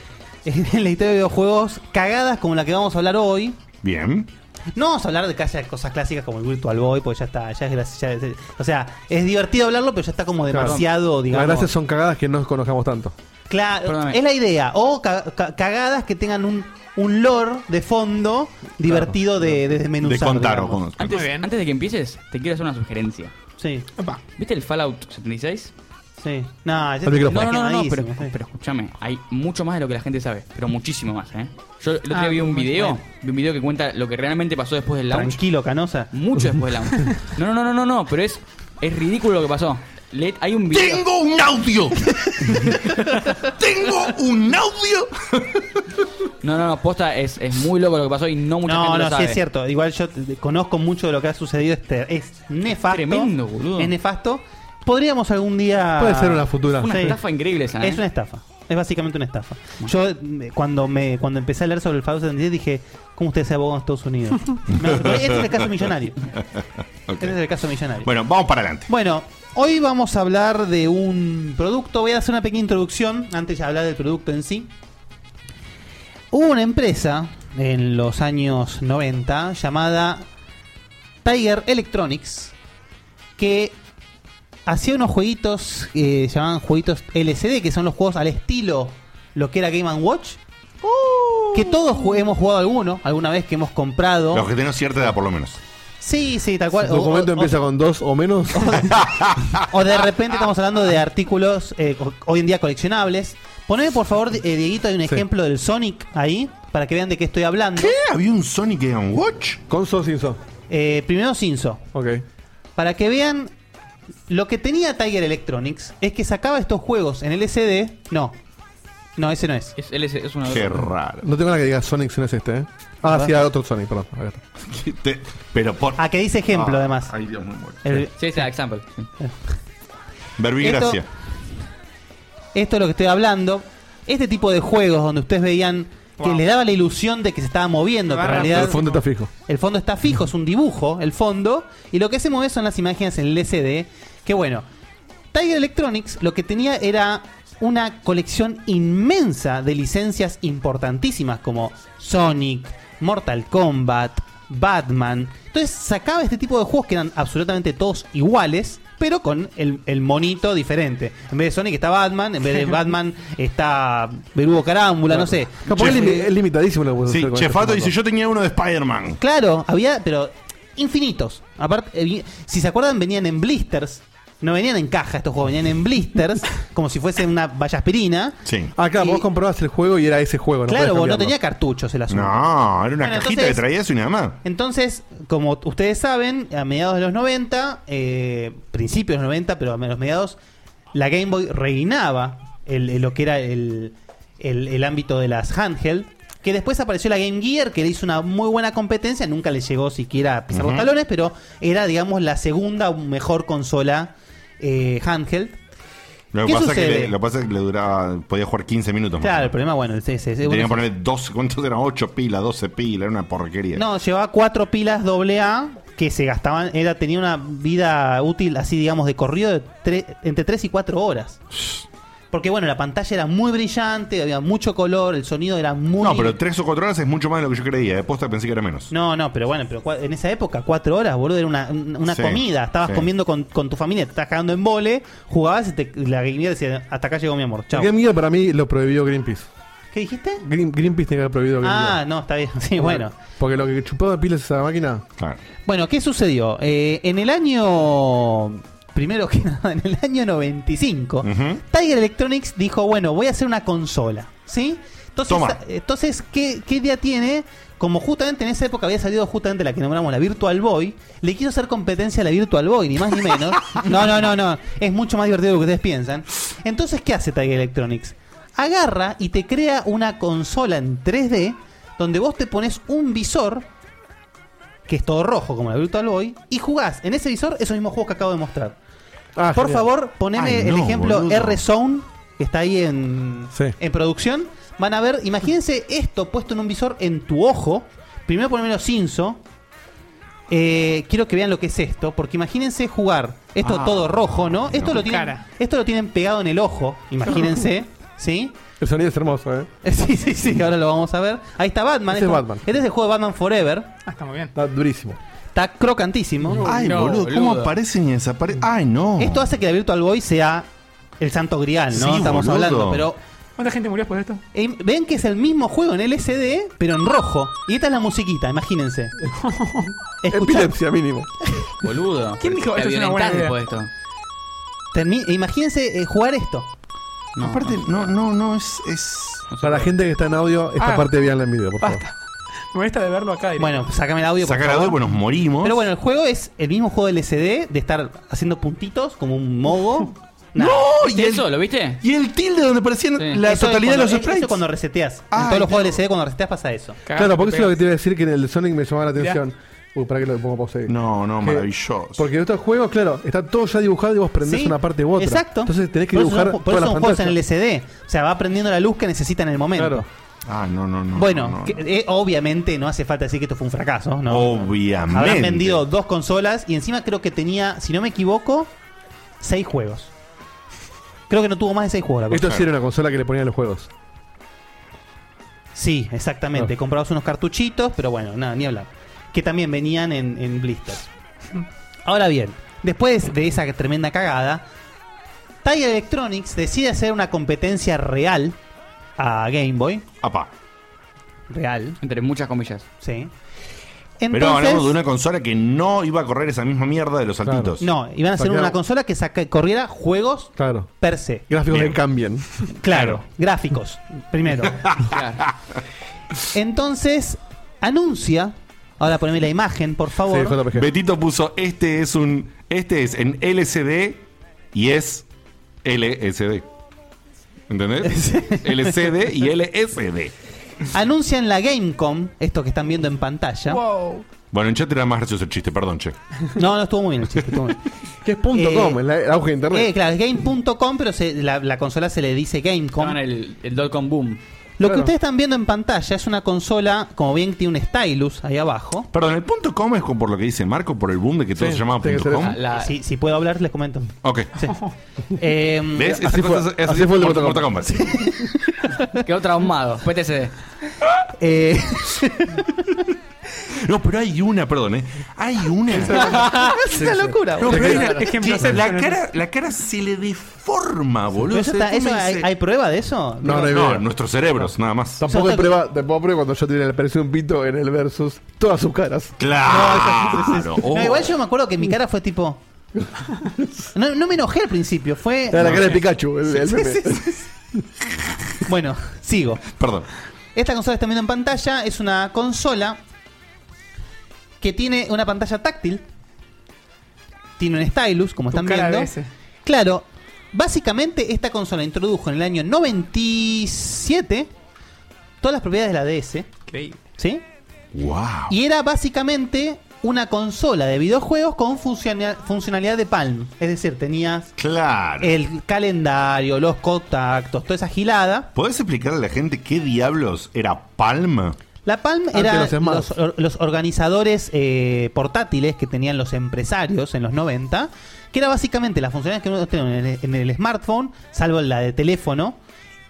[SPEAKER 3] [LAUGHS] en la historia de videojuegos, cagadas como la que vamos a hablar hoy.
[SPEAKER 2] Bien.
[SPEAKER 3] No vamos a hablar de casi cosas clásicas como el Virtual Boy, porque ya está, ya es gracia- ya es- o sea, es divertido hablarlo, pero ya está como
[SPEAKER 16] Claro.
[SPEAKER 3] demasiado, digamos.
[SPEAKER 16] Las gracias son cagadas que no conozcamos tanto.
[SPEAKER 3] Claro,
[SPEAKER 16] Perdóname.
[SPEAKER 3] es la idea. O ca- ca- cagadas que tengan un, un lore de fondo divertido de, de desmenuzar. digamos.
[SPEAKER 6] Antes, antes de que empieces, te quiero hacer una sugerencia.
[SPEAKER 3] Sí.
[SPEAKER 6] ¿Viste el Fallout 76?
[SPEAKER 3] Sí. No, ese
[SPEAKER 6] no,
[SPEAKER 3] está
[SPEAKER 6] no, no, no, pero,
[SPEAKER 3] quemadísimo, sí. [LAUGHS]
[SPEAKER 6] pero escúchame, hay mucho más de lo que la gente sabe, pero muchísimo más, ¿eh? Yo el otro
[SPEAKER 3] Ah,
[SPEAKER 6] día vi un
[SPEAKER 3] muy
[SPEAKER 6] video,
[SPEAKER 3] bueno.
[SPEAKER 6] vi un video que cuenta lo que realmente pasó después del launch.
[SPEAKER 3] Tranquilo, Canosa.
[SPEAKER 6] Mucho después del
[SPEAKER 3] [LAUGHS]
[SPEAKER 6] launch. No, no, no, no, no, no, pero es, es ridículo lo que pasó. Le- hay un video.
[SPEAKER 2] ¡Tengo un audio! ¡Tengo un audio!
[SPEAKER 6] No, no, no, posta, es, es muy loco lo que pasó y no mucha gente
[SPEAKER 3] No,
[SPEAKER 6] lo
[SPEAKER 3] no, sí
[SPEAKER 6] sabe.
[SPEAKER 3] es cierto. Igual yo te- te- conozco mucho de lo que ha sucedido. Este, es nefasto.
[SPEAKER 6] Tremendo, boludo.
[SPEAKER 3] Es nefasto. Podríamos algún día.
[SPEAKER 16] Puede ser una futura.
[SPEAKER 6] Una
[SPEAKER 3] Sí.
[SPEAKER 6] estafa increíble esa, ¿eh?
[SPEAKER 3] Es una estafa. Es básicamente una estafa. Yo eh, cuando me cuando empecé a leer sobre el Fallout 76 dije, ¿cómo usted se abogan en Estados Unidos? [LAUGHS] Me- ese este es el caso millonario.
[SPEAKER 2] [LAUGHS] Ok.
[SPEAKER 3] Ese es el caso millonario.
[SPEAKER 2] Bueno, vamos para adelante.
[SPEAKER 3] Bueno, hoy vamos a hablar de un producto. Voy a hacer una pequeña introducción antes de hablar del producto en sí. Hubo una empresa en los años 90 llamada Tiger Electronics que hacía unos jueguitos que se llamaban jueguitos LCD, que son los juegos al estilo lo que era Game ⁇ Watch. Que todos ju- hemos jugado alguno, alguna vez que hemos comprado.
[SPEAKER 2] Los que tenemos cierta edad, por lo menos.
[SPEAKER 3] Sí, sí, tal cual.
[SPEAKER 5] El
[SPEAKER 3] O-
[SPEAKER 5] documento
[SPEAKER 3] o-
[SPEAKER 5] empieza con dos o menos.
[SPEAKER 3] [LAUGHS] O de repente estamos hablando de artículos eh, co- hoy en día coleccionables. Poneme por favor, eh, Dieguito, hay un ejemplo del Sonic ahí, para que vean de qué estoy hablando. ¿Qué?
[SPEAKER 2] ¿Había un Sonic Game Watch?
[SPEAKER 5] ¿Con o sin so?
[SPEAKER 3] Eh, primero sin so.
[SPEAKER 5] Ok.
[SPEAKER 3] Para que vean, lo que tenía Tiger Electronics es que sacaba estos juegos en LCD. No, no, ese no es.
[SPEAKER 6] Es, él es, es una
[SPEAKER 2] raro.
[SPEAKER 5] No tengo nada que diga Sonic si no es este, ¿eh? Ah, sí, otro Sonic, perdón. Acá está.
[SPEAKER 2] Te- pero por.
[SPEAKER 3] Ah, que dice ejemplo, además.
[SPEAKER 2] Ay, Dios me muero.
[SPEAKER 3] El- Eh.
[SPEAKER 6] Sí, sí, example.
[SPEAKER 2] Verbigracia.
[SPEAKER 3] Esto es lo que estoy hablando. Este tipo de juegos donde ustedes veían que le daba la ilusión de que se estaba moviendo, pero en realidad
[SPEAKER 5] El fondo está fijo.
[SPEAKER 3] El fondo está fijo, es un dibujo, el fondo, y lo que se mueve son las imágenes en el LCD. Que bueno, Tiger Electronics lo que tenía era una colección inmensa de licencias importantísimas como Sonic, Mortal Kombat, Batman. Entonces sacaba este tipo de juegos que eran absolutamente todos iguales, pero con el, el monito diferente. En vez de Sonic está Batman, en vez de Batman está Berugo Carámbula, no sé.
[SPEAKER 5] Capaz es limi- es limitadísimo lo que puedes
[SPEAKER 2] Sí,
[SPEAKER 5] hacer con este
[SPEAKER 2] Chefato
[SPEAKER 5] formato.
[SPEAKER 2] dice: Yo tenía uno de Spider-Man.
[SPEAKER 3] Claro, había, pero infinitos. Aparte, eh, vi- si se acuerdan, venían en blisters. No venían en caja estos juegos, venían en blisters, como si fuese una vallaspirina.
[SPEAKER 2] Sí.
[SPEAKER 5] Ah, claro, vos comprabas el juego y era ese juego. No
[SPEAKER 3] Claro,
[SPEAKER 5] podías
[SPEAKER 3] vos no
[SPEAKER 5] cambiarlo.
[SPEAKER 3] tenía cartuchos el asunto.
[SPEAKER 2] No, era una
[SPEAKER 3] Bueno,
[SPEAKER 2] cajita
[SPEAKER 3] entonces-
[SPEAKER 2] que traía eso y nada más.
[SPEAKER 3] Entonces, como ustedes saben, a mediados de los 90, eh, principios de los 90, pero a los mediados, la Game Boy reinaba el- el- lo que era el, el- el ámbito de las handheld. Que después apareció la Game Gear, que le hizo una muy buena competencia. Nunca le llegó siquiera a pisar los
[SPEAKER 2] Ujú.
[SPEAKER 3] talones, pero era, digamos, la segunda mejor consola eh, handheld.
[SPEAKER 2] Lo que
[SPEAKER 3] ¿Qué
[SPEAKER 2] pasa es que
[SPEAKER 3] sucede?
[SPEAKER 2] le, lo que pasa es que le duraba. Podía jugar 15 minutos más.
[SPEAKER 3] Claro, el problema, bueno, es ese. es-
[SPEAKER 2] Tenía que
[SPEAKER 3] bueno,
[SPEAKER 2] ponerle 12, ¿cuántos eran? 8 pilas, 12 pilas, era una porquería.
[SPEAKER 3] No, llevaba cuatro pilas doble A que se gastaban, era, tenía una vida útil así, digamos, de corrido de tre- entre 3 y 4 horas. Porque bueno, la pantalla era muy brillante, había mucho color, el sonido era muy...
[SPEAKER 2] No, pero 3 o 4 horas es mucho más de lo que yo creía. De posta pensé que era menos.
[SPEAKER 3] No, no, pero bueno, pero cua- en esa época, cuatro horas, boludo, era una, una
[SPEAKER 2] Sí,
[SPEAKER 3] comida. Estabas
[SPEAKER 2] sí.
[SPEAKER 3] comiendo con, con tu familia, te estabas cagando en vole, jugabas y te, la guinea decía, hasta acá llegó mi amor, chao.
[SPEAKER 5] El Game Gear para mí lo prohibió Greenpeace.
[SPEAKER 3] ¿Qué dijiste?
[SPEAKER 5] Green- Greenpeace tenía que haber prohibido Game Gear.
[SPEAKER 3] Ah, no, está bien, [LAUGHS] sí, bueno.
[SPEAKER 5] Porque lo que chupaba de pilas esa máquina.
[SPEAKER 3] Bueno, ¿qué sucedió? Eh, en el año. Primero que [LAUGHS] nada, en el año 95, Tiger Electronics dijo: Bueno, voy a hacer una consola. ¿Sí? Entonces, eh,
[SPEAKER 2] Toma.
[SPEAKER 3] entonces ¿qué, ¿qué idea tiene? Como justamente en esa época había salido justamente la que nombramos la Virtual Boy, le quiso hacer competencia a la Virtual Boy, ni más ni menos. No, no, no, no. Es mucho más divertido de lo que ustedes piensan. Entonces, ¿qué hace Tiger Electronics? Agarra y te crea una consola en 3D donde vos te pones un visor que es todo rojo como la Virtual Boy, y jugás en ese visor esos mismos juegos que acabo de mostrar. Por
[SPEAKER 5] Ah, genial.
[SPEAKER 3] favor, poneme
[SPEAKER 5] Ay,
[SPEAKER 3] el
[SPEAKER 5] no,
[SPEAKER 3] ejemplo
[SPEAKER 5] boludo.
[SPEAKER 3] R-Zone, que está ahí en, en producción. Van a ver, imagínense esto puesto en un visor en tu ojo. Primero ponémelo cinzo. Eh, quiero que vean lo que es esto, porque imagínense jugar. Esto
[SPEAKER 4] Ah.
[SPEAKER 3] todo rojo, ¿no? Esto,
[SPEAKER 4] No,
[SPEAKER 3] lo tienen,
[SPEAKER 4] cara.
[SPEAKER 3] esto lo tienen pegado en el ojo,
[SPEAKER 5] [LAUGHS]
[SPEAKER 3] imagínense. ¿Sí?
[SPEAKER 5] El sonido es hermoso, ¿eh?
[SPEAKER 3] [LAUGHS] Sí, sí, sí, ahora lo vamos a ver. Ahí está Batman.
[SPEAKER 5] Ese
[SPEAKER 3] esto-
[SPEAKER 5] es Batman.
[SPEAKER 3] Este es el juego de Batman Forever.
[SPEAKER 4] Ah, está muy bien.
[SPEAKER 5] Está durísimo.
[SPEAKER 3] Está crocantísimo.
[SPEAKER 2] Ay, boludo, ¿cómo aparecen y desaparecen? Ay, no.
[SPEAKER 3] Esto hace que la Virtual Boy sea el santo grial, ¿no?
[SPEAKER 2] Sí,
[SPEAKER 3] Estamos
[SPEAKER 2] boludo.
[SPEAKER 3] hablando, pero.
[SPEAKER 4] ¿Cuánta gente murió después de esto?
[SPEAKER 3] eh, Ven que es el mismo juego en LCD, pero en rojo. Y esta es la
[SPEAKER 4] [LAUGHS]
[SPEAKER 3] musiquita, imagínense.
[SPEAKER 5] Epilepsia mínimo.
[SPEAKER 6] Boludo.
[SPEAKER 3] ¿Quién dijo
[SPEAKER 6] La
[SPEAKER 3] esto es una
[SPEAKER 6] violentás
[SPEAKER 3] buena idea?
[SPEAKER 6] después de esto.
[SPEAKER 3] Termi- imagínense eh, jugar esto.
[SPEAKER 2] Aparte, no, no, no, es. es...
[SPEAKER 5] Para la gente que está en audio, esta
[SPEAKER 3] Ah.
[SPEAKER 5] parte veanla en video, por favor.
[SPEAKER 3] Molesta de verlo acá. Bueno, sacame el audio. por
[SPEAKER 2] Saca el audio,
[SPEAKER 3] favor.
[SPEAKER 2] pues nos morimos.
[SPEAKER 3] Pero bueno, el juego es el mismo juego del LCD, de estar haciendo puntitos como un
[SPEAKER 2] [LAUGHS]
[SPEAKER 3] mogo. Nada.
[SPEAKER 6] ¿Viste eso? ¿Lo viste?
[SPEAKER 2] Y el tilde donde aparecían
[SPEAKER 6] Sí.
[SPEAKER 3] Eso es cuando- es- Eso es cuando reseteas.
[SPEAKER 2] Ah,
[SPEAKER 3] en todos los juegos del LCD, cuando reseteas, pasa eso.
[SPEAKER 5] Claro, porque eso es lo que te iba a decir que en el Sonic me llamaba la atención. Uy, para que lo pongo pausa ahí.
[SPEAKER 2] No, no,
[SPEAKER 5] Que-
[SPEAKER 2] maravilloso.
[SPEAKER 5] Porque en estos juegos, claro, está todo ya dibujado y vos prendés
[SPEAKER 3] Sí,
[SPEAKER 5] una parte u otra.
[SPEAKER 3] Exacto.
[SPEAKER 5] Entonces tenés que
[SPEAKER 3] Por eso
[SPEAKER 5] dibujar
[SPEAKER 3] son- Por
[SPEAKER 5] todas
[SPEAKER 3] eso
[SPEAKER 5] las
[SPEAKER 3] son juegos en
[SPEAKER 5] pantallas.
[SPEAKER 3] LCD. O sea, va prendiendo la luz que necesita en el momento.
[SPEAKER 2] Ah, no, no, no.
[SPEAKER 3] Bueno,
[SPEAKER 2] no, no.
[SPEAKER 3] que- eh, obviamente no hace falta decir que esto fue un fracaso, ¿no?
[SPEAKER 2] Obviamente.
[SPEAKER 3] Habrán vendido dos consolas y encima creo que tenía, si no me equivoco, seis juegos. Creo que no tuvo más de seis juegos la
[SPEAKER 5] Esto
[SPEAKER 3] consola.
[SPEAKER 5] sí era una consola que le ponían los juegos.
[SPEAKER 3] Sí, exactamente.
[SPEAKER 2] Ah.
[SPEAKER 3] Comprabas unos cartuchitos, pero bueno, nada, ni hablar. Que también venían en, en blisters. Ahora bien, después de esa tremenda cagada, Tiger Electronics decide hacer una competencia real a Game Boy.
[SPEAKER 2] Apa.
[SPEAKER 3] Real.
[SPEAKER 6] Entre muchas comillas.
[SPEAKER 3] Sí.
[SPEAKER 2] Pero
[SPEAKER 3] Entonces,
[SPEAKER 2] hablamos de una consola que no iba a correr esa misma mierda de los saltitos.
[SPEAKER 3] no, iban a hacer una consola que saca- corriera juegos
[SPEAKER 5] Claro.
[SPEAKER 3] per se.
[SPEAKER 5] Gráficos que
[SPEAKER 3] [LAUGHS]
[SPEAKER 5] cambian.
[SPEAKER 3] Claro, gráficos,
[SPEAKER 5] [LAUGHS]
[SPEAKER 3] primero. Entonces, anuncia. Ahora poneme la imagen, por favor.
[SPEAKER 2] Betito puso, este es un. Este es en LCD y es LSD.
[SPEAKER 3] [LAUGHS]
[SPEAKER 2] ¿Entendés? LCD y LSD.
[SPEAKER 3] Anuncia en la Gamecom, esto que están viendo en pantalla.
[SPEAKER 2] Bueno, en chat era más gracioso el chiste, perdón, che.
[SPEAKER 3] No, no estuvo muy bien el chiste. Estuvo muy bien.
[SPEAKER 5] [LAUGHS] que es punto com, el auge de internet.
[SPEAKER 3] Eh, claro, es game.com, pero se- la, la consola se le dice Gamecom.
[SPEAKER 6] el, dotcom boom.
[SPEAKER 3] Lo que
[SPEAKER 6] Claro.
[SPEAKER 3] ustedes están viendo en pantalla es una consola, como bien tiene un stylus ahí abajo.
[SPEAKER 2] Perdón, el punto com es con- por lo que dice Marco, por el boom de que todo se llamaba punto com.
[SPEAKER 3] Ah, La- si, si puedo hablar, les comento.
[SPEAKER 2] Ok.
[SPEAKER 3] Sí. Eh,
[SPEAKER 2] ¿Ves? Esas cosas- esas- Mortal- Mortal Kombat, sí.
[SPEAKER 6] Quedó traumado. PTSD.
[SPEAKER 3] Eh,
[SPEAKER 2] No, pero hay una, perdón, ¿eh? Hay
[SPEAKER 3] [LAUGHS]
[SPEAKER 2] una. [LAUGHS]
[SPEAKER 3] Es una Sí, sí. locura,
[SPEAKER 2] No,
[SPEAKER 3] boludo.
[SPEAKER 2] pero hay una-
[SPEAKER 3] Es que me
[SPEAKER 2] que
[SPEAKER 3] hace-
[SPEAKER 2] la, cara, la cara se le deforma, boludo.
[SPEAKER 3] pero eso
[SPEAKER 2] Se
[SPEAKER 3] está-
[SPEAKER 2] deforma
[SPEAKER 3] eso
[SPEAKER 2] y
[SPEAKER 3] hay,
[SPEAKER 2] se-
[SPEAKER 3] ¿Hay prueba de eso?
[SPEAKER 2] No, no, no, nuestros cerebros, nada más.
[SPEAKER 5] Tampoco hay prueba, tampoco hay prueba cuando yo tenía la aparición de un pito en el versus todas sus caras.
[SPEAKER 2] Claro.
[SPEAKER 3] No, igual
[SPEAKER 2] Oh.
[SPEAKER 3] yo me acuerdo que mi cara fue tipo. No, no me enojé al principio, fue.
[SPEAKER 5] Era la cara de Pikachu, el- el meme.
[SPEAKER 3] Bueno, sigo.
[SPEAKER 2] Perdón.
[SPEAKER 3] Esta consola que están viendo en pantalla es una consola que tiene una pantalla táctil. Tiene un stylus, como están
[SPEAKER 4] cara
[SPEAKER 3] viendo.
[SPEAKER 4] de ese.
[SPEAKER 3] Claro, básicamente esta consola introdujo en el año 97 todas las propiedades de la DS.
[SPEAKER 4] Increíble.
[SPEAKER 3] ¿Sí? [LAUGHS]
[SPEAKER 2] Wow.
[SPEAKER 3] Y era básicamente una consola de videojuegos con funciona- funcionalidad de Palm. Es decir, tenías el calendario, los contactos, toda esa gilada.
[SPEAKER 2] ¿Podés explicarle a la gente qué diablos era Palma?
[SPEAKER 3] La Palm
[SPEAKER 2] Antes
[SPEAKER 3] era
[SPEAKER 2] los
[SPEAKER 3] los,
[SPEAKER 2] Smarts.
[SPEAKER 3] or- los organizadores eh, portátiles que tenían los empresarios en los 90, que era básicamente las funcionalidades que uno tenía en el, en el smartphone, salvo la de teléfono,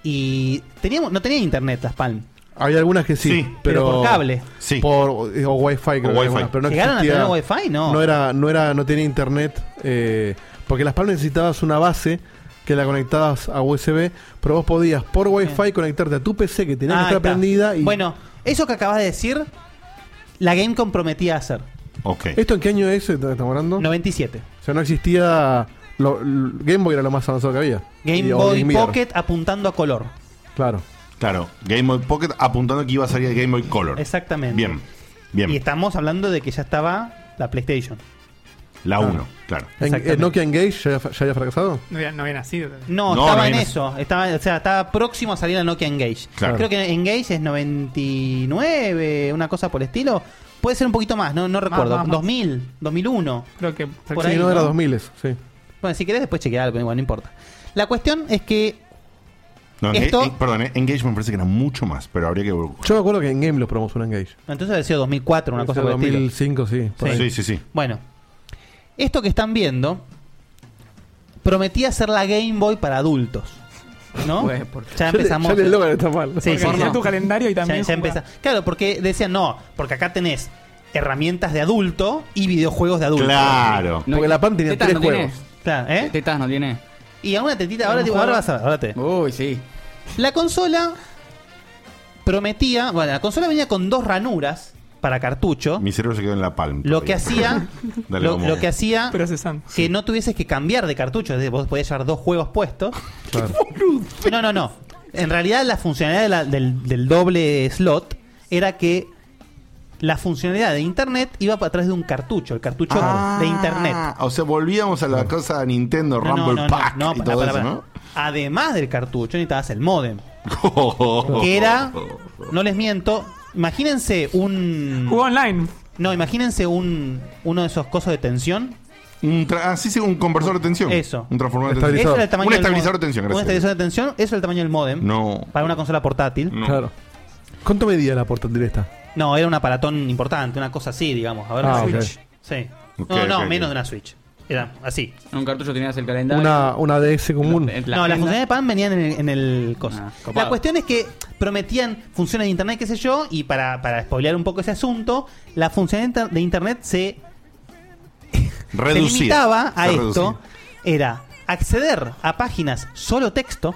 [SPEAKER 3] y teníamos, no tenía internet las Palm.
[SPEAKER 5] Había algunas que sí,
[SPEAKER 3] Sí, pero
[SPEAKER 5] pero,
[SPEAKER 3] por cable.
[SPEAKER 2] Sí.
[SPEAKER 5] Por, eh, o wifi, creo que
[SPEAKER 3] wifi.
[SPEAKER 5] algunas, pero no
[SPEAKER 3] ¿Llegaron a
[SPEAKER 5] existía-
[SPEAKER 3] tener wifi? No.
[SPEAKER 5] No era, no era, no tenía internet, eh, porque las palmas necesitabas una base que la conectabas a USB, pero vos podías por wifi conectarte a tu PC que tenía
[SPEAKER 3] Ah,
[SPEAKER 5] que estar
[SPEAKER 3] ahí está.
[SPEAKER 5] prendida y
[SPEAKER 3] Bueno, eso que acabas de decir, la game comprometía hacer.
[SPEAKER 2] Ok.
[SPEAKER 5] ¿Esto en qué año es? eh, ¿Estamos hablando?
[SPEAKER 3] 97.
[SPEAKER 5] O sea, no existía. lo- l- Game Boy era lo más avanzado que había.
[SPEAKER 3] Game
[SPEAKER 5] Y- o
[SPEAKER 3] Boy
[SPEAKER 5] Gear.
[SPEAKER 3] Pocket apuntando a color.
[SPEAKER 5] Claro.
[SPEAKER 2] Claro, Game Boy Pocket apuntando que iba a salir el Game Boy Color.
[SPEAKER 3] Exactamente.
[SPEAKER 2] Bien, bien.
[SPEAKER 3] Y estamos hablando de que ya estaba la PlayStation. Ah.
[SPEAKER 2] La 1, claro.
[SPEAKER 5] En- ¿El Nokia Engage ya había, fra- ya había fracasado?
[SPEAKER 4] No había, no había nacido. todavía.
[SPEAKER 3] No,
[SPEAKER 5] No,
[SPEAKER 3] estaba
[SPEAKER 5] no
[SPEAKER 3] en
[SPEAKER 5] viene-
[SPEAKER 3] eso. Estaba, o sea, estaba próximo a salir la Nokia Engage.
[SPEAKER 5] Claro.
[SPEAKER 3] Creo que Engage es 99, una cosa por el estilo. Puede ser un poquito más, no, no recuerdo.
[SPEAKER 4] más, más.
[SPEAKER 3] 2000, 2001.
[SPEAKER 4] Creo que
[SPEAKER 3] Por
[SPEAKER 5] sí,
[SPEAKER 3] ahí,
[SPEAKER 5] no, era
[SPEAKER 3] ¿no?
[SPEAKER 5] 2000, sí.
[SPEAKER 3] Bueno, si querés después chequear algo, igual no importa. La cuestión es que
[SPEAKER 2] No, en-
[SPEAKER 3] Esto-
[SPEAKER 2] en- perdón, eh, Engage me parece que era mucho más, pero habría que buscar.
[SPEAKER 5] Yo me acuerdo que en Game los promocionó Engage.
[SPEAKER 3] entonces había sido 2004, una cosa por el estilo.
[SPEAKER 5] 2005, sí. por ahí.
[SPEAKER 2] Sí, sí, sí.
[SPEAKER 3] Bueno, esto que están viendo prometía ser la Game Boy para adultos. ¿No?
[SPEAKER 5] Bueno, por-
[SPEAKER 3] ya
[SPEAKER 5] Ya le-
[SPEAKER 3] empezamos.
[SPEAKER 5] ya le logran está mal.
[SPEAKER 3] Sí, sí,
[SPEAKER 4] Organizar
[SPEAKER 3] sí.
[SPEAKER 4] tu calendario y también
[SPEAKER 3] Ya- ya
[SPEAKER 4] jugar.
[SPEAKER 3] empieza- Claro, porque decían, no, porque acá tenés herramientas de adulto y videojuegos de adulto.
[SPEAKER 2] Claro.
[SPEAKER 6] No, Porque la PAN tenía tetas tres no tiene. juegos.
[SPEAKER 3] Claro, ¿eh?
[SPEAKER 6] Tetas no tiene.
[SPEAKER 3] Y a una tetita, ahora,
[SPEAKER 6] Un
[SPEAKER 3] te-
[SPEAKER 6] juego.
[SPEAKER 3] ahora vas a ver, ahora te.
[SPEAKER 6] Uy, sí.
[SPEAKER 3] La consola prometía, bueno, la consola venía con dos ranuras para cartucho.
[SPEAKER 2] Mi cerebro se quedó en la palma.
[SPEAKER 3] Lo que
[SPEAKER 2] [LAUGHS]
[SPEAKER 3] hacía,
[SPEAKER 2] Dale,
[SPEAKER 3] lo,
[SPEAKER 2] vamos.
[SPEAKER 3] lo que hacía que no tuvieses que cambiar de cartucho, es decir, vos podías llevar dos juegos puestos. No, no, no. En realidad la funcionalidad de la- del, del doble slot era que la funcionalidad de internet iba a través de un cartucho, el cartucho de internet.
[SPEAKER 2] Ah, O sea, volvíamos a la cosa de Nintendo,
[SPEAKER 3] No,
[SPEAKER 2] Rumble
[SPEAKER 3] no, no,
[SPEAKER 2] Pack
[SPEAKER 3] no,
[SPEAKER 2] y
[SPEAKER 3] no,
[SPEAKER 2] todo
[SPEAKER 3] pará,
[SPEAKER 2] eso,
[SPEAKER 3] pará.
[SPEAKER 2] ¿no?
[SPEAKER 3] Además del cartucho necesitabas el modem. [LAUGHS]
[SPEAKER 2] [LAUGHS]
[SPEAKER 3] que era, no les miento, imagínense un... Jugó
[SPEAKER 4] online.
[SPEAKER 3] No, imagínense un uno de esos cosos de tensión.
[SPEAKER 2] Un tra- ah, sí, sí, un conversor de tensión.
[SPEAKER 3] Eso.
[SPEAKER 2] Un transformador de tensión.
[SPEAKER 3] Eso era el tamaño
[SPEAKER 2] un
[SPEAKER 3] del
[SPEAKER 2] estabilizador de
[SPEAKER 3] modem.
[SPEAKER 2] tensión,
[SPEAKER 3] Un
[SPEAKER 2] gracias.
[SPEAKER 3] estabilizador de tensión, eso era el tamaño del modem.
[SPEAKER 2] No.
[SPEAKER 3] Para una consola portátil.
[SPEAKER 5] Claro. ¿Cuánto medía la portátil esta?
[SPEAKER 3] No, era un aparatón importante, una cosa así, digamos. A ver,
[SPEAKER 5] Ah,
[SPEAKER 3] una
[SPEAKER 5] ok.
[SPEAKER 3] Switch. Sí.
[SPEAKER 5] Ok,
[SPEAKER 3] no, no,
[SPEAKER 5] ok, ok.
[SPEAKER 3] menos de una Switch. Era así.
[SPEAKER 6] En un cartucho tenías el calendario.
[SPEAKER 5] Una, una DS común.
[SPEAKER 3] no, las funciones de pan venían en el, en el coso.
[SPEAKER 6] copado.
[SPEAKER 3] la cuestión es que prometían funciones de internet, qué sé yo, y para, para spoilear un poco ese asunto, la función de inter- de internet se, se
[SPEAKER 2] Reducir.
[SPEAKER 3] limitaba a
[SPEAKER 2] Se
[SPEAKER 3] esto.
[SPEAKER 2] reducía.
[SPEAKER 3] Era acceder a páginas solo texto.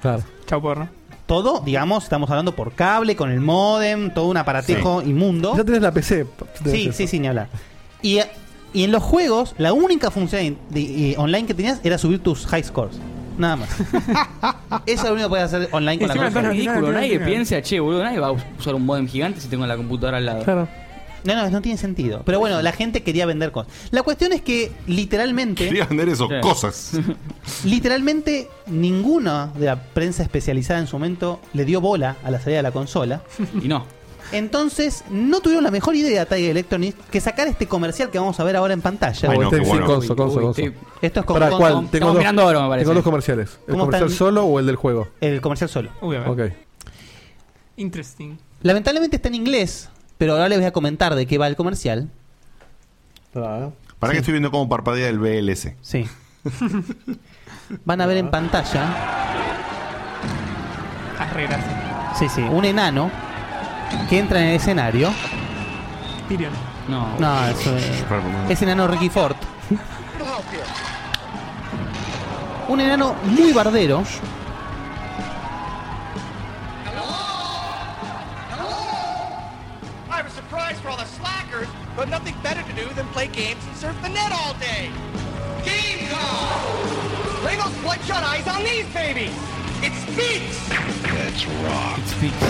[SPEAKER 5] Claro.
[SPEAKER 3] Chao porno. Todo, digamos, estamos hablando por cable, con el modem, todo un aparatejo inmundo.
[SPEAKER 5] Ya tenés la PC. tenés
[SPEAKER 3] Sí,
[SPEAKER 5] eso.
[SPEAKER 3] sí, sin hablar. Y, y en los juegos, la única función de- eh, online que tenías era subir tus high scores. Nada más. Eso es lo único que podías hacer online con
[SPEAKER 6] Encima
[SPEAKER 3] la
[SPEAKER 6] es
[SPEAKER 3] consola.
[SPEAKER 6] ridículo. Nadie piensa, che, boludo, nadie va a usar un modem gigante si tengo la computadora al lado.
[SPEAKER 3] No, no, no tiene sentido. Pero bueno, la gente quería vender cosas. La cuestión es que literalmente...
[SPEAKER 2] Quería vender eso,
[SPEAKER 3] Sí.
[SPEAKER 2] cosas.
[SPEAKER 3] [LAUGHS] Literalmente ninguna de la prensa especializada en su momento le dio bola a la salida de la consola.
[SPEAKER 6] Y no.
[SPEAKER 3] Entonces, no tuvieron la mejor idea Tiger Electronics que sacar este comercial que vamos a ver ahora en pantalla.
[SPEAKER 5] Ay, no, qué bueno. Conso, conso,
[SPEAKER 3] Uy,
[SPEAKER 5] conso.
[SPEAKER 3] sí. Esto es con
[SPEAKER 5] ¿Para
[SPEAKER 3] con-
[SPEAKER 5] cuál?
[SPEAKER 3] con-
[SPEAKER 5] Tengo dos- Tengo dos comerciales. ¿El
[SPEAKER 3] ¿Cómo
[SPEAKER 5] comercial
[SPEAKER 3] están?
[SPEAKER 5] solo o el del juego?
[SPEAKER 3] El comercial solo.
[SPEAKER 4] Uy, a ver.
[SPEAKER 5] Ok.
[SPEAKER 4] Interesting.
[SPEAKER 3] Lamentablemente está en inglés, pero ahora les voy a comentar de qué va el comercial.
[SPEAKER 2] Para
[SPEAKER 3] Sí.
[SPEAKER 2] que estoy viendo cómo parpadea el BLS.
[SPEAKER 3] Sí. [LAUGHS] Van a ver en pantalla, sí, sí, un enano que entra en el escenario.
[SPEAKER 4] Tyrion.
[SPEAKER 6] No,
[SPEAKER 3] No, eso es, es enano Ricky Ford. Un enano muy bardero.
[SPEAKER 1] I was surprised for all the slackers, but nothing better to do than play games and surf the net all day. Game God! Lay those bloodshot eyes on these babies! It speaks!
[SPEAKER 6] That's rock. It speaks.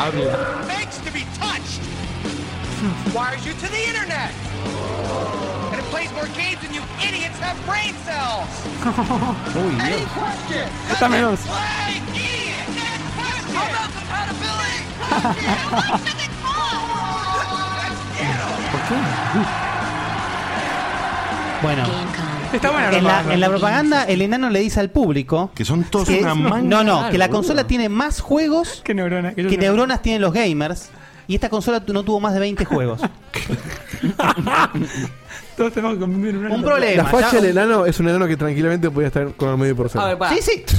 [SPEAKER 6] Habla.
[SPEAKER 1] Begs to be touched! Wires you to the internet! And it plays more games than you idiots have brain cells!
[SPEAKER 3] Oh,
[SPEAKER 6] Uy,
[SPEAKER 1] Any question?
[SPEAKER 6] Está menos.
[SPEAKER 1] Play it! Next question! How about compatibility?
[SPEAKER 3] Bueno.
[SPEAKER 4] Está buena la
[SPEAKER 3] en, la,
[SPEAKER 4] propaganda.
[SPEAKER 3] en la propaganda, el enano le dice al público.
[SPEAKER 2] Que son todos una manga.
[SPEAKER 3] No, no, que la
[SPEAKER 2] Claro,
[SPEAKER 3] consola tiene más juegos
[SPEAKER 4] que neuronas,
[SPEAKER 3] que neuronas tienen los gamers. Y esta consola tu- no tuvo más de
[SPEAKER 4] [LAUGHS]
[SPEAKER 3] 20
[SPEAKER 5] [LAUGHS]
[SPEAKER 3] juegos.
[SPEAKER 4] Todos tenemos que convivir en una.
[SPEAKER 3] Un problema.
[SPEAKER 5] La facha
[SPEAKER 3] ya-
[SPEAKER 5] del enano es un enano que tranquilamente podía estar con el medio por
[SPEAKER 6] A ver, pará.
[SPEAKER 3] Sí, sí.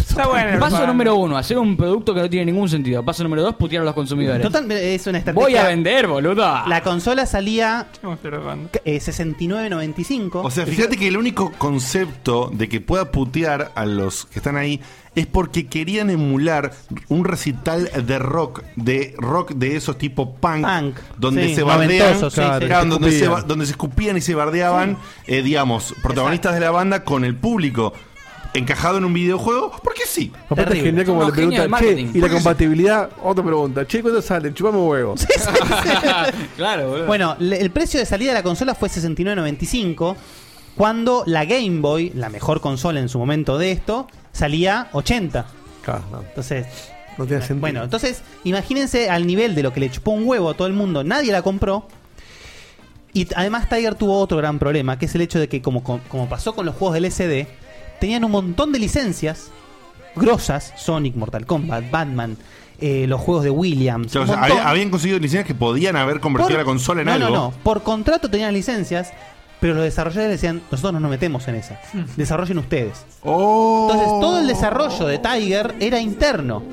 [SPEAKER 6] Paso número uno, hacer un producto que no tiene ningún sentido. Paso número dos, putear a los consumidores.
[SPEAKER 3] Total, es una estrategia.
[SPEAKER 6] Voy a vender, boludo.
[SPEAKER 3] La consola salía eh, 69.95.
[SPEAKER 2] O sea, fíjate que el único concepto de que pueda putear a los que están ahí es porque querían emular un recital de rock, de rock de esos tipo punk, donde
[SPEAKER 3] sí,
[SPEAKER 2] se bardean,
[SPEAKER 3] noventoso, sí, sí.
[SPEAKER 2] claro, donde, se,
[SPEAKER 3] Escupían.
[SPEAKER 2] ba- donde se escupían y se bardeaban, eh, digamos, protagonistas de la banda con el público. Encajado en un videojuego, porque sí.
[SPEAKER 5] Aparte es genial como le pregunta, che, y
[SPEAKER 3] [LAUGHS]
[SPEAKER 5] la compatibilidad, otra pregunta, che, ¿cuándo sale? Chupame huevo.
[SPEAKER 3] [LAUGHS]
[SPEAKER 6] claro, boludo.
[SPEAKER 3] Bueno, le- el precio de salida de la consola fue 69.95, cuando la Game Boy, la mejor consola en su momento de esto, salía 80. Entonces, eh, bueno, entonces imagínense al nivel de lo que le chupó un huevo a todo el mundo, nadie la compró. Y t- además Tiger tuvo otro gran problema, que es el hecho de que como, co- como pasó con los juegos del SD, tenían un montón de licencias grosas, Sonic, Mortal Kombat, Batman, eh, los juegos de Williams.
[SPEAKER 2] O
[SPEAKER 3] un
[SPEAKER 2] sea,
[SPEAKER 3] montón.
[SPEAKER 2] había- habían conseguido licencias que podían haber convertido
[SPEAKER 3] Por-
[SPEAKER 2] la consola en
[SPEAKER 3] no,
[SPEAKER 2] algo.
[SPEAKER 3] No, no, Por contrato tenían licencias, pero los desarrolladores decían, nosotros no nos metemos en esa. Desarrollen ustedes.
[SPEAKER 2] Oh.
[SPEAKER 3] Entonces todo el desarrollo de Tiger era interno.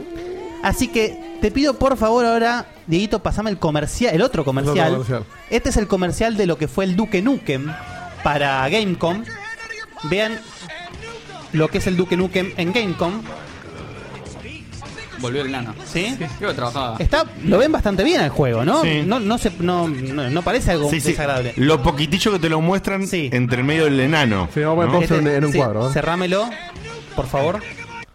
[SPEAKER 3] Así que te pido por favor ahora, Dieguito, pasame el comercial, el otro comercial.
[SPEAKER 5] El otro comercial.
[SPEAKER 3] Este es el comercial de lo que fue el Duque Nukem para Gamecom. Vean lo que es el Duque Nukem en Gamecom.
[SPEAKER 6] Volvió el nano.
[SPEAKER 3] ¿Sí?
[SPEAKER 6] Yo trabajaba.
[SPEAKER 3] Está, lo ven bastante bien el juego, ¿no?
[SPEAKER 2] Sí.
[SPEAKER 3] No, no, se, no, no, no parece algo
[SPEAKER 2] Sí, sí.
[SPEAKER 3] desagradable.
[SPEAKER 2] Lo poquitillo que te lo muestran entre el medio del enano. ¿no?
[SPEAKER 3] Este- sí,
[SPEAKER 5] ¿eh?
[SPEAKER 3] Cerrámelo, por favor.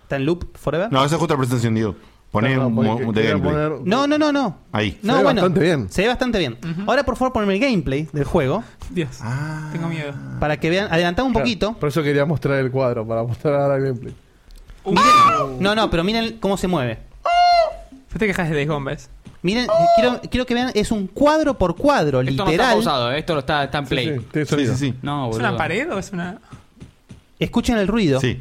[SPEAKER 3] Está en loop forever.
[SPEAKER 2] No, esa es justa presentación, digo. Poné
[SPEAKER 3] No, no,
[SPEAKER 2] un
[SPEAKER 3] poné
[SPEAKER 2] mo-
[SPEAKER 3] que-
[SPEAKER 2] de
[SPEAKER 3] quería
[SPEAKER 2] gameplay.
[SPEAKER 3] poner- No, no, no, no.
[SPEAKER 2] Ahí.
[SPEAKER 3] No, bueno, Se ve bastante bien. Ahora, por favor, ponme el gameplay del juego.
[SPEAKER 4] Dios. Tengo miedo.
[SPEAKER 3] Para que vean, adelantamos un
[SPEAKER 5] Claro,
[SPEAKER 3] poquito.
[SPEAKER 5] Por eso quería mostrar el cuadro, para mostrar ahora el gameplay.
[SPEAKER 3] Miren- no, no, pero miren cómo se mueve.
[SPEAKER 4] te quejas de Days Gone, ¿ves?
[SPEAKER 3] Miren, eh, quiero, quiero que vean, es un cuadro por cuadro,
[SPEAKER 6] Esto no está
[SPEAKER 3] literal.
[SPEAKER 6] pausado, eh, esto lo está, está en play.
[SPEAKER 3] sí, tiene sonido. Sí, sí, sí.
[SPEAKER 6] No,
[SPEAKER 4] ¿Es
[SPEAKER 6] boludo.
[SPEAKER 4] una pared o es una.?
[SPEAKER 3] Escuchen el ruido.
[SPEAKER 4] Qué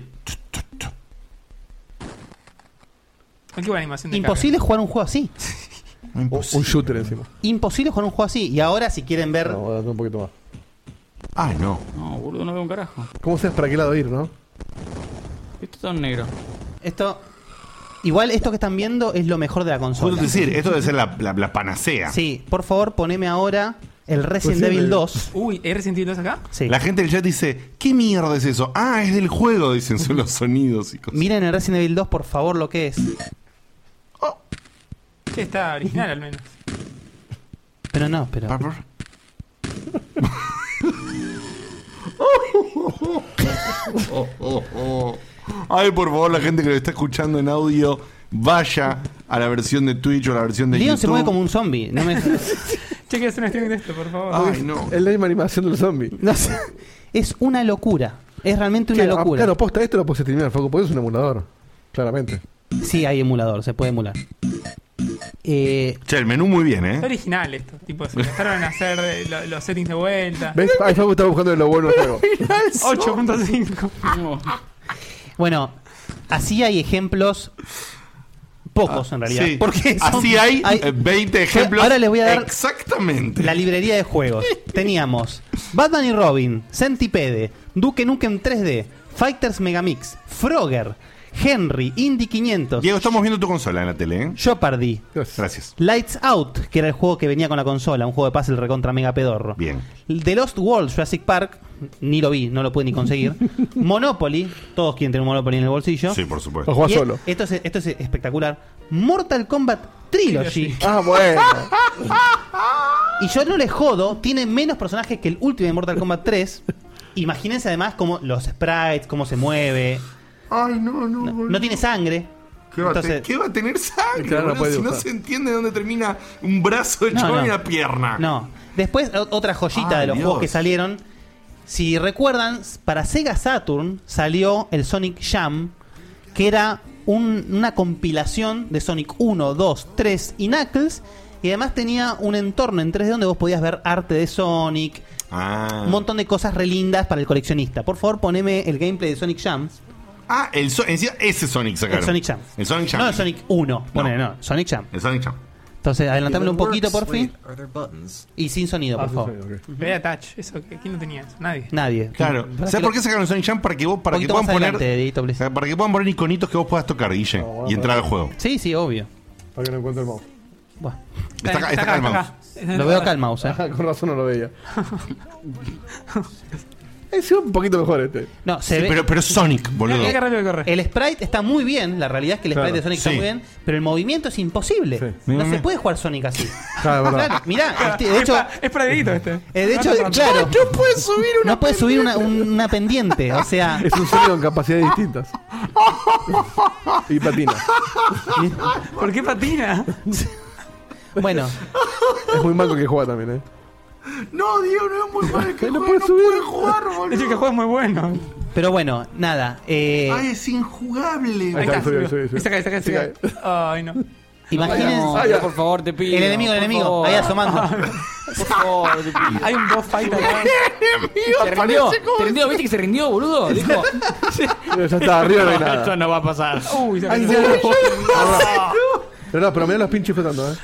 [SPEAKER 4] buena animación de
[SPEAKER 3] Imposible jugar un juego así.
[SPEAKER 5] Un shooter encima.
[SPEAKER 3] Imposible jugar un juego así. Y ahora, si quieren ver
[SPEAKER 5] Vamos a darle un poquito más.
[SPEAKER 2] Ah, no.
[SPEAKER 6] No, boludo, no veo un carajo.
[SPEAKER 5] ¿Cómo sabes para qué lado ir, no?
[SPEAKER 6] Esto está en negro.
[SPEAKER 3] Esto. Igual esto que están viendo es lo mejor de la consola.
[SPEAKER 2] Puedo decir, esto debe ser la, la- la panacea.
[SPEAKER 3] Sí, por favor, poneme ahora el Resident
[SPEAKER 2] Pues sí,
[SPEAKER 3] Evil
[SPEAKER 2] me-
[SPEAKER 3] 2.
[SPEAKER 4] Uy, ¿es Resident Evil 2 acá?
[SPEAKER 2] La gente del chat dice, ¿qué mierda es eso? Ah, es del juego, dicen son los sonidos y cosas.
[SPEAKER 3] Miren el Resident Evil 2, por favor, lo que es.
[SPEAKER 4] Sí, está original al menos.
[SPEAKER 3] Pero no, pero.
[SPEAKER 2] Oh, oh, oh. Ay, por favor, la gente que lo está escuchando en audio, vaya a la versión de Twitch o la versión de
[SPEAKER 3] Leon
[SPEAKER 2] YouTube.
[SPEAKER 3] se mueve como un zombie.
[SPEAKER 4] [LAUGHS]
[SPEAKER 3] No [LAUGHS] me...
[SPEAKER 4] Che, quiero hacer un streaming de esto, por favor.
[SPEAKER 2] Ay, no.
[SPEAKER 5] Es la misma animación del zombie.
[SPEAKER 3] No sé. Es una locura. Es realmente una
[SPEAKER 5] Che, ah,
[SPEAKER 3] locura.
[SPEAKER 5] Claro, posta esto lo puedes streamear, Facu, porque es un emulador. Claramente.
[SPEAKER 3] Sí, hay emulador, se puede emular. Eh,
[SPEAKER 2] Che, el menú muy bien,
[SPEAKER 4] Está
[SPEAKER 2] ¿eh?
[SPEAKER 4] original esto. Tipo, se gastaron en hacer eh, lo- los settings de vuelta.
[SPEAKER 5] ¿Ves? Ahí Facu está buscando lo bueno del
[SPEAKER 4] [LAUGHS]
[SPEAKER 5] juego.
[SPEAKER 4] 8.5.
[SPEAKER 3] [LAUGHS] Bueno, así hay ejemplos. Pocos en realidad.
[SPEAKER 2] Ah, Sí.
[SPEAKER 3] Porque son-
[SPEAKER 2] Así hay, eh, 20 ejemplos.
[SPEAKER 3] Ahora les voy a dar
[SPEAKER 2] Exactamente.
[SPEAKER 3] la librería de juegos. Teníamos Batman y Robin, Centipede, Duke Nukem 3D, Fighters Megamix, Frogger, Henry, Indy 500.
[SPEAKER 2] Diego, estamos viendo tu consola en la tele, ¿eh?
[SPEAKER 3] Jeopardy.
[SPEAKER 2] Gracias.
[SPEAKER 3] Lights Out, que era el juego que venía con la consola, un juego de puzzle recontra mega pedorro.
[SPEAKER 2] Bien.
[SPEAKER 3] The Lost World, Jurassic Park, ni lo vi, no lo pude ni
[SPEAKER 2] [LAUGHS]
[SPEAKER 3] conseguir. Monopoly, todos quieren tener un Monopoly en el bolsillo.
[SPEAKER 2] Sí, por supuesto.
[SPEAKER 5] O juega
[SPEAKER 3] Y es-
[SPEAKER 5] solo.
[SPEAKER 3] Esto es, esto es espectacular. Mortal Kombat Trilogy.
[SPEAKER 5] Ah, bueno.
[SPEAKER 3] Y yo no le jodo, tiene menos personajes que el último de Mortal Kombat 3. Imagínense además como los sprites, cómo se mueve.
[SPEAKER 2] Ay, no, no.
[SPEAKER 3] No tiene sangre.
[SPEAKER 2] ¿Qué va, a te-
[SPEAKER 3] Entonces-
[SPEAKER 2] qué va a tener sangre?
[SPEAKER 3] Claro, no
[SPEAKER 2] boludo?
[SPEAKER 3] puede
[SPEAKER 2] si no
[SPEAKER 3] dibujar.
[SPEAKER 2] se entiende dónde termina un brazo de
[SPEAKER 3] No,
[SPEAKER 2] chabón
[SPEAKER 3] no.
[SPEAKER 2] y una pierna.
[SPEAKER 3] No. Después, o- otra joyita
[SPEAKER 2] Ay,
[SPEAKER 3] de los
[SPEAKER 2] Dios.
[SPEAKER 3] juegos que salieron. Si recuerdan, para Sega Saturn salió el Sonic Jam, que era un- una compilación de Sonic 1, 2, 3 y Knuckles. Y además tenía un entorno en 3D donde vos podías ver arte de Sonic,
[SPEAKER 2] Ah.
[SPEAKER 3] un montón de cosas relindas para el coleccionista. Por favor, poneme el gameplay de Sonic Jam.
[SPEAKER 2] Ah, el so- encima ese Sonic sacaron.
[SPEAKER 3] El Sonic Jam.
[SPEAKER 2] El Sonic Jam.
[SPEAKER 3] No, el Sonic 1. Ponele, no, Sonic Jam.
[SPEAKER 2] El Sonic Jam.
[SPEAKER 3] Entonces, adelantámelo un
[SPEAKER 4] If it
[SPEAKER 3] poquito,
[SPEAKER 4] works,
[SPEAKER 3] por fin.
[SPEAKER 4] wait,
[SPEAKER 3] Y sin sonido, por favor.
[SPEAKER 4] Vea Touch, eso, que- ¿quién no tenía eso? Nadie. [LAUGHS]
[SPEAKER 3] Nadie.
[SPEAKER 2] Claro.
[SPEAKER 3] Para que
[SPEAKER 2] ¿Sabes
[SPEAKER 3] lo-
[SPEAKER 2] por qué sacaron Sonic Jam? Para que vos, para que
[SPEAKER 3] Poquito
[SPEAKER 2] puedan
[SPEAKER 3] más
[SPEAKER 2] poner.
[SPEAKER 3] adelante,
[SPEAKER 2] para que puedan poner iconitos que vos puedas tocar, Guille, y entrar al juego.
[SPEAKER 3] Sí, sí, obvio.
[SPEAKER 5] Para que no encuentre el mouse.
[SPEAKER 2] Está acá, está acá el mouse.
[SPEAKER 3] Lo [LAUGHS] veo acá el mouse, eh.
[SPEAKER 5] Ajá, con razón no lo veía. es un poquito mejor este.
[SPEAKER 3] No, se
[SPEAKER 5] Sí,
[SPEAKER 3] ve-
[SPEAKER 5] pero- pero
[SPEAKER 2] Sonic, boludo.
[SPEAKER 5] Mirá qué
[SPEAKER 3] El sprite está muy bien, la realidad es que el
[SPEAKER 5] Claro,
[SPEAKER 3] sprite de Sonic
[SPEAKER 5] sí.
[SPEAKER 3] está muy bien, pero el movimiento es imposible. No
[SPEAKER 5] Mirá,
[SPEAKER 3] se
[SPEAKER 5] mirá.
[SPEAKER 3] puede jugar Sonic así.
[SPEAKER 5] Claro, es verdad.
[SPEAKER 3] mirá, este- de hecho.
[SPEAKER 4] Es para Dieguito este.
[SPEAKER 3] eh, de hecho,
[SPEAKER 4] Ah,
[SPEAKER 3] claro.
[SPEAKER 4] no
[SPEAKER 2] puedes subir
[SPEAKER 3] una No puedes subir una, una pendiente, o sea.
[SPEAKER 5] Es un Sonic con capacidades distintas. Y patina.
[SPEAKER 4] [LAUGHS] ¿Por qué patina?
[SPEAKER 3] Bueno.
[SPEAKER 5] Es muy malo que juega también, eh.
[SPEAKER 2] No, Diego, no
[SPEAKER 3] [LAUGHS]
[SPEAKER 2] es muy bueno. Que
[SPEAKER 5] no puede subir.
[SPEAKER 2] jugar,
[SPEAKER 4] Es que el juego es muy bueno.
[SPEAKER 3] Pero bueno, nada. eh,
[SPEAKER 2] Ay, es injugable.
[SPEAKER 4] Ahí está,
[SPEAKER 2] boludo.
[SPEAKER 4] subió, Está acá, está acá, está acá. Ay, no.
[SPEAKER 3] Imagínense-
[SPEAKER 6] No,
[SPEAKER 3] Ay,
[SPEAKER 6] por favor, te pido.
[SPEAKER 3] El enemigo, el
[SPEAKER 6] por
[SPEAKER 3] enemigo,
[SPEAKER 6] favor.
[SPEAKER 3] ahí asomando.
[SPEAKER 6] [LAUGHS] Por favor,
[SPEAKER 4] [LAUGHS]
[SPEAKER 6] te pido.
[SPEAKER 4] Hay un boss fight
[SPEAKER 3] [LAUGHS]
[SPEAKER 4] acá.
[SPEAKER 6] Se rindió, se rindió, ¿viste que se rindió,
[SPEAKER 3] [LAUGHS]
[SPEAKER 6] boludo? Dijo.
[SPEAKER 5] Pero ya está, arriba no hay nada.
[SPEAKER 6] Esto no va a pasar.
[SPEAKER 4] Uy, se
[SPEAKER 5] Ay,
[SPEAKER 6] cayó.
[SPEAKER 5] no.
[SPEAKER 3] Ah,
[SPEAKER 5] Pará. Pero no, pero mirá los pinches flotando, eh.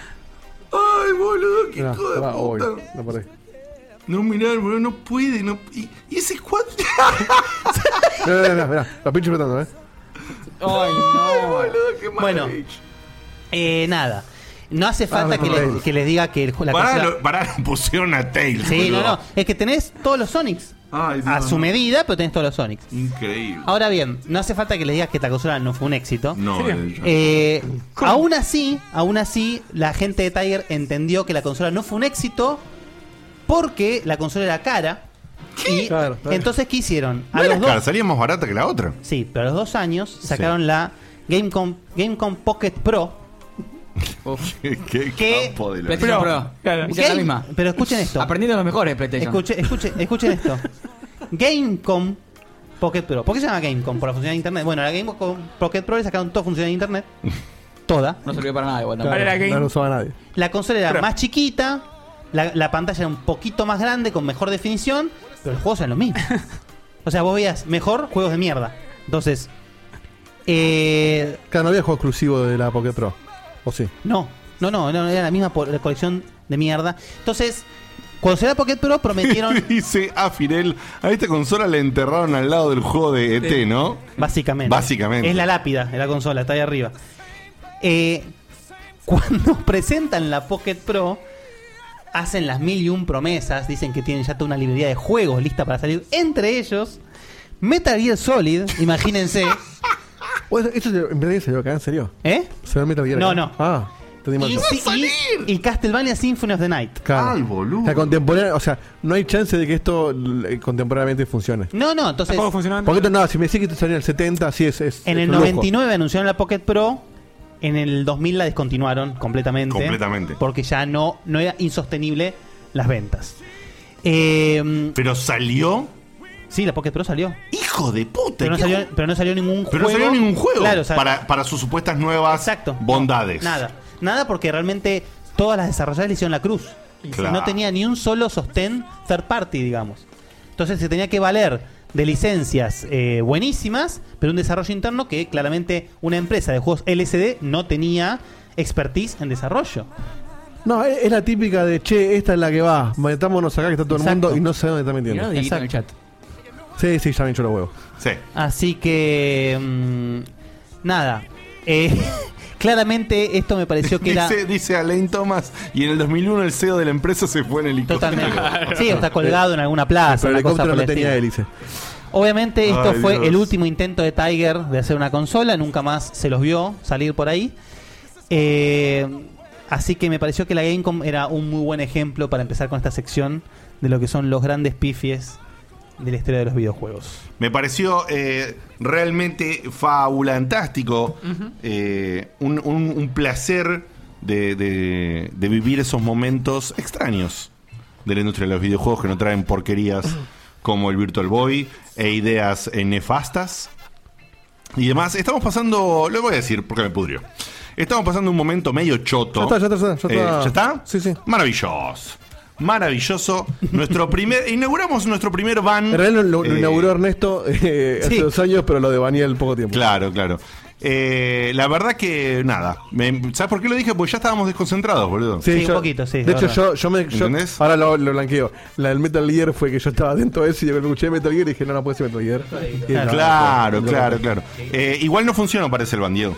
[SPEAKER 2] Ay, boludo, qué
[SPEAKER 5] Mirá,
[SPEAKER 2] hijo de
[SPEAKER 3] Ah,
[SPEAKER 5] pará,
[SPEAKER 2] puta.
[SPEAKER 5] uy, no paré.
[SPEAKER 2] No, mirá, boludo, no puede. No, y, y ese cuadro.
[SPEAKER 5] Mirá, mirá, mirá, mirá, los pinches flotando, eh.
[SPEAKER 6] Ay, no.
[SPEAKER 3] bueno, eh, nada. No
[SPEAKER 4] Ah,
[SPEAKER 3] hace falta que,
[SPEAKER 2] no.
[SPEAKER 3] les, que les diga que el, ju- la
[SPEAKER 2] Pará,
[SPEAKER 3] consola-
[SPEAKER 2] lo, pará, lo pusieron a Tails.
[SPEAKER 3] Sí, no,
[SPEAKER 2] boludo.
[SPEAKER 3] no. Es que tenés todos los Sonics. a
[SPEAKER 2] no,
[SPEAKER 3] su
[SPEAKER 2] no.
[SPEAKER 3] medida, pero tenés todos los Sonics.
[SPEAKER 2] Increíble.
[SPEAKER 3] Ahora bien, no hace falta que les digas que esta consola no fue un éxito.
[SPEAKER 2] No, Sí. yo-
[SPEAKER 3] Eh, aún así, aún así, la gente de Tiger entendió que la consola no fue un éxito porque la consola era cara. Y
[SPEAKER 2] claro.
[SPEAKER 3] entonces, ¿qué hicieron?
[SPEAKER 2] No
[SPEAKER 3] A
[SPEAKER 2] era
[SPEAKER 3] los
[SPEAKER 2] cara,
[SPEAKER 3] dos,
[SPEAKER 2] salía más barata que la otra.
[SPEAKER 3] sí, pero a los dos años sacaron la Gamecom, Gamecom Pocket Pro.
[SPEAKER 2] qué qué
[SPEAKER 3] ¿Qué?
[SPEAKER 2] capo de la-
[SPEAKER 6] PlayStation Pro.
[SPEAKER 3] Claro.
[SPEAKER 6] Hicieron la
[SPEAKER 3] Game-
[SPEAKER 6] misma.
[SPEAKER 3] Pero escuchen esto.
[SPEAKER 6] Aprendiendo los mejores PlayStation.
[SPEAKER 3] Escuchen, escuchen, escuchen esto. Gamecom Pocket Pro. ¿Por qué se llama Gamecom? Por la función de internet. Bueno, la Gamecom Pocket Pro le sacaron todas funciones de internet. Toda.
[SPEAKER 6] No sirvió para nada igual
[SPEAKER 3] Claro,
[SPEAKER 6] tampoco.
[SPEAKER 3] Ahora era
[SPEAKER 5] No
[SPEAKER 3] Game-
[SPEAKER 5] lo usaba nadie.
[SPEAKER 3] La consola era más chiquita, la, la pantalla era un poquito más grande, con mejor definición, pero los juegos eran los mismos. O sea, vos veías mejor juegos de mierda. Entonces, eh,
[SPEAKER 5] Claro, no había juego exclusivo de la Poké Pro. ¿O sí?
[SPEAKER 3] no. No, no, no, era la misma po- la colección de mierda. Entonces, cuando salió la Pocket Pro prometieron...
[SPEAKER 2] [LAUGHS] Dice Afirel, a esta consola la enterraron al lado del juego de ET,
[SPEAKER 3] Sí.
[SPEAKER 2] ¿no?
[SPEAKER 3] Básicamente.
[SPEAKER 2] Básicamente.
[SPEAKER 3] Es la lápida de la consola, está ahí arriba. Eh, cuando [LAUGHS] presentan la Pocket Pro, hacen las mil y un promesas, dicen que tienen ya toda una librería de juegos lista para salir. Entre ellos, Metal Gear Solid, imagínense.
[SPEAKER 5] Bueno, ¿Esto se- en verdad se lo acá, en serio?
[SPEAKER 3] ¿Eh?
[SPEAKER 5] ¿Se va a meter
[SPEAKER 3] No, no.
[SPEAKER 5] Ah, te di mal.
[SPEAKER 3] y, y- y Castlevania Symphony of the Night.
[SPEAKER 5] Claro. O sea, contemporánea- o sea, no hay chance de que esto l- contemporáneamente funcione.
[SPEAKER 3] No, no, entonces.
[SPEAKER 5] Porque esto no, si me decís que esto salió en el 70, sí es. es
[SPEAKER 3] En
[SPEAKER 5] es
[SPEAKER 3] el
[SPEAKER 5] un lujo.
[SPEAKER 3] 99 anunciaron la Pocket Pro, en el 2000 la descontinuaron completamente.
[SPEAKER 2] Completamente.
[SPEAKER 3] Porque ya no, no era insostenible las ventas. Eh,
[SPEAKER 2] Pero salió.
[SPEAKER 3] Sí, la Pocket Pro salió.
[SPEAKER 2] ¡Hijo de puta!
[SPEAKER 3] Pero no
[SPEAKER 2] ¿qué
[SPEAKER 3] salió, pero no salió ningún
[SPEAKER 2] Pero no
[SPEAKER 3] juego.
[SPEAKER 2] salió ningún juego
[SPEAKER 3] Claro, o sea,
[SPEAKER 2] para, para sus supuestas nuevas bondades.
[SPEAKER 3] nada. Nada porque realmente todas las desarrolladas le hicieron la cruz.
[SPEAKER 2] Claro.
[SPEAKER 3] No tenía ni un solo sostén third party, digamos. Entonces se tenía que valer de licencias eh, buenísimas, pero un desarrollo interno que claramente una empresa de juegos LCD no tenía expertise en desarrollo.
[SPEAKER 5] No, es, es la típica de che, esta es la que va. Metámonos acá que está todo
[SPEAKER 3] Exacto.
[SPEAKER 5] el mundo y no sé dónde está
[SPEAKER 3] Mirá
[SPEAKER 5] metiendo.
[SPEAKER 3] los diguitos en el chat.
[SPEAKER 5] Sí, sí, ya me hinchó los huevos.
[SPEAKER 2] Sí.
[SPEAKER 3] Así que. mm, nada. Eh, [LAUGHS] claramente esto me pareció
[SPEAKER 2] [LAUGHS]
[SPEAKER 3] que era.
[SPEAKER 2] Dice, dice Alain Thomas, y en el 2001 el CEO de la empresa se fue en helicóptero.
[SPEAKER 3] Totalmente. Sí, o está colgado en alguna plaza,
[SPEAKER 2] Pero el
[SPEAKER 3] una cosa
[SPEAKER 2] helicóptero
[SPEAKER 3] por
[SPEAKER 2] no
[SPEAKER 3] el
[SPEAKER 2] tenía
[SPEAKER 5] hélice.
[SPEAKER 3] Obviamente esto
[SPEAKER 2] Ay,
[SPEAKER 3] fue
[SPEAKER 2] Dios.
[SPEAKER 3] el último intento de Tiger de hacer una consola, nunca más se los vio salir por ahí. Eh, así que me pareció que la Gamecom era un muy buen ejemplo para empezar con esta sección de lo que son los grandes pifies de la historia de los videojuegos.
[SPEAKER 2] Me pareció eh, realmente fabulantástico. eh, un, un- un placer de, de- de vivir esos momentos extraños de la industria de los videojuegos que no traen porquerías como el Virtual Boy e ideas eh, nefastas. Y demás, estamos pasando, lo voy a decir porque me pudrió. Estamos pasando un momento medio choto.
[SPEAKER 5] Ya está, ya está, ya está, ya
[SPEAKER 2] Eh,
[SPEAKER 5] está.
[SPEAKER 2] ¿ya está? Sí, sí. Maravilloso. Maravilloso. Nuestro primer, inauguramos nuestro primer van.
[SPEAKER 5] En realidad lo, lo
[SPEAKER 2] eh,
[SPEAKER 5] inauguró Ernesto [LAUGHS] eh, hace
[SPEAKER 2] sí.
[SPEAKER 5] dos años, pero lo devanía el poco tiempo.
[SPEAKER 2] Claro, claro. Eh, la verdad que nada. Me- ¿Sabes por qué lo dije? Porque ya estábamos desconcentrados, boludo.
[SPEAKER 5] yo- De hecho, yo, yo me. yo-
[SPEAKER 2] ¿Entendés?
[SPEAKER 5] ahora lo, lo blanqueo. La del Metal Gear fue que yo estaba dentro de eso y yo escuché Metal Gear y dije, no, no puede ser Metal Gear. Y no,
[SPEAKER 2] Claro, claro,
[SPEAKER 5] no,
[SPEAKER 2] claro.
[SPEAKER 5] no.
[SPEAKER 2] Eh, igual no funciona, parece el bandido.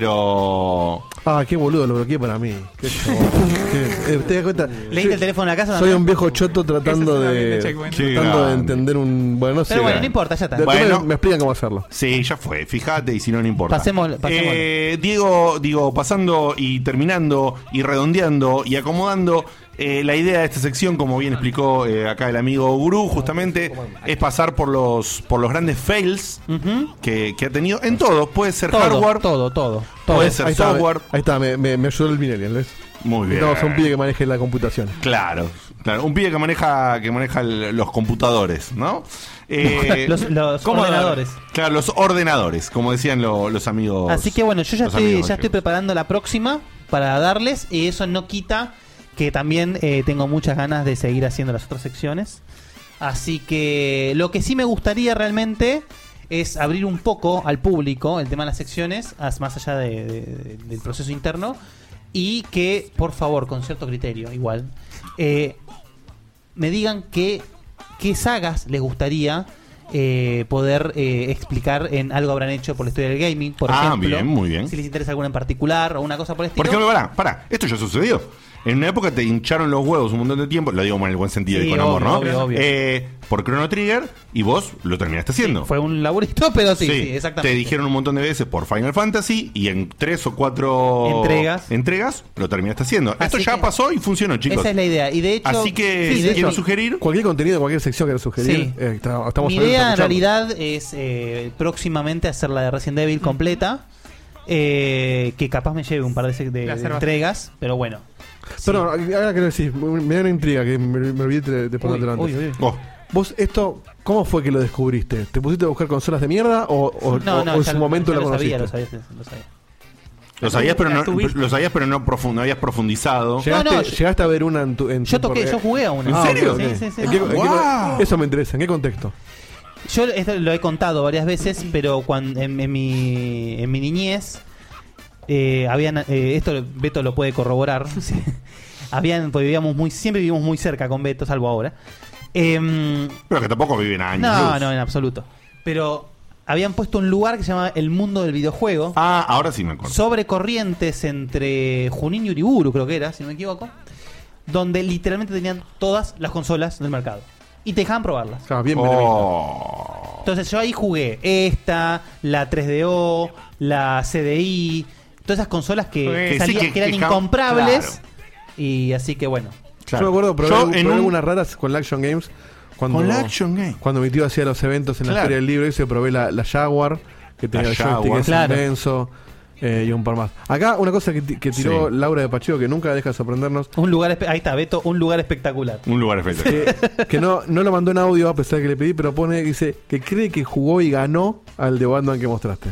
[SPEAKER 2] Pero.
[SPEAKER 5] Ah, qué boludo, lo bloqueé para mí.
[SPEAKER 2] [LAUGHS]
[SPEAKER 5] Qué chabón. Qué- eh, ¿Te das cuenta?
[SPEAKER 3] Leíste
[SPEAKER 5] Soy-
[SPEAKER 3] el teléfono de la casa,
[SPEAKER 5] Soy
[SPEAKER 3] ¿no?
[SPEAKER 5] un viejo choto tratando de.
[SPEAKER 2] Checkpoint.
[SPEAKER 5] Tratando
[SPEAKER 2] Qué
[SPEAKER 5] de entender un. Bueno, no sé.
[SPEAKER 3] Pero bueno, no importa, ya está.
[SPEAKER 5] Después
[SPEAKER 2] Bueno.
[SPEAKER 5] me, me explican cómo hacerlo.
[SPEAKER 2] Sí, ya fue, fíjate y si no, no importa.
[SPEAKER 3] Pasemos- pasémoslo.
[SPEAKER 2] Eh, Diego, digo, pasando y terminando y redondeando y acomodando eh, la idea de esta sección, como bien explicó eh, acá el amigo Gurú, justamente es pasar por los por los grandes fails que, que ha tenido en todo. Puede ser
[SPEAKER 3] Todo,
[SPEAKER 2] hardware,
[SPEAKER 3] todo, todo.
[SPEAKER 2] puede ser
[SPEAKER 5] ahí está,
[SPEAKER 2] software.
[SPEAKER 5] me- ahí está, me, me- me ayudó el Vinelli, ¿ves?
[SPEAKER 2] Muy bien.
[SPEAKER 5] Necesitamos a un pibe que maneje la computación.
[SPEAKER 2] Claro, claro. Un pibe que maneja, que maneja el- los computadores,
[SPEAKER 3] [LAUGHS]
[SPEAKER 2] ¿no? Eh,
[SPEAKER 3] Los- los ordenadores.
[SPEAKER 2] Claro, los ordenadores, como decían lo- los amigos.
[SPEAKER 3] Así que bueno, yo ya
[SPEAKER 2] los
[SPEAKER 3] estoy,
[SPEAKER 2] amigos
[SPEAKER 3] ya
[SPEAKER 2] de-
[SPEAKER 3] estoy preparando la próxima para darles y eso no quita que también eh, tengo muchas ganas de seguir haciendo las otras secciones. Así que lo que sí me gustaría realmente es abrir un poco al público el tema de las secciones, as- más allá de- de- del proceso interno, y que, por favor, con cierto criterio igual, eh, me digan qué, qué sagas les gustaría eh, poder eh, explicar en algo habrán hecho por la historia del gaming, por
[SPEAKER 2] Ah,
[SPEAKER 3] ejemplo.
[SPEAKER 2] bien, muy bien.
[SPEAKER 3] Si les interesa alguna en particular o una cosa por el estilo.
[SPEAKER 2] Por ejemplo, pará, pará, esto ya sucedió. En una época te hincharon los huevos un montón de tiempo, lo digo en el buen sentido
[SPEAKER 3] Sí,
[SPEAKER 2] y con amor, ¿no?
[SPEAKER 3] obvio, obvio, obvio.
[SPEAKER 2] Eh, por Chrono Trigger y vos lo terminaste haciendo.
[SPEAKER 3] Fue un laburito, [LAUGHS] pero sí, sí, exactamente.
[SPEAKER 2] Te dijeron un montón de veces por Final Fantasy y en tres o cuatro
[SPEAKER 3] Entregas.
[SPEAKER 2] entregas lo terminaste haciendo. Esto
[SPEAKER 3] Así
[SPEAKER 2] ya
[SPEAKER 3] que-
[SPEAKER 2] pasó y funcionó, chicos.
[SPEAKER 3] Esa es la idea. Y de hecho,
[SPEAKER 2] Así que,
[SPEAKER 3] Sí,
[SPEAKER 2] si
[SPEAKER 3] de
[SPEAKER 2] quieren
[SPEAKER 3] hecho,
[SPEAKER 2] sugerir.
[SPEAKER 5] Cualquier contenido, cualquier sección que
[SPEAKER 3] Sí.
[SPEAKER 5] sugerir, eh, está- estamos
[SPEAKER 3] Mi
[SPEAKER 5] abiertos
[SPEAKER 3] idea
[SPEAKER 5] a
[SPEAKER 3] en
[SPEAKER 5] escucharlo.
[SPEAKER 3] realidad es eh, próximamente hacer la de Resident Evil completa. eh, que capaz me lleve un par de, se- de-
[SPEAKER 5] La
[SPEAKER 3] de
[SPEAKER 5] cerveza.
[SPEAKER 3] entregas, pero bueno.
[SPEAKER 5] Pero ahora que lo decís, me me da una intriga que me, me olvidé de, de ponértelo
[SPEAKER 3] Uy,
[SPEAKER 5] antes.
[SPEAKER 3] uy, uy.
[SPEAKER 2] Oh.
[SPEAKER 5] Vos, esto, ¿cómo fue que lo descubriste? ¿Te pusiste a buscar consolas de mierda o, o- o- o en
[SPEAKER 3] ya
[SPEAKER 5] su
[SPEAKER 3] lo-
[SPEAKER 5] momento
[SPEAKER 3] ya
[SPEAKER 5] lo
[SPEAKER 3] lo
[SPEAKER 5] conociste?
[SPEAKER 3] sabía, lo sabía, lo sabía.
[SPEAKER 2] Lo sabías, pero no, lo sabías, pero no, profu- no habías profundizado.
[SPEAKER 5] ¿Llegaste, llegaste a ver una en tu. en tu-
[SPEAKER 3] Yo toqué,
[SPEAKER 5] porque-
[SPEAKER 3] yo jugué a una.
[SPEAKER 5] ¿En
[SPEAKER 3] Ah,
[SPEAKER 5] serio?
[SPEAKER 3] ok. Sí, sí, sí.
[SPEAKER 5] ¿En qué- en qué-
[SPEAKER 3] Wow.
[SPEAKER 5] Eso me interesa, ¿en qué contexto?
[SPEAKER 3] Yo esto lo he contado varias veces, pero cuando en, en mi, en mi niñez eh, habían, eh, esto Beto lo puede corroborar. [LAUGHS] sí. habían, pues vivíamos muy, siempre vivimos muy cerca con Beto, salvo ahora. Em,
[SPEAKER 2] Pero que tampoco viven años.
[SPEAKER 3] No,
[SPEAKER 2] luz.
[SPEAKER 3] no, en absoluto. Pero habían puesto un lugar que se llamaba El Mundo del Videojuego.
[SPEAKER 2] Ah, ahora sí me acuerdo.
[SPEAKER 3] Sobre corrientes entre Junín y Uriburu, creo que era, si no me equivoco. Donde literalmente tenían todas las consolas del mercado. Y te dejaban probarlas.
[SPEAKER 5] bien
[SPEAKER 2] Oh.
[SPEAKER 3] Entonces yo ahí jugué esta, la 3DO, la CDI, todas esas consolas que,
[SPEAKER 5] Que sí,
[SPEAKER 3] salían-
[SPEAKER 5] que-
[SPEAKER 3] que eran
[SPEAKER 5] que cam-
[SPEAKER 3] incomprables.
[SPEAKER 5] claro.
[SPEAKER 3] Y así que bueno.
[SPEAKER 5] Yo me acuerdo, probé,
[SPEAKER 3] Yo
[SPEAKER 5] probé
[SPEAKER 3] en un-
[SPEAKER 5] algunas raras con la Action Games. Cuando,
[SPEAKER 3] Con la Action
[SPEAKER 5] Games. Cuando mi tío hacía los eventos en la
[SPEAKER 3] Claro.
[SPEAKER 5] Feria del Libro, y se probé la, la Jaguar, que tenía
[SPEAKER 2] La
[SPEAKER 5] el joystick
[SPEAKER 2] Jaguar.
[SPEAKER 5] ese
[SPEAKER 2] Claro.
[SPEAKER 5] intenso, eh, y un par más. Acá una cosa que, ti- que tiró
[SPEAKER 3] Sí.
[SPEAKER 5] Laura de Pachivo, que nunca deja de sorprendernos.
[SPEAKER 3] Un lugar, espe- ahí está, Beto, un lugar espectacular.
[SPEAKER 2] Un lugar espectacular.
[SPEAKER 5] Que, que no, no lo mandó en audio a pesar de que le pedí, pero pone, dice, que cree que jugó y ganó al de Batman que mostraste.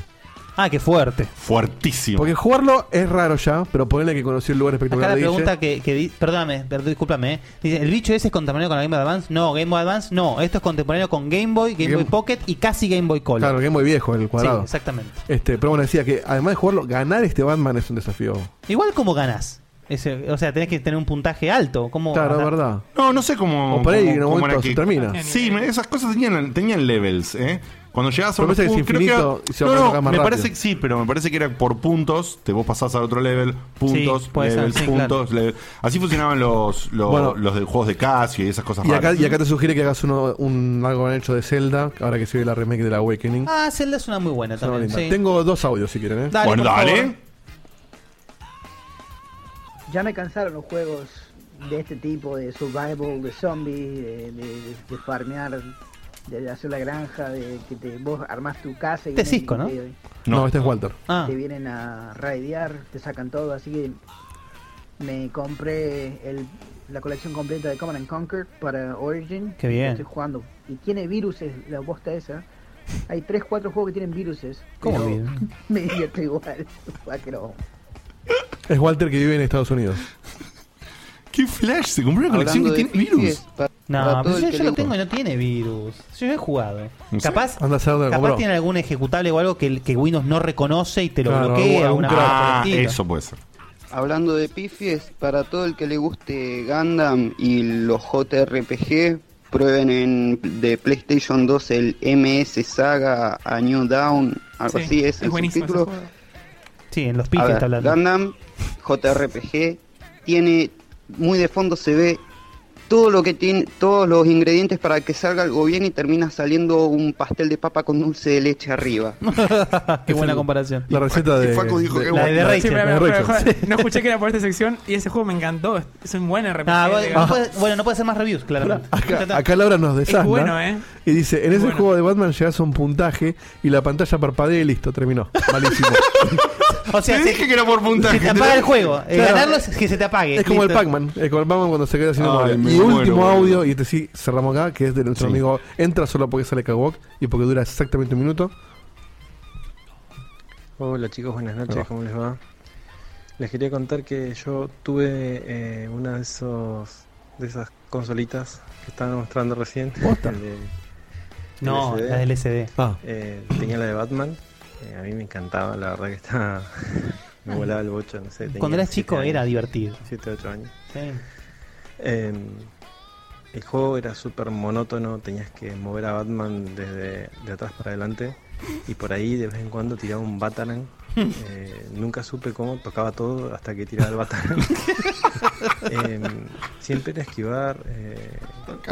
[SPEAKER 3] Ah, qué fuerte.
[SPEAKER 2] Fuertísimo.
[SPEAKER 5] Porque jugarlo es raro ya, pero ponele que conoció el lugar espectacular
[SPEAKER 3] Acá la
[SPEAKER 5] de Guille.
[SPEAKER 3] pregunta que, que di- perdóname, perdón, discúlpame, eh. dice, ¿el bicho ese es contemporáneo con la Game Boy Advance? No, Game Boy Advance no, esto es contemporáneo con Game Boy, Game,
[SPEAKER 5] Game-
[SPEAKER 3] Boy Pocket y casi Game Boy Color.
[SPEAKER 5] Claro, que es muy viejo el cuadrado.
[SPEAKER 3] Sí, exactamente.
[SPEAKER 5] Este, pero bueno, decía que además de jugarlo, ganar este Batman es un desafío.
[SPEAKER 3] Igual como ganás. Ese- o sea, tenés que tener un puntaje alto. ¿cómo
[SPEAKER 5] Claro,
[SPEAKER 3] ganás?
[SPEAKER 5] es verdad.
[SPEAKER 2] No, no sé cómo.
[SPEAKER 5] O por ahí
[SPEAKER 2] cómo-
[SPEAKER 5] en un
[SPEAKER 2] cómo
[SPEAKER 5] momento
[SPEAKER 2] era
[SPEAKER 5] se
[SPEAKER 3] Ah,
[SPEAKER 5] termina.
[SPEAKER 2] Sí, me- esas cosas tenían, tenían levels, ¿eh? Cuando llegabas a
[SPEAKER 5] Pero
[SPEAKER 2] un
[SPEAKER 5] parece que es
[SPEAKER 2] punto, creo que
[SPEAKER 5] infinito
[SPEAKER 2] era-
[SPEAKER 5] y se va
[SPEAKER 2] no, no,
[SPEAKER 5] colocando más
[SPEAKER 2] me
[SPEAKER 5] rápido.
[SPEAKER 2] parece que sí, pero me parece que era por puntos, te vos pasás al otro level, puntos,
[SPEAKER 5] Sí, puede ser,
[SPEAKER 2] levels,
[SPEAKER 5] sí,
[SPEAKER 2] puntos, level. Así funcionaban los los,
[SPEAKER 5] Bueno.
[SPEAKER 2] los de juegos de Casio y esas cosas
[SPEAKER 5] Y acá,
[SPEAKER 2] raras.
[SPEAKER 5] y acá te sugiere que hagas uno, un, algo han hecho de Zelda, ahora que se ve la remake de la Awakening.
[SPEAKER 3] Ah, Zelda es una muy buena
[SPEAKER 5] Está
[SPEAKER 3] también.
[SPEAKER 5] linda.
[SPEAKER 3] sí.
[SPEAKER 5] Tengo dos audios si quieren, ¿eh?
[SPEAKER 3] Dale, Bueno, por dale. favor.
[SPEAKER 7] Ya me cansaron los juegos de este tipo, de survival, de zombies, de, de- de farmear, de hacer la granja, de que te, vos armás tu casa y...
[SPEAKER 5] Este es
[SPEAKER 7] vienen y
[SPEAKER 5] Cisco, ¿no?
[SPEAKER 7] Te,
[SPEAKER 5] No, este es Walter.
[SPEAKER 3] Ah.
[SPEAKER 7] te vienen a raidear, te sacan todo, así que me compré el- la colección completa de Command and Conquer para Origin.
[SPEAKER 3] Qué bien.
[SPEAKER 7] Estoy jugando. Y tiene viruses, la bosta esa. Hay 3, 4 juegos que tienen viruses.
[SPEAKER 3] ¿Cómo
[SPEAKER 7] pero
[SPEAKER 3] que?
[SPEAKER 7] [LAUGHS] Me divierto igual. [LAUGHS] Vaquero.
[SPEAKER 5] Es Walter que vive en Estados Unidos.
[SPEAKER 2] [LAUGHS] ¿Qué flash? Se compró una
[SPEAKER 3] colección que
[SPEAKER 2] tiene virus.
[SPEAKER 3] No,
[SPEAKER 5] Para todo
[SPEAKER 3] pero yo,
[SPEAKER 5] el que
[SPEAKER 3] yo lo
[SPEAKER 5] le-
[SPEAKER 3] tengo y no tiene virus. Yo ya he jugado. Capaz,
[SPEAKER 5] Anda a saber dónde lo
[SPEAKER 3] capaz
[SPEAKER 5] compró.
[SPEAKER 3] tiene algún ejecutable o algo que, que Windows no reconoce y te lo
[SPEAKER 5] Claro,
[SPEAKER 3] bloquea.
[SPEAKER 5] algún-
[SPEAKER 3] una
[SPEAKER 5] algún
[SPEAKER 3] cosa
[SPEAKER 5] crack.
[SPEAKER 3] por el estilo.
[SPEAKER 2] Ah, Eso puede ser.
[SPEAKER 18] Hablando de pifies, para todo el que le guste Gundam y los JRPG, prueben en de PlayStation 2 el MS Saga A New Down, algo
[SPEAKER 3] Sí,
[SPEAKER 18] así es,
[SPEAKER 3] es
[SPEAKER 18] el
[SPEAKER 3] buenísimo ese
[SPEAKER 18] subtítulo.
[SPEAKER 3] juego. Sí, en los
[SPEAKER 18] A
[SPEAKER 3] pifes
[SPEAKER 18] ver,
[SPEAKER 3] está hablando.
[SPEAKER 18] Gundam, JRPG, tiene muy de fondo se ve todo lo que tiene, todos los ingredientes para que salga algo bien y termina saliendo un pastel de papa con dulce de leche arriba.
[SPEAKER 3] [LAUGHS] Qué buena comparación.
[SPEAKER 5] La receta de.
[SPEAKER 4] de,
[SPEAKER 3] la de Rachel.
[SPEAKER 4] Sí, pero,
[SPEAKER 3] La
[SPEAKER 4] pero,
[SPEAKER 3] de
[SPEAKER 4] pero,
[SPEAKER 3] Rachel.
[SPEAKER 4] joder, no escuché que era por esta sección y ese juego me encantó. Es un buen RPG.
[SPEAKER 3] Ah, bueno,
[SPEAKER 4] digamos.
[SPEAKER 3] no puede- bueno, no puede hacer más reviews, claramente.
[SPEAKER 5] Acá, acá Laura nos desanda.
[SPEAKER 4] Es bueno, ¿eh?
[SPEAKER 5] Y dice: En ese juego de Batman llegas a un puntaje y la pantalla parpadea y listo, terminó. Malísimo.
[SPEAKER 3] O sea,
[SPEAKER 2] Te
[SPEAKER 3] se-
[SPEAKER 2] dije que era por puntaje.
[SPEAKER 3] Se te apaga el juego. Eh,
[SPEAKER 5] Claro.
[SPEAKER 3] Ganarlo es que se te apague.
[SPEAKER 5] Es como el
[SPEAKER 3] Listo.
[SPEAKER 5] Pac-Man, es como el Pac-Man cuando se queda sin memoria.
[SPEAKER 2] me
[SPEAKER 5] Y
[SPEAKER 2] muero,
[SPEAKER 5] último
[SPEAKER 2] boludo.
[SPEAKER 5] audio, y este sí cerramos acá, que es de nuestro
[SPEAKER 2] Sí.
[SPEAKER 5] amigo Entra solo porque sale Kawok y porque dura exactamente un minuto.
[SPEAKER 8] Hola chicos, buenas
[SPEAKER 5] Hola.
[SPEAKER 8] noches, ¿cómo les va? Les quería contar que yo tuve eh, una de esos de esas consolitas que estaban mostrando recién. el [LAUGHS] de-
[SPEAKER 3] No,
[SPEAKER 8] LCD.
[SPEAKER 3] la del SD.
[SPEAKER 5] Ah.
[SPEAKER 8] Eh, tenía la de Batman. eh, a mí me encantaba, la verdad que estaba. [LAUGHS] me volaba el bocho, no sé. tenía
[SPEAKER 3] Cuando eras
[SPEAKER 8] siete
[SPEAKER 3] chico era
[SPEAKER 8] años,
[SPEAKER 3] divertido.
[SPEAKER 8] siete, ocho años.
[SPEAKER 3] Sí.
[SPEAKER 8] Eh, el juego era súper monótono, tenías que mover a Batman desde de atrás para adelante y por ahí de vez en cuando tiraba un Batarang. Eh, nunca supe cómo tocaba todo hasta que tiraba el Batarang. Eh, siempre era esquivar. eh,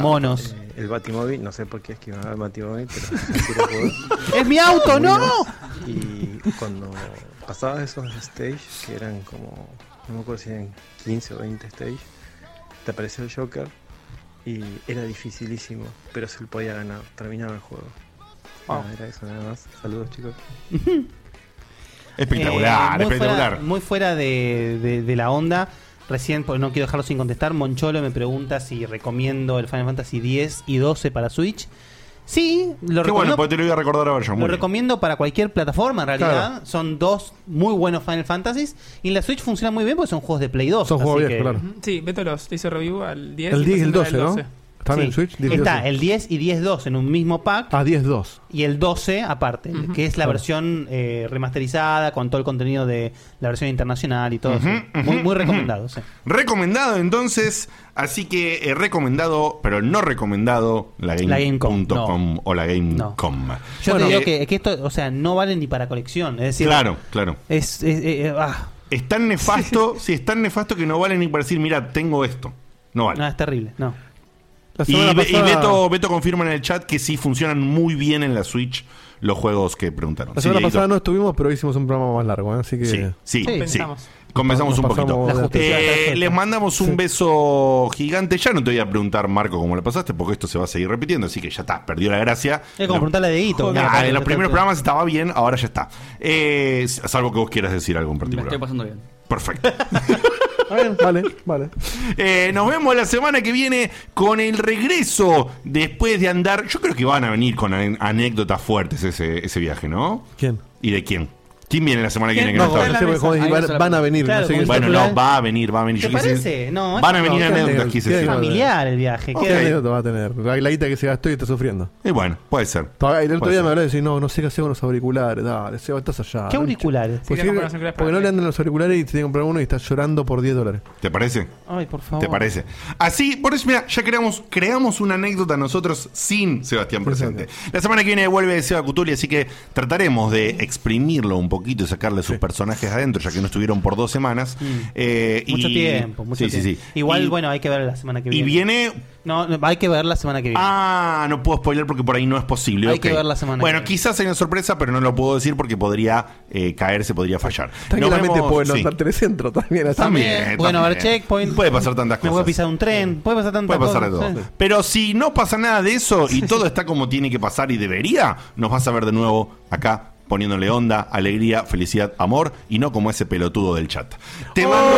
[SPEAKER 3] Monos.
[SPEAKER 8] eh, el Batimóvil, no sé por qué esquivaba el Batimóvil, pero [LAUGHS] así era el juego.
[SPEAKER 3] ¡Es mi auto, no!
[SPEAKER 8] Y cuando pasaba esos stage, que eran como, no me acuerdo si eran 15 o 20 stage, te apareció el Joker y era dificilísimo, pero se lo podía ganar, terminaba el juego.
[SPEAKER 3] Wow.
[SPEAKER 8] Nada, era eso nada más. Saludos chicos.
[SPEAKER 2] Espectacular,
[SPEAKER 3] Eh, muy
[SPEAKER 2] espectacular.
[SPEAKER 3] Fuera, muy fuera de, de- de la onda. Recién, porque no quiero dejarlo sin contestar, Moncholo me pregunta si recomiendo el Final Fantasy 10 y 12 para Switch. Sí, lo
[SPEAKER 2] Qué bueno,
[SPEAKER 3] recomiendo.
[SPEAKER 2] porque te lo iba a recordar ahora yo. muy
[SPEAKER 3] Lo
[SPEAKER 2] bien.
[SPEAKER 3] recomiendo para cualquier plataforma, en realidad.
[SPEAKER 2] Claro.
[SPEAKER 3] Son dos muy buenos Final Fantasies. Y en la Switch funciona muy bien porque son juegos de Play 2.
[SPEAKER 5] Son juegos
[SPEAKER 3] así
[SPEAKER 5] viejos,
[SPEAKER 3] que-
[SPEAKER 5] claro.
[SPEAKER 4] Sí, Beto los hizo review al 10.
[SPEAKER 5] El 10 y el
[SPEAKER 4] pasando al
[SPEAKER 5] 12, ¿no? ¿Están en Switch? 10 y
[SPEAKER 3] Está
[SPEAKER 5] 12.
[SPEAKER 3] el 10 y 10.2 en un mismo pack.
[SPEAKER 5] Ah, 10.2.
[SPEAKER 3] Y el 12 aparte,
[SPEAKER 5] Ujú.
[SPEAKER 3] que es la
[SPEAKER 5] Claro.
[SPEAKER 3] versión eh, remasterizada con todo el contenido de la versión internacional y todo eso.
[SPEAKER 2] Ujú,
[SPEAKER 3] Muy,
[SPEAKER 2] ujú,
[SPEAKER 3] muy
[SPEAKER 2] ujú.
[SPEAKER 3] recomendado, sí.
[SPEAKER 2] Recomendado entonces, así que eh, recomendado, pero no recomendado la
[SPEAKER 3] La
[SPEAKER 2] game.com o la game.com.
[SPEAKER 3] Yo
[SPEAKER 2] Bueno,
[SPEAKER 3] te digo
[SPEAKER 2] eh,
[SPEAKER 3] que, que esto, o sea, no vale ni para colección. Es decir,
[SPEAKER 2] Claro, claro.
[SPEAKER 3] Es, es- eh, eh, ah.
[SPEAKER 2] tan
[SPEAKER 3] [LAUGHS]
[SPEAKER 2] nefasto, si es tan nefasto que no vale ni para decir, mira, tengo esto. No vale.
[SPEAKER 3] No, es terrible, no.
[SPEAKER 2] Y, Be- y Beto, Beto confirma en el chat que sí funcionan muy bien en la Switch los juegos que preguntaron.
[SPEAKER 5] La
[SPEAKER 2] Sí,
[SPEAKER 5] semana
[SPEAKER 2] Dieguito.
[SPEAKER 5] pasada no estuvimos, pero hicimos un programa más largo, ¿eh? así que.
[SPEAKER 2] Sí, sí, sí. Compensamos
[SPEAKER 5] Nos
[SPEAKER 2] un
[SPEAKER 5] pasamos
[SPEAKER 2] poquito.
[SPEAKER 5] de la justicia de la
[SPEAKER 2] Eh,
[SPEAKER 5] tarjeta.
[SPEAKER 2] les mandamos un beso gigante. Ya no te voy a preguntar, Marco, cómo la pasaste, porque esto se va a seguir repitiendo. Así que ya está, perdió la gracia.
[SPEAKER 3] Es como
[SPEAKER 2] No.
[SPEAKER 3] preguntarle a Dieguito.
[SPEAKER 2] Ah,
[SPEAKER 3] Mira,
[SPEAKER 2] en los
[SPEAKER 3] te-
[SPEAKER 2] primeros
[SPEAKER 3] te-
[SPEAKER 2] programas estaba bien, ahora ya está. Eh, salvo que vos quieras decir algo en
[SPEAKER 6] Me
[SPEAKER 2] particular.
[SPEAKER 6] estoy pasando bien.
[SPEAKER 2] Perfecto.
[SPEAKER 5] Vale, vale.
[SPEAKER 2] Eh, nos vemos la semana que viene con el regreso después de andar. Yo creo que van a venir con ane- anécdotas fuertes ese, ese viaje, ¿no?
[SPEAKER 5] ¿Quién?
[SPEAKER 2] ¿Y de quién? ¿Quién viene la semana que
[SPEAKER 5] ¿Quién?
[SPEAKER 2] viene? que
[SPEAKER 5] No,
[SPEAKER 2] está?
[SPEAKER 5] no sé, porque Ahí van- no se la van a venir, no Claro, sé como quién.
[SPEAKER 2] bueno,
[SPEAKER 5] está
[SPEAKER 2] no, va a venir, va a venir.
[SPEAKER 5] ¿Te
[SPEAKER 2] quise-
[SPEAKER 5] parece? No,
[SPEAKER 2] van a
[SPEAKER 5] es-
[SPEAKER 2] venir
[SPEAKER 5] no, qué
[SPEAKER 2] anécdotas,
[SPEAKER 5] anécdota,
[SPEAKER 2] quise
[SPEAKER 5] qué
[SPEAKER 2] decir.
[SPEAKER 5] anécdota.
[SPEAKER 3] Familiar el viaje.
[SPEAKER 5] ¿Qué anécdota va a tener? La, la guita que se gastó y está sufriendo.
[SPEAKER 2] Y bueno, puede ser.
[SPEAKER 5] Todavía- El otro
[SPEAKER 2] Puede
[SPEAKER 5] día
[SPEAKER 2] ser.
[SPEAKER 5] me habló y decía, no, no sé qué hacer con los auriculares. Dale, Seba, estás allá.
[SPEAKER 3] ¿Qué
[SPEAKER 5] ¿no?
[SPEAKER 3] auriculares?
[SPEAKER 5] Pues
[SPEAKER 3] Sí,
[SPEAKER 5] sí,
[SPEAKER 3] no, con los auriculares
[SPEAKER 5] porque no le andan los auriculares y se tiene que comprar uno y está llorando por 10 dólares.
[SPEAKER 2] ¿Te parece?
[SPEAKER 3] Ay, por favor.
[SPEAKER 2] ¿Te parece? Así, por eso, mira, ya creamos, creamos una anécdota nosotros sin Sebastián presente. La semana que viene vuelve Seba Cutuli, así que trataremos de exprimirlo un poquito y sacarle sus personajes adentro, ya que no estuvieron por dos semanas. Eh,
[SPEAKER 3] Mm. Mucho
[SPEAKER 2] y-
[SPEAKER 3] tiempo, mucho
[SPEAKER 2] sí, sí,
[SPEAKER 3] tiempo.
[SPEAKER 2] sí.
[SPEAKER 3] Igual,
[SPEAKER 2] Y-
[SPEAKER 3] bueno, hay que ver la semana que
[SPEAKER 2] y
[SPEAKER 3] viene.
[SPEAKER 2] viene.
[SPEAKER 3] No, no, hay que ver la semana que viene.
[SPEAKER 2] Ah, no puedo spoiler porque por ahí no es posible.
[SPEAKER 3] Hay
[SPEAKER 2] ok.
[SPEAKER 3] que ver la semana
[SPEAKER 2] Bueno, quizás hay una sorpresa, pero no lo puedo decir porque podría eh, caerse, podría fallar.
[SPEAKER 5] Tranquilamente
[SPEAKER 2] Nos
[SPEAKER 5] pueden
[SPEAKER 2] vemos- sí.
[SPEAKER 5] lanzar telecentro también. así.
[SPEAKER 2] También.
[SPEAKER 3] Pueden haber
[SPEAKER 2] también.
[SPEAKER 3] checkpoint.
[SPEAKER 2] Puede pasar tantas
[SPEAKER 3] Me
[SPEAKER 2] cosas.
[SPEAKER 3] voy a pisar un tren. Puede pasar tantas
[SPEAKER 2] Puede pasar de
[SPEAKER 3] cosas.
[SPEAKER 2] todo.
[SPEAKER 3] sí.
[SPEAKER 2] Pero si no pasa nada de eso y todo está como tiene que pasar y debería, nos vas a ver de nuevo acá poniéndole onda, alegría, felicidad, amor y no como ese pelotudo del chat. Te mando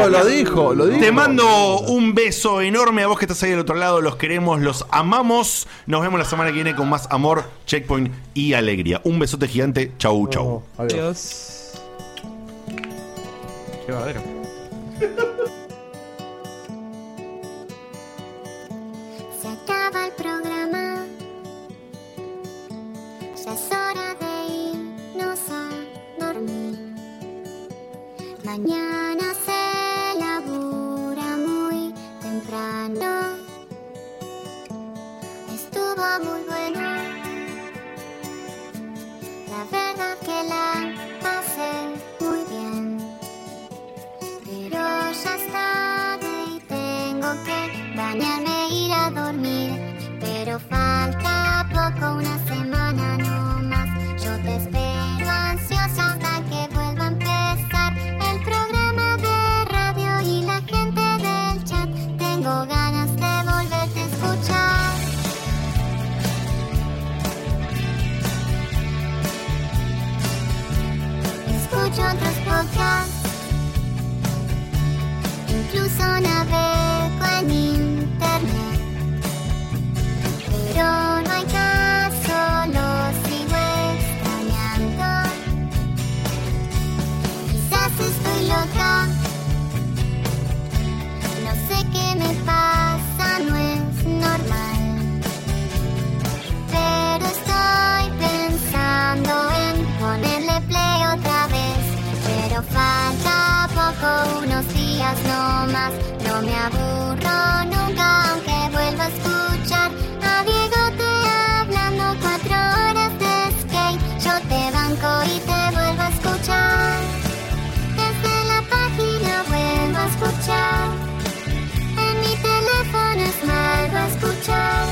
[SPEAKER 5] Oh, lo dijo, lo
[SPEAKER 2] Te
[SPEAKER 5] dijo.
[SPEAKER 2] mando un beso enorme a vos que estás ahí del otro lado, los queremos, los amamos. Nos vemos la semana que viene con más amor, checkpoint y alegría. Un besote gigante. Chau, chau.
[SPEAKER 4] Adiós.
[SPEAKER 3] eh.
[SPEAKER 4] Qué verdadero.
[SPEAKER 11] Se acaba el programa. Ya es hora de irnos a dormir. Mañana se labura muy temprano. Estuvo muy bueno. La verdad que la pasé muy bien. Pero ya es tarde y tengo que bañarme e ir a dormir. Pero falta poco, una semana no más. Yo te espero ansiosa hasta que vuelva a empezar el programa de radio y la gente del chat. Tengo ganas de volverte a escuchar. Escucho otros podcasts. Incluso navego en internet. Pero no hay caso, lo sigo extrañando. Quizás estoy loca. No sé qué me pasa, no es normal. Pero estoy pensando en ponerle play otra vez. Pero falta poco, unos días no más. No me aburro nunca, aunque vuelva a escuchar a Diego te hablando cuatro horas de skate. Yo te banco y te vuelvo a escuchar. Desde la página vuelvo a escuchar. En mi teléfono es malo escuchar.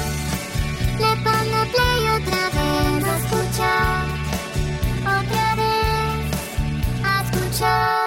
[SPEAKER 11] Le pongo play otra vez a escuchar. Otra vez a escuchar.